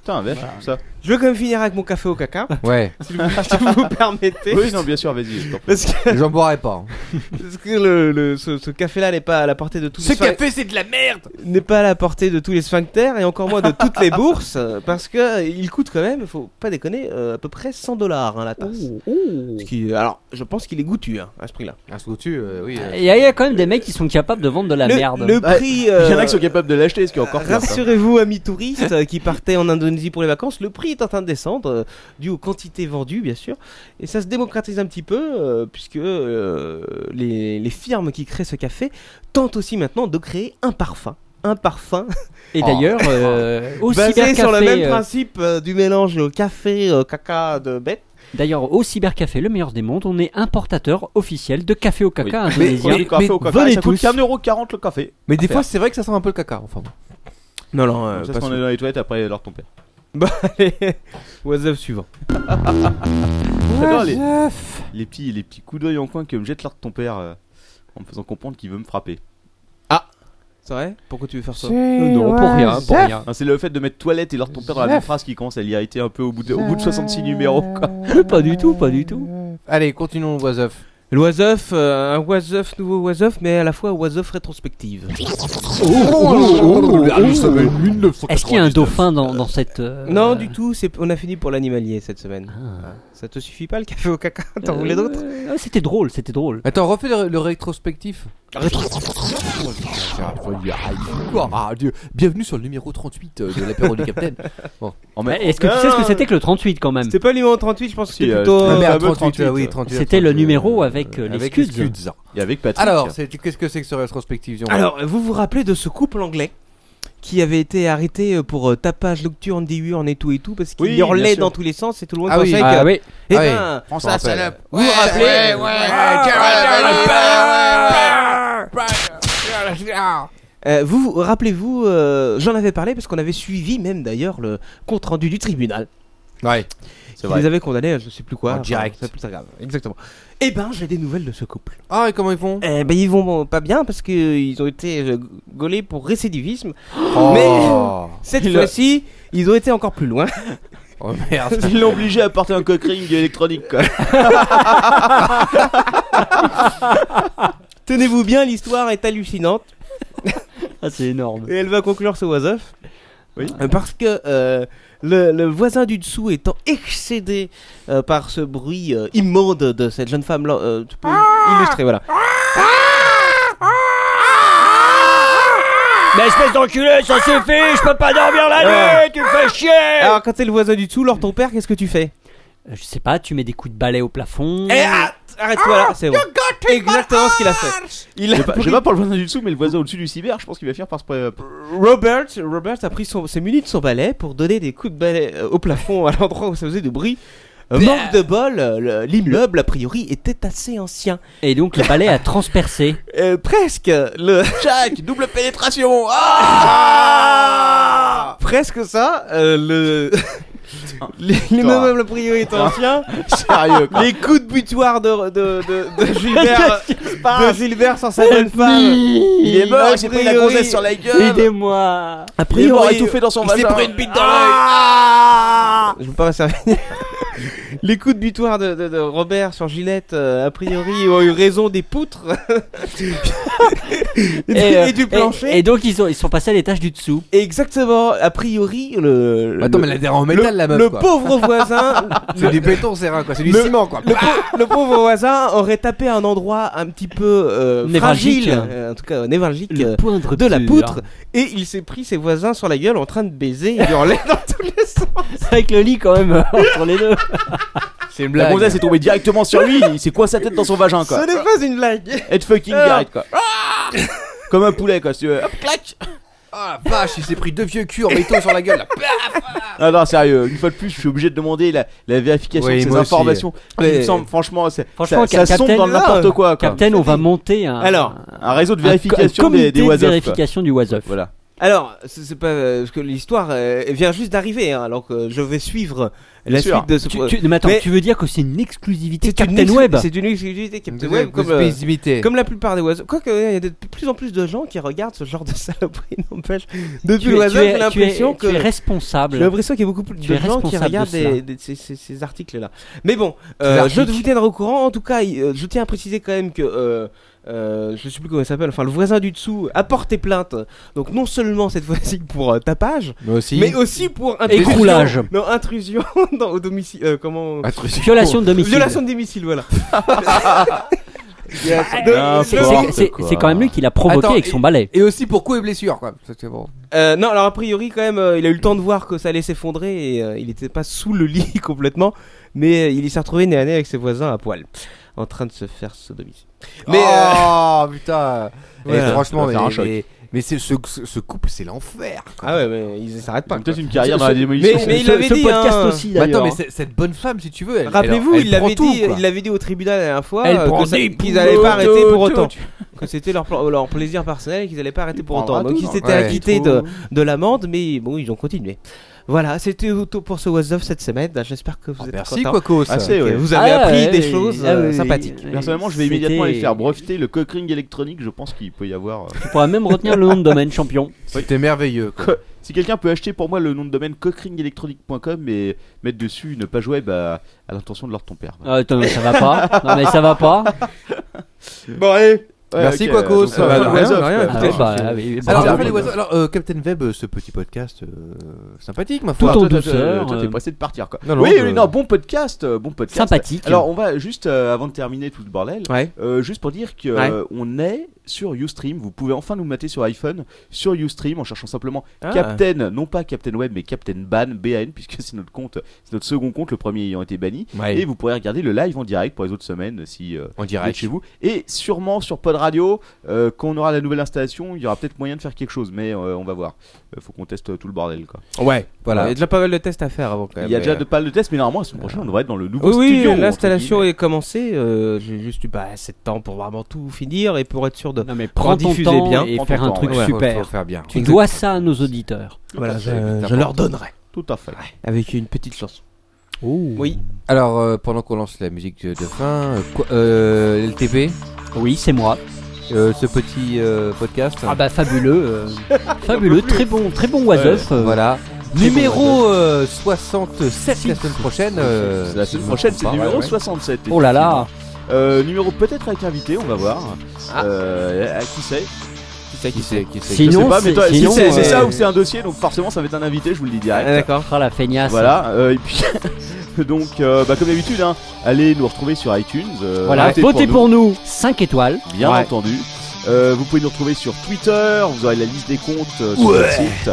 Speaker 5: Putain, vache, ça.
Speaker 6: Je vais quand même finir avec mon café
Speaker 5: <laughs>
Speaker 6: au caca,
Speaker 8: Ouais,
Speaker 6: si vous, si vous permettez.
Speaker 5: Oui, non, bien sûr, vas-y. je t'en prie.
Speaker 6: Parce que,
Speaker 8: j'en boirai pas.
Speaker 6: parce que le, le- ce, ce café-là n'est pas à la portée de tous. les sphin-
Speaker 8: c'est de la merde
Speaker 6: n'est pas à la portée de tous les sphincters et encore moins de toutes les bourses, euh, parce que euh, il coûte quand même, faut pas déconner, euh, à peu près 100 dollars hein, la tasse. Ce qui- euh, alors, je pense qu'il est goûtu hein, à ce prix-là.
Speaker 8: Un scoutu, euh, oui. euh.
Speaker 7: Il y, a- il y a quand même des mecs qui sont capables de vendre de la
Speaker 6: le,
Speaker 7: merde.
Speaker 6: le
Speaker 5: Ouais,
Speaker 6: prix.
Speaker 5: Il y en a
Speaker 6: euh,
Speaker 5: qui hein. sont capables de l'acheter, ce qui est encore pire. quoi.
Speaker 6: Rassurez-vous, amis touristes euh, qui partaient en Indonésie pour les vacances, le prix est en train de descendre, euh, dû aux quantités vendues, bien sûr. Et ça se démocratise un petit peu, euh, puisque euh, les, les firmes qui créent ce café tentent aussi maintenant de créer un parfum un parfum.
Speaker 7: Et d'ailleurs, euh, au
Speaker 6: Oh. basé sur le
Speaker 7: cybercafé,
Speaker 6: même
Speaker 7: euh,
Speaker 6: principe euh, du mélange au café euh, caca de bête. <laughs>
Speaker 7: D'ailleurs, au cybercafé, le meilleur des mondes, on est importateur officiel de café au caca
Speaker 5: Mais-
Speaker 7: indonésien.
Speaker 5: oui, café au caca,
Speaker 7: venez
Speaker 5: ça coûte
Speaker 7: tous.
Speaker 5: 1,40€ le café.
Speaker 8: Mais
Speaker 5: À
Speaker 8: des
Speaker 5: faire.
Speaker 8: fois, c'est vrai que ça sent un peu le caca. Enfin bon.
Speaker 6: Non, non, euh,
Speaker 5: Comme ça,
Speaker 6: pas
Speaker 5: on est
Speaker 6: sûr.
Speaker 5: dans les toilettes après alors ton père.
Speaker 6: Bah, allez, what's up
Speaker 7: <laughs>
Speaker 6: suivant.
Speaker 5: J'adore les,
Speaker 8: Joseph.
Speaker 5: les petits, les petits coups d'œil en coin que me jette l'art de ton père euh, en me faisant comprendre qu'il veut me frapper.
Speaker 6: Ah, c'est vrai Pourquoi tu veux
Speaker 7: Euh,
Speaker 6: faire ça
Speaker 5: Non, C'est le fait de mettre toilette et l'art de ton père dans la même
Speaker 6: Joseph.
Speaker 5: phrase qui commence à l'irriter un peu au bout de, au bout de 66 numéros. Quoi.
Speaker 7: <laughs> Pas du tout, pas du tout.
Speaker 8: Allez, continuons, Oiseuf.
Speaker 6: L'Oiseuf, euh, un Oiseuf, nouveau Oiseuf, mais à la fois Oiseuf rétrospective.
Speaker 7: Est-ce qu'il y a un dauphin dans, dans cette. euh,
Speaker 6: Non, du tout, c'est- on a fini pour l'animalier cette semaine. Ah, Ça te suffit pas le café au caca <laughs> T'en voulais d'autres
Speaker 7: Euh, C'était drôle, c'était drôle.
Speaker 8: Attends, refais le, le rétrospectif. Ah, Dieu. Bienvenue sur le numéro 38 euh, de l'apéro du
Speaker 7: <laughs>
Speaker 8: Capitaine. Bon.
Speaker 5: En même-
Speaker 7: Eh, Est-ce que tu sais ce que c'était que le 38 quand même
Speaker 6: C'était pas le numéro 38, je pense que
Speaker 5: Si,
Speaker 6: c'était
Speaker 5: euh,
Speaker 6: plutôt.
Speaker 5: le
Speaker 6: euh,
Speaker 5: fameux
Speaker 8: merde, 38, oui, 38.
Speaker 7: C'était le
Speaker 8: 38,
Speaker 7: numéro avec euh, les
Speaker 8: avec les
Speaker 7: scuds.
Speaker 8: Scuds.
Speaker 5: Et avec Patrick.
Speaker 8: Alors, Ah, c'est- qu'est-ce que c'est que ce rétrospectif Jean
Speaker 6: Alors, vous vous rappelez de ce couple anglais qui avait été arrêté euh, pour euh, tapage nocturne, diurne et tout et tout parce qu'il
Speaker 5: Oui, bien
Speaker 6: hurlait
Speaker 5: sûr.
Speaker 6: dans tous les sens et tout le monde
Speaker 8: Ah oui.
Speaker 6: pensait que.
Speaker 8: Ah
Speaker 7: oui.
Speaker 6: Eh
Speaker 8: Ah oui.
Speaker 6: ben,
Speaker 8: Prends ça, Je me rappelle.
Speaker 6: Vous vous rappelez
Speaker 7: Ah,
Speaker 6: Euh, vous, vous- rappelez-vous, euh, j'en avais parlé parce qu'on avait suivi même d'ailleurs le compte rendu du tribunal.
Speaker 8: Ouais.
Speaker 5: C'est
Speaker 6: Ils les
Speaker 5: vrai.
Speaker 6: avaient condamnés, à je sais plus quoi.
Speaker 8: En
Speaker 6: enfin,
Speaker 8: direct.
Speaker 6: C'est plus très grave. Exactement. Eh ben, j'ai des nouvelles de ce couple.
Speaker 8: Ah, et comment ils font
Speaker 6: Eh ben, ils vont euh, pas bien parce qu'ils ont été euh, gaulés pour récidivisme. <laughs>
Speaker 8: Oh.
Speaker 6: Mais cette
Speaker 5: Il a-
Speaker 6: fois-ci, ils ont été encore plus loin. <laughs>
Speaker 8: Oh merde.
Speaker 5: <laughs> Ils l'ont obligé à porter un cock ring électronique. Quoi.
Speaker 6: Tenez-vous bien, l'histoire est hallucinante.
Speaker 7: Ah, c'est énorme.
Speaker 6: Et elle va conclure ce was Off.
Speaker 5: Oui.
Speaker 6: Euh, Parce que euh, le, le voisin du dessous étant excédé euh, par ce bruit euh, immonde de cette jeune femme là, euh, tu peux illustrer, voilà.
Speaker 7: Mais espèce d'enculé, ça suffit, je peux pas dormir la nuit, tu fais chier
Speaker 6: Alors, quand c'est le voisin du dessous, lors ton père, qu'est-ce que tu fais
Speaker 7: Je sais pas, tu mets des coups de balai au plafond.
Speaker 6: Eh, ah, arrête-toi là, c'est bon.
Speaker 7: ah,
Speaker 6: Exactement ce qu'il a fait. Il
Speaker 5: Je
Speaker 6: a
Speaker 5: sais pas- je sais
Speaker 6: pris-
Speaker 5: pas pour le voisin du dessous, mais le voisin au-dessus du cyber, je pense qu'il va finir par se. pré- <laughs>
Speaker 6: Robert, Robert a pris son, s'est muni de son balai pour donner des coups de balai euh, au plafond à l'endroit où ça faisait du bruit. Euh, manque de bol, euh, le- l'immeuble a priori était assez ancien.
Speaker 7: Et donc le balai
Speaker 6: <laughs>
Speaker 7: a transpercé.
Speaker 6: Euh, presque le
Speaker 5: Jack, double pénétration.
Speaker 6: <laughs> presque ça euh, le <laughs> les, les
Speaker 5: Putain.
Speaker 6: meubles a priori étaient anciens
Speaker 5: Sérieux. Quoi.
Speaker 6: les coups de butoir de de de, de Gilbert de Gilbert sans sa bonne femme il est
Speaker 5: mort, il s'est pris la gonzesse sur la gueule.
Speaker 7: Aidez-moi
Speaker 5: Il
Speaker 6: a
Speaker 5: est mort
Speaker 6: priori
Speaker 5: étouffé dans son
Speaker 6: il s'est
Speaker 5: vagin.
Speaker 6: pris une bite dans je peux pas m'en servir <laughs> les coups de butoir de, de, de Robert sur Gillette euh, a priori ont eu raison des poutres <laughs> et, du-
Speaker 7: euh,
Speaker 6: et du plancher
Speaker 7: Et, et donc ils, ont, ils sont passés à l'étage du dessous.
Speaker 6: Exactement, a priori, le.
Speaker 8: Attends,
Speaker 6: le-
Speaker 8: mais elle est en métal,
Speaker 6: le-
Speaker 8: la meuf,
Speaker 6: Le
Speaker 8: quoi.
Speaker 6: pauvre voisin.
Speaker 8: C'est <laughs> du béton, c'est rien quoi. C'est du
Speaker 6: Le-
Speaker 8: ciment quoi.
Speaker 6: Le, pau- le pauvre voisin aurait tapé un endroit un petit peu euh,
Speaker 7: Névralgique.
Speaker 6: fragile, euh, en tout cas euh, névralgique, euh,
Speaker 7: poindre
Speaker 6: de la poutre, et il s'est pris ses voisins sur la gueule en train de baiser et hurler dans tous les sens.
Speaker 7: Avec le lit quand
Speaker 6: <laughs>
Speaker 7: même euh, entre les deux.
Speaker 8: C'est une
Speaker 5: La
Speaker 8: blague.
Speaker 5: gonzesse est tombée directement sur lui, il s'est coincé sa tête dans son vagin
Speaker 6: Ce
Speaker 5: quoi.
Speaker 6: n'est pas une blague.
Speaker 5: Head fucking
Speaker 6: Ah.
Speaker 5: direct quoi. Comme un poulet quoi, si tu veux. Hop.
Speaker 8: Ah la vache, il s'est pris deux vieux culs en béton sur la gueule.
Speaker 6: <laughs>
Speaker 8: là.
Speaker 5: Ah non, sérieux, une fois de plus, je suis obligé de demander la, la vérification
Speaker 8: Oui,
Speaker 5: de ces
Speaker 8: moi aussi.
Speaker 5: informations. Il
Speaker 6: Ouais.
Speaker 5: me semble, franchement, c'est-
Speaker 7: Franchement,
Speaker 5: ça, ça
Speaker 7: Captain-
Speaker 5: sombre dans n'importe quoi. quoi.
Speaker 7: Captain, on va monter un.
Speaker 6: Alors,
Speaker 5: Un réseau de
Speaker 7: un co- un
Speaker 5: vérification
Speaker 7: comité
Speaker 5: des, des
Speaker 7: de
Speaker 5: was-up, quoi.
Speaker 7: vérification du Wasoff.
Speaker 5: Voilà.
Speaker 6: Alors, c'est c'est pas euh, parce que l'histoire euh, vient juste d'arriver, hein, alors que je vais suivre la
Speaker 5: Bien sûr.
Speaker 6: suite de ce.
Speaker 7: Tu, tu- mais attends,
Speaker 6: Mais-
Speaker 7: tu veux dire que c'est une exclusivité
Speaker 6: C'est une
Speaker 7: Captain
Speaker 6: ex-
Speaker 7: Web
Speaker 6: C'est une exclusivité Captain Web comme. euh,
Speaker 8: Visibilité.
Speaker 6: Comme la plupart des oiseaux. Quoique, il y a de plus en plus de gens qui regardent ce genre de saloperie, <laughs> n'empêche. Depuis
Speaker 7: tu, es- tu
Speaker 6: l'oiseau, j'ai
Speaker 7: es, tu, es,
Speaker 6: l'impression que.
Speaker 7: tu es
Speaker 6: J'ai
Speaker 7: responsable.
Speaker 6: l'impression qu'il y a beaucoup plus
Speaker 7: Tu
Speaker 6: de
Speaker 7: es
Speaker 6: gens qui
Speaker 7: responsable
Speaker 6: regardent
Speaker 7: de cela.
Speaker 6: des- des- ces, ces- ces articles-là. Mais bon, euh, je
Speaker 7: articles.
Speaker 6: vous tiendrai au courant. En tout cas, il- euh, je tiens à préciser quand même que. Euh, euh, je sais plus comment il s'appelle, enfin le voisin du dessous a porté plainte, donc non seulement cette <laughs> fois-ci pour euh, tapage,
Speaker 8: Mais aussi.
Speaker 6: mais aussi pour intrusion,
Speaker 7: Écroulage.
Speaker 6: non intrusion <laughs> dans, au domicile, euh, comment
Speaker 8: Intrusion.
Speaker 7: Violation de domicile.
Speaker 6: violation de domicile, voilà.
Speaker 8: Yes.
Speaker 6: De-
Speaker 7: C'est- c'est-
Speaker 5: N'importe
Speaker 7: c'est-
Speaker 5: quoi.
Speaker 7: C'est quand même lui qui l'a provoqué
Speaker 8: Attends,
Speaker 7: avec son
Speaker 8: et-
Speaker 7: balai.
Speaker 8: Et aussi pour coups et blessures quoi. Ça, c'est bon.
Speaker 6: Euh, non, alors a priori quand même, euh, il a eu le temps de voir que ça allait <laughs> s'effondrer et euh, il n'était pas sous le lit complètement, mais euh, il s'est retrouvé nez à nez avec ses voisins à poil. en train de se faire sodomiser.
Speaker 8: Mais oh <laughs> putain. Et
Speaker 6: Voilà.
Speaker 8: franchement,
Speaker 6: Eh,
Speaker 8: mais,
Speaker 6: Ça va faire un choc.
Speaker 8: mais, mais c'est- ce, ce- ce couple, c'est l'enfer. quoi.
Speaker 6: Ah ouais, mais ils s'arrêtent pas.
Speaker 5: Peut-être
Speaker 6: quoi.
Speaker 5: une carrière
Speaker 6: Ce-
Speaker 5: dans la
Speaker 6: ce-
Speaker 5: démolition.
Speaker 6: Mais, mais il
Speaker 8: Ce-
Speaker 6: l'avait
Speaker 8: ce
Speaker 6: dit.
Speaker 8: podcast
Speaker 6: hein.
Speaker 8: aussi, d'ailleurs. Bah attends, mais c'est- cette bonne femme, si tu veux, elle-
Speaker 6: Rappelez-vous,
Speaker 8: elle- elle
Speaker 6: il
Speaker 8: prend
Speaker 6: l'avait
Speaker 8: tout,
Speaker 6: dit,
Speaker 8: quoi.
Speaker 6: il l'avait dit au tribunal la dernière fois
Speaker 8: Elle
Speaker 6: euh,
Speaker 8: prend
Speaker 6: que ça-
Speaker 8: des
Speaker 6: qu'ils n'allaient
Speaker 8: boulots
Speaker 6: pas arrêter
Speaker 8: de-
Speaker 6: pour
Speaker 8: de-
Speaker 6: autant.
Speaker 8: tu-
Speaker 6: Que c'était leur, plan- leur plaisir personnel et qu'ils n'allaient pas arrêter pour
Speaker 8: prendra
Speaker 6: autant. Donc
Speaker 8: tout,
Speaker 6: ils
Speaker 8: hein.
Speaker 6: s'étaient
Speaker 8: Ouais.
Speaker 6: acquittés
Speaker 8: Trop.
Speaker 6: de, de l'amende, mais bon, ils ont continué. Voilà, c'était tout pour ce Was Off cette semaine. J'espère que vous êtes
Speaker 8: merci,
Speaker 6: contents.
Speaker 8: Quacos.
Speaker 6: Ah,
Speaker 5: Assez,
Speaker 6: ok,
Speaker 5: ouais.
Speaker 6: Vous avez
Speaker 7: Ah,
Speaker 6: appris
Speaker 7: ouais,
Speaker 6: des
Speaker 7: ouais,
Speaker 6: choses
Speaker 7: ah,
Speaker 6: euh,
Speaker 7: ouais,
Speaker 6: sympathiques.
Speaker 7: ouais.
Speaker 5: Personnellement, je vais
Speaker 7: C'était-
Speaker 5: immédiatement aller faire breveter le cockring électronique. Je pense qu'il peut y avoir. euh,
Speaker 7: On pourra même retenir le nom de domaine champion.
Speaker 8: C'était merveilleux. quoi.
Speaker 5: Co- Si quelqu'un peut acheter pour moi le nom de domaine cockringelectronique.com et mettre dessus une page web à, à l'intention de leur ton père.
Speaker 7: Ah, attends, mais ça va pas. Non, mais ça va pas.
Speaker 5: Bon, allez
Speaker 8: Merci, Quacos.
Speaker 5: Quacos
Speaker 8: Ça va, de rien, de rien,
Speaker 7: Ah,
Speaker 8: écoutez,
Speaker 7: bah, oui, bah,
Speaker 8: Alors,
Speaker 7: bah,
Speaker 8: après les
Speaker 7: bah,
Speaker 8: oiseaux- alors, euh, Captain Web, euh, ce petit podcast euh, sympathique, ma
Speaker 7: Tout
Speaker 8: foi.
Speaker 7: en
Speaker 5: Toi, toi, toi,
Speaker 7: douceur.
Speaker 5: toi, T'es
Speaker 7: euh,
Speaker 5: pressé de partir quoi.
Speaker 8: Non, non,
Speaker 5: oui,
Speaker 8: je-
Speaker 5: oui, non, bon podcast, euh, bon podcast.
Speaker 7: Sympathique.
Speaker 5: Alors on va juste euh, avant de terminer tout le bordel,
Speaker 6: Ouais.
Speaker 5: euh, juste pour dire que
Speaker 6: Ouais.
Speaker 5: euh, on est sur YouStream. Vous pouvez enfin nous mater sur iPhone, sur YouStream en cherchant simplement
Speaker 6: Ah.
Speaker 5: Captain, non pas Captain Web, mais Captain Ban, BAN, puisque c'est notre compte, c'est notre second compte, le premier ayant été banni.
Speaker 8: Ouais.
Speaker 5: Et vous pourrez regarder le live en direct pour les autres semaines si euh,
Speaker 8: En
Speaker 5: vous êtes
Speaker 8: direct.
Speaker 5: chez vous. Et sûrement sur Pod Radio, euh, quand on aura la nouvelle installation, il y aura peut-être moyen de faire quelque chose, mais euh, on va voir. Euh, faut qu'on teste euh, tout le bordel quoi.
Speaker 6: Ouais,
Speaker 8: voilà.
Speaker 6: Il y a déjà pas mal de tests à faire avant quand même.
Speaker 5: Il y a déjà
Speaker 6: Euh,
Speaker 5: de pas le test, mais normalement, la semaine prochaine, on devrait être dans le nouveau
Speaker 6: Oui, oui,
Speaker 5: studio. entre
Speaker 6: l'installation
Speaker 5: guillemets.
Speaker 6: est commencée. euh, J'ai juste eu bah, assez de temps pour vraiment tout finir et pour être sûr de.
Speaker 7: Non, mais
Speaker 6: Prends
Speaker 7: prends
Speaker 6: ton
Speaker 7: ton
Speaker 6: temps
Speaker 7: bien
Speaker 5: et
Speaker 7: et
Speaker 5: prends
Speaker 7: faire
Speaker 5: ton
Speaker 7: un
Speaker 5: temps,
Speaker 7: truc
Speaker 5: ouais.
Speaker 8: Faut-
Speaker 7: super.
Speaker 8: faut faire bien.
Speaker 7: Tu dois ça à nos auditeurs.
Speaker 6: Voilà,
Speaker 8: Tout
Speaker 6: je,
Speaker 8: à fait,
Speaker 6: je
Speaker 8: évidemment.
Speaker 6: leur donnerai.
Speaker 5: Tout à fait.
Speaker 6: Avec une petite chanson. Oui.
Speaker 8: Alors, euh, pendant qu'on lance la musique de de fin, euh, quoi- euh, LTP,
Speaker 7: Oui, c'est moi.
Speaker 8: euh, ce petit euh, podcast.
Speaker 7: Ah bah fabuleux, euh, fabuleux, très bon, très bon oiseuf. euh,
Speaker 8: Voilà.
Speaker 7: Très bon
Speaker 8: Numéro euh, 67 la semaine prochaine. euh,
Speaker 5: C'est La
Speaker 8: si
Speaker 5: semaine
Speaker 8: je me
Speaker 5: prochaine,
Speaker 8: trompe
Speaker 5: c'est
Speaker 8: pas,
Speaker 5: numéro
Speaker 8: ouais, ouais.
Speaker 5: 67.
Speaker 7: Oh là là,
Speaker 5: Euh, numéro peut-être avec invité, on va voir.
Speaker 7: Ah.
Speaker 5: Euh, à qui c'est
Speaker 6: Qui c'est
Speaker 8: Qui c'est Qui c'est
Speaker 5: Je sais
Speaker 7: Sinon,
Speaker 5: pas, mais
Speaker 7: c'est-
Speaker 5: toi, si
Speaker 7: sinon,
Speaker 5: c'est c'est
Speaker 7: euh,
Speaker 5: ça ou c'est un dossier, donc forcément, ça va être un invité, je vous le dis
Speaker 6: Ah,
Speaker 5: direct.
Speaker 6: D'accord.
Speaker 7: oh la feignasse.
Speaker 5: Voilà, euh, et puis. <laughs> Donc, euh, bah, comme d'habitude, hein, allez nous retrouver sur iTunes. euh,
Speaker 7: Voilà,
Speaker 5: votez
Speaker 7: votez pour nous 5 étoiles.
Speaker 5: bien
Speaker 6: Ouais.
Speaker 5: entendu. Euh, vous pouvez nous retrouver sur Twitter, vous aurez la liste des comptes euh, sur notre site.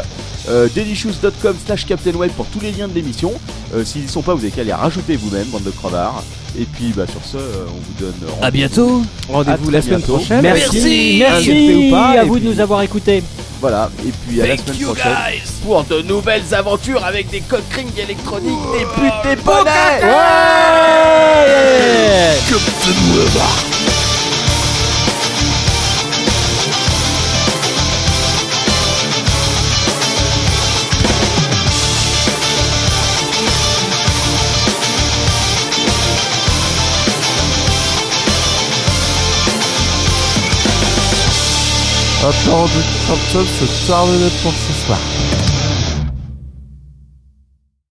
Speaker 5: Euh, dailyshoots.com slash captainweb pour tous les liens de l'émission. Euh, S'ils ne sont pas, vous avez qu'à les rajouter vous-même, bande de crevards. Et puis bah, sur ce, euh, on vous donne rendez-vous.
Speaker 8: bientôt.
Speaker 6: Rendez-vous
Speaker 5: À
Speaker 6: la
Speaker 5: très
Speaker 6: semaine
Speaker 5: bientôt.
Speaker 6: prochaine.
Speaker 7: Merci, merci,
Speaker 6: Acceptez ou pas,
Speaker 7: à
Speaker 6: et
Speaker 7: vous
Speaker 6: puis-
Speaker 7: de nous avoir écoutés.
Speaker 5: Voilà, et puis à la semaine prochaine pour de nouvelles aventures avec des cockring électroniques, des putes, des bonnets
Speaker 8: Attends, Doc Samson se charme de notre pour ce soir.